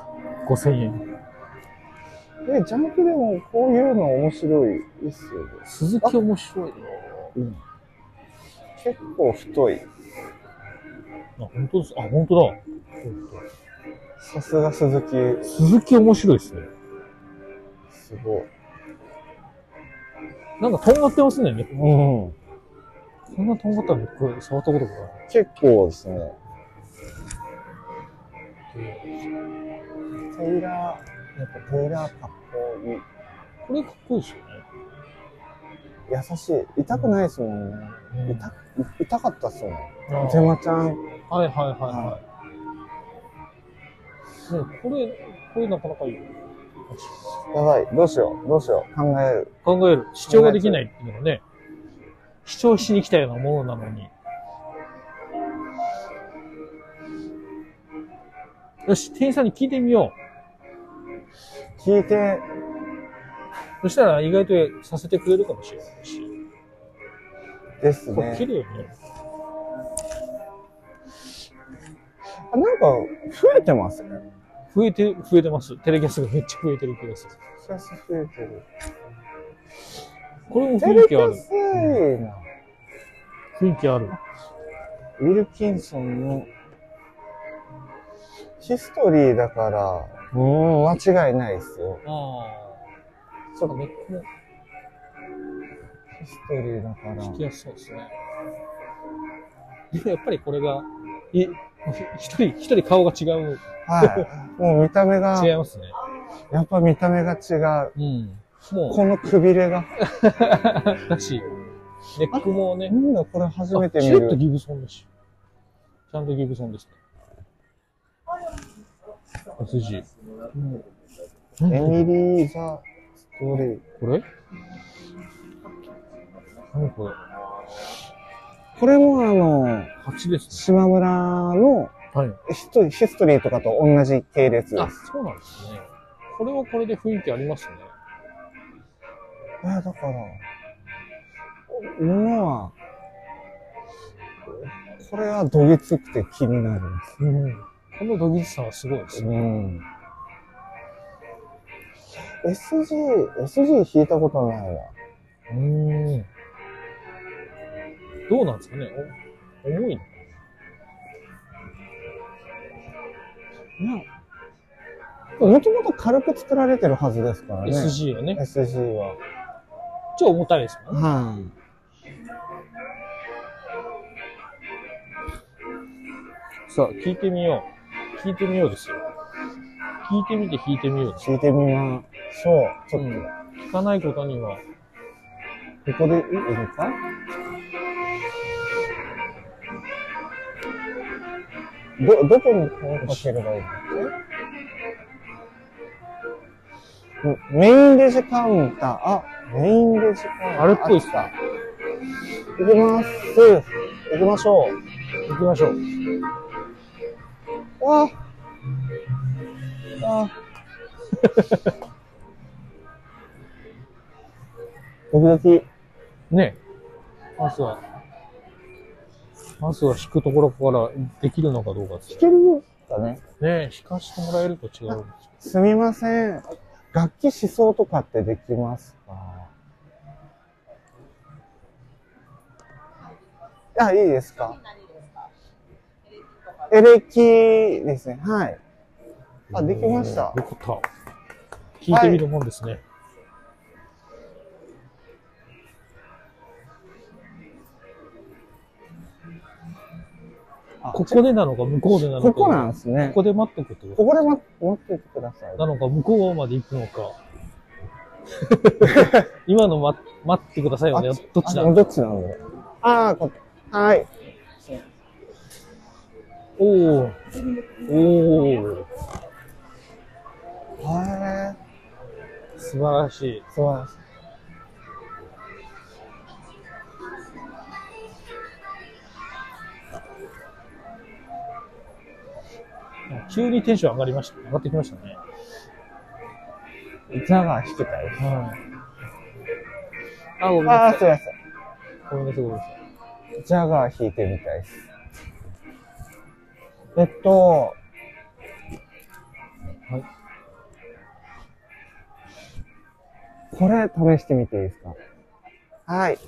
5000円。
え、ジャンクでもこういうの面白いですよね。
鈴木面白いよ。
うん。結構太い。
あ、本当です。あ、本当だ。
さすが鈴木。
鈴木面白いですね。
すごい。
なんかとんがってますね。うん。
こ
んなとんがったの僕触ったことがない。
結構ですね。テイラー、やっぱテイラーかっこいい。
これかっこいいですよね。
優しい。痛くないですもんね。痛く、痛かったっすもん。
あー
ゼマちゃん。
はいはいはいはい。ね、これ、これなかなかいい。
やばい。どうしよう。どうしよう。考える。
考える。視聴ができないっていうのがね、視聴しに来たようなものなのに。よし、店員さんに聞いてみよ
う。聞いて。
そしたら意外とさせてくれるかもしれないし。
です
これ綺
ね。
麗ね。
あなんか、増えてますね。
増えて、増えてます。テレキャスがめっちゃ増えてる気がする。
久しぶりてる。
これも雰囲気ある
テレ。キャスいな。
雰囲気ある。
ウィルキンソンのヒストリーだから、うーん、間違いないですよ。
あそうだね。
ヒストリーだから。
聞きやすそうですね。でやっぱりこれが、い、一人、一人顔が違う。
はい。もう見た目が。
違いますね。
やっぱ見た目が違う。
もう
このくびれが。
だし、ネックもね。
みんなこれ初めて見
あ
る。
ちょっとギブソンだし。ちゃんとギブソンでした。SG。
エミリー・ザ・ストーリー。
これ何これ
これもあの、
蜂です、
島村のヒストリーヒストリーとかと同じ系列で
あ、
す。
そうなんですね。これはこれで雰囲気ありますね。
えーだから、ものは、これはどぎつくて気になります。
このドギツさはすごいです
ね。SG、SG 弾いたことないわ。
うーん。どうなんですかねお重いの
もともと軽く作られてるはずですからね。
SG はね。
SG は。
ちょっと重たいですもんね。
はい、
さあ、聞いてみよう。聞いてみようですよ。聞いてみて聞いてみようです。
聞いてみましょう。ちょっと。
聞かないことには。
ここでいいのかど、どこに声をかければいいのメインレジカウンター。あ、メインレジカウンター。
あれっぽいっ
っ
す
か。行きます。行きましょう。
行きましょう。
あ
[laughs]
あ。ドキドキ。
ねまずは、まずは弾くところからできるのかどうかです
弾けるだね。
ねえ、弾かしてもらえると違うんです
みません。楽器思想とかってできますかあ、いいですかエレキですね。はい。あ、できました。
よかった。聞いてみるもんですね。ここでなのか向こうでなのか。
ここなんですね
ここで待っとくってこと
ここで待って待っててください。
なのか、向こうまで行くのか。 [laughs] 今の待待ってくださいよね。どっちだ
あどっちなんだろうああ、こはい。
おおおお
へ
素晴らしい。
素晴らしい。
急にテンション上がりました。上がってきましたね。
え。ザが弾けたい。
あ、ごめん
あ
な
あ、すい
さい。
ませ
ご
ん。
めんなさい、ごめんなさい。
ジャガー弾いてみたいです。えっと、これ試してみていいですかはい。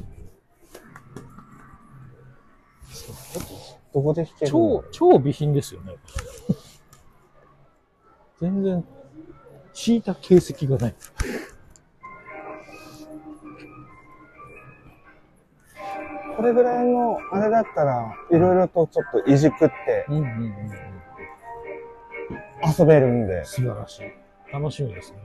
どこで弾ける
超、超備品ですよね。 [laughs] 全然、敷いた形跡がない。
これぐらいの、あれだったら、いろいろとちょっといじくって、遊べるんで。
素晴らしい。楽しみですね。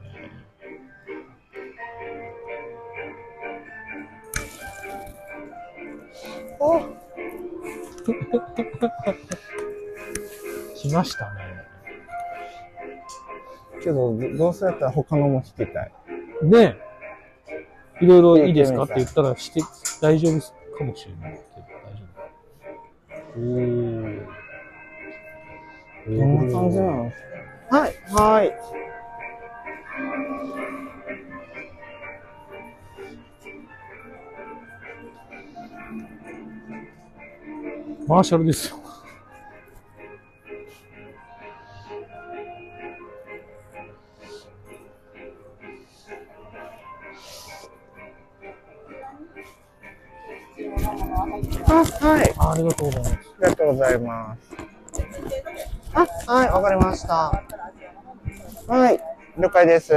来ま [laughs] したね。
けど、どどうせやったら他のも弾きたい。
ねえ。いろいろいいですかっ
い
て
や
言ったらして、大丈夫かもしれないけど、大丈夫。おー
どんな感じなのはい、はい。
マーシャルですよ。
あ、はい。
ありがとうございます。
ありがとうございます。あ、はい、わかりました。はい、了解です。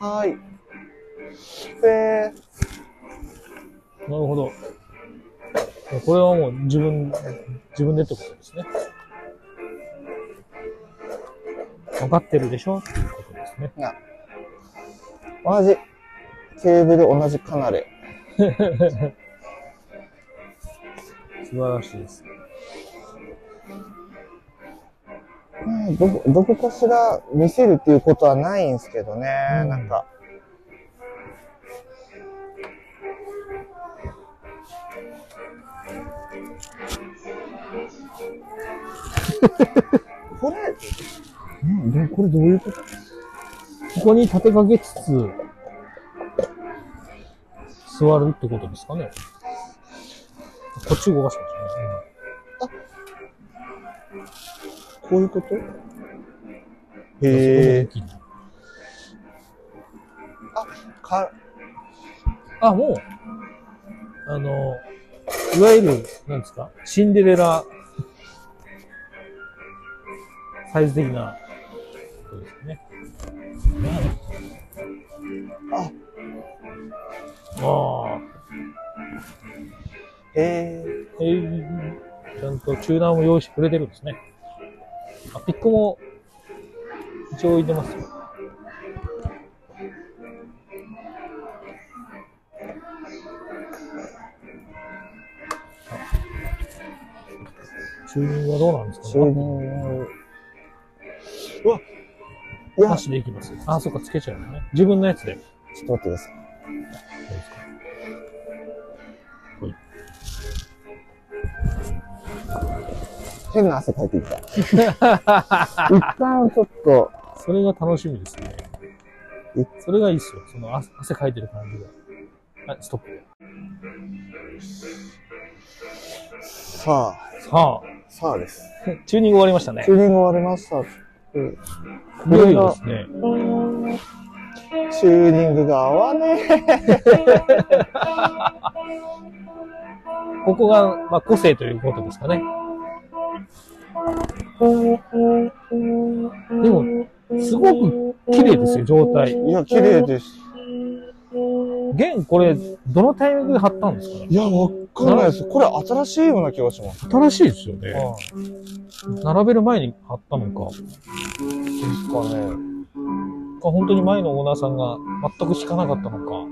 はい。えー、
なるほど。これはもう自分、自分でってことですね。分かってるでしょっていうことですね。
同じテーブル同じカナレ。
[laughs] 素晴らしいです。
ねどこ、どこかしら見せるっていうことはないんですけどね、なん
[laughs]
か。これ、
うん、でもこれどういうことここに立てかけつつ、座るってことですかね。こっち動かしま
こういうこと
すね。へえ。
か、
あ、もう、あの、いわゆる、なんですか、シンデレラ、サイズ的な、ことですね。
あ、
ああ。
え
えちゃんとチューナーも用意してくれてるんですね。あ、ピックも、一応入れますよ。あチューニングはどうなんですかね
チューニング。うわ
なしでいきます。あ、そっか、つけちゃうのね。自分のやつで。
ちょっと待ってください。変な汗かいてきた。一旦ちょっと。
それが楽しみですね。それがいいっすよ。その汗汗かいてる感じが。あ、ストップ。
さあ。
さあ。
さあです。
チューニング終わりましたね。
チューニング終わりました。うん
いよいよですね。
チューニングが合わね
ここが、まあ、個性ということですかね。
え。
でも、すごく綺麗ですよ、状態。
いや、綺麗です。
現、これ、どのタイミングで貼ったんですかね
いや、わかんないです。これ新しいような気がします。
新しいですよね。並べる前に貼ったのか。ですかね。か本当に前のオーナーさんが全く引かなかったのか。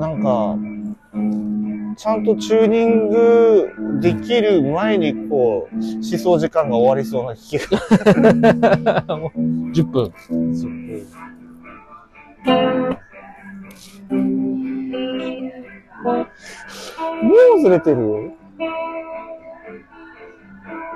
なんか、ちゃんとチューニングできる前に、こう、思想時間が終わりそうな気が。
[laughs] 10分。
もうずれてるよ。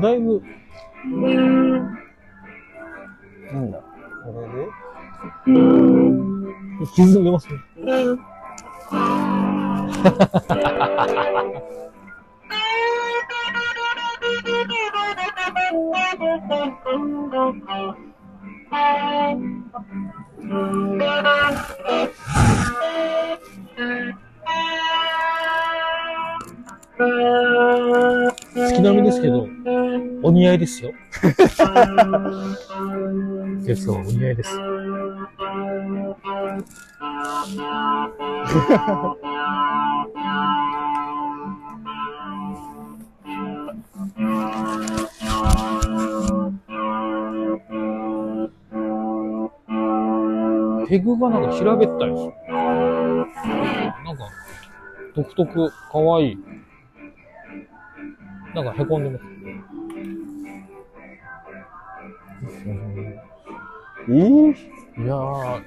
だいぶ、
なんだこれで
歪んでますね。月並みですけど、お似合いですよ。ゲストはお似合いです。ペグがなんか平べったいですよ。なんか、独特、かわいい。なんかへこんでます。いいやー、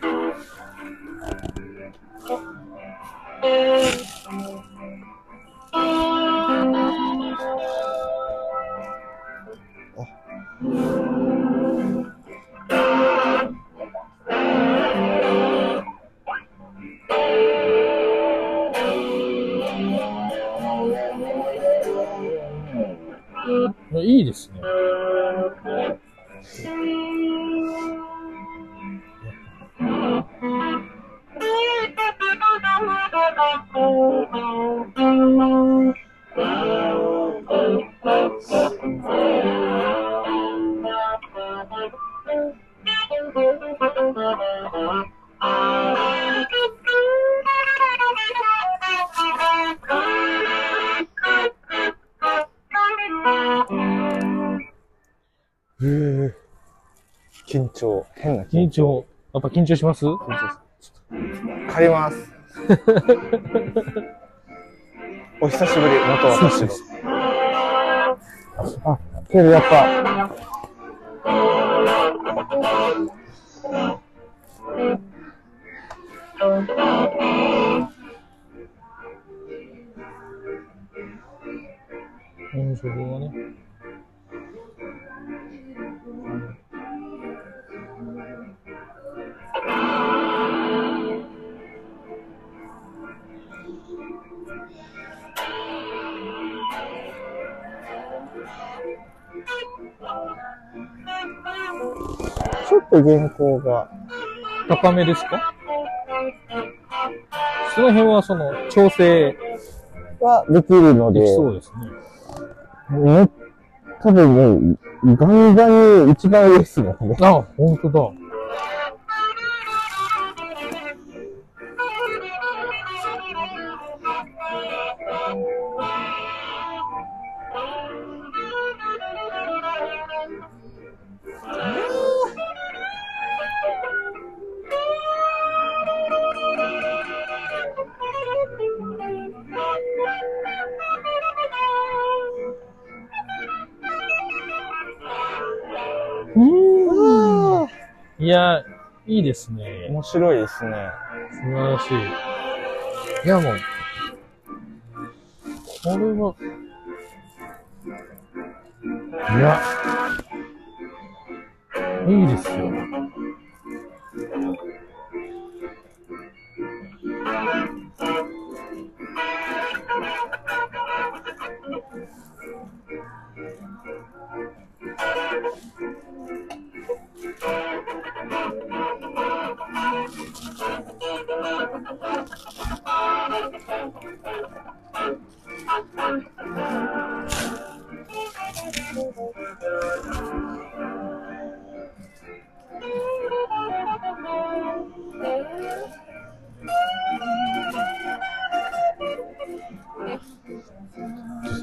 いやいいですね。
緊張。変な
緊張。やっぱ緊張します
借ります。お久しぶり、元私の。あ、けどやっぱ。
うん、そこはね。
ちょっと原稿が。
高めですかその辺はその調整
はできるので
できそうですね。
ね、多分もう、ガンガンに一番上ですね。
あ、本当だ。いや、いいですね。
面白いですね。
素晴らしい。いや、もう、これは、いや、いいですよ。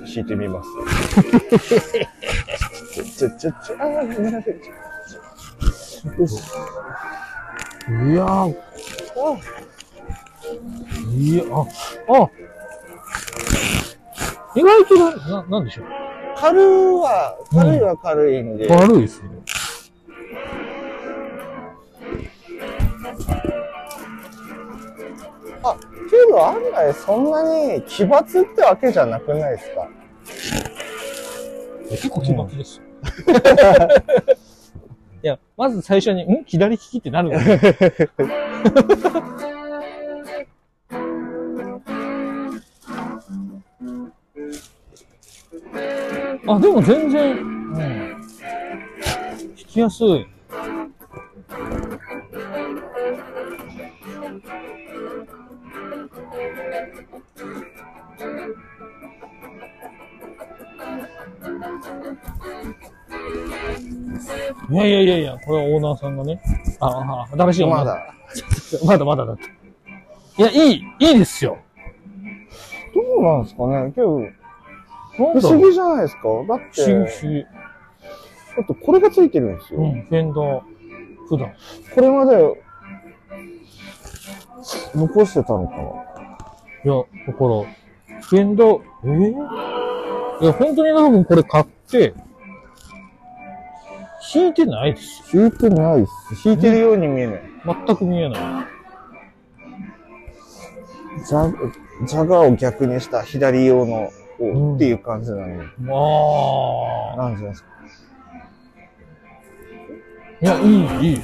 聞いてみます。ちょちょちょ、あー、ごめんなさい。よし。
いやー、いや、あ、あ、意外とな、な、なんでしょう。
軽は、軽いは軽いんで。
悪いですね。
あ、けど案外そんなに奇抜ってわけじゃなくないですか。
結構奇抜ですよ。いや、まず最初に、ん左利きってなるのあ、でも全然、うん。弾きやすい。いやいやいやいや、これはオーナーさんがね。ああ、新しいオーナー。ま
まだ。
だまだだって。いや、いい、いいですよ。
どうなんですかねけど、
なん
不
だ
思議じゃないですかだって、
不思議不思議。
だってこれがついてるんですよ。
うん、フェンダー、普段。
これまで、残してたのかない
や、だから、フェンダー、えぇいや、本当に多分これ買って、引いてないです。
引いてないっす。引いてるように見えない。
全く見えない。
ジャジャガを逆にした左用の方っていう感じなのに。
あ
なんじゃないですか。
いや、いい、いい。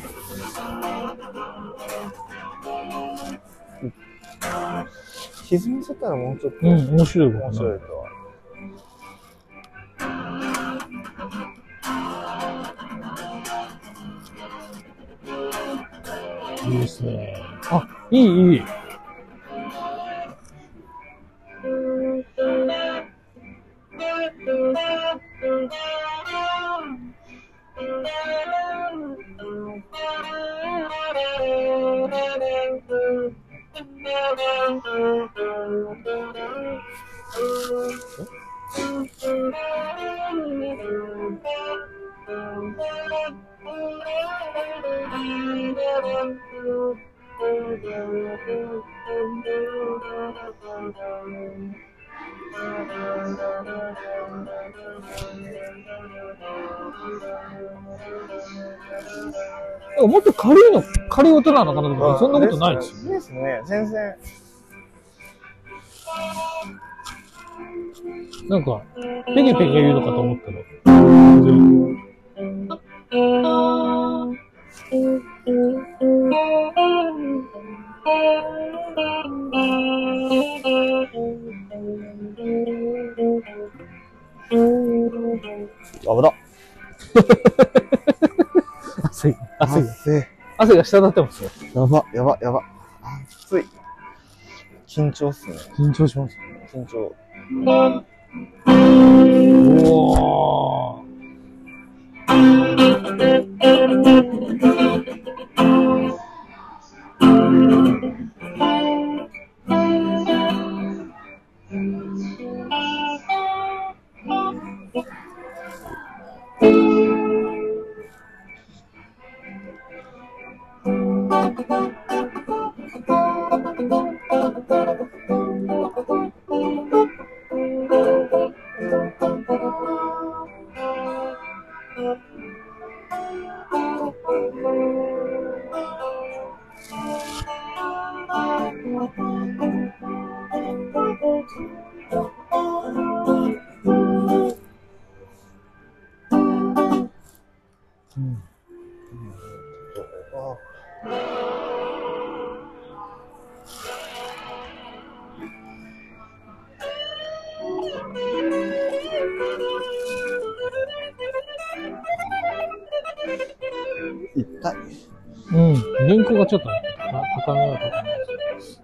歪みせたらもうちょっと。
うん面白いこと
面白いとは。
いいですね。あ、いい、いい。なんかもっと軽いの、軽い音なのかなと思ったらそんなことないですよ。
ね。ですね。全然。
なんか、ペケペケ言うのかと思ったら。
危 [laughs] な。
汗が、汗が、
汗
汗が滴ってますよ。
やば、やば、やば。あ、きつい。緊張っすね。
緊張します。
緊張。
お
痛い。
うん。原稿がちょっとね、た高めは高めです。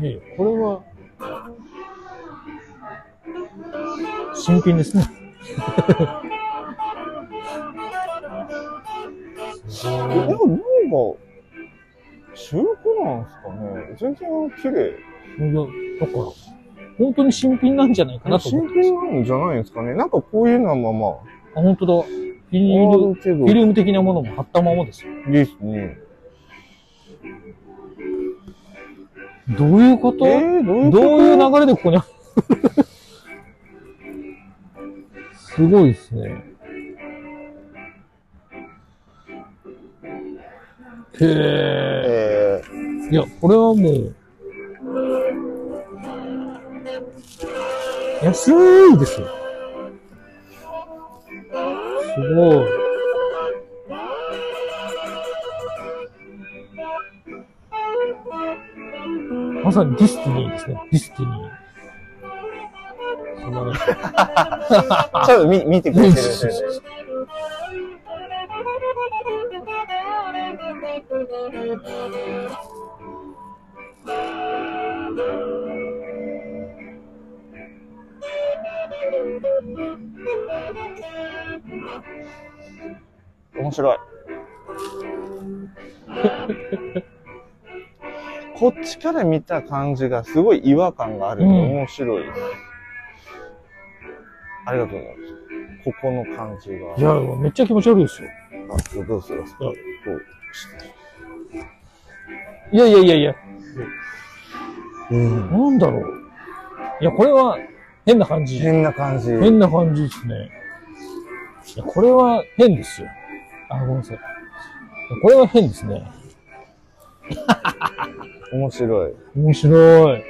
ねえこれは、新品ですね。
え、でもなんか、中古なんすかね。全然綺麗。
いや、だから、本当に新品なんじゃないかなと思
新品なんじゃないですかね。なんかこういうのはまあま
あ、本当だ。フィルム、フィルム的なものも貼ったままですよ。
あ。ですね。
どういうこと、
えーどういうこと
どういう流れでここにあすごいですね。へえ。いや、これはもう、安いですよ。すごい。まさにディスティニーですね。ディスティニー。その
ちょっと見見てくれてるんですよね
そうそうそう
面 [laughs] 白い。こっちから見た感じがすごい違和感があるんで、
うん
面白いです。ありがとうございます。ここの感じが。
いや、めっちゃ気持ち悪いですよ。
あ、どうするんですかこ
いやいやいやいや。なんだろう。いや、これは変な感じ。
変な感じ。
変な感じですね。
う
やこれは変ですよ。あ、ごめんなさい。これは変ですね。
面白い。
面白い。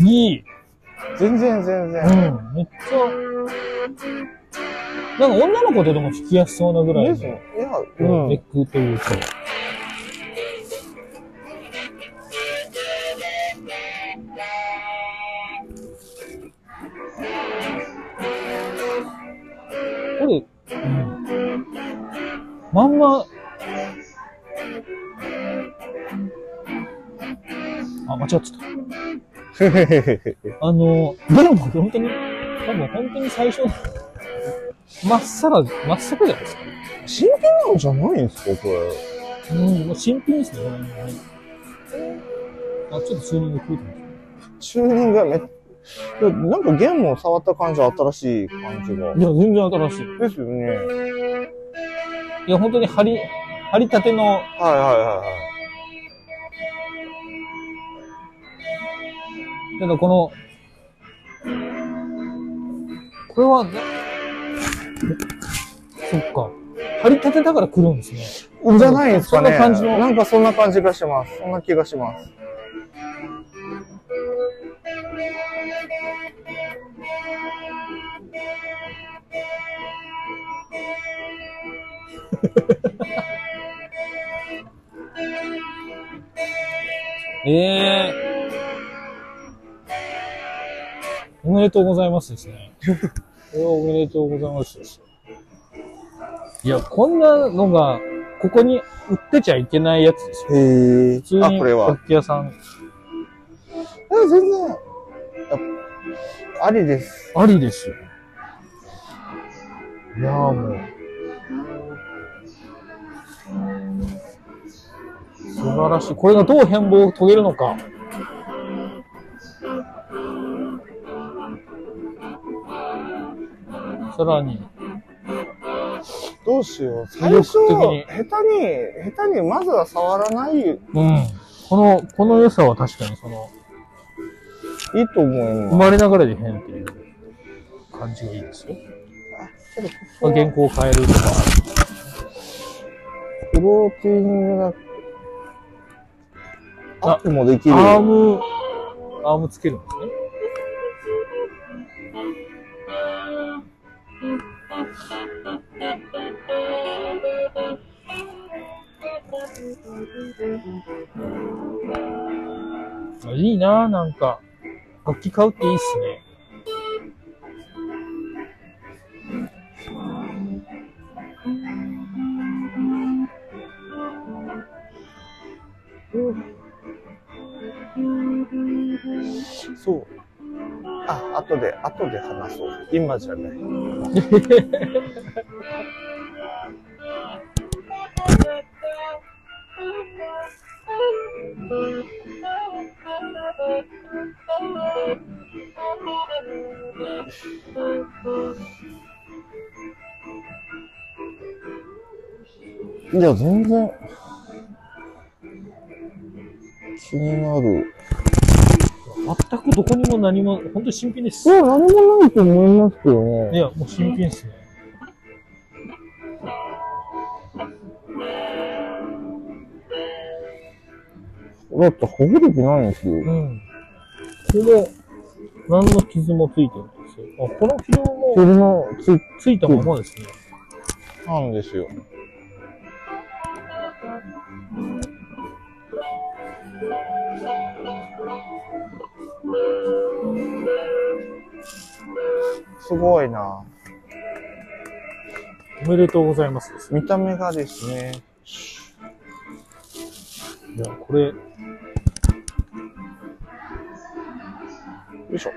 いい。
全然全然。
うん、めっちゃ。なんか女の子とでも弾きやすそうなぐらいの。
ですねいや
うん、
うん
ネックというか。これ、うん、まんま、あ、間違ってた。あの、でも本当に、多分本当に最初、まっさら、まっさらじゃないですか。
新品なのじゃないんですかこれ。
うん、もう新品ですね、これね。あ、ちょっと数人が食うてます。
チューニングがめっなんか弦も触った感じは新しい感じが。
いや、全然新しい。
ですよね。
いや、本当に張り、張りたての、
はいはいはいはい。
ただこの、これはな、そっか。張り立てだから来るんですね。
じゃないですかね。
そんな感じの
なんかそんな感じがします。そんな気がします。
ええおめでとうございますですね。これはおめでとうございますですよ。いや、こんなのが、ここに売ってちゃいけないやつですよ。
へ
普通
あ、
に
これは。
楽器屋さん。
え全然、あありです。
ありですよ。いやーもう。素晴らしい。これがどう変貌を遂げるのか。さらに。
どうしよう。最
魅力
初、
的に
下手に、下手にまずは触らない。い
うん。この、この良さは確かにその、
いと思います。
生まれながらで変っていう感じがいいですよ。まあ原稿を変えるとか。
フローティングが、
あ、
でもできる。
アーム、アームつけるんですね。あいいなぁ、なんか。楽器買うっていいっすね。
そう。あ、後で、後で話そう。今じゃない。
や、全然。
気になる。
全くどこにも何も、本当に新品です。
いや、何もないと思いますけどね。
いや、もう新品っすね。
だって、ほぐれてないんですよ。
うん。これ、何の傷もついてないですよ。あ、この傷も、
それのつ、
ついたままですね。
なんですよ。すごいな。
おめでとうございますです
見た目がですね。
いや、これ、よ
いしょ。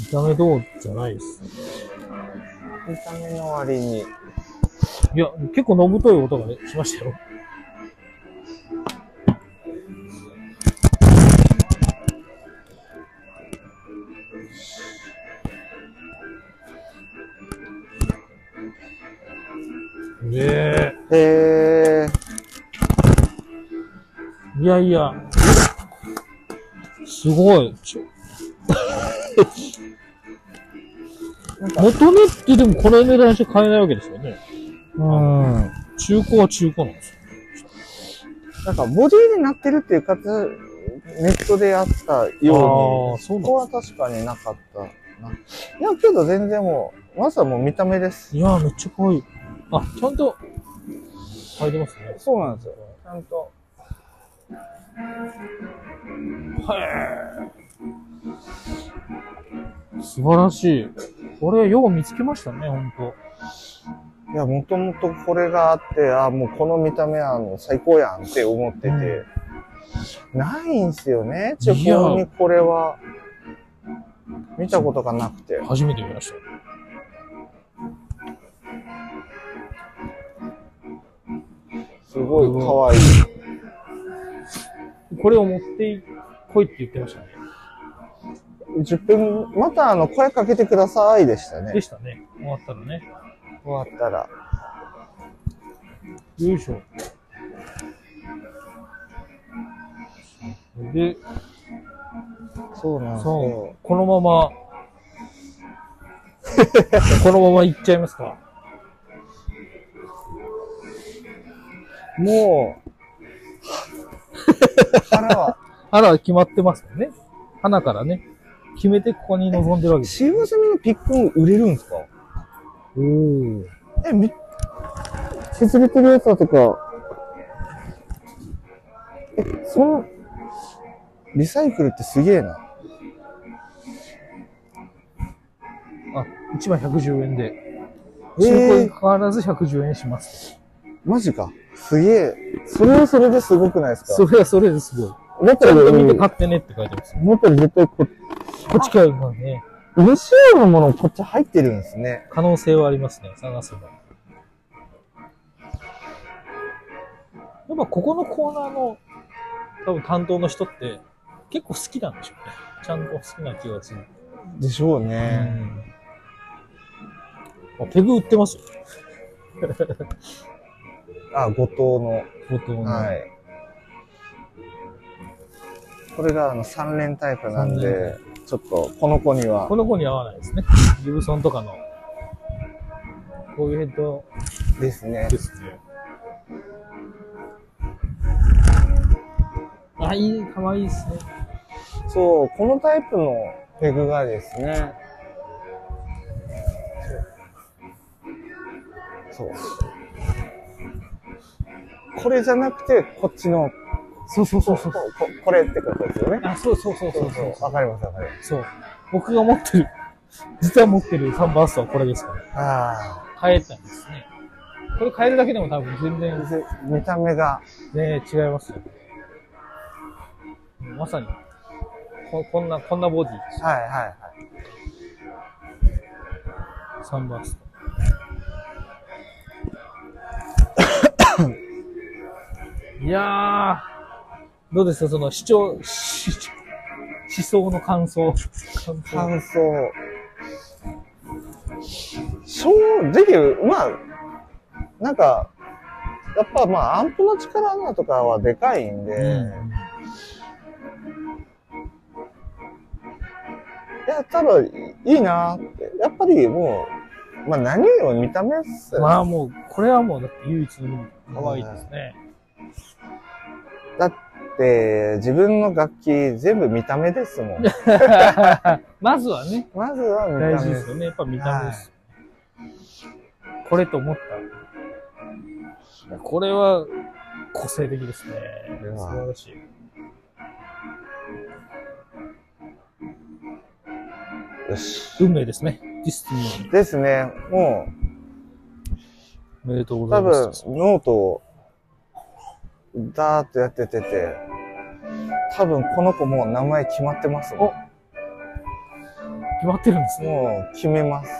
見た目どうじゃないですね。
見た目の割に。
いや、結構のぶとい音がね、しましたよ。いやいや、すごい。ちょ [laughs] 元値ってでもこの値段して買えないわけですよね。
うん。
中古は中古なんですよ。
なんか、ボディになってるっていうかつ、ネットであったように、
あー
そこは確かになかったな。いや、けど全然もう、まずはもう見た目です。
いやー、めっちゃ可愛い。あ、ちゃんと、入りますね。
そうなんですよ。ちゃんと。
素晴らしい。これ、よう見つけましたね、ほんと。
いや、もともとこれがあって、あもうこの見た目はあの最高やんって思ってて、ないんすよね、地方にこれは。見たことがなくて。
初めて見ました。
すごい可愛い。
これを持ってこいって言ってましたね。
10分、またあの、声かけてくださいでしたね。
でしたね。終わったらね。
終わったら。
よいしょ。で、
そうなんです
そう
よ。
このま [laughs] ま、このまま行っちゃいますか。
も [laughs]
う、腹
は、
腹は決まってますよね。花からね、決めてここに臨んでるわけです。
シーワセミのピックン売れるんですか
うーん。
え、め削れてるやつだとか、え、その、リサイクルってすげえな。
あ、1枚110円で。
えー
中古に変わらず110円します。
マジか。すげえ。それはそれですごくないですか
それはそれですごい。
だった
ちゃ
ら、
んと見て
も
買ってねって書いてます。
ったら絶対こ、
こっちからのね、
無仕様のものこっち入ってるんですね。
可能性はありますね、探せば。やっぱここのコーナーの多分担当の人って結構好きなんでしょうね。ちゃんと好きな気がする。
でしょうね。
あ、ペグ売ってますよ。
あ、後藤の。
後藤の。
はい。これがあの3連タイプなん
三
で
連、
ちょっとこの子には
こ。の子に合わないですね。ギブソンとかの、こういうヘッド
ですね。
あ、いい、かわいいですね。
そう、このタイプのペグがですね。そう。これじゃなくて、こっちの。
そうそうそうそう
こここれってことですよね。
あ、そうそうそうそう
そうわかりますわかります。
そう。僕が持ってる、実は持ってるサンバーストはこれですから。
あ
あ。変えたんですね。これ変えるだけでも多分全然。
見た目が。
ね違いますよ。まさに、ここんな、こんなボディです
はいはいはい。
サンバースト。 [coughs] いやー、どうですかその視聴、しし思想の感想。感想
感想。正直、まあ、なんか、やっぱまあ、アンプの力なとかはでかいんで、いや、ただ、いいなって。やっぱりもう、まあ何よりも見た目っすよね
まあもう、これはもうだって唯一の可愛いですね。
だって、自分の楽器全部見た目ですもん。
まずはね。
まずは見た目
大事ですよね。やっぱ見た目です。これと思った。これは個性的ですね。素晴らしい。
よし。
運命ですね。ディスティニー。
ですね。も
おめでとう
う、
ござ
多
い
分
ま、す。
ノートを、ダーッとやっててて、多分この子もう名前決まってますもん。
決まってるんです
もう決めまし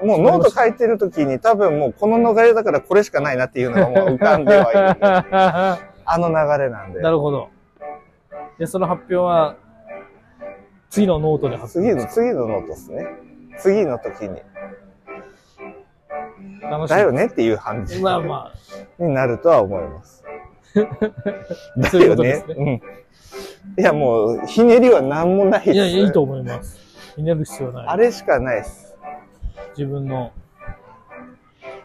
た。もうノート書いてる時に多分もうこの流れだからこれしかないなっていうのがもう浮かんではいるんで。
[laughs]
あの流れなんで。
なるほど。で、その発表は、次のノートで発
次の、次のノートですね。次の時に。
楽しみ
だよねっていう感じ
まあま [laughs]
になるとは思います。
そういうことですね。
うん。いや、もう、ひねりは何もないで
い
す。
やいや、いいと思います。ひねる必要ない。あ
れしかないです。
自分の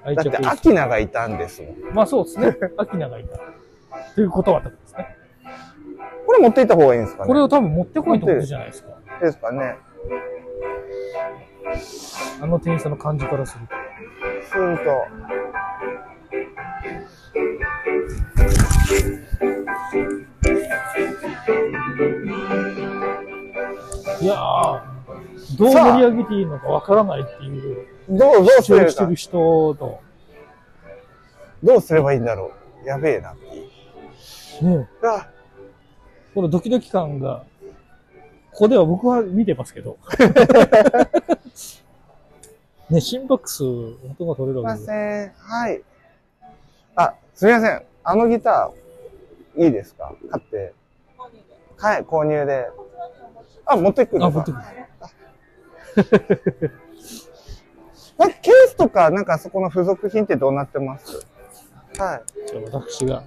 愛
だっ
着
て、アキナがいたんですもん。
まあそうですね。アキナがいた。ということはってことですね。
これ持っていった方がいいんですかね
これを多分持ってこいってことじゃないですか。
ですかね。
あの店員さんの感じからすると。
すると。
いやー、どう盛り上げていいのかわからないっていう。
どう、どうすればい
主張
い
してる人と。
どうすればいいんだろう。やべえなっていう。
ね
あ
このドキドキ感が、ここでは僕は見てますけ
[laughs]
ど。ね、心拍数、音が取れるわけです
い。ません。はい。あ、すみません。あのギター、いいですか買って。はい、購入で。あ、持ってくる。あ、持ってくる。なんかケースとか、なんかそこの付属品ってどうなってますはい。
じゃあ私が。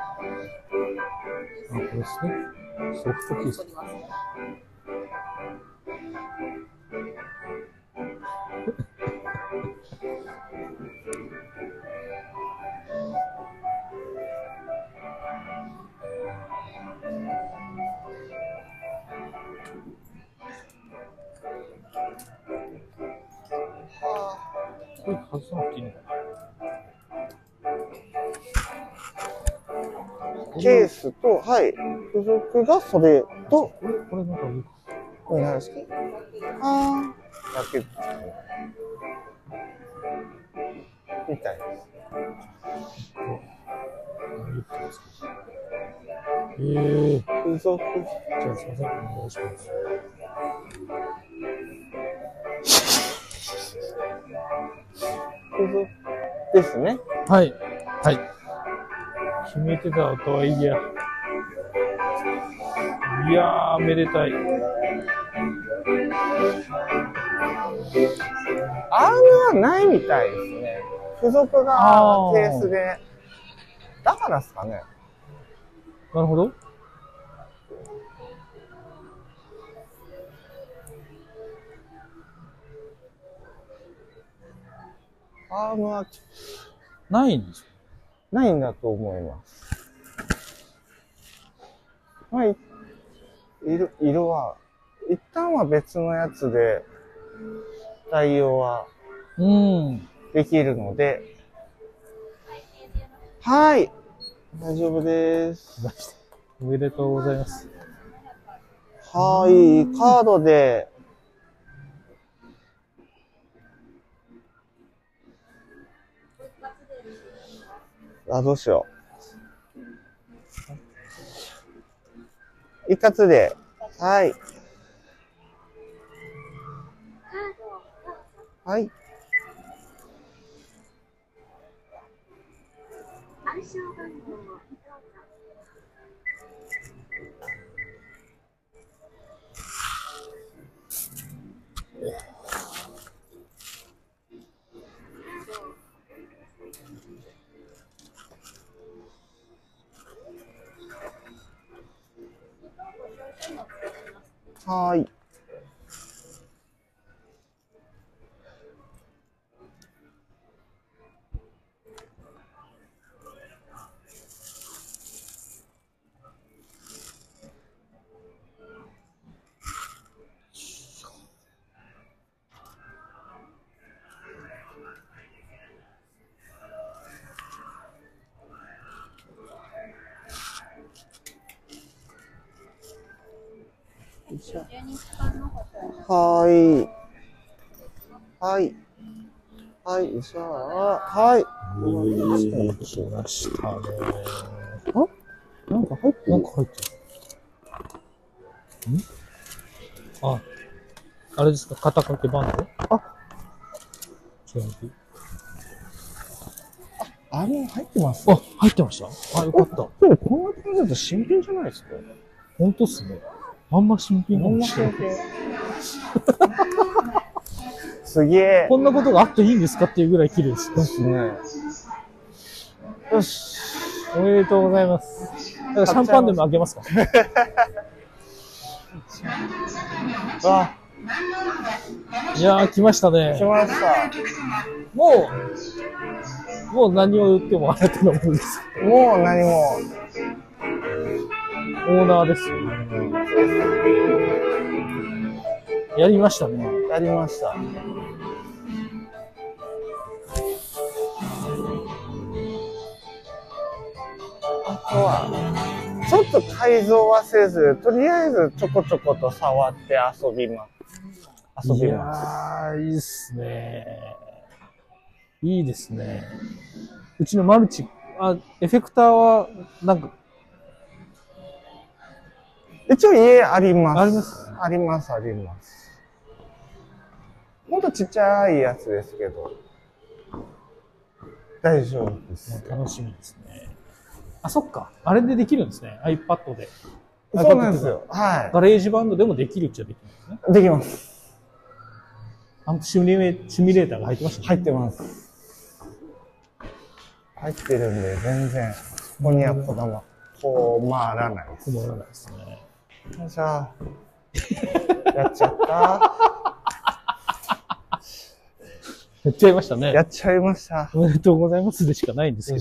あ、これですね。ソフトケース。これ外さなくていいのか
ケースと、はい。付属がそれと、
これなんかいい
これなんですかあだけみたいです。
えー、
付属
じゃあすいません、お願いします。
付属ですね。
はい。はい。決めてた音はいいや。いやー、めでたい。
あーはないみたいですね。付属がケースで。だからですかね。
なるほど。
アームは
ないんです
ないんだと思います。はい。色、色は、一旦は別のやつで対応は
うん。
できるので。はい。大丈夫です。
おめでとうございます。
はい。カードで、あ、どうしよう。一括で、はい。はい。
暗証番号を
はーい。はーい。はい。はい、じゃあ、はい。
いきましたね。
あなんか入ってる
なんか入ってる。あ、あれですか、肩掛けバンドあ違う。
あれ入ってます
あ、入ってましたあ、よかった。
今日こんな感じだと新品じゃないですか
ほんとっすね。あんま新品かもしれない。
すげえ。
こんなことがあっていいんですかっていうぐらい綺麗です。ですね。よし。おめでとうございます。だからシャンパンでもあげますか
わ
いやー、来ましたね。
来ました。
もう、もう何を言ってもあなたのものです。
もう何も。
オーナーです。やりましたね。
やりました。あとは、ちょっと改造はせず、とりあえずちょこちょこと触って遊びます。遊びます。
あー、いいっすね。いいですね。うちのマルチ、あ、エフェクターは、なんか、
一応家あります。あります。あります、あります。もっとちっちゃいやつですけど。大丈夫です。
楽しみですね。あ、そっか。あれでできるんですね。iPad で。
そうなんですよはい
ガレージバンドでもできるっちゃできるんですね。
できます。
アンプシミュレーシミュレーターが入ってました、
入ってます。入ってるんで、全然、ここにはこだま、困らないです。
困らないですね。
じゃ
[laughs]
あ、やっちゃった。
やっちゃいましたね。
やっちゃいました。
おめでとうございますでしかないんですけ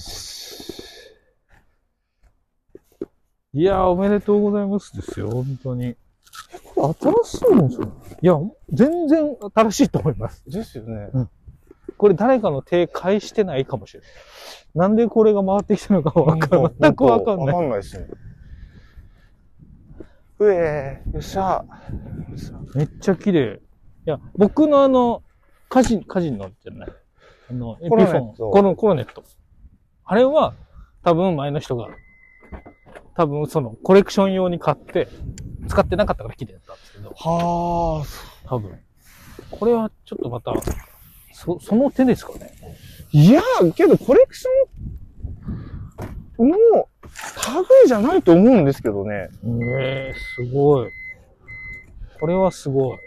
ど。いやー、おめでとうございますですよ、本当に。これ新しいんですかいや、全然新しいと思います。
ですよね。
うん、これ誰かの手返してないかもしれない。なんでこれが回ってきたのかわかんない。全くわかんない。
わかんないですね。うえー、よっしゃ。
めっちゃ綺麗。いや、僕のあの、カジン、カジンのじゃない。あの、エピ
コ
フ
ロネット
ォン、このコロネット。あれは、多分前の人が、多分そのコレクション用に買って、使ってなかったから綺麗だったんですけど。あ、
は
多分。これはちょっとまた、そ、その手ですかね。
いやー、けどコレクション、もう、類じゃないと思うんですけどね。
ええすごい。これはすごい。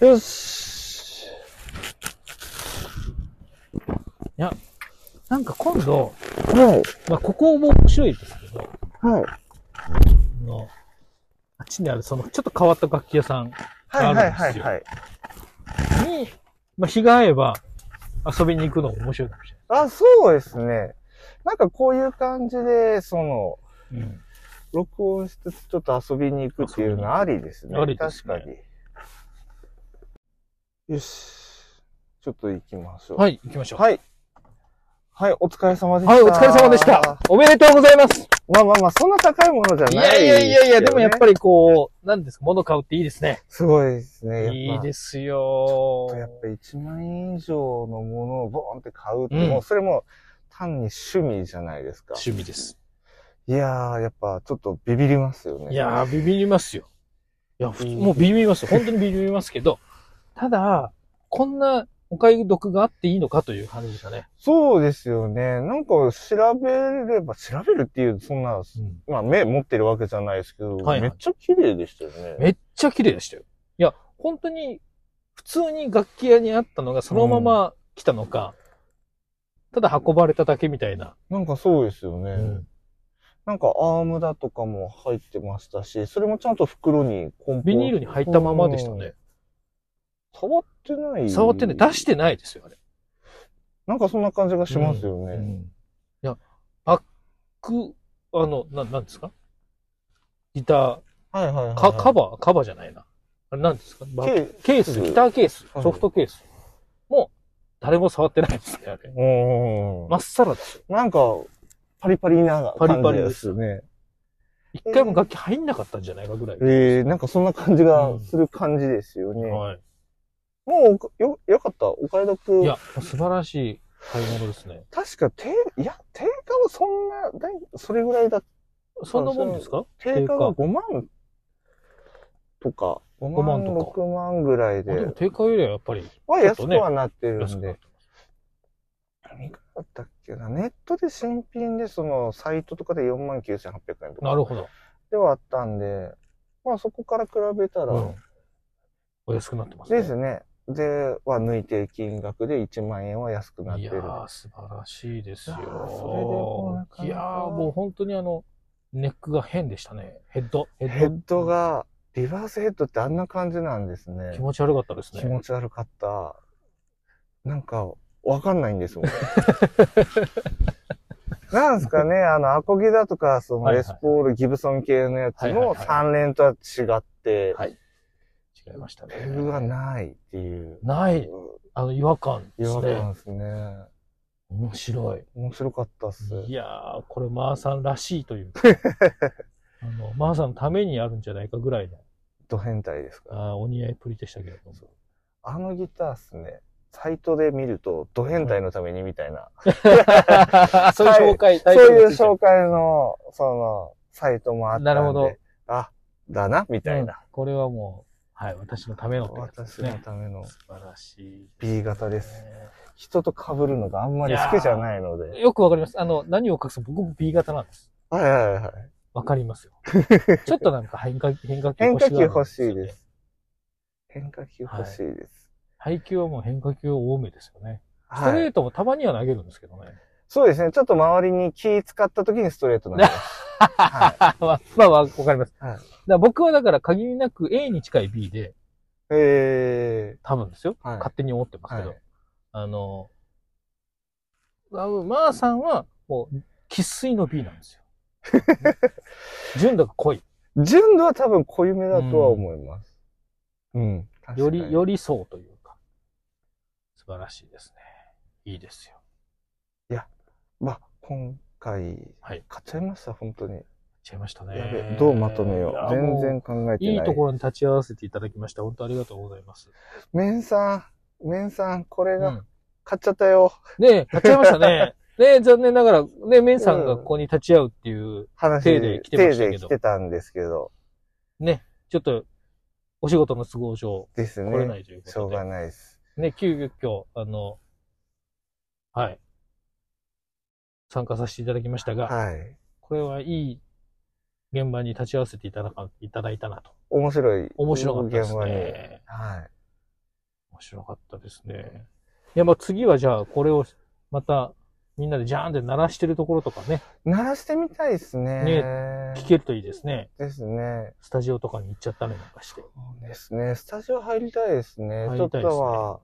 よし。
いや、なんか今度、まあ、ここも面白いですけど、
はい。
のあっちにある、その、ちょっと変わった楽器屋さんがあるんですよ。
はいはい
に、まあ、日が合えば遊びに行くのも面白いかもしれ
あ、そうですね。なんかこういう感じで、その、録音しつつちょっと遊びに行くっていうのありですね。
ありです
確かに。よし。ちょっと行きましょう。
はい行きましょう
はい。はい、お疲れ様でした。
はいお疲れ様でした。おめでとうございます。
まあまあまあ、そんな高いものじゃ
ない。い
ない
やいやいやいや、でもやっぱ
り。
りこう、なんですか、物買うっていいですね。
すごいですね。。
いいですすよ。
やっぱ1万円以上のものをボーンって買うって、
うん
もうそれも単に趣味じゃないですか。
趣味です。
いやー、やっぱちょっとビビりますよね。
いやー、ビビりますよ。いや、ふ
うん
もうビビりますよ。本当にビビりますけど、ただ、こんなお買い得があっていいのかという感じでしたね。
そうですよね。なんか調べれば、調べるっていう、そんな、まあ目持ってるわけじゃないですけど、
はいはい
めっちゃ綺麗でしたよね。
めっちゃ綺麗でしたよ。いや、本当に、普通に楽器屋にあったのがそのまま来たのか、ただ運ばれただけみたいな。
なんかそうですよね。なんかアームだとかも入ってましたし、それもちゃんと袋に梱包
ビニールに入ったままでしたね。
触ってない
触ってね、出してないですよ、あれ。
なんかそんな感じがしますよね。
いや、バック、あの、な、なんですかギタ
ー、はいはいはい
かカバー、カバーじゃないな。あれなんですかバックケース、ギターケース、ソフトケース。もう、誰も触ってないですね、あれ。まっさらですよ。
なんか、パリパリな
パ
感じですね。
リパリです一回も楽器入んなかったんじゃないかぐらい。
ええなんかそんな感じがする感じですよね。
はい。
もう、よ、よかった。お買い得。
いや、素晴らしい買い物ですね。
確か、定、いや、定価はそんな、だいそれぐらいだっ
そんなもんですか
定価が5万
とか。
5
5
万
万とか。
6万ぐらい
あでも
で。
定価よりはやっぱり、
は
ちょっ
安
と
く
ね
はなってるんで。
だ
ったっけなネットで新品で、その、サイトとかで4万9800円とか。
なるほど。
ではあったんで、まあそこから比べたら、
お安くなってます。
ですね。で、は抜いて金額で1万円は安くなってる。いや
素晴らしいですよ。
それ
い
で
やー、もう本当にあの、ネックが変でしたね。ヘッド、ヘ
ヘッドが、リバースヘッドってあんな感じなんですね。
気持ち悪かったですね
気持ち悪かった。なんか、わかんないんです
[laughs]
もん。なんですかね、あの、アコギだとか、その、
はいは
レ
い
スポール、ギブソン系のやつ
はいはい
の
はい
3連とは違って、
違いましたね。
ペグがないっていう。
ない、あの、違和感で
違
す
和
ね。
感ですね。
面白い。
面白かったっす。
いやー、これ、マーさんらしいと
[laughs]
いうか、あのマーさんのためにあるんじゃないかぐらいの、
ド変態です
かあーお似合いっぷりでしたけれど
[laughs]
も。
あのギターっすね。サイトで見ると、ド変態のためにみたいな。
そういう紹介
は
タ
い
イ
そ
ト
う
ル
いう
がついてる
紹介の、その、サイトもあったんで。
なるほど。
あ、だな、みたいな。
これはもう、はい、私のためのってやつです
私
ね
のための
素晴らしい。
B 型です。人と被るのがあんまり好きじゃないので。
よくわかります。あの、何を隠す僕も B 型なんです。
はいはいはい。
わかります
[laughs]
よ。ちょっとなんか変化変化球
変
欲
化
し
球
がる
欲しいです。変化球欲しいです。
配球はもう変化球多めですよね。
はい
ストレートもたまには投げるんですけどね。
そうですね。ちょっと周りに気使った時にストレートなんです。
まあ、まあ、わかります。
はい、
だから僕はだから限りなく A に近い B で、
え
多分ですよ、勝手に思ってますけど。あの、あのまーさんはもう喫水の B なんですよ。 [laughs] 純度が濃い。
純度は多分濃いめだとは思います。うん。
より、よりそうというか。素晴らしいですね。いいですよ。
いや、まあ、今回、買っちゃいました、本当に。買っ
ちゃいました
や
ね
べ。どうまとめよ
いや
う。全然考えてない。
もういいところに立ち会わせていただきました。本当ありがとうございます。
メンさん、メンさん、これ
が、
買っちゃったよ。
ねえ、買っちゃいました
[laughs]
ね。ねえ、残念ながら、ねえ、メンさんがここに立ち会うっていう
話
手で来てました
手
け
で来
ど。
てたんですけど。
ね、ちょっと、お仕事の都合上、
ですね。
来れないということ
しょうがないです。
で。ね、急遽、あの、はい。参加させていただきましたが、
はい。
これはいい現場に立ち会わせていただかいただいたなと。
面白い。
面白かったですね
現場にはい。
面白かったですね。いや、まあ次はじゃあ、これを、また、みんなでジャーンって鳴らしてるところとかね、
鳴らしてみたいですね。
ね、聞けるといいですね。
ですね。
スタジオとかに行っちゃったりなんかして。
ですね。スタジオ入りたいですね。
入
ちょ
り
った
いですね
とは。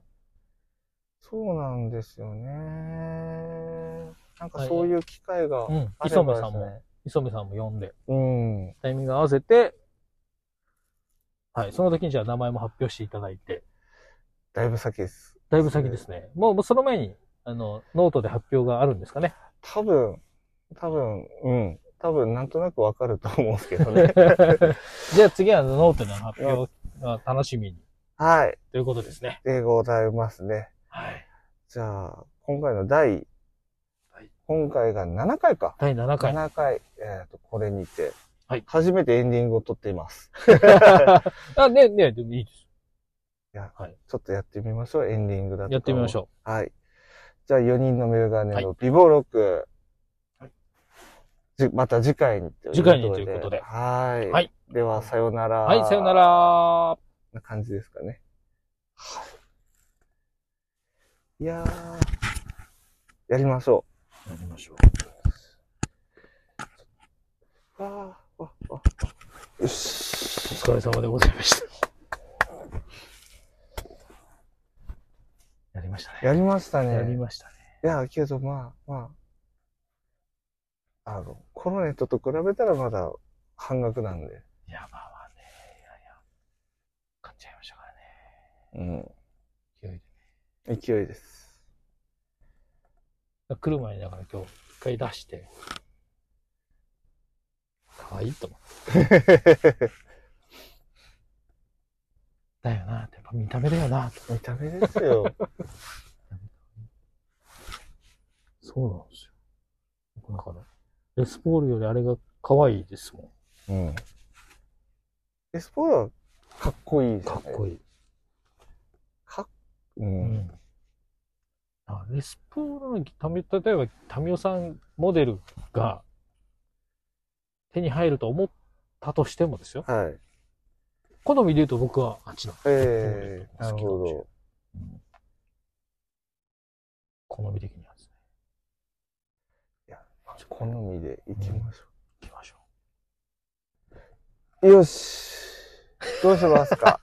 そうなんですよね。なんかそういう機会があ
う
れば
ん
で。
磯部さん
すね
も、磯部さんも呼んで、
うん。
タイミング合わせて、はい、その時にじゃあ名前も発表していただいて、
だいぶ先です。
だいぶ先ですね。もう、もうその前に、あの、ノートで発表があるんですかね。
多分、多分、うん。多分、なんとなくわかると思うんですけ
[laughs]
どね。
じゃあ次はノートでの発表が楽しみに。
はい。
ということですね。
でございますね。
はい。
じゃあ、今回の第、今回が7回か。
第7
回。7回。えっ、と、これにて、
はい、
初めてエンディングを撮っています。
あ、ね、ね、でもいいです。
いや、ちょっとやってみましょう、エンディングだとかも
やってみましょ
う。はい。じゃあ、4人のメガネの美貌録、じまた次回にということで。
次回にということで
はい。
はい
では、さよなら。
はい、さよな。ら。
な感じですかね。いやー、やりましょう。やりましょう。わー、わ、わ、よし。
お疲れ様でございました。やりましたね。
やりましたね。
やりましたね。
いや、けどまあ、まあ、あの、コロネットと比べたらまだ半額なんで。
いや、まあまあね、いやいや、買っちゃいましたからね。
う
勢
ん。
いでね。
勢いです。
来る前にだから今日、一回出して、可愛いと思って。だよな、やっぱ見た目だよな、
見た目ですよ。
そうなんですよ。だから、レスポールよりあれが可愛いですもん。 [laughs] うん。
エスポーラはかっこいいかっ
こいい。
かっ、
うん。あレスポールのため、例えば、タミオさんモデルが手に入ると思ったとしてもですよ。
はい。
好みで言うと僕はあっちの。
ええなるほど。
好み的にはですね。
好みでいきましょ
う。行きましょ
う。よし。どうしま
[laughs]
すか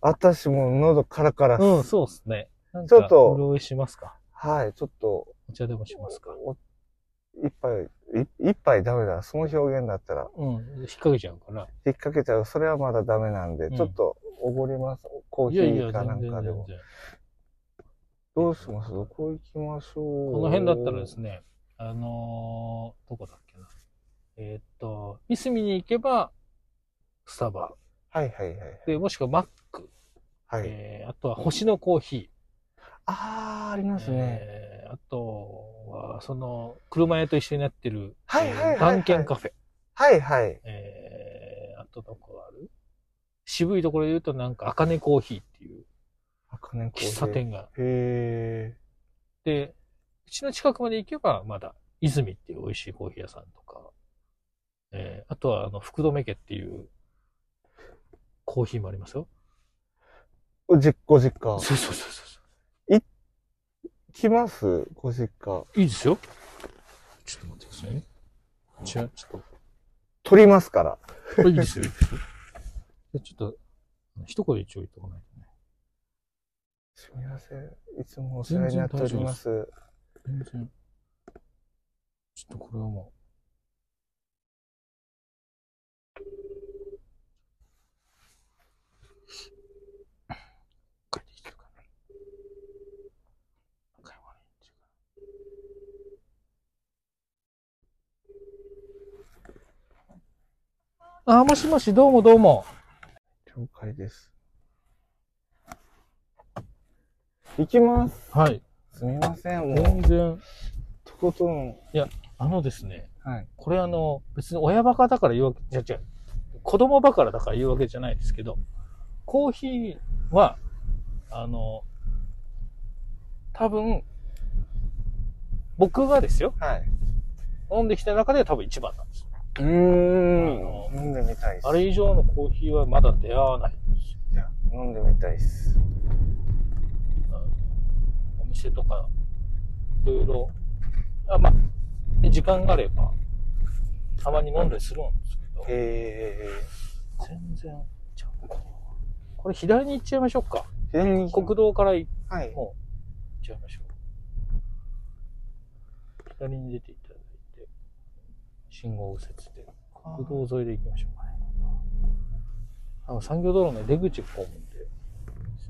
私もう喉カラカラっす
うん、そうですね。
ちょっと
用意しますか。
はい、ちょっと。
お茶でもしますか。
一杯、い一杯ダメだ。その表現だったら。
うん、引っ掛けちゃうから。
引っ掛けちゃう。それはまだダメなんで、
うん
ちょっとおごります。コーヒーかなんかでも。どうしますどこ行きましょう
この辺だったらです。ね、あのーどこだっけな。えーっと、いすみに行けば、スタバ。
はいはいはい。
で、もしくはマック。えーあとは星のコーヒ
ああ、ありますね。
ー。あとは、その、車屋と一緒になってる、
はいはいはいはい
えー番犬カフェ。
はいはい。
えーあとどこある渋いところで言うと、なんか、あかねコーヒーっていう
茜コーヒー
喫茶店が。
へ
で、うちの近くまで行けば、まだ、泉っていう美味しいコーヒー屋さんとか、えーあとは、あの、福留家っていう、コーヒーもありますよ。
じご実
そ
家。
うそうそう
そう。い、来ますご実家。
いいですよ。ちょっと待ってくださいね。ちょ、ちょっ
取りますから。
と、これいいですよ。でちょっと、一声一応言っとかないとね。
すみません。いつもお世話になっております。
全然。ちょっとこれはもあー、もしもし、どうもどうも。
了解です。行きます。
はい。
すみません、もう。
全然。
とことん。
う。いや、あのですね、
はい。
これあの、別に親バカだから言うわけ、じゃじゃ子供バカだから言うわけじゃないですけど、コーヒーは、あの、多分、僕がですよ。飲んできた中では多分一番なんです。
うーん。飲んでみたいっす
あれ以上のコーヒーはまだ出会わない。
飲んでみたいっす。
お店とか、いろいろ、あまあ、時間があれば、たまに飲んだりするんですけど。
へ
全然、じゃあここれ左に行っちゃいましょうか。
左に
国道からい、
はい、
もう、行っちゃいましょう。左に出ていただいて、信号右折で、国道沿いで行きましょうかね。あの、産業道路の出口方面で、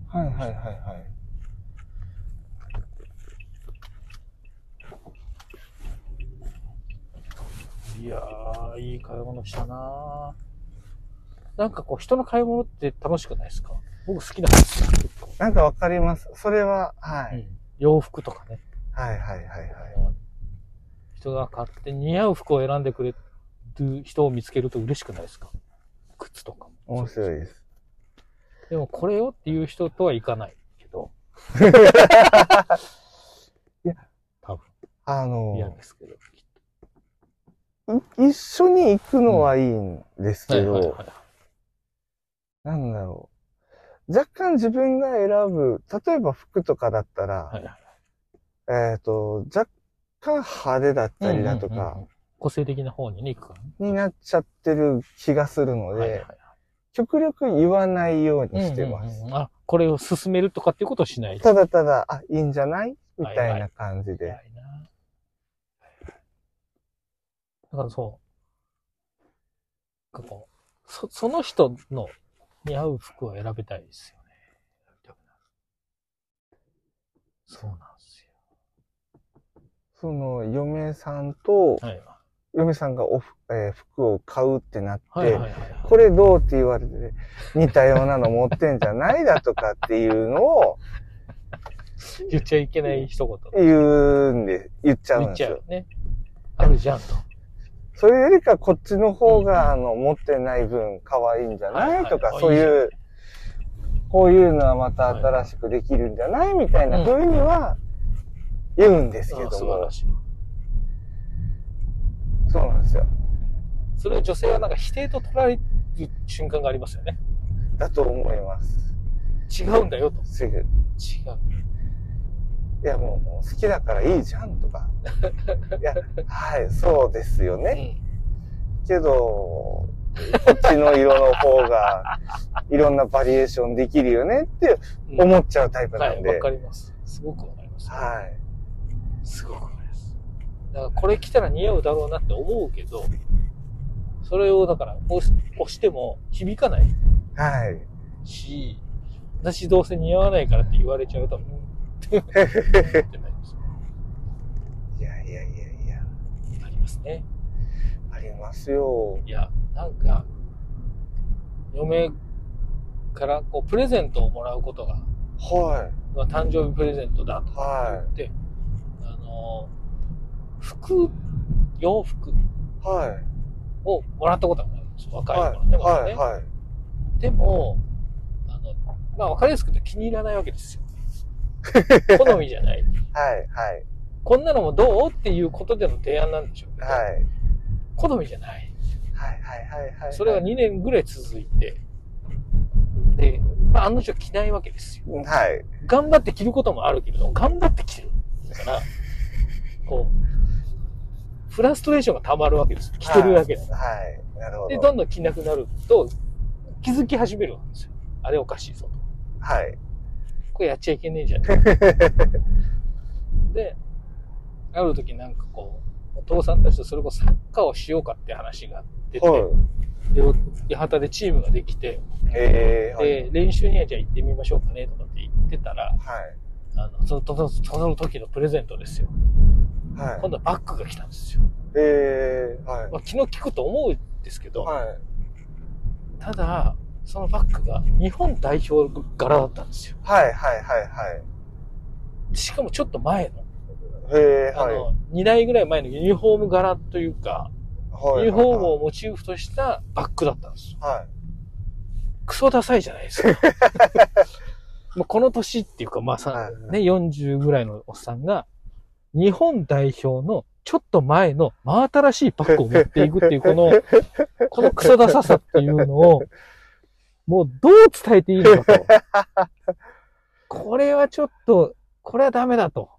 はいはいはいはい。
いやー、いい買い物したなーなんかこう、人の買い物って楽しくないですか僕好きなんですよ。結構
なんかわかります。それは、はい。
洋服とかね。
はいはいはいはい。
人が買って似合う服を選んでくれる人を見つけると嬉しくないですか靴とかも。
面白いです。
でもこれよっていう人とはいかないけど。
いや、
多分。
あの、
嫌ですけど。
い一緒に行くのはいいんですけ
はいはい
ど
はい、
なんだろう。若干自分が選ぶ、例えば服とかだったら、えっ、と、若干派手だったりだと
うんうんう
か、
個性的な方にね、行くからね。
になっちゃってる気がするので、極力言わないようにしてます。
うんうんうんあ、これを進めるとかっていうことをしない。
ただただ、あ、いいんじゃないみたいな感じで。
だからそう。なんかこう、そ、その人の似合う服を選べたいですよね。選びたくなる。そうなんですよ。
その、嫁さんと、嫁さんがおふ、えー服を買うってなって、
はいはいはい
これどうって言われて、似たようなの持ってんじゃないだとかっていうのを
言っちゃいけない一言。
言うんで、言っちゃうんですよ。
ね。あるじゃんと。
それよりかこっちの方が、あの、持ってない分可愛いんじゃないとか、そういう、こういうのはまた新しくできるんじゃないみたいな風には言うんですけども。そうなんですよ。
それを女性はなんか否定と取られる瞬間がありますよね。
だと思います。
違うんだよと。
すぐ。違う。いや、もう、もう好きだからいいじゃんとか。いや、はい、そうですよね。けど、こっちの色の方が、いろんなバリエーションできるよねって思っちゃうタイプなんで。
はいわかります。すごくわかります。はい。すごくわかります。だからこれ着たら似合うだろうなって思うけど、それをだから押し押しても響かない
はい。
し、私どうせ似合わないからって言われちゃうと、うんって思ってないです。
いやいやいやいや。
ありますね。
ありますよ。
いや、なんか、嫁からこうプレゼントをもらうことが、
は
まあ誕生日プレゼントだと
い。は
言って、あの、服、洋服
い。はい。
をもらったことがあるんですよ。若い頃ね。まだ
は
ね
い。はい。
でも、あの、まあ、わかりやすく言うと気に入らないわけ
[laughs]
ですよ。好みじゃない。
はい、はい。
こんなのもどうっていうことでの提案なんでしょうけど、
はい。
好みじゃない。
はい、はい、はい、はい。
それが2年ぐらい続いて、で、まあ、案の定着ないわけですよ。
はい。
頑張って着ることもあるけれど、頑張って着てるから、こう、フラストレーションが溜まるわけですよ。着てるだけだから
はい。なるほど。
で、どんどん着なくなると、気づき始めるわけですよ。あれおかしいぞと。
はい。
これやっちゃいけねえじゃん。
[laughs]
で、ある時なんかこう、お父さんたちとそれこそサッカーをしようかって話が出て、で八幡でチームができて、
えーはい
で、練習にはじゃあ行ってみましょうかねとかって言ってたら、あのそのとその時のプレゼントですよ。
はい。
今度はバッグが来たんですよ。
えー、はい。
まあ、昨日聞くと思うんですけど、ただ、そのバッグが日本代表柄だったんですよ。
はい、はい、はい、
しかもちょっと前の。
はい。えー、
あ
はい。
の、2台ぐらい前のユニフォーム柄というか、
はい
ユニフォームをモチーフとしたバッグだったんですよ。
はい。
クソダサいじゃないです
[laughs]
か。もうこの年っていうか、まあさ、ね、40ぐらいのおっさんが、日本代表のちょっと前の真新しいバッグを持っていくっていう、こ
[laughs]
の、このクソダサさっていうのを、もうどう伝えていいのかと。これはちょっと、これはダメだと。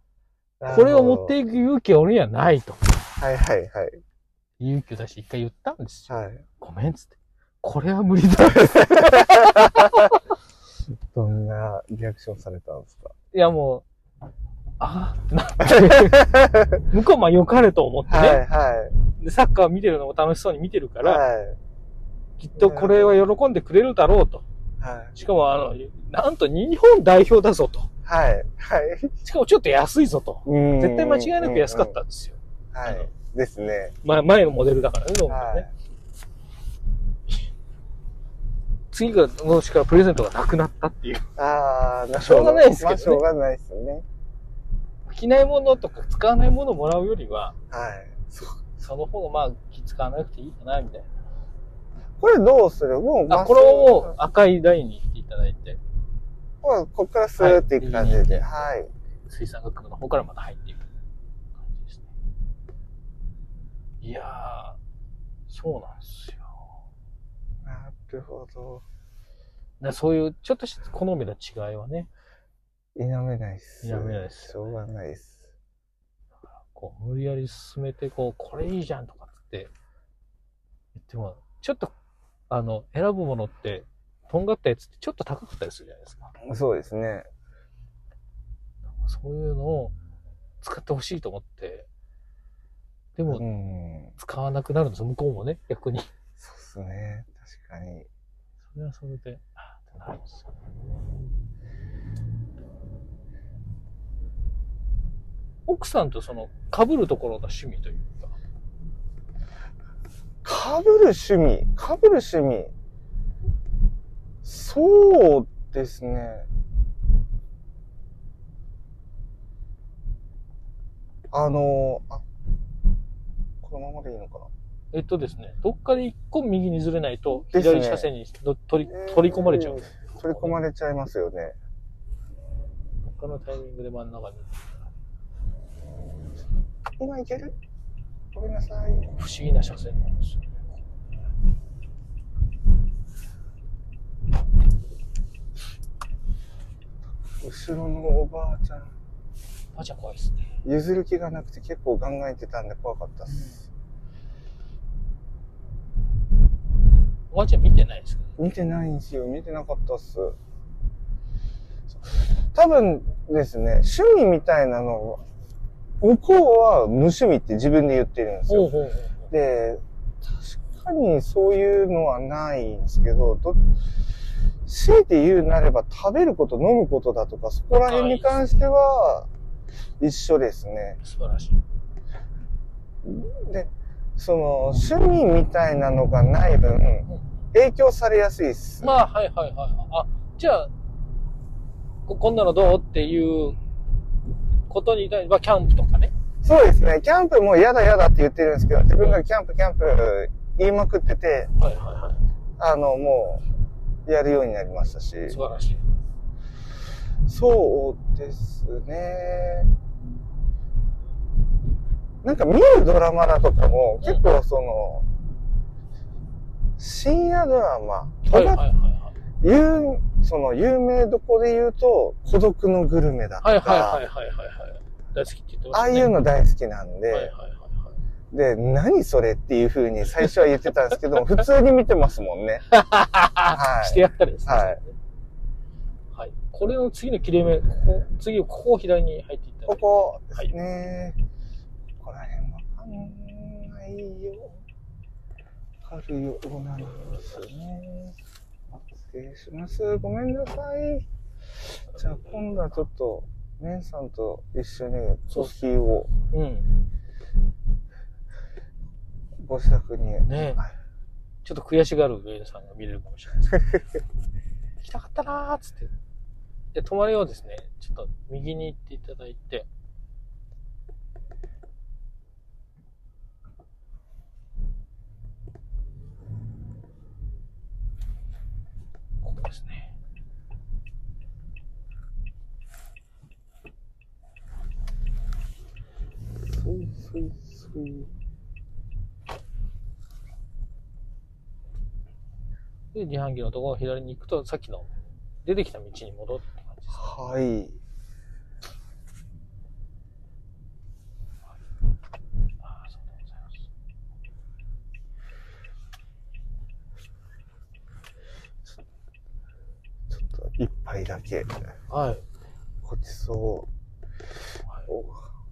これを持っていく勇気は俺にはないと。
はい、はい、はい。
勇気を出して一回言ったんです
よ。
ごめんっつって。これは無理だ。
どんなリアクションされたんですか
いやもう、ああってなって。 [laughs] 向こうは良かれと思ってね。
はいは
でサッカー見てるのも楽しそうに見てるから、
はい
きっとこれは喜んでくれるだろうと。
はい。
しかもあの、なんと日本代表だぞと。
はい。はい。
しかもちょっと安いぞと
う。ん
絶対間違いなく安かったんですよ。
はい。ですね。
ま、前のモデルだからね、どうもね。次から、この年からプレゼントがなくなったっていう。
あー、
しょうがないですけどね
まあ、しょうがないですよね。
着ないものとか使わないものをもらうよりは、
はい。
その方がまあ気使わなくていいかな、みたい
これどうするもう、
な。あ、これをもう赤いラインに行っていただいて、
もう、こっからスーっていく感じで。はい。
水産学部の方からまた入っていく感じですね。いやー、そうなんですよ。
なるほど。
なそういう、ちょっとした好みの違いはね、
否めないっす。
否めない
っす。しょうがないっす。
こう、無理やり進めて、こう、これいいじゃんとかっつって、言っても、ちょっと、あの、選ぶものって、とんがったやつってちょっと高かったりするじゃないですか。
そうですね。
そういうのを使ってほしいと思って、で
も、
使わなくなるんですよ、向こうもね、逆に。
そうっすね。確かに。
それはそれで、あーってなるんですよ。奥さんとその、被るところの趣味というか、
かぶる趣味かぶる趣味そうですね。あの、あ、このままでいいのかな
えっとですね、どっかで一個右にずれないと、
ですね
左車線にど取り取り込まれちゃう。
取り込まれちゃいますよね。
他のタイミングで真ん中に。
今いけるごめんなさい。
不思議な車線なんですよ。
後ろのおばあちゃん。
おばあちゃん怖いですね。
譲る気がなくて結構考えてたんで怖かったっす。
おばあちゃん見てないですか
見てないんですよ。見てなかったっす。多分ですね、趣味みたいなの、向こうは無趣味って自分で言ってるんですよ。で、確かにそういうのはないんですけど、ど強いて言うなれば食べること、飲むことだとか、そこら辺に関しては一緒ですね。
素晴らしい。
で、その、趣味みたいなのがない分、影響されやすいっす。
まあ、はいはいはい。あ、じゃあ、ここんなのどうっていうことに対して、まあ、キャンプとかね。
そうですね。キャンプも嫌だ嫌だって言ってるんですけど、自分がキャンプキャンプ言いまくってて、あの、もう、やるようになりましたし。
素晴らしい。
そうですね。なんか見るドラマだとかも、結構その、深夜ドラマとか、有その有名どこで言うと、孤独のグルメだとか、
はいはいはいはいはいはい。大好きって言ってま
あ
した
あ
ね。
いうの大好きなんで、で、何それっていうふうに最初は言ってたんですけど、普通に見てますも
[laughs]
んね。はい、して
やったりですね。
はい。
はい。これの次の切れ目、ここ、次、ここを左に入っていった
ここですね。ここら辺わかんないよ。わかるようなんですね。失礼します。ごめんなさい。じゃあ今度はちょっと、メンさんと一緒にコーヒーを
うん。
ご自宅に。
ねちょっと悔しがる上田さんが見れるかもしれないですけど。行きたかったなーっつって。で、泊まりをですね、ちょっと右に行っていただいて。ここですね。
そうそうそう。
で、自販機のところを左に行くと、さっきの出てきた道に戻って感じです。
はい。ちょっと一杯だけ。
はい。
ごちそうを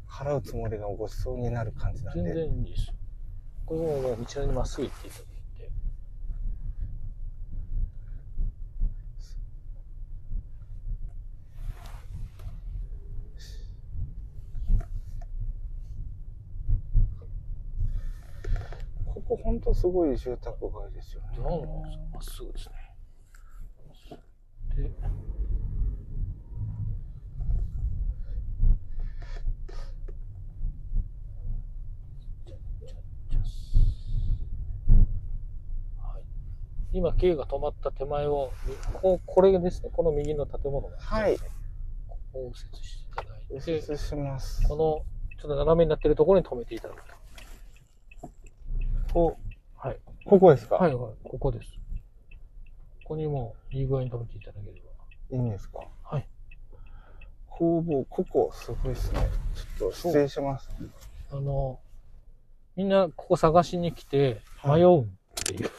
払うつもりがごちそうになる感じなん
全
で。
然いいです。これももう道のりまっすぐ行っていただいて。
ここほんとすごい住宅街ですよね。
まっすぐですね。で、今、K が止まった手前を、ここれですね、この右の建物が、
はい。
ここを右折していただいて、
右折します。
この、ちょっと斜めになってるところに止めていただくと。こう、はい。
ここですか
はいはい、ここです。ここにもう、いい具合に止めていただければ。
いいんですか
はい。
工房、ここ、すごいですね。ちょっと失礼します。
あの、みんなここ探しに来て迷うっていう。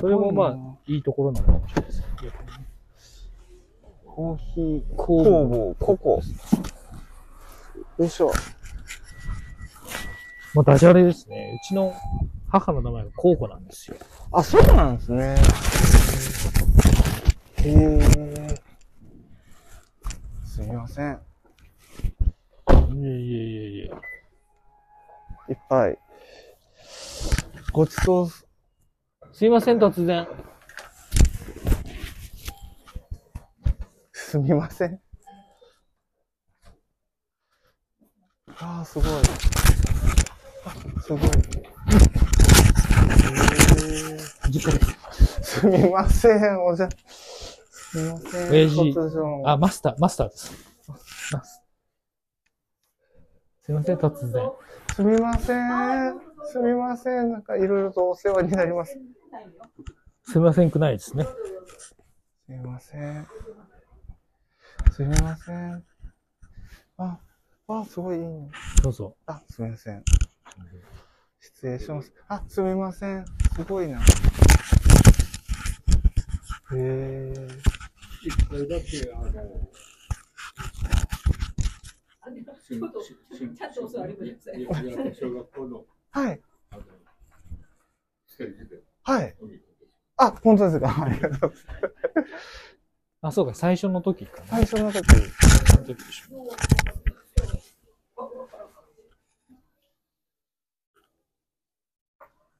それもまあ、いいところなのかもしれないですね。
コーヒー
工
房、ここ。よいしょ。
まあ、ダジャレですね。うちの母の名前がコウコなんですよ。
あ、そうなんですね。へえ。すみません。
いえいえいえいえ。
いっぱい。ごちそうす。
すいません、突然。
すみません。ああ、すごい。すごい。すみません、おじゃ。すみません。
親父
突如、
あ、マスター、マスターです。マスすいません、突然。
すみません。すみません。なんかいろいろとお世話になります。
すいませんくないですね。
すみません。すみません。あ、あ、すごいいいね。
どうぞ。
あ、すみません。失礼します。あ、すみません。すごいな。へえ。
これだって、あの、ちゃんとお座りください。小学校の、
はい。
しっかり出て
はい。あ、本当ですか。ありがとうございます。
あ、そうか、最初の時か
最初の時。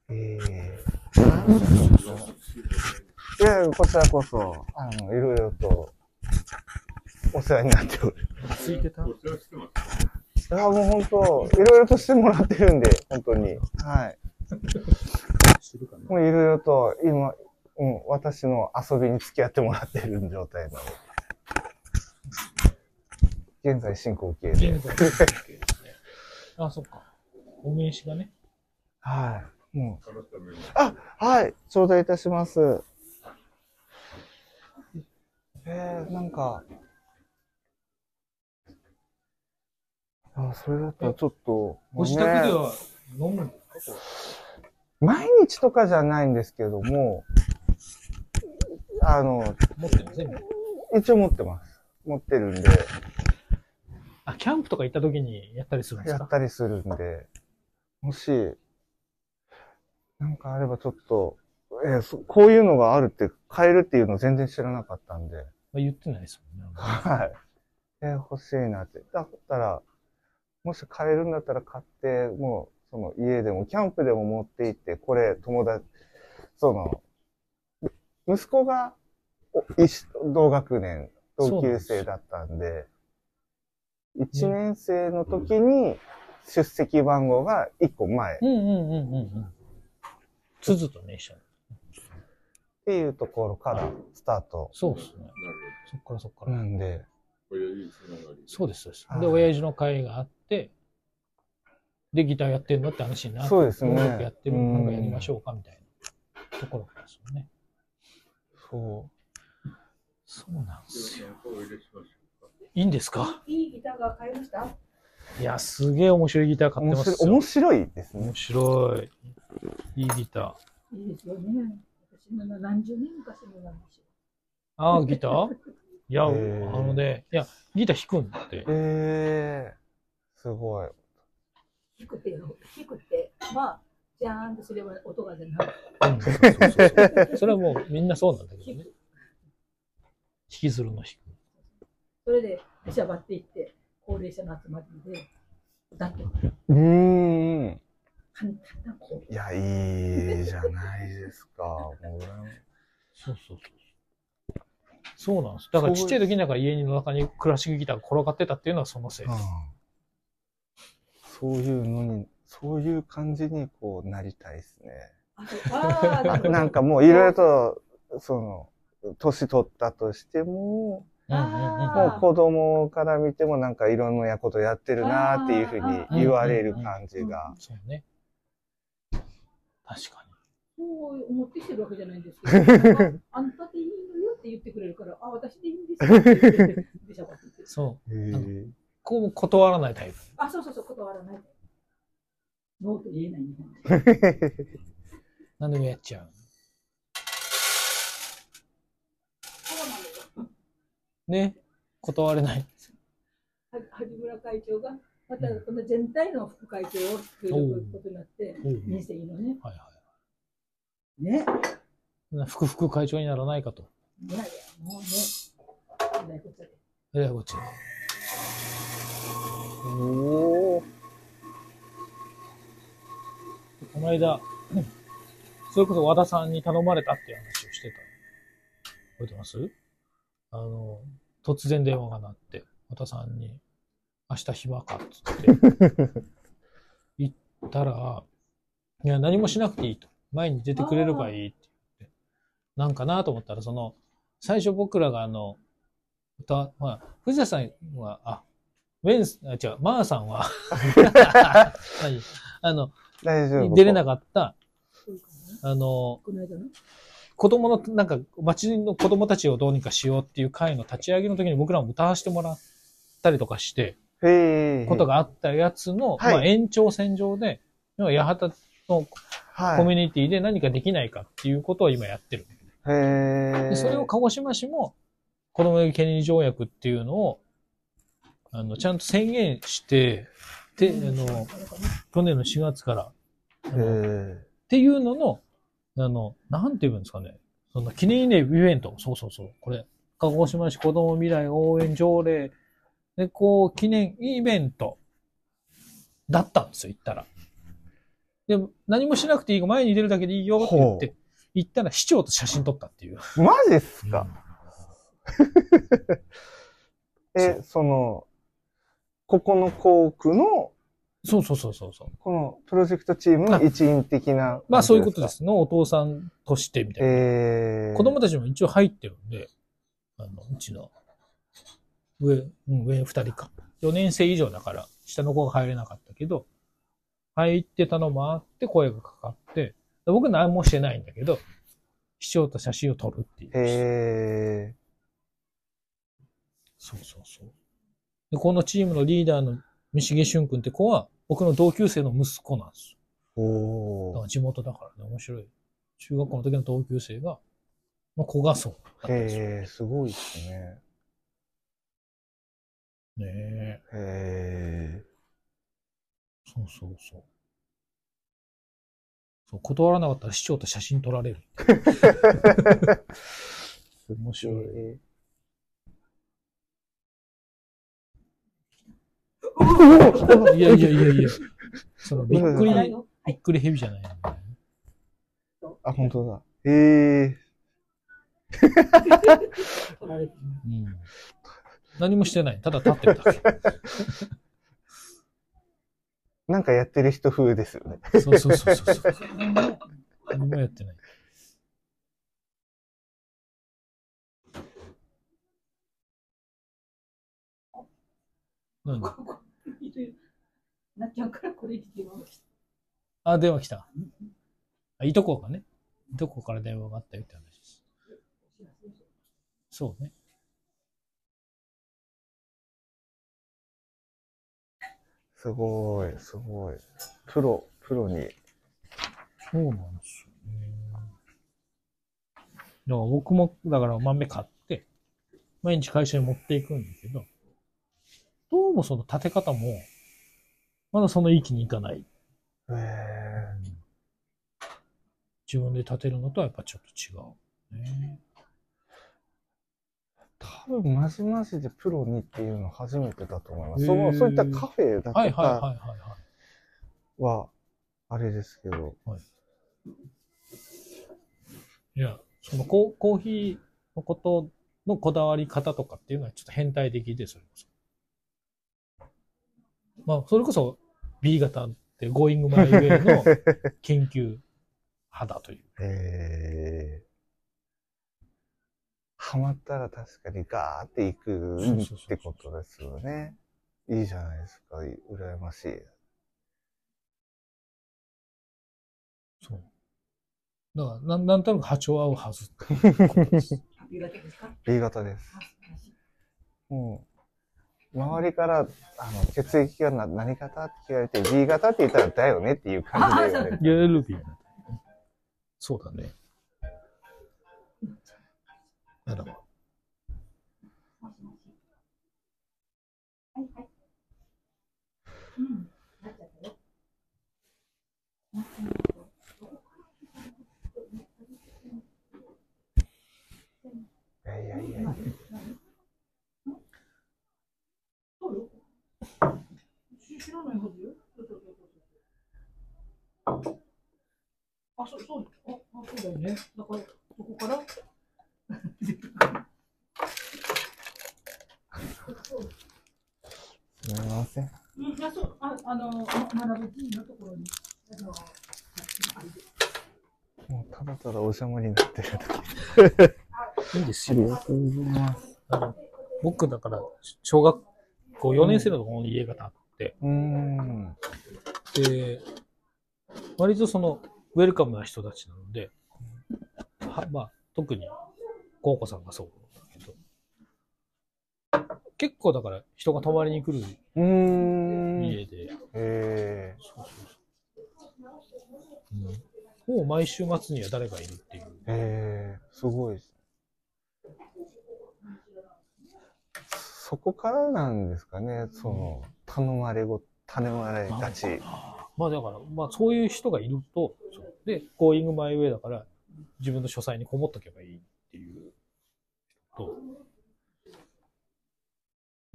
えー、いや、こちらこそ、あの、いろいろと、お世話になっており
ついてた
いや、もう本当、いろいろとしてもらってるんで、本当に。はい。もういろいろと、今、うん、私の遊びに付き合ってもらってる状態なので。現在進行形で。
現在進行形ですね [laughs] あ、そっか。お名刺がね。
はい。もう。あ、はい。頂戴いたします。えー、なんか。あ、それだったらちょっと。
ご自宅では
ね
飲むんですかこ
毎日とかじゃないんですけども、あの、
持ってますね。
一応持ってます。持ってるんで、
あ、キャンプとか行った時にやったりするんです
や
か
ったりするんで、もし、なんかあればちょっと、えーそこういうのがあるって、買えるっていうの全然知らなかったんで、
まあ言ってないです
はい。えー欲しいなって。だったら、もし買えるんだったら買って、もう、その家でも、キャンプでも持って行って、これ、友達、その、息子が、お一緒同学年、同級生だったんで、1年生の時に出席番号が1個前っ
もん。うんうんうんうんうん。つづとね、一緒に。
ていうところからスタート。
そうですね。そっからそっから。
なんで。
そうです、そうです。で、親父の会があって、で、ギターやってんのって話になって、
そうですね
音楽やってる
うん
なんかやりましょうかみたいなところからですよね。。
そう
そうなんですよ。いいんですか
いいギターが買いました。
いや、すげえ面白いギター買ってますよ。
面白いです
ね。面白い。いいギター。
いいですよね。私も何十年昔のなんですよ。
ああ、ギターいや、あのね、いや、ギター弾くんだって。へ
えすごい。
低くてよ、低くて、まあ、じゃーんとすれば音が出ない。
[laughs] それはもうみんなそうなんだけどね。引きずるの弾く。
それで、出しゃばっていって、高齢者の集まりで、歌ってもらう
うーん。
簡単なこう。
いや、いいじゃないですか。もう羨ましい
そうそうそう。そうなんです。だからちっちゃい時になんか家の中にクラシックギターが転がってたっていうのはそのせいです。
そういうのに、そういう感じにこうなりたいです
あーなるほ
ね。
ど
なんかもういろいろと、その、年取ったとしても、もう子供から見てもなんかいろんなことやってるなっていうふうに言われる感じが。
そうね。確か
そう持ってきてるわけじゃないんですけど、あんたでいいのよって言ってくれるから、あ、私でいいんですよって言って出しゃばっていって。
そう。なんかこうも断らないタイプ。
あ、そうそうそう、断らない。ノーと言えない日本人。
何でもやっちゃう。ね。断れない。
は萩村会長が、またこの全体の副会長を作ることになって、
おうおう
人生いいのね。
はい
ね。
副副会長にならないかと。
いやいや、もうね。えらいことで
えらいこっちゃ。
お
この間、 [laughs] うんそれこそ和田さんに頼まれたっていう話をしてた。覚えてますあの、突然電話が鳴って、和田さんに、明日暇かっつって、行ったら、いや、何もしなくていいと。前に出てくれればいいって言って。なんかなと思ったら、その、最初僕らがあの、歌、まあ、藤田さんは、あ、ウェンス、あ、違う、マーさんは、何あの、
大丈夫
出れなかった、あの、
この間の
子供の、なんか、町の子供たちをどうにかしようっていう会の立ち上げの時に僕らも歌わせてもらったりとかして、ことがあったやつの、
はい
まあ、延長線上で、要は八幡の
はい
コミュニティで何かできないかっていうことを今やってる。
へ
でそれを鹿児島市も、子供の権利条約っていうのを、あの、ちゃんと宣言して、で、あの、去年の4月から、あのっていうのの、あの、なんて言うんですかね、その記念イベント、そうそうそう、これ、鹿児島市子ども未来応援条例、で、こう、記念イベントだったんですよ、行ったら。で、何もしなくていいよ、前に出るだけでいいよって言って、行ったら市長と写真撮ったっていう。
マジっすか、 [laughs] え、その、ここの校区の、
そうそうそうそうそう。
このプロジェクトチームの一員的な。
まあそういうこと
で
です。のお父さんとしてみたいな。子供たちも一応入ってるんで、あの、うちの、上、うん、上二人か。4年生以上だから、下の子が入れなかったけど、入ってたのもあって声がかかって、で僕何もしてないんだけど、市長と写真を撮るっていう。
へえ。
そうそうそう。で、このチームのリーダーの三重俊君って子は、僕の同級生の息子なんです
よ。お
だから地元だからね、面白い。中学校の時の同級生が、の子がそう。
へえ、すごいですね。
ね
え。へえ。
そうそうそう。そう断らなかったら市長と写真撮られる。面白い。いやいやいやいや、そのびっくり、
[laughs]
びっくりヘビじゃない。
あ、本当だ。へえ。
うん何もしてない。ただ立ってるだ
なんかやってる人風ですよね。
け。そうそうそうそうそう。何もやってない。なんだ
いるなっちゃうからこれ必要。
あ、電話来た。あ、いとこがね。いとこから電話があったよって話です。そうね。
すごい、すごい。プロ、プロに。
そうなんですよね。だから僕も、だから豆買って、毎日会社に持っていくんだけど、どうもその立て方も、まだその域にいかない。自分で立てるのとはやっぱちょっと違う、ね。
多分、まじまじでプロにっていうの初めてだと思いま
へ
す。
ー
そのそういったカフェだ
はい
と
はいはいは
かは、あれですけど。
いや、そのコーコーヒーのことのこだわり方とかっていうのはちょっと変態的で、それこそ。まあ、それこそ B 型って、ゴーイングマイウェイ [laughs] の研究肌という。
えーハマったら確かにガーっていくってことですよね。いいじゃないですか。い羨ましい。
そう。だから、なんなんとなく波長合うはずっていうことです。
B 型です。もう、周りから、あの、血液がな何型って聞かれて、B 型って言ったらだよねっていう感じで言われて。
いや、ルビーなんだねそうだね。あら。
いやいやいやいや。
知らないはずよ。そうそうそうそうあ、そう、そう、あ、あそうだよね。だから、どこから。
すみません。
うん、あ、そう、あ、あの、ま学ぶ P のところに。あの、
ただお邪魔になってる
いいですよ。あの僕だから、小学校4年生の頃の家が建って、で、割とその、ウェルカムな人たちなので、はまあ、特に、コウコさんがそうだけど、結構だから人が泊まりに来る家で、そうそうそうもう毎週末には誰がいるっていう。
えー、すごいです。そこからなんですかね、その、頼まれご、頼まれたち。
まあだから、まあそういう人がいると、そうで、Going My Way だから、自分の書斎にこもっとけばいいっていう人と、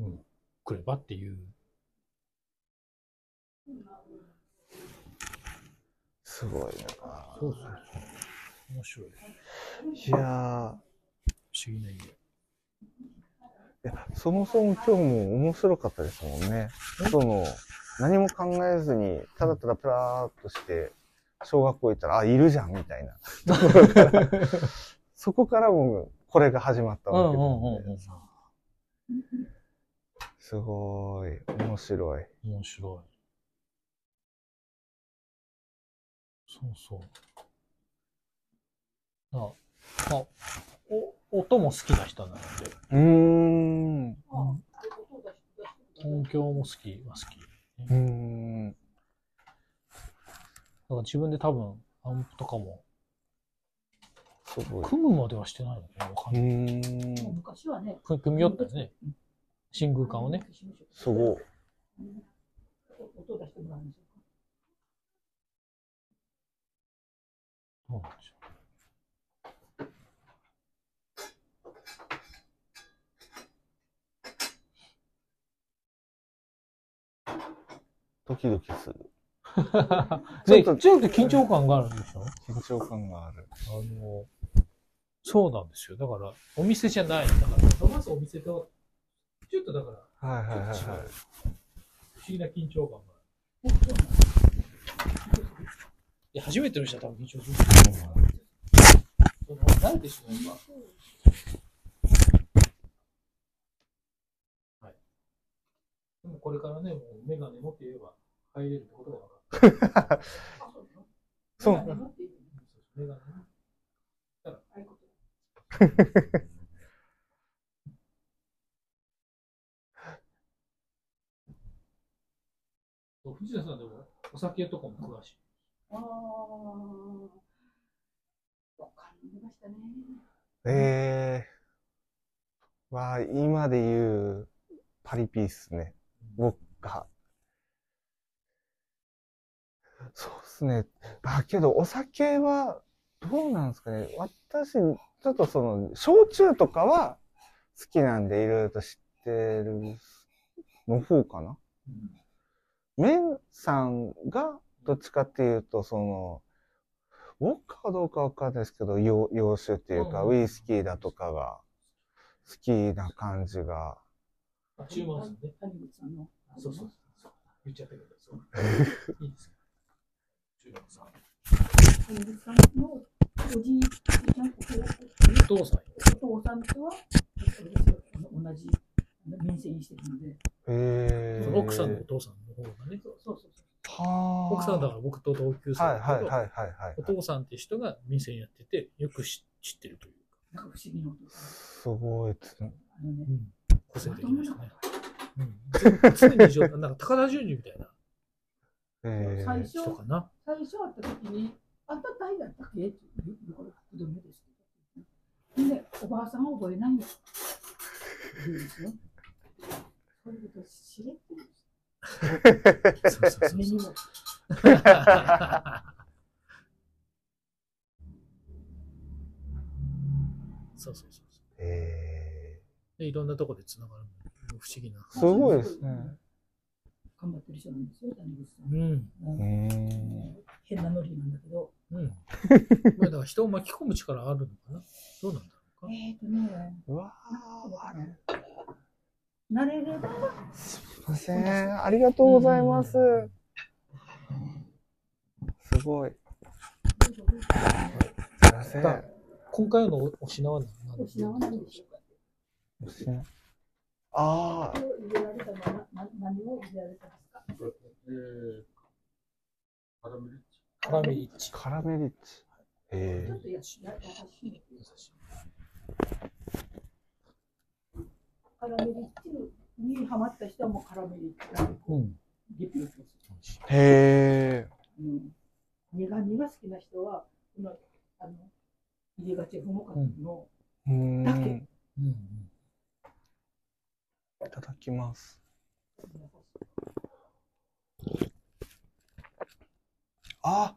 うん、来ればっていう。
すごいな。
そうそうそう。面白い。
いや
不
ー
思議な家。
いやそもそも今日も面白かったですもんね。その、何も考えずに、ただただプラーっとして、小学校行ったら、あ、いるじゃん、みたいな。 [laughs] そこからもう、これが始まったわけなんで。すごい。面白い。
面白い。そうそう。なまあ、お音も好きな人なので、
うーん。う
音響も好きは好き。
ーん。
だから自分で多分、アンプとかも、
すごい。
組むまではしてないのかな、わかんない。
昔はね、
組組み寄ったよね。真空管をね。
すごい。
音を出してもらうんですよ。
そうなんですよ
ドキドキ
[laughs]
する。
ね、ちょっと緊張感があるんでしょ
緊張感がある。
あの、そうなんですよ。だから、お店じゃない。だから、まずお店と、ちょっとだから、
はいはいはいはい
ちょっと違う不思議な緊張感がある。いや、初めての人は多分緊張する。その慣れてしまえば。はい。でもこれからね、もうメガネ持って言えば入れるってことが分かる。
そう
メガネ持っていいメガネねだから藤田さんでもお酒とかも詳しい。
ああ、わかりましたね。
ええー。まあ、今で言う、パリピースね。僕が。そうっすね。あ、けど、お酒は、どうなんですかね。私、ちょっとその、焼酎とかは、好きなんで、いろいろと知ってる、の方かな。メンさんが、どっちかっていうと、その、ウォッカかどうかわかんないですけど、洋洋酒っていうか、
うん
ウイスキーだとかが、好きな感じが。
あ、注文ですね。
谷口さんの。
そうそうそう。言っちゃったけど、そう。いいですか。注文さん。
谷口さんのおじいちゃん、
お父さん。
お父さんとは、同じ民生にしてるので。
へ
その奥さんのお父さんの方がね。そう
そうそう。
奥さんだから僕と同級生だけど
はいはいはいはいはい
お父さんって人が店やってて、よく知知ってるというか。
なんか不思議な音。
すごいですね。
個性的な人ね。うん、常に異常なんか高田純次みたいな
[laughs] え
最初、
人かな。
最初会った時に、あんた誰だったっけって言うから、子供ですけど。で、おばあさんは覚えないんです。言うんですよ。そういうこと知れってるんです。
そうそうそう
目
そう
にも。
そうそうそうそう。
え
で、いろんなとこで繋がるの不思議な。
すごいですね。
頑張ってる人なんですよ、谷口さん。
うん
うん
変なノリなんだけ
[laughs]
ど。
うん。まあだから人を巻き込む力あるのかなどうなんだろうか。
えっとね。
うわ
慣れれば。
すいません。ありがとうございます。すごい。ません
だから今回のおお品は何
お品は何でしょうか
あ
あれを入れられたのはなな何を入れられたんですか
カラメリッチ
カラメリッチ。
カラメリッチ。え
ちょっとやしや優しい。カラメリッチにハマった人はもうカラメリッチ。
うん。
リピートする。
へえ。
うん。苦味が好きな人は、この、あの、入れがち不もかの、
うん。
だけ。
いただきます。あ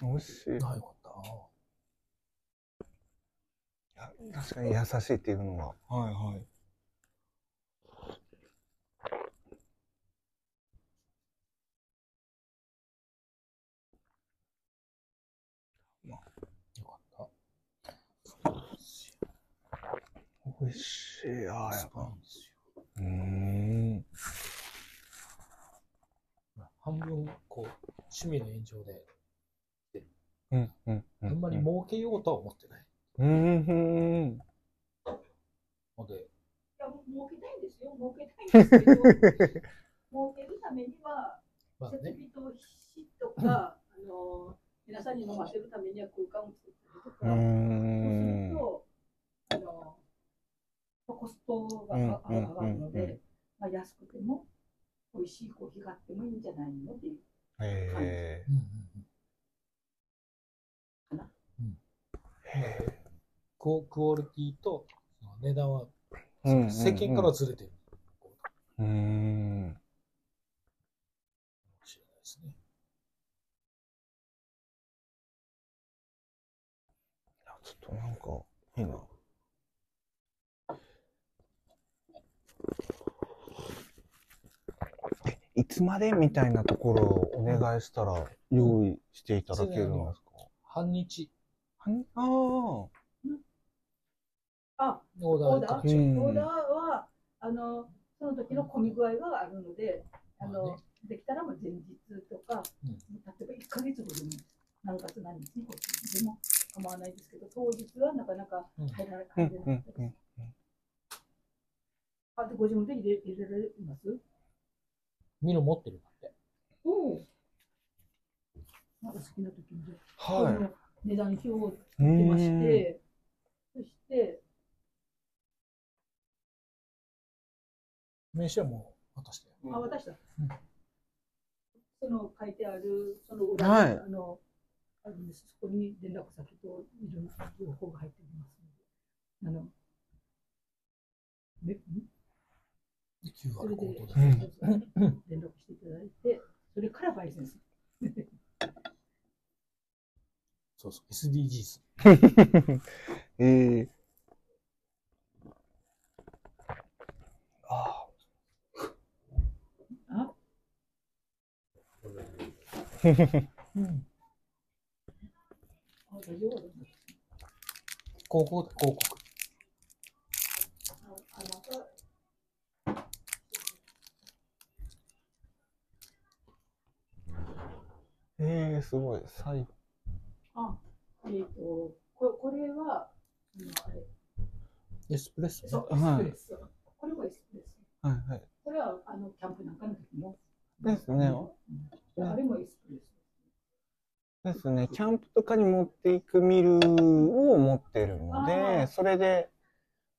美味しい。
あ、よ
かった。確かに優しいっていうのは。はいはい。美味しい。ああ、やっぱ。うーん。
半分、こう、趣味の延長で、
うん、うん。
あんまり儲けようとは思ってない。
うん、うん。
ので、
いや、もう儲けたいんですよ。儲けたいんですけど、儲けるためには、
まあ
設備と火とか、あの、皆さんに飲ませるためには空間を作ったりとか、
うーん
そうすると、あの、コストが上が上
う
がるの
んうんうんうん
で、まあ、安くても、美味しいコーヒーがあってもいいんじゃないのっていう。
へえ。
こうクオリティと値段は
うんうんうん
世間からずれてる。
うーん。
ですね。
ちょっとなんか、いいな。えいつまでみたいなところをお願いしたら用意していただけるんですか
半日。
半ああ。
あ、
オーダー
オーダ
う
ー
ん
オーダーは、あの、その時の混み具合があるので、あの、できたらもう前日とか、
うん
例えば1ヶ月後でもいいです、何月何日にこっちでも構わないですけど、当日はなかなか入らな
うん
入れなかったです。
うんうん
あ、で、ご自分で入れ入れられます
ミノ持ってるんだって。
おお。なんか好きな時に。
はい
この値段表を作ってまして、そして、
名刺はもう渡して。
あ、渡した。その書いてある、その裏に、
はい
あの、あるんです。そこに連絡先といろんな情報が入っていますので。あの、めんそれで、連絡していただいて、それから焙煎する。
そうそう、SDGs。
ええ
あうん。あ、大丈夫だね。
広告だ、広告。
あ、また。
ええすごい。最
あ、えっ、ー、と、ここれは、あのあれ、
エスプレッソ。
そう、エスプレッソ。これもエスプレッソ。
はいはい。
これは、あの、キャンプなんかの時の。
ですね。
あれもエスプレッソ。
ですね。キャンプとかに持っていくミルを持ってるの
あ
で、
ー
それで、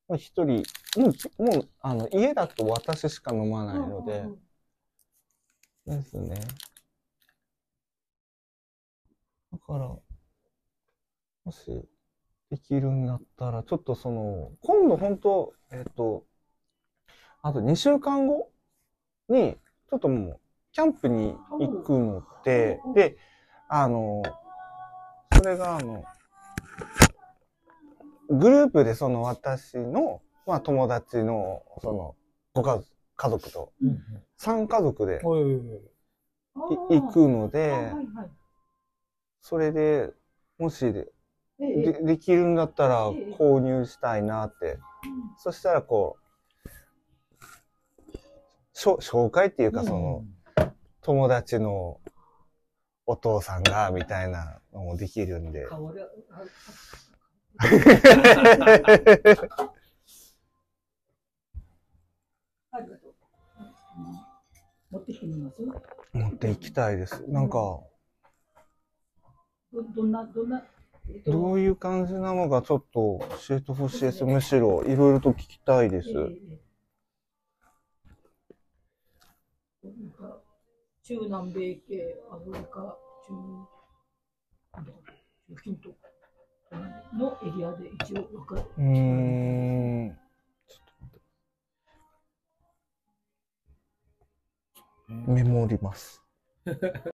もう一人、もう、もう、あの、家だと私しか飲まないので、ですね。だから、もし、できるんだったら、ちょっとその、今度本当えっと、あと2週間後に、ちょっともう、キャンプに行くので、で、あの、それがあの、グループでその私の、まあ友達の、その、ご家族、家族と、3家族で、い行くので
あはいはい。
それで、もしで、
ええ
でできるんだったら
ええ
購入したいなって。そしたらこう、しょ紹介っていうかその、友達のお父さんが、みたいな、もうできるんで。
顔で。あありがとう。持ってきてみます
[laughs] 持っていきたいです。なんか、
どどんな、どんな、えっと
どういう感じなのかちょっと教えてほしいです。むしろ、いろいろと聞きたいです。
なんか中南米系、アフリカ、中、あの中近東のエリアで一応分かる。
うーん。メモります。